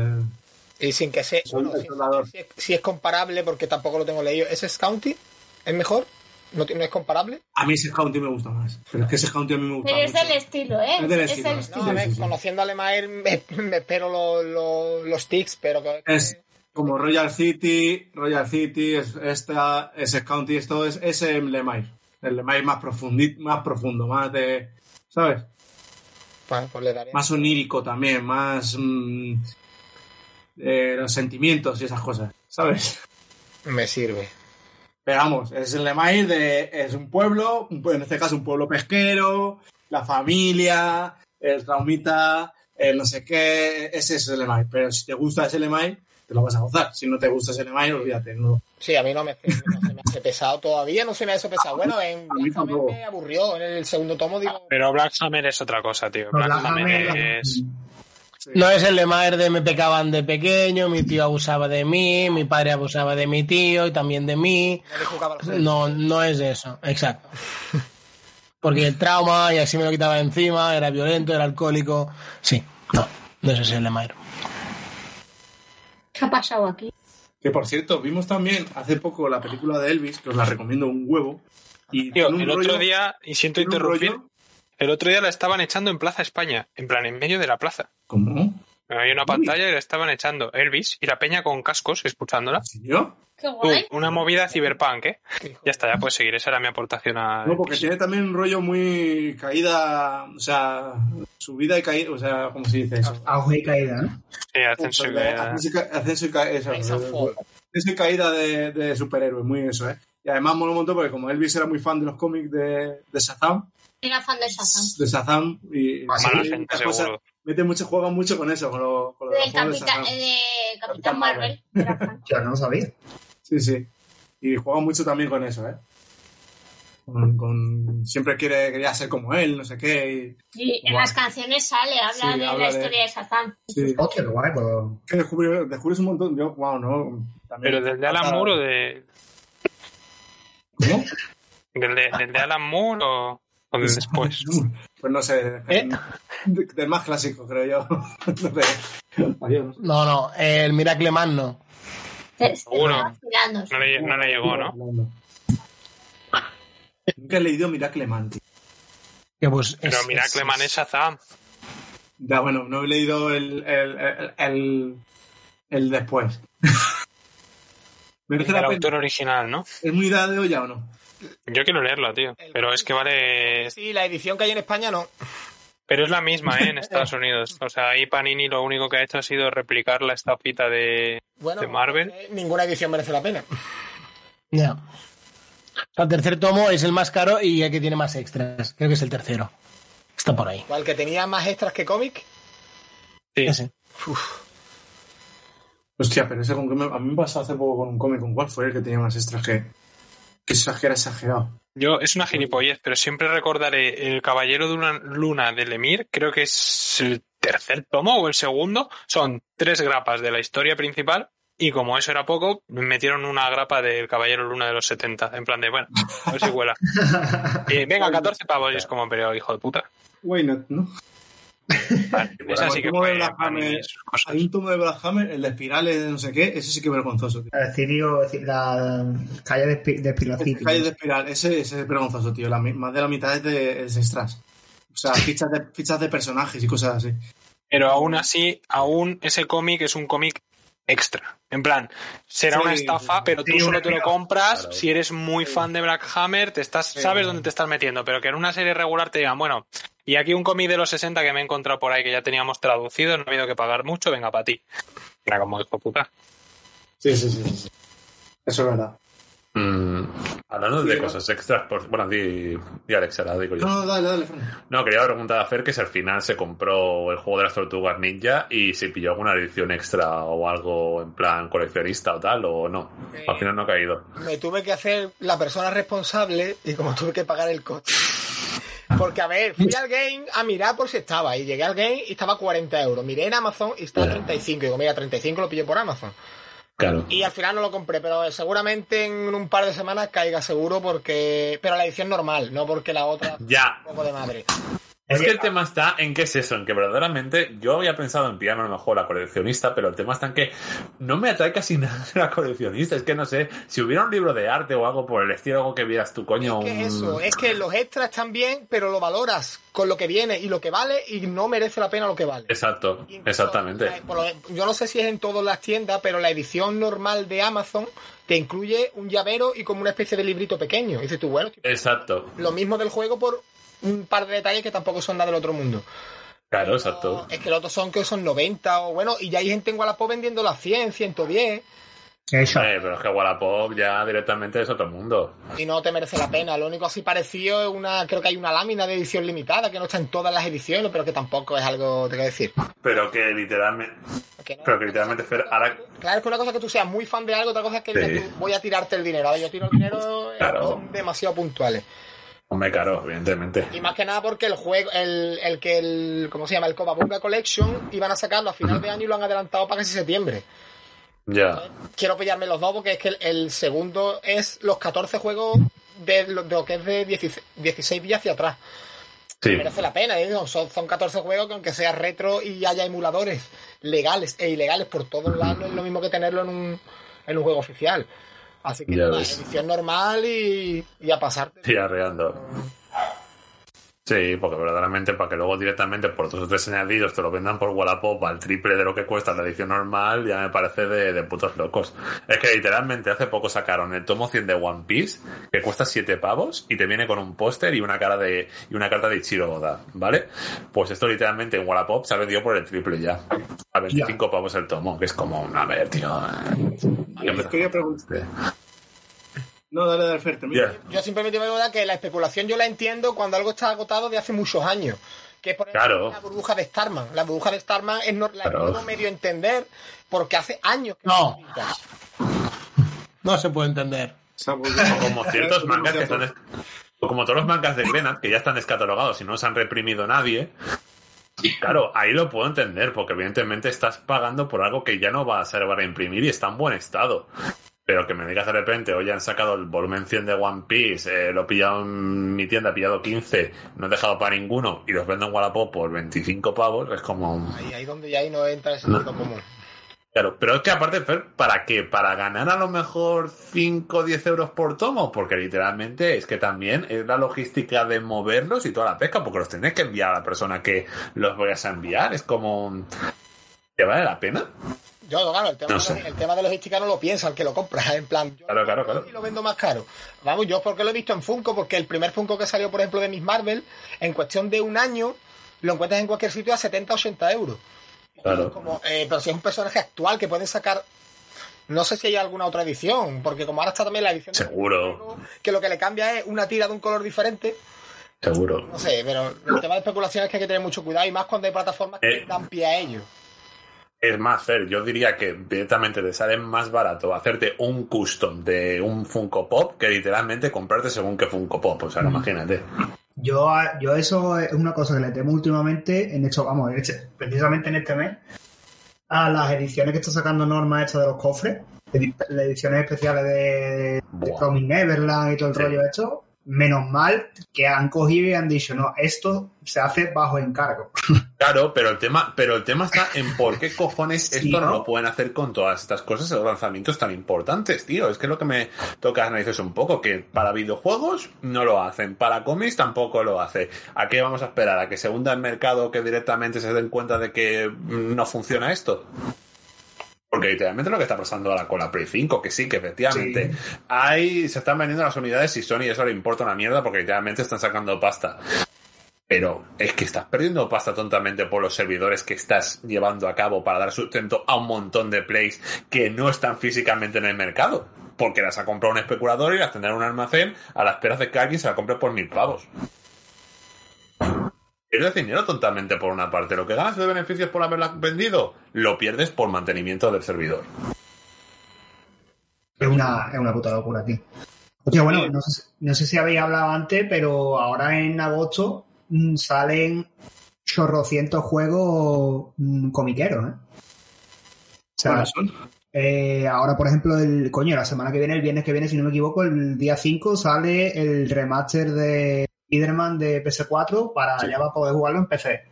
Speaker 5: de-
Speaker 10: Y sin que sea...
Speaker 5: Soy
Speaker 10: bueno,
Speaker 5: un
Speaker 10: si-
Speaker 5: soldador.
Speaker 10: si, es, si es comparable, porque tampoco lo tengo leído, ¿ese es County? ¿Es mejor? ¿No, ti- no es comparable?
Speaker 5: A mí ese County me gusta más. Pero es que ese County a mí me gusta
Speaker 9: Pero es
Speaker 5: mucho.
Speaker 9: del estilo, ¿eh?
Speaker 5: Es del
Speaker 9: Es
Speaker 5: estilo.
Speaker 9: del
Speaker 10: No,
Speaker 9: estilo.
Speaker 10: a
Speaker 5: Sí,
Speaker 10: ver,
Speaker 5: sí, sí.
Speaker 10: conociendo a Lemaer me, me espero lo- lo- los tics, pero que...
Speaker 5: Es como Royal City, Royal City, es, esta, ese County, esto es ese en Lemay. El Lemay más, profundi- más profundo, más de. ¿Sabes?
Speaker 10: Pues, pues le daré.
Speaker 5: Más onírico también, más. mm, eh, los sentimientos y esas cosas, ¿sabes?
Speaker 10: Me sirve.
Speaker 5: Veamos, es el Lemay de. Es un pueblo, un pue- en este caso un pueblo pesquero, la familia, el traumita, el no sé qué, ese es el Lemay. Pero si te gusta ese Lemay, te lo vas a gozar. Si no te gusta ese Lemay, olvídate, no.
Speaker 10: Sí, a mí no me, no se me hace pesado todavía, no se me hace pesado. Bueno, en
Speaker 5: A mí tampoco.
Speaker 10: me aburrió. En el segundo tomo digo,
Speaker 8: Pero Black Hammer es otra cosa, tío. Black, Hammer, es...
Speaker 6: No es el de madre de me pecaban de pequeño, mi tío abusaba de mí, mi padre abusaba de mi tío y también de mí.
Speaker 10: no le jugaba al juego.
Speaker 6: No, no es eso, exacto. Porque el trauma y así me lo quitaba de encima, era violento, era alcohólico. Sí, no, no es ese el de madre.
Speaker 9: ¿Qué ha pasado aquí?
Speaker 5: Que por cierto, vimos también hace poco la película de Elvis, que os la recomiendo un huevo. Y
Speaker 8: Tío,
Speaker 5: tiene un
Speaker 8: el otro
Speaker 5: rollo-
Speaker 8: día, y siento
Speaker 5: tiene un
Speaker 8: interrumpir,
Speaker 5: rollo-
Speaker 8: el otro día la estaban echando en Plaza España, en plan, en medio de la plaza.
Speaker 5: ¿Cómo?
Speaker 8: Había una pantalla y la estaban echando Elvis y la peña con cascos escuchándola.
Speaker 5: ¿Sí, yo?
Speaker 9: Qué
Speaker 8: Tú,
Speaker 9: guay.
Speaker 5: Oh,
Speaker 8: una movida cyberpunk, ¿eh?
Speaker 10: Hijo.
Speaker 8: Ya está, ya puedes seguir. Esa era mi aportación a...
Speaker 5: oh, No, porque tiene también un rollo muy caída, o sea, subida y caída, o sea, ¿cómo se dice eso?
Speaker 11: Auge y caída, ¿no?
Speaker 8: Sí, ascenso y caída.
Speaker 5: Ascenso y ca- ascenso y ca- eso,
Speaker 10: Rise and fall.
Speaker 5: ascenso y caída de, de superhéroes, muy eso, ¿eh? Y además mola un montón porque como Elvis era muy fan de los cómics de, de Shazam,
Speaker 9: Era fan de Shazam.
Speaker 5: de Shazam y...
Speaker 8: Mala
Speaker 5: y
Speaker 8: Ah, gente,
Speaker 5: muchas cosas-
Speaker 8: seguro.
Speaker 5: mete mucho, juega mucho con eso, con, lo, con lo de los
Speaker 9: Del
Speaker 5: juegos de
Speaker 9: Capitán,
Speaker 5: Shazam.
Speaker 9: eh, de
Speaker 5: Capitán
Speaker 9: Capitán Marvel. Era fan.
Speaker 11: Yo no lo sabía.
Speaker 5: Sí, sí. Y juega mucho también con eso, ¿eh?
Speaker 11: Mm.
Speaker 5: Con, con- siempre quiere, quería ser como él, no sé qué. y-
Speaker 9: Y en
Speaker 5: Guau.
Speaker 9: las canciones sale, habla
Speaker 5: Sí,
Speaker 9: de
Speaker 5: habla
Speaker 9: la
Speaker 5: de-
Speaker 9: historia de Shazam.
Speaker 5: sí.
Speaker 11: Hostia, Oh, qué guay, pues.
Speaker 5: Que descubrí- descubres un montón. Yo, wow, no. También,
Speaker 8: Pero del de Alan Moore o de...
Speaker 5: ¿Cómo?
Speaker 8: ¿Del de, del de Alan Moore o, o del después?
Speaker 5: Pues no sé.
Speaker 6: ¿Eh?
Speaker 5: de- Del más clásico, creo yo. No sé. Adiós, no sé.
Speaker 6: No, no, el Miracle Man no.
Speaker 9: Se- se
Speaker 8: Seguro.
Speaker 9: estaba vacilando.
Speaker 8: No le, no le llegó, ¿no?
Speaker 5: Nunca he leído Miracle Man, tío.
Speaker 6: Que pues
Speaker 8: Pero
Speaker 6: es-
Speaker 8: mira,
Speaker 6: es-
Speaker 8: Cleman es Shazam.
Speaker 5: Ya, bueno, no he leído el, el, el, el, el después. Merece
Speaker 8: del
Speaker 5: la
Speaker 8: autor
Speaker 5: pena.
Speaker 8: original, ¿no?
Speaker 5: ¿Es muy idea de olla o no?
Speaker 8: Yo quiero leerla, tío. Pero es que vale.
Speaker 10: Sí, la edición que hay en España no.
Speaker 8: Pero es la misma, ¿eh? En Estados Unidos. O sea, ahí Panini lo único que ha hecho ha sido replicar la estapita de,
Speaker 10: Bueno,
Speaker 8: de Marvel.
Speaker 10: eh, ninguna edición merece la pena.
Speaker 6: Ya. O sea, el tercer tomo es el más caro y el que tiene más extras. Creo que es el tercero. Está por ahí.
Speaker 10: Igual que tenía más extras que cómic.
Speaker 8: Sí.
Speaker 6: Ese.
Speaker 5: Hostia, pero ese con que me, a mí me pasó hace poco con un cómic, ¿con cuál fue el que tenía más extras que, que exagera, exagerado?
Speaker 8: Yo, es una gilipollez, pero siempre recordaré El Caballero de una Luna del Emir, creo que es el tercer tomo o el segundo. Son tres grapas de la historia principal. Y como eso era poco, me metieron una grapa del Caballero Luna de los 70. En plan de, bueno, a ver si cuela. Eh, venga, 14 pavos. Y es como, pero hijo de puta.
Speaker 5: Why not, ¿no?
Speaker 8: Esa sí que
Speaker 5: Como
Speaker 8: fue
Speaker 5: el Black
Speaker 8: Panini
Speaker 5: Hammer,
Speaker 8: y sus cosas.
Speaker 5: Hay un tomo de Black Hammer, el de espirales de no sé qué, ese sí que es vergonzoso, tío.
Speaker 11: El cirio, la calle de, Espi- de Espilocity.
Speaker 5: Calle de espiral, ese, ese es vergonzoso, tío. La mi- más de la mitad es de es extras. O sea, fichas de, fichas de personajes y cosas así.
Speaker 8: Pero aún así, aún ese cómic es un cómic extra. En plan, será
Speaker 5: Sí,
Speaker 8: una estafa, pero tú
Speaker 11: Sí,
Speaker 8: solo
Speaker 11: una
Speaker 8: te lo
Speaker 11: mierda.
Speaker 8: compras. Si eres muy fan de Black Hammer, te estás, sabes dónde te estás metiendo, pero que en una serie regular te digan, bueno, y aquí un cómic de los 60 que me he encontrado por ahí que ya teníamos traducido, no ha habido que pagar mucho, venga para ti. Era como hijo puta.
Speaker 5: Sí, sí, sí. sí. Eso es verdad.
Speaker 7: Mm, hablando de cosas extras, por- bueno, di, di Alex, ahora digo yo.
Speaker 5: No, no, dale, dale, Fran.
Speaker 7: No, quería preguntar a Fer que si al final se compró el juego de las tortugas ninja y si pilló alguna edición extra o algo en plan coleccionista o tal, o no. Al final no ha caído.
Speaker 10: Me tuve que hacer la persona responsable y como tuve que pagar el coche. Porque, a ver, fui al game a mirar por si estaba y llegué al game y estaba a 40 euros. Miré en Amazon y estaba a 35. Y digo, mira, 35 lo pillé por Amazon.
Speaker 7: Claro.
Speaker 10: Y al final no lo compré, pero seguramente en un par de semanas caiga seguro porque... Pero la edición normal, no porque la otra...
Speaker 7: Ya.
Speaker 10: Un poco de madre.
Speaker 7: Es que el tema está en qué es eso, en que verdaderamente yo había pensado en pillarme a lo mejor la coleccionista, pero el tema está en que no me atrae casi nada la coleccionista. Es que no sé, si hubiera un libro de arte o algo por el estilo, algo que vieras tú, coño.
Speaker 10: ¿Qué es
Speaker 7: un-
Speaker 10: eso? Es que los extras están bien, pero lo valoras con lo que viene y lo que vale y no merece la pena lo que vale.
Speaker 7: Exacto,
Speaker 10: Incluso,
Speaker 7: exactamente.
Speaker 10: la- por lo- yo no sé si es en todas las tiendas, pero la edición normal de Amazon te incluye un llavero y como una especie de librito pequeño. Y dices tú, bueno, tío,
Speaker 7: Exacto,
Speaker 10: lo mismo del juego por un par de detalles que tampoco son nada del otro mundo.
Speaker 7: claro, exacto.
Speaker 10: Es que los otros son que son 90 o bueno, y ya hay gente en Wallapop vendiendo las 100, 110
Speaker 11: Eso.
Speaker 7: Eh, pero es que Wallapop ya directamente es otro mundo.
Speaker 10: y no te merece la pena. Lo único así parecido es una, creo que hay una lámina de edición limitada que no está en todas las ediciones, pero que tampoco es algo, te que decir.
Speaker 7: Pero que literalmente.
Speaker 10: Que no-
Speaker 7: Pero que literalmente, Fer, ahora.
Speaker 10: Claro, es que una cosa es que tú seas muy fan de algo, otra cosa es que
Speaker 7: Sí.
Speaker 10: digas tú, voy a tirarte el dinero. A ver, yo tiro el dinero, eh,
Speaker 7: Claro.
Speaker 10: son demasiado puntuales.
Speaker 7: Hombre, caro, evidentemente.
Speaker 10: Y más que nada porque el juego, el, el que el, ¿cómo se llama? El Copabunga Collection, iban a sacarlo a final de año y lo han adelantado para casi septiembre.
Speaker 7: Ya.
Speaker 10: Quiero pillarme los dos porque es que el, el segundo es los 14 juegos de lo, de lo que es de 16, 16 días hacia atrás.
Speaker 7: Sí.
Speaker 10: Merece la pena, ¿eh? son, son 14 juegos que aunque sea retro y haya emuladores legales e ilegales por todos lados, no es lo mismo que tenerlo en un, en un juego oficial. Así que
Speaker 7: Ya
Speaker 10: nada,
Speaker 7: ves.
Speaker 10: edición normal y, y a pasarte.
Speaker 7: Y arreando. Sí, porque verdaderamente para que luego directamente por dos o tres añadidos te lo vendan por Wallapop al triple de lo que cuesta la edición normal, ya me parece de, de putos locos. Es que literalmente hace poco sacaron el tomo 100 de One Piece, que cuesta 7 pavos y te viene con un póster y una cara de y una carta de Ichiro Oda, ¿vale? Pues esto literalmente en Wallapop se ha vendido por el triple ya. A 25 pavos el tomo, que es como, a ver, tío. eh.
Speaker 5: Yo quería preguntar. No, dale, dale, Fer, termina.
Speaker 7: Ya.
Speaker 10: Yo simplemente me da que la especulación yo la entiendo cuando algo está agotado de hace muchos años. Que es por ejemplo
Speaker 7: Claro.
Speaker 10: la burbuja de Starman. La burbuja de Starman es no, la
Speaker 7: Claro.
Speaker 10: puedo medio entender porque hace años que
Speaker 6: No.
Speaker 10: se publica.
Speaker 6: No se puede entender.
Speaker 5: Está muy
Speaker 7: O
Speaker 5: bien.
Speaker 7: como ciertos mangas que están. o como todos los mangas de Grenat, que ya están descatalogados y no se han reprimido nadie. Claro, ahí lo puedo entender, porque evidentemente estás pagando por algo que ya no va a ser para imprimir y está en buen estado. Pero que me digas de repente, oye, han sacado el volumen 100 de One Piece, eh, lo he pillado en mi tienda, he pillado 15, no he dejado para ninguno y los vendo en Wallapop por 25 pavos, es como...
Speaker 10: Ahí, ahí donde ya ahí no entra el sentido común.
Speaker 7: Claro, pero es que aparte, Fer, ¿para qué? ¿Para ganar a lo mejor 5 o 10 euros por tomo? Porque literalmente es que también es la logística de moverlos y toda la pesca, porque los tenés que enviar a la persona que los vayas a enviar. Es como... ¿Te vale la pena?
Speaker 10: Yo, claro, el tema,
Speaker 7: No
Speaker 10: de-
Speaker 7: sé.
Speaker 10: el tema de logística no lo piensa el que lo compra. En plan, yo
Speaker 7: Claro, claro, claro.
Speaker 10: y lo vendo más caro. Vamos, yo porque lo he visto en Funko, porque el primer Funko que salió, por ejemplo, de Miss Marvel, en cuestión de un año, lo encuentras en cualquier sitio a 70, 80 euros.
Speaker 7: Claro.
Speaker 10: Como, eh, pero si es un personaje actual que pueden sacar, no sé si hay alguna otra edición, porque como ahora está también la edición, de-
Speaker 7: Seguro,
Speaker 10: que lo que le cambia es una tira de un color diferente,
Speaker 7: seguro.
Speaker 10: no sé, pero el tema de especulación es que hay que tener mucho cuidado y más cuando hay plataformas que
Speaker 7: Eh.
Speaker 10: dan pie a ello.
Speaker 7: Es más, Fer, yo diría que directamente te sale más barato hacerte un custom de un Funko Pop que literalmente comprarte según qué Funko Pop. O sea, que imagínate.
Speaker 11: Yo, a- yo eso es una cosa que le temo últimamente, en hecho, vamos, en este- precisamente en este mes, a las ediciones que está sacando Norma esta de los cofres, edi- las ediciones especiales de, de
Speaker 7: Buah.
Speaker 11: Promised Neverland y todo el
Speaker 7: Sí.
Speaker 11: rollo de esto. Menos mal que han cogido y han dicho, no, esto se hace bajo encargo.
Speaker 7: Claro, pero el tema, pero el tema está en por qué cojones esto no
Speaker 11: ¿no?
Speaker 7: lo pueden hacer con todas estas cosas, los lanzamientos tan importantes, tío. Es que lo que me toca las narices un poco, que para videojuegos no lo hacen, para cómics tampoco lo hace. ¿A qué vamos a esperar? ¿A que se hunda el mercado que directamente se den cuenta de que mm, no funciona esto? Porque literalmente lo que está pasando ahora con la Play 5, que sí, que efectivamente hay, se están vendiendo las unidades y Sony eso le importa una mierda porque literalmente están sacando pasta. Pero es que estás perdiendo pasta tontamente por los servidores que estás llevando a cabo para dar sustento a un montón de plays que no están físicamente en el mercado. Porque las ha comprado un especulador y las tendrá en un almacén a la espera de que alguien se la compre por mil pavos. Pierdes dinero tontamente por una parte. Lo que ganas de beneficios por haberla vendido, lo pierdes por mantenimiento del servidor.
Speaker 11: Es una, es una puta locura, tío. Hostia, bueno, no sé, no sé si habéis hablado antes, pero ahora en agosto mm, salen chorrocientos juegos mm, comiqueros, ¿eh? O sea,
Speaker 5: ¿Cuáles son?
Speaker 11: eh, ahora, por ejemplo, el coño, la semana que viene, el viernes que viene, si no me equivoco, el día 5 sale el remaster de Spider-Man de PS4 para
Speaker 7: Sí.
Speaker 11: ya va a poder jugarlo en PC.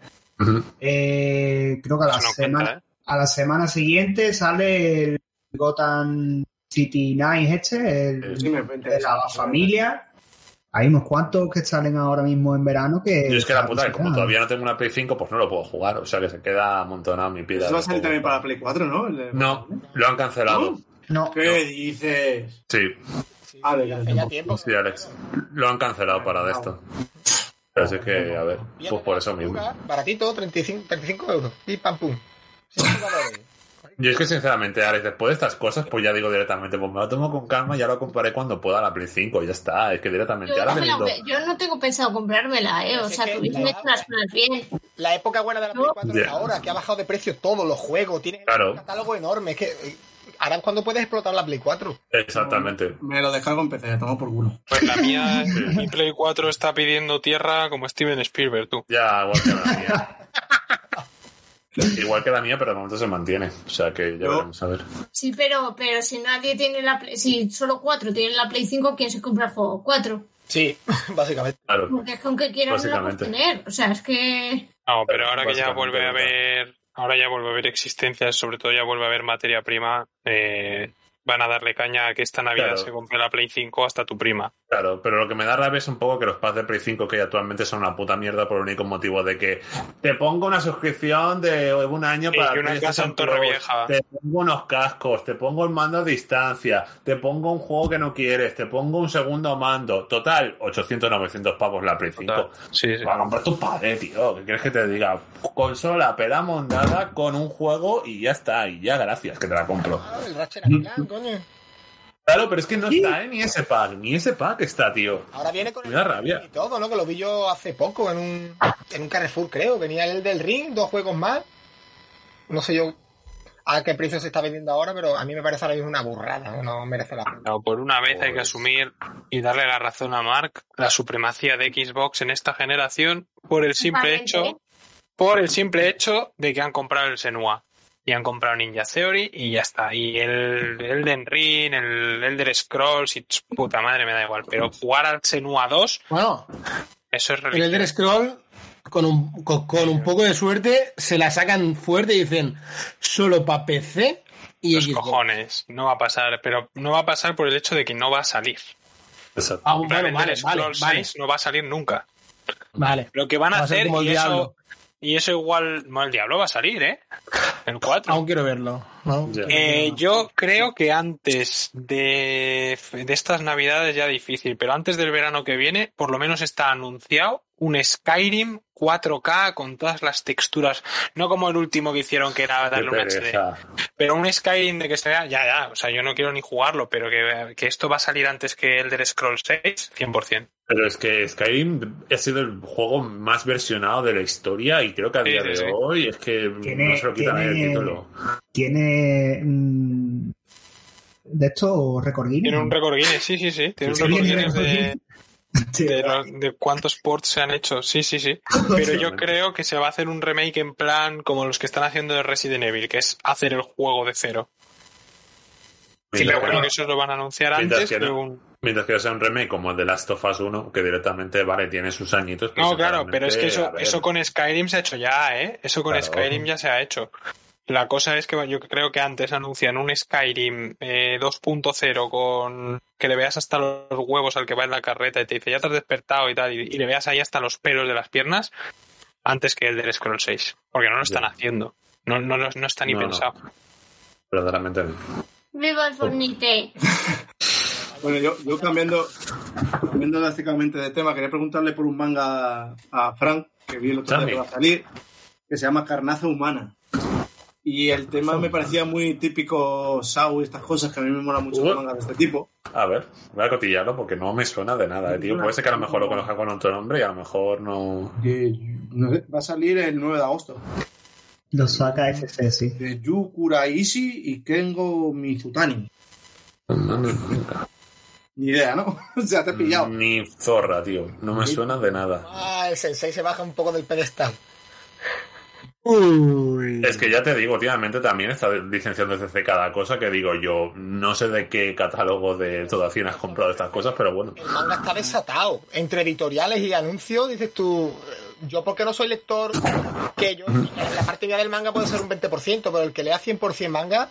Speaker 11: Eh, creo que a la,
Speaker 8: Eso no
Speaker 11: semana,
Speaker 8: cuenta,
Speaker 11: a la semana siguiente sale el Gotham City Nine este, el
Speaker 5: Eh, Sí, me
Speaker 11: de
Speaker 5: interesa.
Speaker 11: la familia. Hay unos cuantos que salen ahora mismo en verano que...
Speaker 7: Yo es que la puta que como
Speaker 11: Ah,
Speaker 7: todavía no tengo una Play 5, pues no lo puedo jugar. O sea que se queda amontonado en mi piedra.
Speaker 5: Eso va a salir también para Play 4, ¿no? El de-
Speaker 7: No, lo han cancelado.
Speaker 5: ¿No?
Speaker 11: No,
Speaker 5: ¿Qué dices? Ah,
Speaker 7: Sí.
Speaker 5: Vale, ya,
Speaker 10: Hace ya tiempo.
Speaker 7: Sí, Alex. Lo han cancelado para de esto. Así que, a ver,
Speaker 10: Y
Speaker 7: pues por eso mismo.
Speaker 10: Baratito, 35, 35 euros. Y pam pum. Sin jugadores.
Speaker 7: Yo es que, sinceramente, Alex, después de estas cosas, pues ya digo directamente, pues me lo tomo con calma y ya lo compraré cuando pueda la Play 5. Ya está, es que
Speaker 9: Yo,
Speaker 7: directamente ahora
Speaker 9: no me la-
Speaker 7: veniendo.
Speaker 9: yo no tengo pensado comprármela, ¿eh? O
Speaker 10: Es
Speaker 9: sea,
Speaker 10: que-
Speaker 9: tuviste que razonar bien.
Speaker 10: La época buena de la Play 4 es
Speaker 7: Ya.
Speaker 10: ahora, que ha bajado de precio todos los juegos, tiene
Speaker 7: Claro.
Speaker 10: un catálogo enorme. Es que eh, ahora es cuando puedes explotar la Play 4.
Speaker 7: Exactamente.
Speaker 5: Me lo descargo en PC, tomo por culo.
Speaker 8: Pues la mía, mi Play 4 está pidiendo tierra como Steven Spielberg, tú.
Speaker 7: Ya, igual que la mía. Igual que la mía, pero de momento se mantiene. O sea que ya
Speaker 5: Yo-
Speaker 7: veremos, a ver.
Speaker 9: Sí, pero, pero si nadie tiene la Play, si solo cuatro tienen la Play 5, ¿quién se compra el juego? Cuatro.
Speaker 10: Sí, básicamente.
Speaker 7: Claro.
Speaker 9: Porque es que aunque quieras no la puedes
Speaker 7: Básicamente.
Speaker 9: tener. O sea, es que
Speaker 8: No, pero ahora que ya
Speaker 7: Básicamente,
Speaker 8: vuelve a
Speaker 7: ¿verdad?
Speaker 8: haber, ahora ya vuelve a haber existencias, sobre todo ya vuelve a haber materia prima, eh, van a darle caña a que esta Navidad
Speaker 7: Claro.
Speaker 8: se compre la Play 5 hasta tu prima.
Speaker 7: Claro, pero lo que me da rabia es un poco que los pads de Play 5 que hay actualmente son una puta mierda por el único motivo de que te pongo una suscripción de un año
Speaker 8: Sí,
Speaker 7: para
Speaker 8: y una casa en Torrevieja.
Speaker 7: te pongo unos cascos, te pongo el mando a distancia, te pongo un juego que no quieres, te pongo un segundo mando. Total, 800, 900 pavos la Play 5.
Speaker 8: Sí, sí.
Speaker 7: Para comprar tu padre, tío. ¿Qué quieres que te diga? Consola pera mondada con un juego y ya está. Y ya gracias que te la compro.
Speaker 10: Ah, el Ratchet and Clank, coño.
Speaker 7: Claro, pero es que no está, ¿eh? Ni ese pack. Ni ese pack está, tío.
Speaker 10: Ahora viene con
Speaker 7: Me da rabia.
Speaker 10: y todo, ¿no? Que lo vi yo hace poco en un, en un Carrefour, creo. Venía el del Ring, dos juegos más. No sé yo a qué precio se está vendiendo ahora, pero a mí me parece ahora mismo una burrada. No merece la pena.
Speaker 8: No, por una vez hay que
Speaker 7: Pues-
Speaker 8: asumir y darle la razón a Mark la supremacía de Xbox en esta generación por el simple
Speaker 9: Totalmente.
Speaker 8: hecho por el simple hecho de que han comprado el Senua y han comprado Ninja Theory y ya está. Y el Elden Ring, el Elder Scrolls y ch- puta madre me da igual. Pero jugar al Senua 2,
Speaker 6: Bueno,
Speaker 8: eso es
Speaker 6: el Elder
Speaker 8: religión.
Speaker 6: Scroll, con un, con, con un poco de suerte, se la sacan fuerte y dicen solo para PC y
Speaker 8: Los
Speaker 6: Xbox.
Speaker 8: cojones. No va a pasar, pero no va a pasar por el hecho de que no va a salir.
Speaker 7: Exacto.
Speaker 6: Ah,
Speaker 8: En plan,
Speaker 6: bueno,
Speaker 8: el
Speaker 6: vale,
Speaker 8: Elder
Speaker 6: vale,
Speaker 8: Scrolls
Speaker 6: vale,
Speaker 8: 6 no va a salir nunca.
Speaker 6: vale.
Speaker 8: Lo que van a
Speaker 6: Va a ser
Speaker 8: hacer,
Speaker 6: como el
Speaker 8: y eso,
Speaker 6: diablo.
Speaker 8: y eso igual, bueno, el diablo va a salir, ¿eh? El 4.
Speaker 6: Aún quiero verlo. ¿no?
Speaker 8: Eh, yo creo que antes de, de estas navidades ya difícil, pero antes del verano que viene, por lo menos está anunciado un Skyrim 4K con todas las texturas, no como el último que hicieron que era darle un HD, pero un Skyrim de que se vea, ya, ya, o sea, yo no quiero ni jugarlo, pero que, que esto va a salir antes que Elder Scrolls 6, 100%.
Speaker 7: Pero es que Skyrim ha sido el juego más versionado de la historia y creo que a
Speaker 8: Sí,
Speaker 7: día
Speaker 8: sí,
Speaker 7: de
Speaker 8: sí.
Speaker 7: hoy es que
Speaker 11: Tiene-
Speaker 7: no se lo quita nadie el
Speaker 11: tiene-
Speaker 7: título.
Speaker 11: Tiene. mm, de esto, récord Guinness.
Speaker 8: Tiene un récord Guinness, sí, sí, sí, tiene un
Speaker 11: Sí,
Speaker 8: récord
Speaker 11: tiene
Speaker 8: Guinness
Speaker 11: récord
Speaker 8: de... de, lo- de cuántos ports se han hecho. Sí, sí, sí. Pero yo creo que se va a hacer un remake en plan como los que están haciendo de Resident Evil, que es hacer el juego de cero. Sí, pero bueno, que eso lo van a anunciar
Speaker 7: Mientras
Speaker 8: antes
Speaker 7: que no-
Speaker 8: que un-
Speaker 7: Mientras que no sea un remake como el de Last of Us 1, que directamente, vale, tiene sus añitos.
Speaker 8: No, claro, pero es que
Speaker 7: sinceramente,
Speaker 8: eso,
Speaker 7: a ver,
Speaker 8: eso con Skyrim se ha hecho ya, ¿eh? Eso con
Speaker 7: Claro.
Speaker 8: Skyrim ya se ha hecho. La cosa es que yo creo que antes anuncian un Skyrim eh, 2.0 con que le veas hasta los huevos al que va en la carreta y te dice ya te has despertado y tal, y, y le veas ahí hasta los pelos de las piernas antes que el del Scroll 6, porque no lo están haciendo. No, no, no, no está ni
Speaker 7: No, no.
Speaker 8: pensado.
Speaker 7: Verdaderamente no.
Speaker 9: Viva el Fornite.
Speaker 5: Bueno, yo, yo cambiando, cambiando drásticamente de tema, quería preguntarle por un manga a Frank, que vi el otro día
Speaker 7: Dame.
Speaker 5: que va a salir, que se llama Carnaza Humana. Y el tema me parecía muy típico Sao y estas cosas, que a mí me mola mucho los mangas de este tipo.
Speaker 7: A ver, voy a cotillarlo porque no me suena de nada, eh, tío. Puede ser que a lo mejor lo conozca con otro nombre y a lo mejor no.
Speaker 5: No sé, Va a salir el 9 de agosto.
Speaker 11: Lo saca FC, sí.
Speaker 5: De Yu Kuraishi y Kengo Mizutani. Ni idea, ¿no? o sea, te he pillado.
Speaker 7: Ni zorra, tío. No me suena de nada.
Speaker 10: Ah, el sensei se baja un poco del pedestal.
Speaker 7: Es que ya te digo, últimamente también está licenciando desde cada cosa que digo yo. No sé de qué catálogo de toda has comprado estas cosas, pero bueno.
Speaker 10: El manga está desatado. Entre editoriales y anuncios, dices tú, eh, yo porque no soy lector, que yo, la parte mía del manga puede ser un 20%, pero el que lea 100% manga,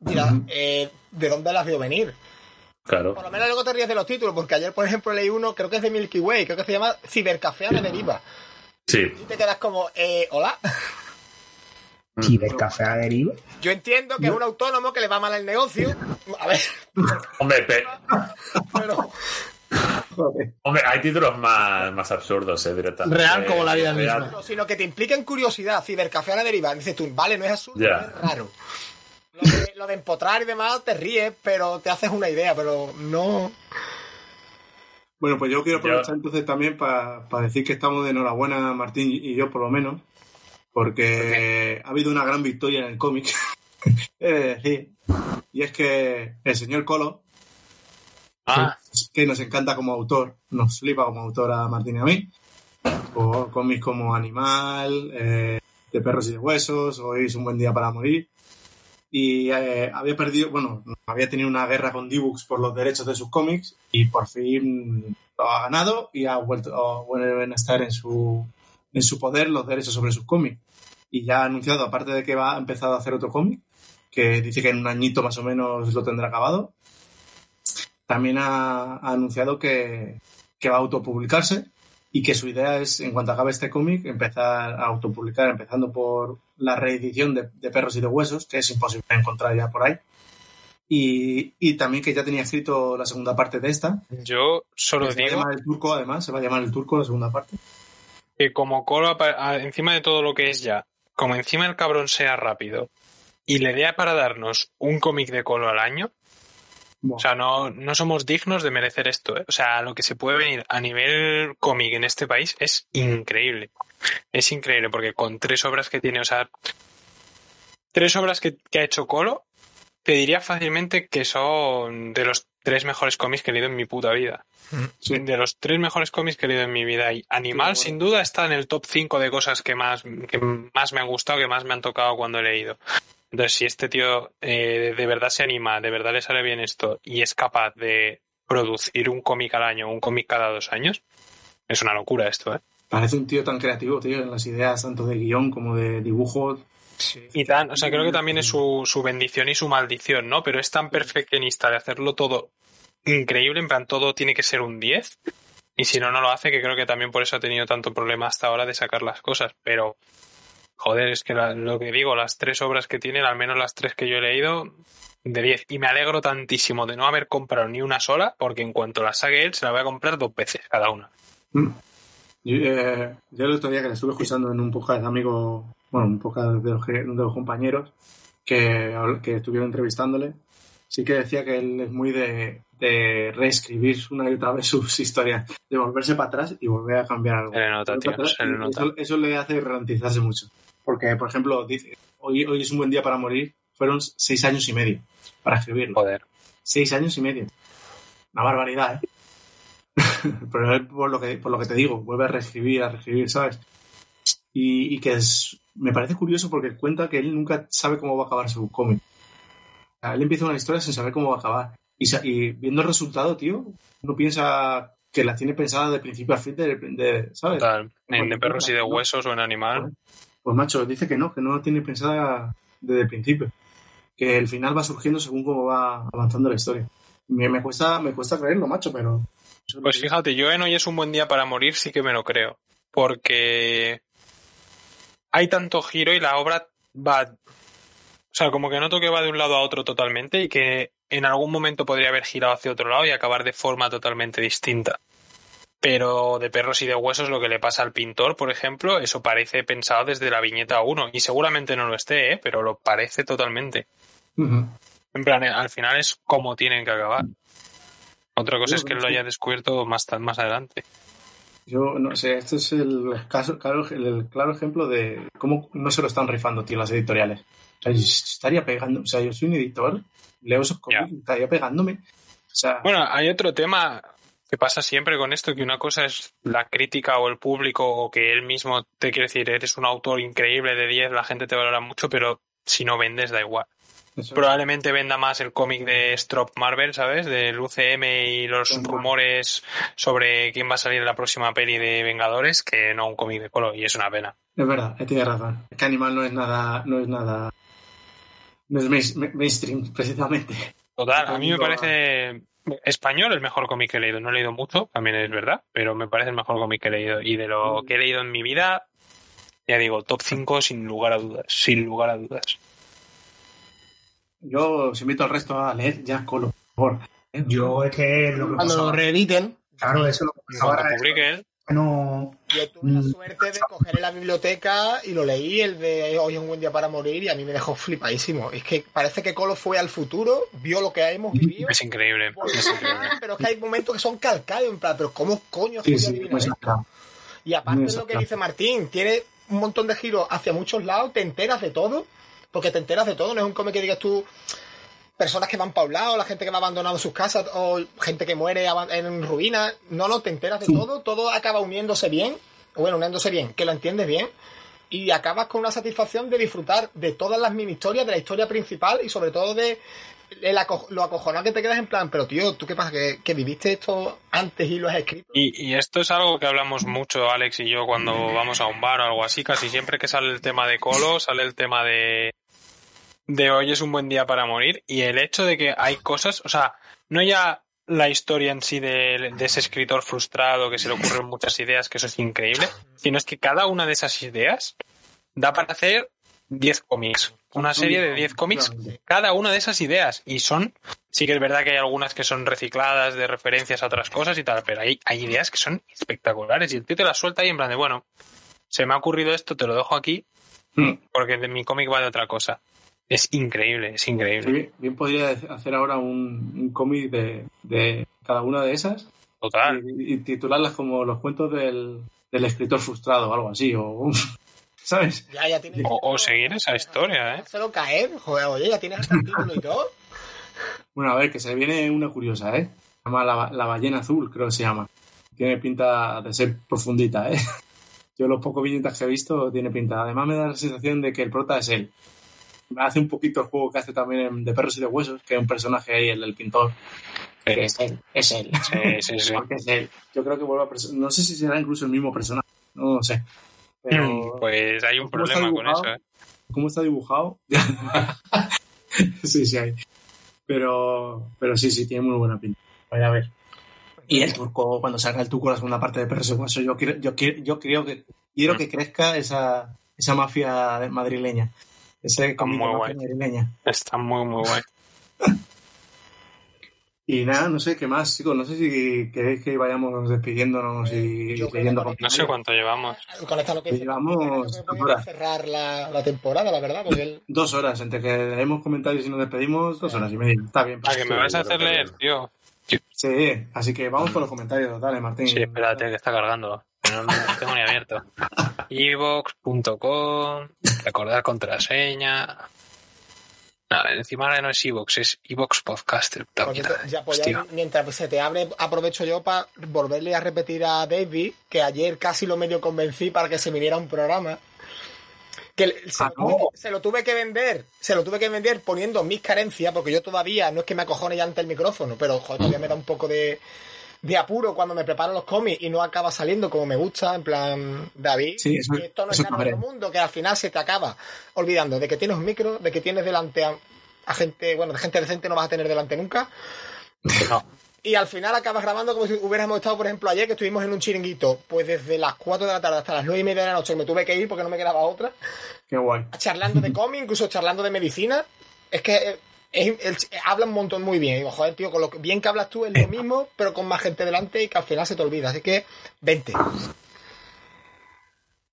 Speaker 10: dirá, eh, ¿de dónde las veo venir?
Speaker 7: Claro.
Speaker 10: Por lo menos luego te ríes de los títulos, porque ayer, por ejemplo, leí uno, creo que es de Milky Way, creo que se llama Cibercafé a la deriva.
Speaker 7: Sí.
Speaker 10: Y te quedas como, eh, hola.
Speaker 11: Y del café a deriva.
Speaker 10: Yo entiendo que es un autónomo que le va mal el negocio. A ver,
Speaker 7: Hombre, pe-
Speaker 10: pero...
Speaker 7: hombre, hay títulos más, más absurdos, eh, directamente.
Speaker 6: Real como la vida
Speaker 7: Real.
Speaker 6: misma.
Speaker 10: No, sino que te impliquen curiosidad, cibercafé a la deriva. Dices tú, vale, no es absurdo,
Speaker 7: Ya.
Speaker 10: no es raro. Lo de, lo de empotrar y demás te ríes, pero te haces una idea, pero no.
Speaker 5: Bueno, pues yo quiero
Speaker 7: Yo-
Speaker 5: aprovechar entonces también para decir que estamos de enhorabuena, Martín y yo por lo menos, porque ha habido una gran victoria en el cómic, he de decir. Y es que el señor Colo,
Speaker 8: Ah,
Speaker 5: que nos encanta como autor, nos flipa como autor a Martín y a mí, o cómics como Animal, eh, de perros y de huesos, hoy es un buen día para morir. Y eh, había perdido, bueno, había tenido una guerra con Dibux por los derechos de sus cómics y por fin lo ha ganado y ha vuelto a vuelven a estar en su, en su poder los derechos sobre sus cómics. Y ya ha anunciado, aparte de que va a empezar a hacer otro cómic, que dice que en un añito más o menos lo tendrá acabado, también ha, ha anunciado que, que va a autopublicarse y que su idea es, en cuanto acabe este cómic, empezar a autopublicar, empezando por la reedición de, de Perros y de Huesos, que es imposible encontrar ya por ahí. Y, y también que ya tenía escrito la segunda parte de esta.
Speaker 8: yo solo
Speaker 5: que se va a
Speaker 8: digo
Speaker 5: llamar el turco, además, se va a llamar el turco la segunda parte.
Speaker 8: que como Colo, apa- a- encima de todo lo que es ya, como encima el cabrón sea rápido y le dé para darnos un cómic de Colo al año,
Speaker 5: Buah.
Speaker 8: o sea, no, no somos dignos de merecer esto. ¿eh? O sea, lo que se puede venir a nivel cómic en este país es increíble. Es increíble porque con tres obras que tiene, o sea, tres obras que, que ha hecho Colo, te diría fácilmente que son de los tres mejores cómics que he leído en mi puta vida de los tres mejores cómics que he leído en mi vida. Y Animal, sin duda, está en el top 5 de cosas que más, que más me han gustado, que más me han tocado cuando he leído. Entonces, si este tío eh, de verdad se anima, de verdad le sale bien esto y es capaz de producir un cómic al año, un cómic cada dos años, es una locura esto, ¿eh?
Speaker 5: Parece un tío tan creativo, tío, en las ideas tanto de guión como de dibujo.
Speaker 8: Y tan, o sea, creo que también es su, su bendición y su maldición, ¿no? Pero es tan perfeccionista de hacerlo todo increíble, en plan, todo tiene que ser un 10, Y si no, no lo hace, que creo que también por eso ha tenido tanto problema hasta ahora de sacar las cosas. Pero, joder, es que la- lo que digo, las tres obras que tienen, al menos las tres que yo he leído, de 10. Y me alegro tantísimo de no haber comprado ni una sola, porque en cuanto la saque él, se la voy a comprar dos veces cada una.
Speaker 5: Yo, eh, yo el otro día que la estuve escuchando en un podcast de amigo, bueno, un podcast de los, que- de los compañeros que, habl- que estuvieron entrevistándole, sí que decía que él es muy de, de reescribir una y otra vez sus historias, de volverse para atrás y volver a cambiar algo.
Speaker 8: Se le nota,
Speaker 5: Volver
Speaker 8: tío,
Speaker 5: para atrás
Speaker 8: se le
Speaker 5: y
Speaker 8: nota.
Speaker 5: Eso, eso le hace ralentizarse mucho. Porque, por ejemplo, dice, hoy, hoy es un buen día para morir, fueron seis años y medio para escribirlo.
Speaker 8: Joder.
Speaker 5: Seis años y medio. Una barbaridad, ¿eh? Pero es por lo que, por lo que te digo, vuelve a reescribir, a reescribir, ¿sabes? Y, y que es, me parece curioso porque cuenta que él nunca sabe cómo va a acabar su cómic. O sea, Él empieza una historia sin saber cómo va a acabar. Y, sa- y viendo el resultado, tío, uno piensa que la tiene pensada de principio a fin, de, de- ¿sabes?
Speaker 8: Total. En de perros y de
Speaker 5: No.
Speaker 8: huesos o en animal.
Speaker 5: Pues macho, dice que no, que no lo tiene pensada desde el principio. Que el final va surgiendo según cómo va avanzando la historia. Me, me cuesta, me cuesta creerlo, macho, pero
Speaker 8: Pues fíjate, yo en hoy es un buen día para morir, sí que me lo creo. Porque hay tanto giro y la obra va. O sea, como que noto que va de un lado a otro totalmente y que en algún momento podría haber girado hacia otro lado y acabar de forma totalmente distinta. Pero de perros y de huesos, lo que le pasa al pintor, por ejemplo, eso parece pensado desde la viñeta 1. Y seguramente no lo esté, ¿eh? pero lo parece totalmente. En plan, eh, al final es como tienen que acabar. Otra cosa
Speaker 5: Yo
Speaker 8: es que
Speaker 5: creo
Speaker 8: lo
Speaker 5: que-
Speaker 8: haya descubierto más, ta- más adelante.
Speaker 5: Yo no sé, este es el, caso- claro, el claro ejemplo de cómo no se lo están rifando, tío, las editoriales. O sea, yo estaría pegando, o sea, yo soy un editor, leo esos cómics, estaría pegándome. O sea,
Speaker 8: Bueno, hay otro tema que pasa siempre con esto, que una cosa es la crítica o el público o que él mismo te quiere decir, eres un autor increíble de 10, la gente te valora mucho, pero si no vendes da igual. Probablemente venda más el cómic de Strop Marvel, ¿sabes? Del UCM y los rumores sobre quién va a salir en la próxima peli de Vengadores que no un cómic de color, y es una pena.
Speaker 5: es verdad, eh, tienes razón. Es que Animal no es nada, no es nada, no es main- ma- mainstream, precisamente.
Speaker 8: Total, a mí me
Speaker 5: Cuando-
Speaker 8: parece español el mejor cómic que he leído. No he leído mucho, también es verdad, pero me parece el mejor cómic que he leído. Y de lo que he leído en mi vida, ya digo, top 5 sin lugar a dudas, sin lugar a dudas.
Speaker 5: Yo os invito al resto a leer ya Colo, por favor.
Speaker 11: Yo es que lo que
Speaker 6: Cuando lo
Speaker 11: pasaba-
Speaker 6: reediten.
Speaker 11: Claro, eso es lo que pasaba
Speaker 8: Cuando
Speaker 11: era
Speaker 8: publiquen,
Speaker 11: que no...
Speaker 10: Yo tuve la suerte de coger en la biblioteca y lo leí, el de Hoy es un buen día para morir, y a mí me dejó flipadísimo. Es que parece que Colo fue al futuro, vio lo que hemos vivido,
Speaker 8: es increíble. es increíble.
Speaker 10: pero es que hay momentos que son calcados, en plan, pero ¿cómo coño has
Speaker 5: Sí,
Speaker 10: podido
Speaker 5: sí,
Speaker 10: adivinar
Speaker 5: pues,
Speaker 10: esto?
Speaker 5: claro.
Speaker 10: Y aparte
Speaker 5: Muy
Speaker 10: es lo que
Speaker 5: exacto.
Speaker 10: dice Martín, tiene un montón de giros hacia muchos lados, te enteras de todo, porque te enteras de todo, no es un cómic que digas tú personas que van para un lado, la gente que va abandonando sus casas, o gente que muere aban- en ruinas, no, no, te enteras de todo, todo acaba uniéndose bien, bueno, uniéndose bien, que lo entiendes bien, y acabas con una satisfacción de disfrutar de todas las mini historias, de la historia principal y sobre todo de el aco- lo acojonado que te quedas en plan, pero tío, ¿tú qué pasa? ¿Que, que viviste esto antes y lo has escrito?
Speaker 8: Y, y esto es algo que hablamos mucho, Alex y yo, cuando vamos a un bar o algo así. Casi siempre que sale el tema de Colo, sale el tema de, de hoy es un buen día para morir. Y el hecho de que hay cosas, o sea, no ya la historia en sí de, de ese escritor frustrado que se le ocurren muchas ideas, que eso es increíble, sino es que cada una de esas ideas da para hacer 10 cómics. Una serie de 10 cómics, cada una de esas ideas. Y son, sí que es verdad que hay algunas que son recicladas de referencias a otras cosas y tal, pero hay, hay ideas que son espectaculares. Y el tío te las suelta ahí en plan de, bueno, se me ha ocurrido esto, te lo dejo aquí,
Speaker 5: Hmm.
Speaker 8: porque de mi cómic va de otra cosa. Es increíble, es increíble.
Speaker 5: Sí, bien, bien podría hacer ahora un, un cómic de, de cada una de esas
Speaker 8: Total.
Speaker 5: y, y titularlas como los cuentos del, del escritor frustrado o algo así, o ¿sabes?
Speaker 10: Ya, ya tienes
Speaker 8: O, o seguir esa historia, ¿eh?
Speaker 10: Solo caer, joder, oye, ya tienes hasta el título y todo.
Speaker 5: Bueno, a ver, que se viene una curiosa, ¿eh? Se llama la, la ballena azul, creo que se llama. Tiene pinta de ser profundita, ¿eh? Yo los pocos viñetas que he visto tiene pinta. Además me da la sensación de que el prota es él. Hace un poquito el juego que hace también en De Perros y de Huesos, que es un personaje ahí, el del pintor. Que es él, es él.
Speaker 8: Sí, sí, sí.
Speaker 5: Porque es él. Yo creo que vuelve a... perso- No sé si será incluso el mismo personaje, no lo sé. Pero
Speaker 8: Pues hay un
Speaker 5: ¿Cómo está
Speaker 8: problema con eso,
Speaker 5: dibujado?
Speaker 8: ¿eh?
Speaker 5: cómo está dibujado. sí, sí hay. Pero, pero sí, sí, tiene muy buena pinta. Vaya a ver. Y el turco, cuando salga el turco la segunda parte de Perros y Hueso, yo, quiero- yo, quiero- yo creo que quiero que crezca esa, esa mafia madrileña. Ese cómic de
Speaker 8: muy guay.
Speaker 5: mafia madrileña.
Speaker 8: Está muy, muy guay.
Speaker 5: Y nada, no sé qué más, chicos. No sé si queréis que vayamos despidiéndonos y leyendo
Speaker 8: No sé cuánto llevamos.
Speaker 10: Con esta lo que
Speaker 5: comentarios. Llevamos dos horas,
Speaker 10: cerrar la, la temporada, la verdad, porque el-
Speaker 5: dos horas, entre que leemos comentarios y nos despedimos, dos horas y media. Está bien.
Speaker 8: Ah, que me vas a hacer leer, tío.
Speaker 5: Sí, así que vamos por los comentarios. Dale, Martín.
Speaker 8: Sí, espérate, que está cargando. No, no lo tengo ni abierto. Evox.com, recordar contraseña. Nada, encima ahora no es Evox, es Evox Podcaster. puta
Speaker 10: porque
Speaker 8: mierda.
Speaker 10: te- ya, pues ya
Speaker 8: Hostia.
Speaker 10: mientras se te abre, aprovecho yo para volverle a repetir a David que ayer casi lo medio convencí para que se viniera a un programa. Que le- se, lo tuve, se lo tuve que vender, se lo tuve que vender poniendo mis carencias, porque yo todavía, no es que me acojone ya ante el micrófono, pero joder, todavía me da un poco de, de apuro cuando me preparo los cómics y no acaba saliendo como me gusta, en plan, David,
Speaker 5: Sí, eso-
Speaker 10: que esto no es
Speaker 5: eso
Speaker 10: nada
Speaker 5: cabré.
Speaker 10: del otro mundo, que al final se te acaba olvidando de que tienes un micro, de que tienes delante a, a gente, bueno, de gente decente no vas a tener delante nunca. Y al final acabas grabando como si hubiéramos estado, por ejemplo, ayer que estuvimos en un chiringuito, pues desde las 4 de la tarde hasta las 9 y media de la noche, que me tuve que ir porque no me quedaba otra,
Speaker 5: Qué guay.
Speaker 10: charlando de cómic, incluso charlando de medicina. Es que eh, es- el- habla un montón muy bien. Y digo, joder, tío, con lo que- bien que hablas tú es lo mismo, pero con más gente delante y que al final se te olvida. Así que, vente.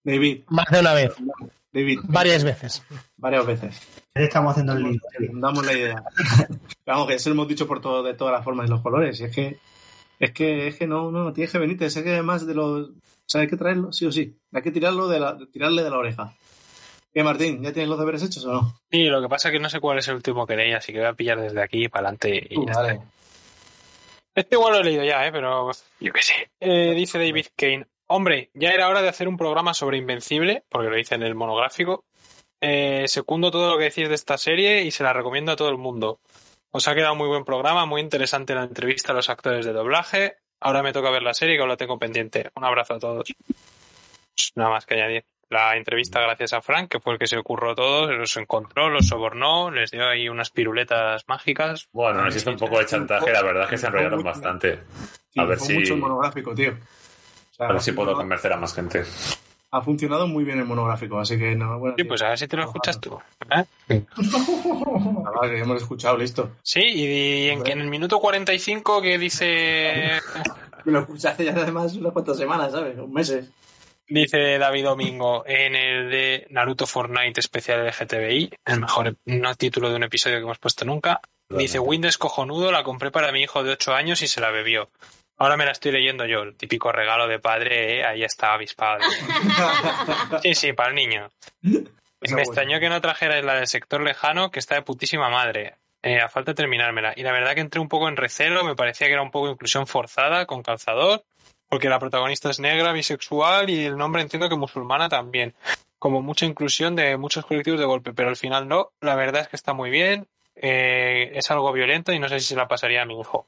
Speaker 5: David,
Speaker 6: Más de una vez,
Speaker 5: David,
Speaker 6: varias veces.
Speaker 5: varias veces.
Speaker 11: Estamos haciendo el lío.
Speaker 5: Damos la idea. Vamos, que eso lo hemos dicho por todo, de todas las formas y los colores. Y es que, es que, es que no, no, tienes que venirte. Es que además de los. O sea, hay que traerlo, sí o sí. Hay que tirarlo de la, tirarle de la oreja. ¿Qué, Martín? ¿Ya tienes los deberes hechos o no?
Speaker 8: Sí, lo que pasa es que no sé cuál es el último que leí, así que voy a pillar desde aquí para adelante y ya está.
Speaker 5: Uh, vale.
Speaker 8: Este igual lo he leído ya, ¿eh? pero yo qué sé. Eh, dice David Kane, hombre, ya era hora de hacer un programa sobre Invencible, porque lo hice en el monográfico. Eh, secundo todo lo que decís de esta serie y se la recomiendo a todo el mundo. Os ha quedado muy buen programa, muy interesante la entrevista a los actores de doblaje. Ahora me toca ver la serie que aún la tengo pendiente. Un abrazo a todos. Nada más que añadir. La entrevista gracias a Frank, que fue el que se ocurrió todo, se los encontró, los sobornó, les dio ahí unas piruletas mágicas.
Speaker 7: Bueno, nos hizo un poco de chantaje, la verdad es que se enrollaron bastante. A ver
Speaker 5: Triunfó
Speaker 7: si,
Speaker 5: mucho el monográfico, tío. O sea,
Speaker 7: a ver si puedo
Speaker 5: funcionado-
Speaker 7: convencer a más gente.
Speaker 5: Ha funcionado muy bien el monográfico, así que no, bueno.
Speaker 8: Sí,
Speaker 5: tío.
Speaker 8: pues a ver si te lo escuchas tú. ¿eh?
Speaker 5: Nada, que hemos escuchado, listo.
Speaker 8: Sí, y en, que en el minuto 45 que dice
Speaker 5: Me lo escuchaste ya además unas cuantas semanas, ¿sabes? Un meses.
Speaker 8: dice David Domingo en el de Naruto Fortnite especial LGTBI, el mejor no título de un episodio que hemos puesto nunca, dice Windows cojonudo, la compré para mi hijo de 8 años y se la bebió. Ahora me la estoy leyendo yo, el típico regalo de padre, ¿eh? ahí está avispado. Sí, sí, para el niño.
Speaker 5: Esa
Speaker 8: Me
Speaker 5: buena.
Speaker 8: extrañó que no trajeras la del sector lejano, que está de putísima madre. Eh, a falta de terminármela. Y la verdad que entré un poco en recelo, me parecía que era un poco inclusión forzada, con calzador, porque la protagonista es negra, bisexual y el nombre entiendo que musulmana también. Como mucha inclusión de muchos colectivos de golpe, pero al final no. La verdad es que está muy bien, eh, es algo violento y no sé si se la pasaría a mi hijo.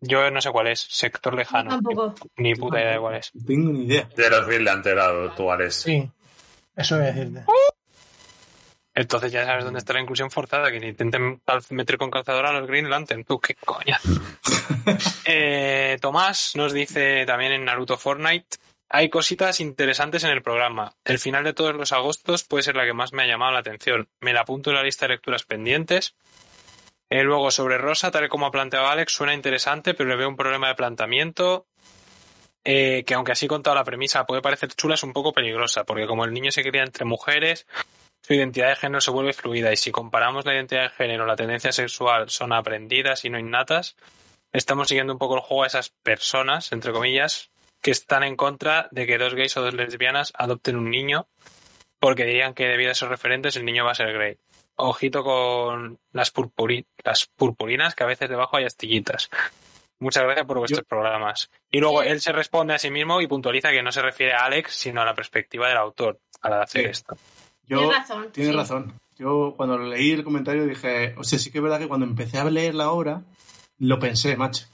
Speaker 8: Yo no sé cuál es, sector lejano.
Speaker 9: Tampoco.
Speaker 8: Ni puta idea de cuál es.
Speaker 5: No tengo ni idea.
Speaker 7: De los Finland era tú, Alex.
Speaker 6: Sí, eso voy a decirte.
Speaker 8: Entonces ya sabes dónde está la inclusión forzada, que le intenten cal- meter con calzadora a los Green Lantern. Tú, qué coña. Eh, Tomás nos dice también en Naruto Fortnite, hay cositas interesantes en el programa. El final de todos los agostos puede ser la que más me ha llamado la atención. Me la apunto en la lista de lecturas pendientes. Eh, luego, sobre Rosa, tal y como ha planteado Alex, suena interesante, pero le veo un problema de planteamiento. eh, que aunque así contado la premisa puede parecer chula, es un poco peligrosa, porque como el niño se cría entre mujeres, su identidad de género se vuelve fluida y si comparamos la identidad de género, la tendencia sexual son aprendidas y no innatas, estamos siguiendo un poco el juego a esas personas, entre comillas, que están en contra de que dos gays o dos lesbianas adopten un niño porque dirían que debido a esos referentes el niño va a ser gay. Ojito con las, purpuri- las purpurinas que a veces debajo hay astillitas. Muchas gracias por vuestros programas. Y luego él se responde a sí mismo y puntualiza que no se refiere a Alex, sino a la perspectiva del autor al hacer
Speaker 5: Sí.
Speaker 8: esto.
Speaker 5: Yo,
Speaker 9: Tienes razón,
Speaker 5: Tienes
Speaker 9: sí.
Speaker 5: razón. Yo cuando leí el comentario dije, o sea, sí que es verdad que cuando empecé a leer la obra, lo pensé, macho.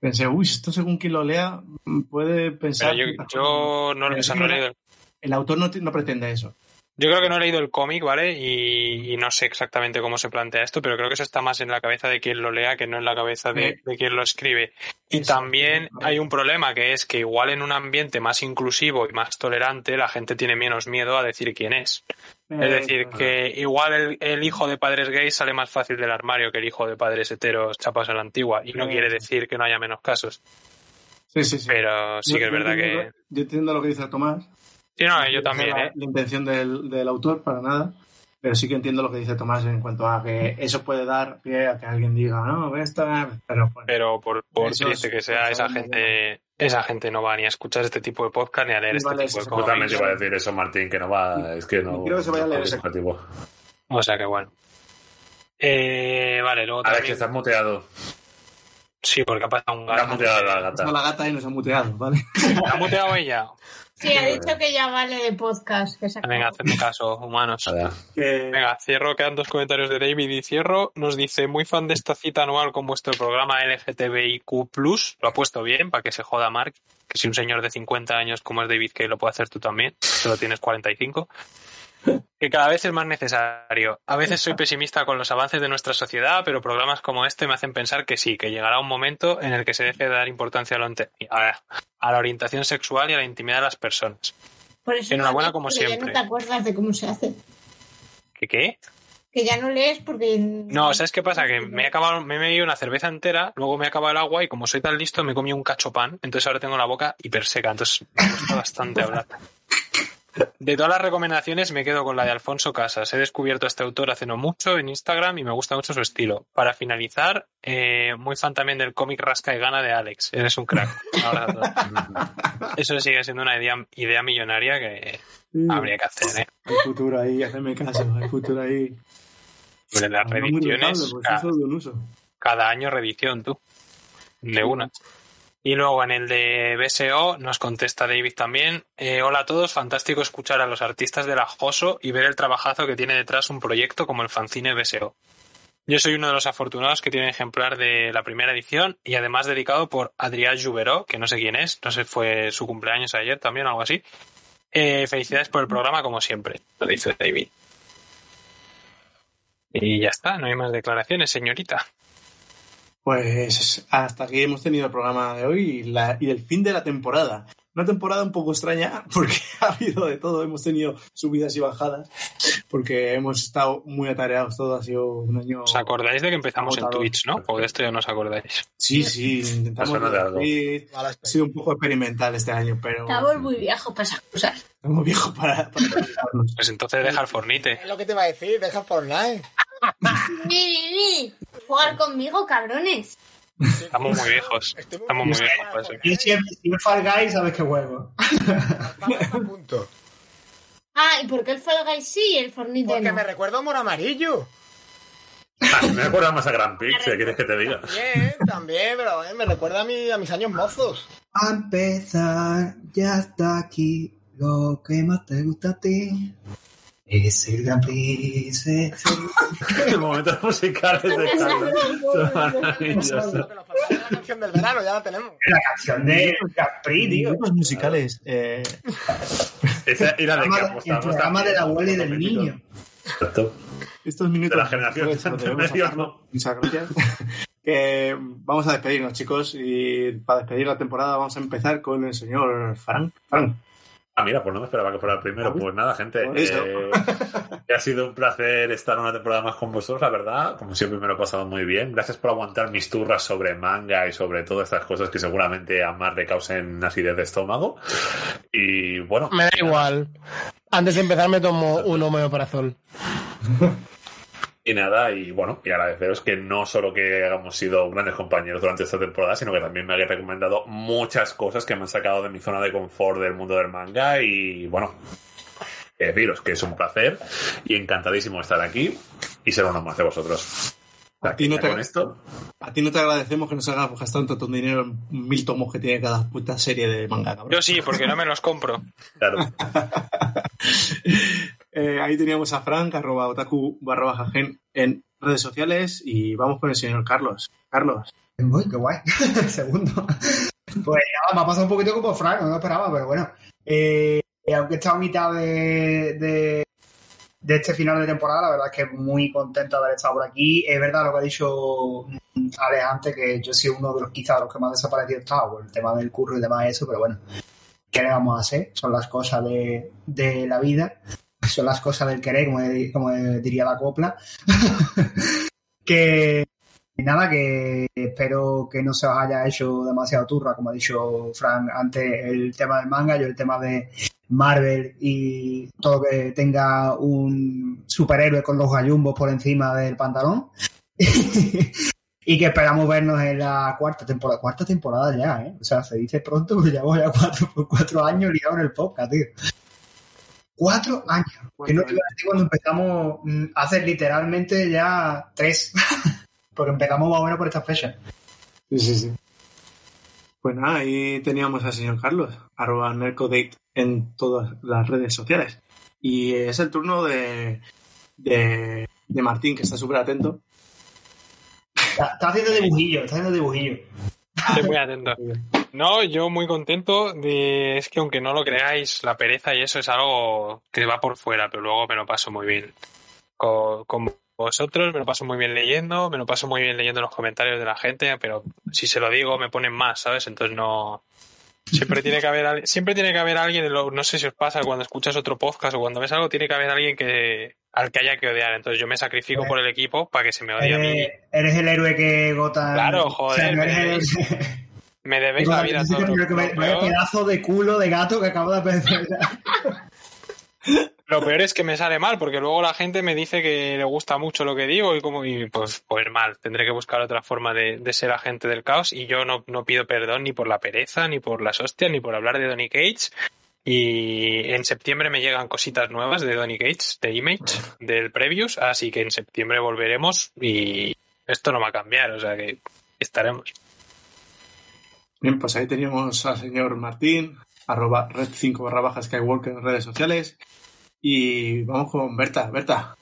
Speaker 5: Pensé, uy, esto según quien lo lea mm, puede pensar...
Speaker 8: Pero yo,
Speaker 5: ciertas
Speaker 8: yo no,
Speaker 5: Pero
Speaker 8: o sea,
Speaker 5: sí
Speaker 8: no
Speaker 5: que
Speaker 8: he
Speaker 5: era-
Speaker 8: leído.
Speaker 5: El autor no, ti- no pretende eso.
Speaker 8: Yo creo que no he leído el cómic, ¿vale? Y, y no sé exactamente cómo se plantea esto, pero creo que eso está más en la cabeza de quien lo lea que no en la cabeza de, de quien lo escribe. Y también hay un problema que es que igual en un ambiente más inclusivo y más tolerante la gente tiene menos miedo a decir quién es. Es decir, que igual el, el hijo de padres gays sale más fácil del armario que el hijo de padres heteros chapas a la antigua y no quiere decir que no haya menos casos.
Speaker 5: Sí, sí, sí.
Speaker 8: Pero sí que es verdad
Speaker 5: entiendo
Speaker 8: que...
Speaker 5: lo- Yo entiendo lo que dice Tomás.
Speaker 8: Sí, no, yo también,
Speaker 5: la,
Speaker 8: ¿eh?
Speaker 5: la intención del, del autor, para nada. Pero sí que entiendo lo que dice Tomás en cuanto a que eso puede dar pie a que alguien diga, no, esta. Pero bueno,
Speaker 8: Pero por, por
Speaker 5: Eso es-
Speaker 8: triste que sea, esa gente, esa gente no va ni a escuchar este tipo de podcast ni a leer este
Speaker 5: Vale,
Speaker 8: tipo de
Speaker 5: sí,
Speaker 7: Totalmente iba a
Speaker 8: cómics.
Speaker 7: decir eso, Martín, que no va. Es que no.
Speaker 5: Creo que se vaya a leer
Speaker 7: no es
Speaker 5: ese.
Speaker 7: objetivo.
Speaker 8: O sea que bueno. Eh, vale, luego
Speaker 7: Ahora es que
Speaker 8: también.
Speaker 7: estás muteado.
Speaker 8: Sí, porque ha pasado un
Speaker 7: Estás
Speaker 8: gato.
Speaker 7: muteado a la
Speaker 5: a
Speaker 7: gata.
Speaker 5: la gata y nos ha muteado, ¿vale?
Speaker 8: ¿La ha muteado ella?
Speaker 9: Sí, ha dicho que ya vale de podcast. Que se acabó.
Speaker 8: Venga, hacedme caso, humanos.
Speaker 7: Nada.
Speaker 5: Que-
Speaker 8: Venga, cierro, quedan dos comentarios de David y cierro. Nos dice, muy fan de esta cita anual con vuestro programa LGTBIQ+. Lo ha puesto bien, para que se joda Mark, que si un señor de 50 años como es David que lo puede hacer tú también, solo tienes 45. Que cada vez es más necesario. A veces soy pesimista con los avances de nuestra sociedad, pero programas como este me hacen pensar que sí, que llegará un momento en el que se deje de dar importancia a, lo ante- a- a la orientación sexual y a la intimidad de las personas.
Speaker 9: Por eso
Speaker 8: enhorabuena
Speaker 9: no-
Speaker 8: como
Speaker 9: porque Ya
Speaker 8: siempre.
Speaker 9: no te acuerdas de cómo se hace.
Speaker 8: ¿Qué qué?
Speaker 9: Que ya no lees porque.
Speaker 8: No, ¿sabes qué pasa? Que me he acabado, me he bebido una cerveza entera, luego me he acabado el agua y como soy tan listo me he comido un cacho pan, entonces ahora tengo la boca hiper seca, entonces me cuesta bastante hablar. De todas las recomendaciones me quedo con la de Alfonso Casas. He descubierto a este autor hace no mucho en Instagram y me gusta mucho su estilo. Para finalizar, eh, muy fan también del cómic Rasca y Gana de Alex. Eres un crack. Un abrazo. Eso sigue siendo una idea, idea millonaria que habría que hacer. ¿eh?
Speaker 5: Hay futuro ahí, haceme caso, hay futuro ahí.
Speaker 8: Hombre, Las
Speaker 5: Ah, No, muy rentable,
Speaker 8: reediciones...
Speaker 5: pues
Speaker 8: ca-
Speaker 5: eso de un uso.
Speaker 8: cada año revisión, tú. De una. Y luego en el de BSO nos contesta David también. eh, Hola a todos, fantástico escuchar a los artistas de la Joso y ver el trabajazo que tiene detrás un proyecto como el fanzine BSO. Yo soy uno de los afortunados que tiene ejemplar de la primera edición y además dedicado por Adrián Juberó, que no sé quién es, no sé, fue su cumpleaños ayer también, algo así. Eh, felicidades por el programa, como siempre, lo dice David. Y ya está, no hay más declaraciones, señorita.
Speaker 5: Pues hasta aquí hemos tenido el programa de hoy y, la- y el fin de la temporada. Una temporada un poco extraña porque ha habido de todo, hemos tenido subidas y bajadas, porque hemos estado muy atareados todo, ha sido un año...
Speaker 8: ¿Os acordáis de que empezamos
Speaker 5: Agotador.
Speaker 8: en Twitch, no? O de esto ya no os acordáis.
Speaker 5: Sí, sí, intentamos...
Speaker 7: Suena de algo.
Speaker 5: Sí,
Speaker 10: Mala
Speaker 5: Ha sido un poco experimental este año, pero
Speaker 9: Estamos muy viejos para esas cosas.
Speaker 5: estamos viejos para... para realizarnos.
Speaker 8: Pues entonces deja el fornite.
Speaker 10: Es lo que te iba a decir, deja Fortnite.
Speaker 9: Vivi, jugar conmigo, cabrones.
Speaker 8: Estamos muy viejos.
Speaker 10: Estoy
Speaker 8: Estamos muy viejos pues. para eso.
Speaker 11: Yo si si es Fall Guys, sabes que juego.
Speaker 10: Estamos a punto.
Speaker 9: Ah, ¿y por qué el Fall Guys sí y el Fornite
Speaker 10: Porque
Speaker 9: no?
Speaker 10: me recuerdo a Moro Amarillo.
Speaker 7: Ah, Me acuerdo más a Grand Prix, ¿qué quieres que te diga?
Speaker 10: Bien, también, pero eh, me recuerda a, mi- a mis años mozos.
Speaker 11: A empezar, ya está aquí. Lo que más te gusta a ti es el Gran Prix. es el-
Speaker 7: Momentos musicales de Carlos. Son maravillosos.
Speaker 10: Lo que nos faltaba era la canción del verano, ya la tenemos.
Speaker 11: La canción de Gran Prix, tío.
Speaker 5: Los musicales. eh,
Speaker 7: Esa y la de
Speaker 11: El
Speaker 7: que
Speaker 11: programa-
Speaker 7: apostamos
Speaker 11: el programa
Speaker 7: también,
Speaker 11: de la abuela y del
Speaker 7: automático.
Speaker 11: niño.
Speaker 7: Exacto.
Speaker 5: estos minutos
Speaker 7: De la generación
Speaker 5: pues, lo debemos
Speaker 7: anterior,
Speaker 5: sacarlo.
Speaker 7: ¿no?
Speaker 5: Muchas gracias. Que vamos a despedirnos, chicos, y para despedir la temporada vamos a empezar con el señor Frank. Frank,
Speaker 7: Ah, mira, pues no me esperaba que fuera el primero. Pues nada, gente.
Speaker 5: Por eso.
Speaker 7: eh, que ha sido un placer estar una temporada más con vosotros, la verdad. Como siempre me lo he pasado muy bien. Gracias por aguantar mis turras sobre manga y sobre todas estas cosas que seguramente a más le causen acidez de estómago. Y bueno,
Speaker 6: Me da igual. Antes de empezar me tomo un homeoparazol.
Speaker 7: Y nada, y bueno, y agradeceros que no solo que hayamos sido grandes compañeros durante esta temporada, sino que también me habéis recomendado muchas cosas que me han sacado de mi zona de confort del mundo del manga y bueno, que deciros que es un placer y encantadísimo estar aquí y ser uno más de vosotros.
Speaker 5: A ti no
Speaker 7: Ya
Speaker 5: te-
Speaker 7: con esto,
Speaker 5: a ti no te agradecemos que nos hagas gastar tanto dinero en mil tomos que tiene cada puta serie de manga, cabrón.
Speaker 8: Yo sí, porque no me los compro.
Speaker 7: claro,
Speaker 5: Eh, ahí teníamos a Frank, arroba otaku, barra baja gen en redes sociales y vamos con el señor Carlos. Carlos,
Speaker 11: Uy, qué guay. Segundo. Pues nada, me ha pasado un poquito como Frank, no lo esperaba, pero bueno. Eh, eh, aunque he estado a mitad de, de, de este final de temporada. La verdad es que muy contento de haber estado por aquí. Es verdad lo que ha dicho mm, Alex antes, que yo soy uno de los quizás los que más desaparecido estaba por el tema del curro y demás eso, pero bueno, ¿qué le vamos a hacer? Son las cosas de, de la vida, son las cosas del querer, como, di- como diría la copla. que y nada, que espero que no se os haya hecho demasiado turra, como ha dicho Frank antes, el tema del manga, yo el tema de Marvel y todo que tenga un superhéroe con los gallumbos por encima del pantalón. y que esperamos vernos en la cuarta temporada, cuarta temporada ya, ¿eh? O sea, se dice pronto porque ya voy a cuatro, por cuatro años liado en el podcast, tío. Cuatro años. que no te iba a decir cuando empezamos mm, hace literalmente ya tres. porque empezamos más o menos por esta fecha.
Speaker 5: Sí, sí, sí. Pues nada, ahí teníamos al señor Carlos, arroba Nercodate en todas las redes sociales. Y es el turno de, de, de Martín, que está súper atento.
Speaker 11: Está, está haciendo dibujillo, está haciendo dibujillo.
Speaker 8: Estoy muy atento. No, yo muy contento de... Es que aunque no lo creáis, la pereza y eso es algo que va por fuera, pero luego me lo paso muy bien. Co- Con, vosotros me lo paso muy bien leyendo, me lo paso muy bien leyendo los comentarios de la gente, pero si se lo digo me ponen más, ¿sabes? Entonces no... Siempre tiene que haber al- siempre tiene que haber alguien, en lo- no sé si os pasa cuando escuchas otro podcast o cuando ves algo, tiene que haber alguien que al que haya que odiar. Entonces yo me
Speaker 11: Eh,
Speaker 8: sacrifico por el equipo para que se me odie a mí.
Speaker 11: Eres, Eh, eres el héroe que Gotham...
Speaker 8: Claro,
Speaker 11: o sea,
Speaker 8: joder,
Speaker 11: no eres
Speaker 8: me-
Speaker 11: el-
Speaker 8: Me debéis la vida a
Speaker 11: Dice
Speaker 8: todos.
Speaker 11: primero que me- vaya pedazo de culo de gato que acabo de perder.
Speaker 8: Lo peor es que me sale mal, porque luego la gente me dice que le gusta mucho lo que digo y como y pues, pues mal, tendré que buscar otra forma de, de ser agente del caos y yo no, no pido perdón ni por la pereza, ni por las hostias, ni por hablar de Donny Cage. Y en septiembre me llegan cositas nuevas de Donny Cage, de Image, del Previous, así que en septiembre volveremos y esto no va a cambiar, o sea que estaremos.
Speaker 5: Bien, pues ahí teníamos al señor Martín, arroba red 5 barra baja Skywalker en redes sociales. Y vamos con Berta. Berta,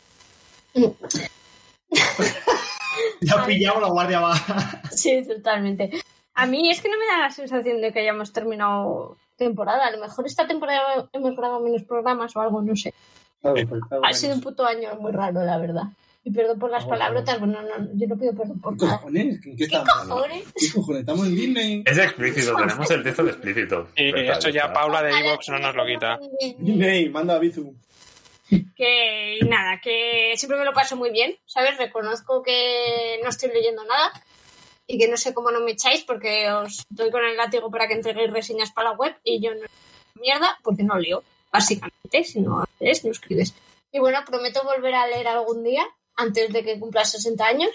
Speaker 11: Ya ha pillado la guardia baja.
Speaker 9: Sí, totalmente. A mí es que no me da la sensación de que hayamos terminado temporada. A lo mejor esta temporada hemos grabado menos programas o algo, no sé. Ha sido un puto año muy raro, la verdad. Y perdón por las palabrotas, bueno, no, yo no pido perdón por nada.
Speaker 5: cojones? ¿Qué,
Speaker 9: cojones?
Speaker 5: Estamos en Disney.
Speaker 7: Es explícito, tenemos el texto de explícito.
Speaker 8: Y
Speaker 7: Total,
Speaker 8: esto ya
Speaker 7: está.
Speaker 8: Paula de Evox no nos lo quita.
Speaker 5: Disney, manda a Bizu.
Speaker 9: Que nada, que siempre me lo paso muy bien, ¿sabes? Reconozco que no estoy leyendo nada y que no sé cómo no me echáis porque os doy con el látigo para que entreguéis reseñas para la web y yo no mierda porque no leo, básicamente, si no haces, no escribes. Y bueno, prometo volver a leer algún día antes de que cumpla 60 años.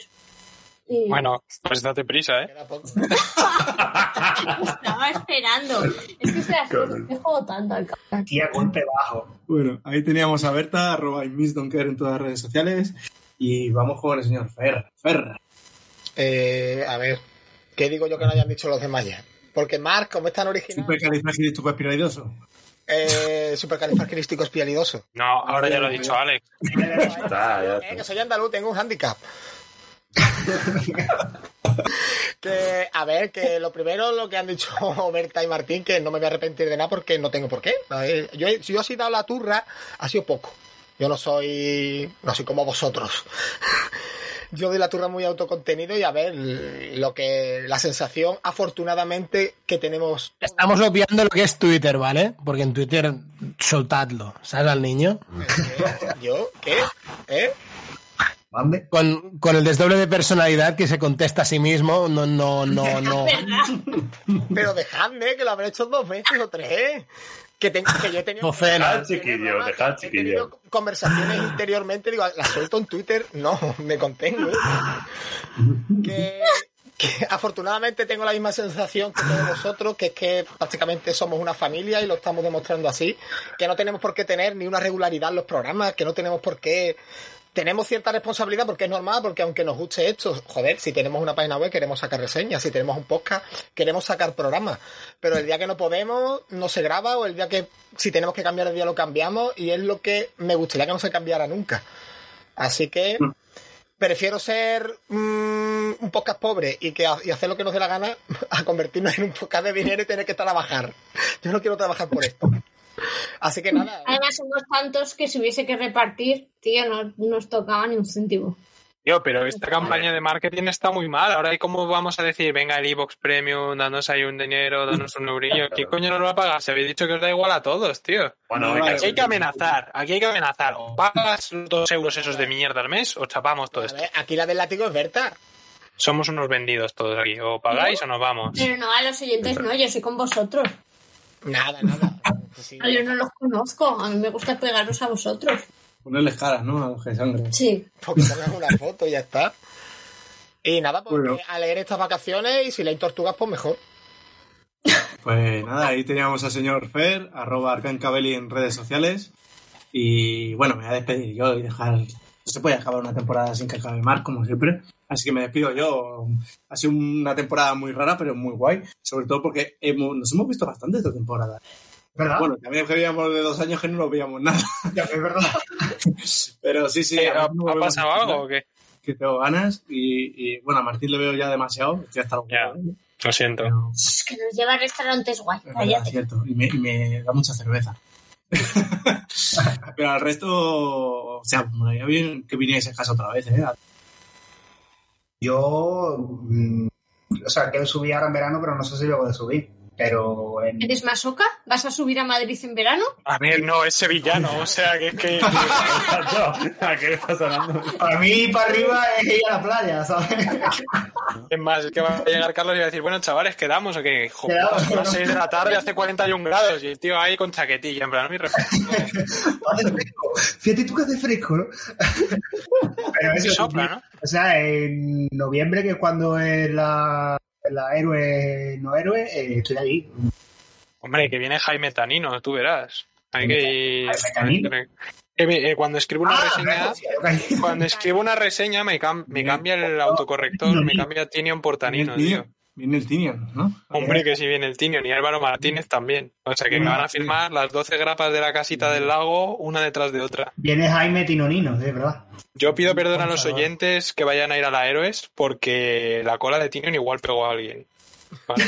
Speaker 9: Y
Speaker 8: Bueno, pues date prisa, ¿eh?
Speaker 9: estaba esperando. Es que estoy así, me juego tanto al cabrón.
Speaker 11: Tía, golpe bajo.
Speaker 5: Bueno, ahí teníamos a Berta, arroba y Miss Don't Care en todas las redes sociales. Y vamos con el señor Fer. Fer.
Speaker 10: Eh, a ver, ¿qué digo yo que no hayan dicho los demás ya? Porque Mark, como es tan original,
Speaker 5: Supercalifragilisticoespiralidoso.
Speaker 10: eh, supercalifragilístico espialidoso.
Speaker 8: No, ahora ya lo ha dicho Alex.
Speaker 7: Está, ya
Speaker 10: Eh,
Speaker 7: está.
Speaker 10: que soy andaluz, tengo un hándicap. que, a ver, que lo primero, lo que han dicho Berta y Martín, que no me voy a arrepentir de nada porque no tengo por qué. A ver, Yo, he- si yo os he dado la turra, ha sido poco. Yo no soy, no soy como vosotros. Yo doy la turra muy autocontenido y a ver lo que la sensación afortunadamente que tenemos
Speaker 6: Estamos obviando lo que es Twitter, ¿vale? Porque en Twitter soltadlo, ¿sabes al niño?
Speaker 10: yo ¿qué? ¿Eh?
Speaker 11: ¿Mande?
Speaker 6: Con, con el desdoble de personalidad que se contesta a sí mismo, no, no, no, no.
Speaker 10: Pero dejadme, que lo habré hecho dos veces o tres. Que, te- que yo he tenido.
Speaker 6: Docena.
Speaker 7: Dejad, chiquillo,
Speaker 10: He
Speaker 7: dejad,
Speaker 10: tenido
Speaker 7: chiquillo.
Speaker 10: conversaciones interiormente, digo, "Ah, la suelto en Twitter, no, me contengo. ¿eh? Que, que afortunadamente tengo la misma sensación que todos vosotros, que es que prácticamente somos una familia y lo estamos demostrando así, que no tenemos por qué tener ni una regularidad en los programas, que no tenemos por qué... Tenemos cierta responsabilidad porque es normal, porque aunque nos guste esto, joder, si tenemos una página web queremos sacar reseñas, si tenemos un podcast queremos sacar programas, pero el día que no podemos no se graba o el día que si tenemos que cambiar el día lo cambiamos y es lo que me gustaría que no se cambiara nunca. Así que prefiero ser mm, un podcast pobre y que y hacer lo que nos dé la gana a convertirnos en un podcast de dinero y tener que trabajar. Yo no quiero trabajar por esto. Así que nada,
Speaker 9: Además, somos tantos que si hubiese que repartir, tío, no nos tocaba ni un céntimo.
Speaker 8: Yo, pero esta campaña de marketing está muy mal. Ahora, ¿y cómo vamos a decir, venga, el Evox Premium, danos ahí un dinero, danos un eurillo? ¿Qué coño nos lo va a pagar? Se habéis dicho que os da igual a todos, tío.
Speaker 7: Bueno,
Speaker 8: aquí
Speaker 7: venga,
Speaker 8: hay que amenazar, aquí hay que amenazar. O pagas los dos euros esos de mierda al mes o chapamos todo esto.
Speaker 10: aquí la del látigo es Berta.
Speaker 8: Somos unos vendidos todos aquí. O pagáis o nos vamos.
Speaker 9: Pero no, a los oyentes no, yo soy con vosotros.
Speaker 10: Nada, nada.
Speaker 9: No, Yo no los conozco, a mí me gusta pegaros a vosotros.
Speaker 5: Ponerles caras, ¿no? A los que sangre.
Speaker 9: Sí.
Speaker 10: porque salgan una foto y ya está. Y nada, pues
Speaker 5: Bueno.
Speaker 10: a leer estas vacaciones y si leéis tortugas, pues mejor.
Speaker 5: Pues nada, ahí teníamos al señor Fer, arroba Arcancabelli en redes sociales. Y bueno, me voy a despedir yo y dejar. No se puede acabar una temporada sin que acabe mal, como siempre. Así que me despido yo. Ha sido una temporada muy rara, pero muy guay. Sobre todo porque hemos- nos hemos visto bastante esta temporada.
Speaker 11: ¿Verdad?
Speaker 5: Bueno, también es que veíamos de dos años que no nos veíamos nada.
Speaker 11: Ya, es verdad.
Speaker 5: Pero sí, sí.
Speaker 8: Eh,
Speaker 5: ahora
Speaker 8: ¿Ha
Speaker 5: mismo
Speaker 8: ha
Speaker 5: vemos
Speaker 8: pasado
Speaker 5: que-
Speaker 8: algo o qué?
Speaker 5: Que tengo ganas. Y, y, bueno, a Martín le veo ya demasiado. Estoy hasta los
Speaker 8: Ya, Pues
Speaker 5: huevos, ¿eh?
Speaker 8: lo siento.
Speaker 5: Pero-
Speaker 9: Es que nos lleva a restaurantes guay,
Speaker 5: Es verdad,
Speaker 9: cállate.
Speaker 5: cierto. Y me, y me da mucha cerveza. Pero al resto, o sea, me haría bien que vinierais a casa otra vez, ¿eh?
Speaker 11: Yo, mm, o sea, quiero subir ahora en verano, pero no sé si luego de subir. Pero en-
Speaker 9: ¿Eres masoca? ¿Vas a subir a Madrid en verano?
Speaker 8: A ver, no, es sevillano, o sea, que es que...
Speaker 7: ¿A qué estás hablando?
Speaker 11: para mí, para arriba es ir a la playa, ¿sabes?
Speaker 8: Es más, es que va a llegar Carlos y va a decir, bueno, chavales, ¿quedamos o qué? Hijo,
Speaker 11: Quedamos,
Speaker 8: puta, son las
Speaker 11: ¿no?
Speaker 8: 6 de la tarde, hace 41 grados, y el tío ahí con chaquetilla, en plan, mi respeto.
Speaker 11: Hace fresco. Fíjate tú que hace fresco, ¿no? Pero eso,
Speaker 8: sopla, ¿no?
Speaker 11: O sea, en noviembre, que es cuando es la, la héroe, no héroe, eh, estoy allí.
Speaker 8: Hombre, que viene Jaime Tanino, tú verás. Hay que ir...
Speaker 11: Jaime Tanino. Ah,
Speaker 8: Eh, me- eh, cuando escribo una reseña...
Speaker 11: hostia, yo caí.
Speaker 8: Cuando escribo una reseña me, cam- me cambia el autocorrector, me cambia Tinion por Tanino, tío.
Speaker 5: Viene el Tinian, ¿no?
Speaker 8: Hombre, que si viene el Tinion y Álvaro Martínez también. O sea, que me van a firmar las 12 grapas de la casita del lago, una detrás de otra.
Speaker 11: Viene Jaime Tinonino, de verdad.
Speaker 8: Yo pido perdón a los oyentes que vayan a ir a la Héroes porque la cola de Tinion igual pegó a alguien. ¿vale?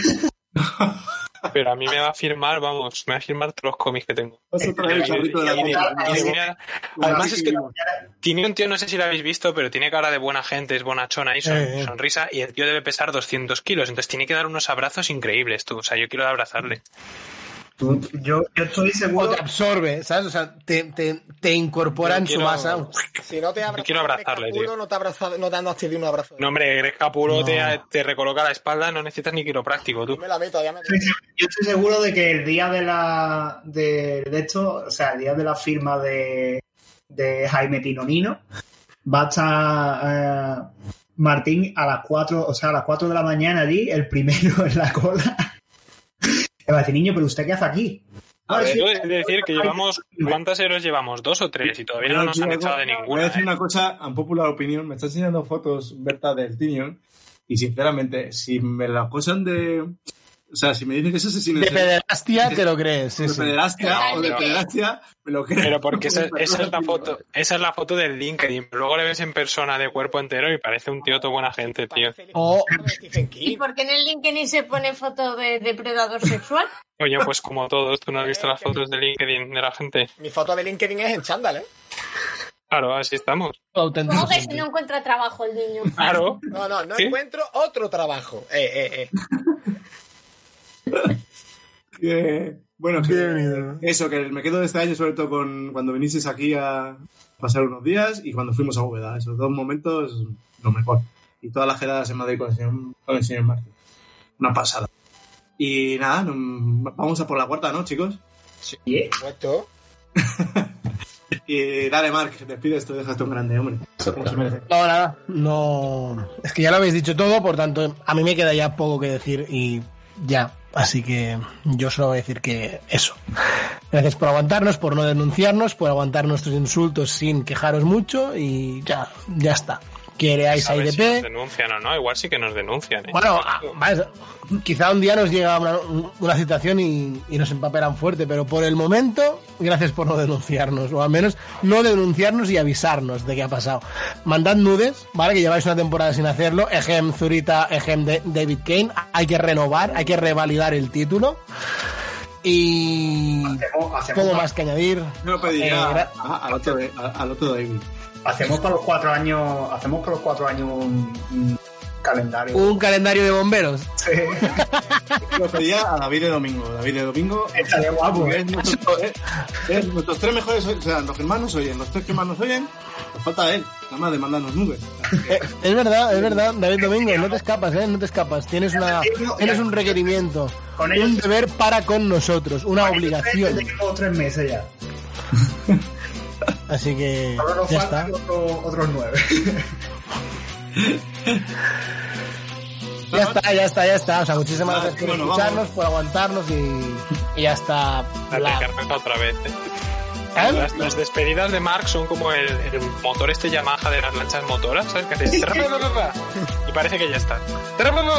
Speaker 8: Pero a mí me va a firmar, vamos, me va a firmar todos los cómics que tengo.
Speaker 5: Vas a traer el carrito de la
Speaker 8: Y de-
Speaker 5: compra.
Speaker 8: y de- Además es que Tinion, tío, no sé si lo habéis visto, pero tiene cara de buena gente, es bonachona y son-
Speaker 5: Eh,
Speaker 8: sonrisa, y el tío debe pesar 200 kilos, entonces tiene que dar unos abrazos increíbles, tú. O sea, yo quiero abrazarle.
Speaker 11: Tú- yo, yo estoy
Speaker 6: O
Speaker 11: seguro.
Speaker 6: te absorbe, ¿sabes? O sea, te, te, te incorpora
Speaker 8: Yo
Speaker 6: en su
Speaker 8: quiero-
Speaker 6: masa.
Speaker 10: Si no te abrazas,
Speaker 8: quiero abrazarle,
Speaker 10: Capulo,
Speaker 8: tío.
Speaker 10: no te abrazas, no te andas de un abrazo.
Speaker 8: No, hombre, Greg Capullo te, te recoloca la espalda, no necesitas ni quiropráctico,
Speaker 10: Yo
Speaker 8: tú.
Speaker 10: me la meto, ya me
Speaker 11: Yo estoy seguro de que el día de la de, de esto, o sea, el día de la firma de, de Jaime Tinonino, va a estar eh, Martín a las 4, o sea, a las 4 de la mañana allí, el primero en la cola. Le va a decir, niño, pero usted qué hace aquí? Ah, sí,
Speaker 8: Yo he de decir que llevamos, ¿cuántas héroes llevamos? ¿Dos o tres? Y todavía no nos han echado de
Speaker 5: Voy a
Speaker 8: ninguna.
Speaker 5: decir
Speaker 8: ¿eh?
Speaker 5: una cosa, en popular opinión, me está enseñando fotos Berta del Tinian y sinceramente, si me la acusan de... O sea, si me dicen que es asesino
Speaker 6: De
Speaker 5: en serie,
Speaker 6: pederastia te lo crees, sí,
Speaker 5: de
Speaker 6: sí.
Speaker 5: pederastia o de pederastia, me lo creo.
Speaker 8: Pero porque esa, esa es la
Speaker 5: Perdón,
Speaker 8: foto, esa es la foto del LinkedIn. Luego le ves en persona de cuerpo entero y parece un tío todo buena gente, tío.
Speaker 10: Parece el hijo
Speaker 6: O
Speaker 10: de Stephen
Speaker 9: ¿Y
Speaker 10: King.
Speaker 9: por qué en el LinkedIn se pone foto de depredador sexual?
Speaker 8: Oye, pues como todos, tú no has visto las fotos de LinkedIn de la gente.
Speaker 10: Mi foto de LinkedIn es en chándal, ¿eh?
Speaker 8: Claro, así estamos.
Speaker 6: auténtico.
Speaker 9: ¿Cómo que si no encuentra trabajo el niño?
Speaker 8: Claro.
Speaker 10: No, no, no
Speaker 8: ¿Sí?
Speaker 10: encuentro otro trabajo. Eh, eh, eh.
Speaker 5: Que- bueno, que- eso, que me quedo de este año sobre todo con cuando vinisteis aquí a pasar unos días y cuando fuimos a Úbeda. Esos dos momentos, lo mejor. Y todas las quedadas en Madrid con el señor, con el señor Martín. Una pasada. Y nada, no- vamos a por la cuarta, ¿no, chicos?
Speaker 10: Por supuesto.
Speaker 5: Y dale, Mark, despide esto, dejaste un grande, hombre. Como se merece.
Speaker 6: No, nada, no. Es que ya lo habéis dicho todo, por tanto, a mí me queda ya poco que decir y ya. Así que yo solo voy a decir que eso. Gracias por aguantarnos, por no denunciarnos, por aguantar nuestros insultos sin quejaros mucho y ya, ya está. Que leáis a
Speaker 8: A ver si nos
Speaker 6: IDP.
Speaker 8: denuncian o no, igual sí que nos denuncian. ¿eh?
Speaker 6: Bueno, a- vale, quizá un día nos llega una, una citación y, y nos empapelan fuerte, pero por el momento, gracias por no denunciarnos, o al menos no denunciarnos y avisarnos de qué ha pasado. Mandad nudes, ¿vale? Que lleváis una temporada sin hacerlo. Ejem Zurita, ejem de David Kane. Hay que renovar, hay que revalidar el título. Y
Speaker 11: Hacemos- hacemos
Speaker 6: poco
Speaker 11: pa-
Speaker 6: más que añadir.
Speaker 5: Yo lo pediría
Speaker 11: Eh, gra-
Speaker 5: a- Ah, al otro, de- a- al otro David.
Speaker 11: Hacemos para los cuatro años, hacemos para los cuatro años un, un calendario.
Speaker 6: Un calendario de bomberos.
Speaker 11: Sí.
Speaker 5: Lo pedía a David de Domingo. David de Domingo
Speaker 11: Estaría guapo, ¿eh?
Speaker 5: es nuestro- es- es nuestros tres mejores, o sea, los que más nos oyen, los tres que más nos oyen, nos falta él, nada más de mandarnos nubes.
Speaker 6: Es verdad, es verdad, David Domingo, no te escapas, ¿eh? No te escapas. Tienes, una,
Speaker 11: digo,
Speaker 6: tienes
Speaker 11: ya.
Speaker 6: un requerimiento,
Speaker 11: Con ellos-
Speaker 6: un deber para con nosotros, una obligación.
Speaker 11: Tenemos tres meses ya.
Speaker 6: Así que
Speaker 11: Ahora nos
Speaker 6: ya está.
Speaker 11: faltan otro- otros nueve.
Speaker 6: Ya está, ya está, ya está. O sea, muchísimas
Speaker 5: Ah,
Speaker 6: gracias por
Speaker 5: bueno,
Speaker 6: escucharnos,
Speaker 5: vamos.
Speaker 6: por aguantarnos y, y ya está. La-
Speaker 8: Aplicarnos otra vez. ¿eh?
Speaker 6: ¿Eh?
Speaker 8: Las, las despedidas de Mark son como el, el motor este Yamaha de las lanchas motoras, ¿sabes? Que haces y parece que ya está.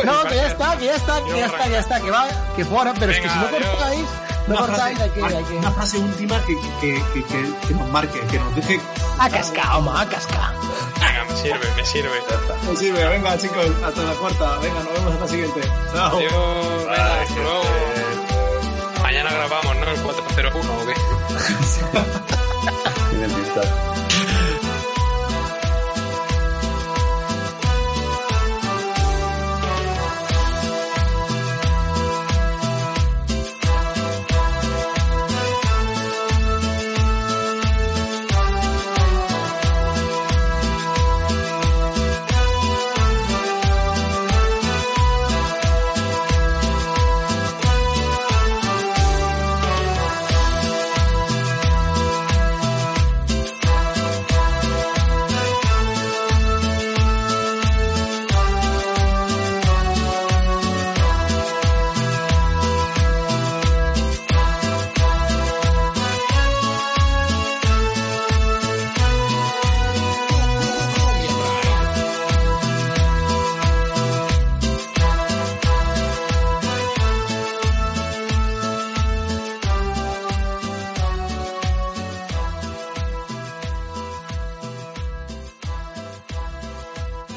Speaker 6: No, que ya está, que ya está, que ya está, que ya está, que va, que fuera, pero es que si no
Speaker 8: Venga, adiós.
Speaker 6: cortáis, no cortáis, hay que, hay que.
Speaker 5: una frase última que, que- que- que- que nos marque, que nos deje.
Speaker 6: Ha cascado, ma, ha cascado.
Speaker 8: Venga, me sirve, me sirve.
Speaker 5: Pues sí, pero venga, chicos, hasta la cuarta. Venga, nos vemos hasta la siguiente. Chao.
Speaker 8: Adiós, venga, hasta luego. Mañana grabamos, ¿no? El 401 o qué.
Speaker 7: Tiene el pistacho.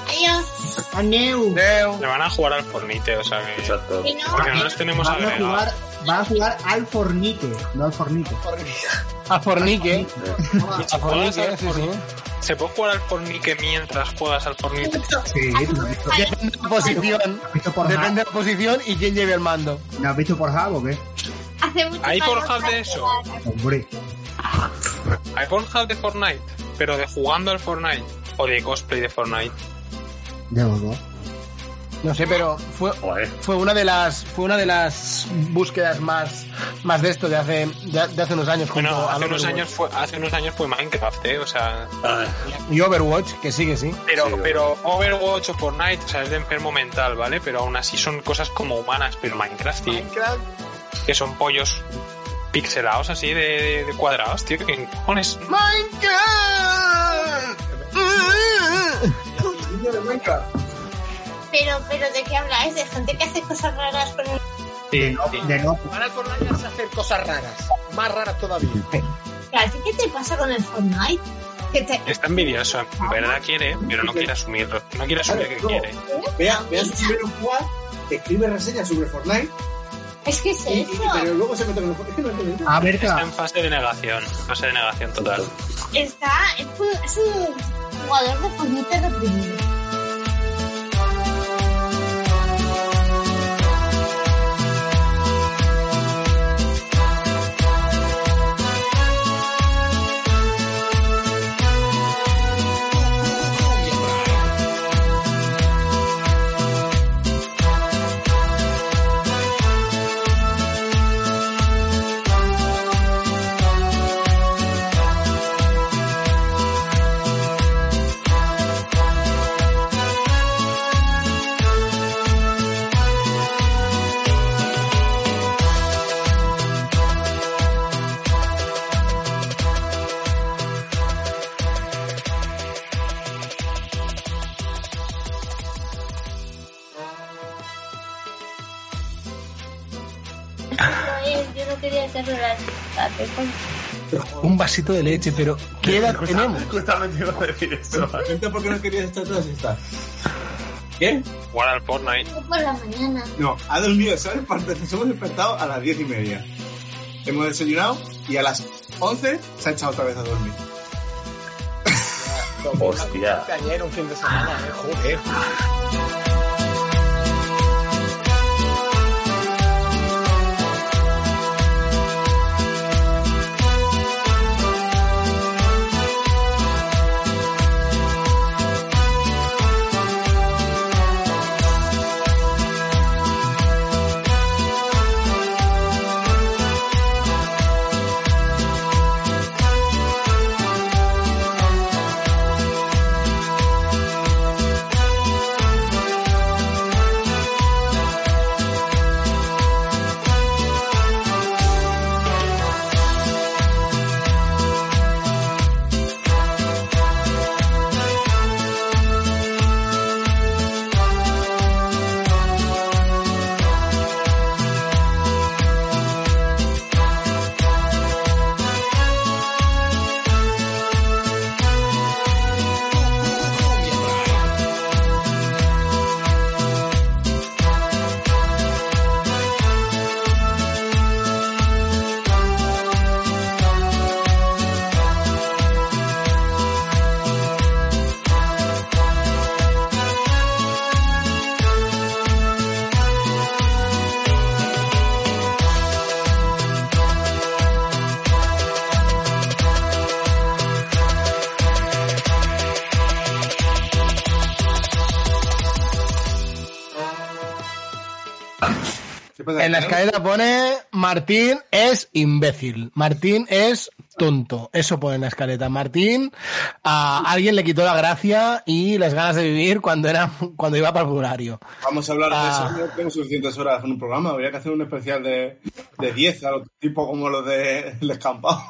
Speaker 9: Adiós. Aneu.
Speaker 8: Le van a jugar al fornite, o sea que.
Speaker 7: Exacto.
Speaker 9: Que no,
Speaker 8: Porque no los tenemos
Speaker 11: Van a
Speaker 8: agregados.
Speaker 11: jugar, van a jugar al Fornite, no al Fornite.
Speaker 6: A ¿eh? Fornique, a
Speaker 8: Juegas
Speaker 6: Fornique,
Speaker 8: al
Speaker 6: sí, sí.
Speaker 8: ¿Se puede jugar al fornique mientras juegas al fornique?
Speaker 11: Sí, ¿no has visto,
Speaker 6: Depende de la posición,
Speaker 11: has visto por
Speaker 6: depende
Speaker 11: Hub?
Speaker 6: de la posición y quién lleve el mando.
Speaker 11: ¿No has visto por Hub o qué?
Speaker 9: hace mucho
Speaker 8: Ahí por
Speaker 9: calor
Speaker 8: hub de eso.
Speaker 9: para
Speaker 11: Hombre,
Speaker 8: Hay Pornhub de Fortnite, pero de jugando al Fortnite o de cosplay de Fortnite.
Speaker 11: de los dos.
Speaker 6: No sé, pero fue,
Speaker 7: Joder.
Speaker 6: fue una de las fue una de las búsquedas más más de esto de hace de, de hace unos años junto
Speaker 8: Bueno,
Speaker 6: al
Speaker 8: hace unos
Speaker 6: Overwatch.
Speaker 8: años fue hace unos años fue Minecraft, ¿eh? o sea,
Speaker 7: Ay,
Speaker 6: y Overwatch que sí que sí
Speaker 8: pero
Speaker 7: Sí,
Speaker 8: pero Overwatch o Fortnite, o sea, es de enfermo mental, ¿vale? Pero aún así son cosas como humanas, pero Minecraft sí, que son pollos pixelados así de, de cuadrados, tío, que cojones.
Speaker 9: jugar. Pero, pero ¿de qué habláis? De gente que hace cosas raras con el...
Speaker 11: De no, de no.
Speaker 10: Ahora el Fortnite vas a hacer cosas raras. Más raras todavía.
Speaker 9: ¿A ti qué te pasa con el Fortnite? Pues Que te...
Speaker 8: Está envidioso, en verdad quiere, pero no quiere asumirlo, no quiere asumir que quiere.
Speaker 5: Vea, vea su primer jugar, escribe reseñas sobre Fortnite,
Speaker 9: Es que es
Speaker 5: y- y-
Speaker 9: eso.
Speaker 5: pero luego se mete con los. Es que no entiendo.
Speaker 11: A
Speaker 8: Está
Speaker 11: Berta,
Speaker 8: en fase de negación, fase de negación total.
Speaker 9: Está... Es un, es un jugador de Fortnite reprimido. Joder, Yo no quería hacerlo así. Date cuenta.
Speaker 6: un vasito de leche pero qué edad tenemos
Speaker 7: Justamente justamente iba a decir eso.
Speaker 5: Gente, ¿por qué no querías estar todas estas? ¿Quién?
Speaker 8: Jugar al Fortnite.
Speaker 9: Por la mañana.
Speaker 5: No, ha dormido, ¿sabes? Porque Nos hemos despertado a las diez y media. hemos desayunado y a las 11 se ha echado otra vez a dormir.
Speaker 7: Hostia.
Speaker 10: Ayer un fin de semana, eh, joder.
Speaker 6: En la escalera pone Martín es imbécil. Martín es tonto. Eso pone en la escaleta. Martín a alguien le quitó la gracia y las ganas de vivir cuando era cuando iba para el pulario.
Speaker 5: Vamos a hablar
Speaker 6: Ah.
Speaker 5: de eso. No tengo suficientes horas en un programa. Habría que hacer un especial de, de 10, algo tipo como los de El Escampado.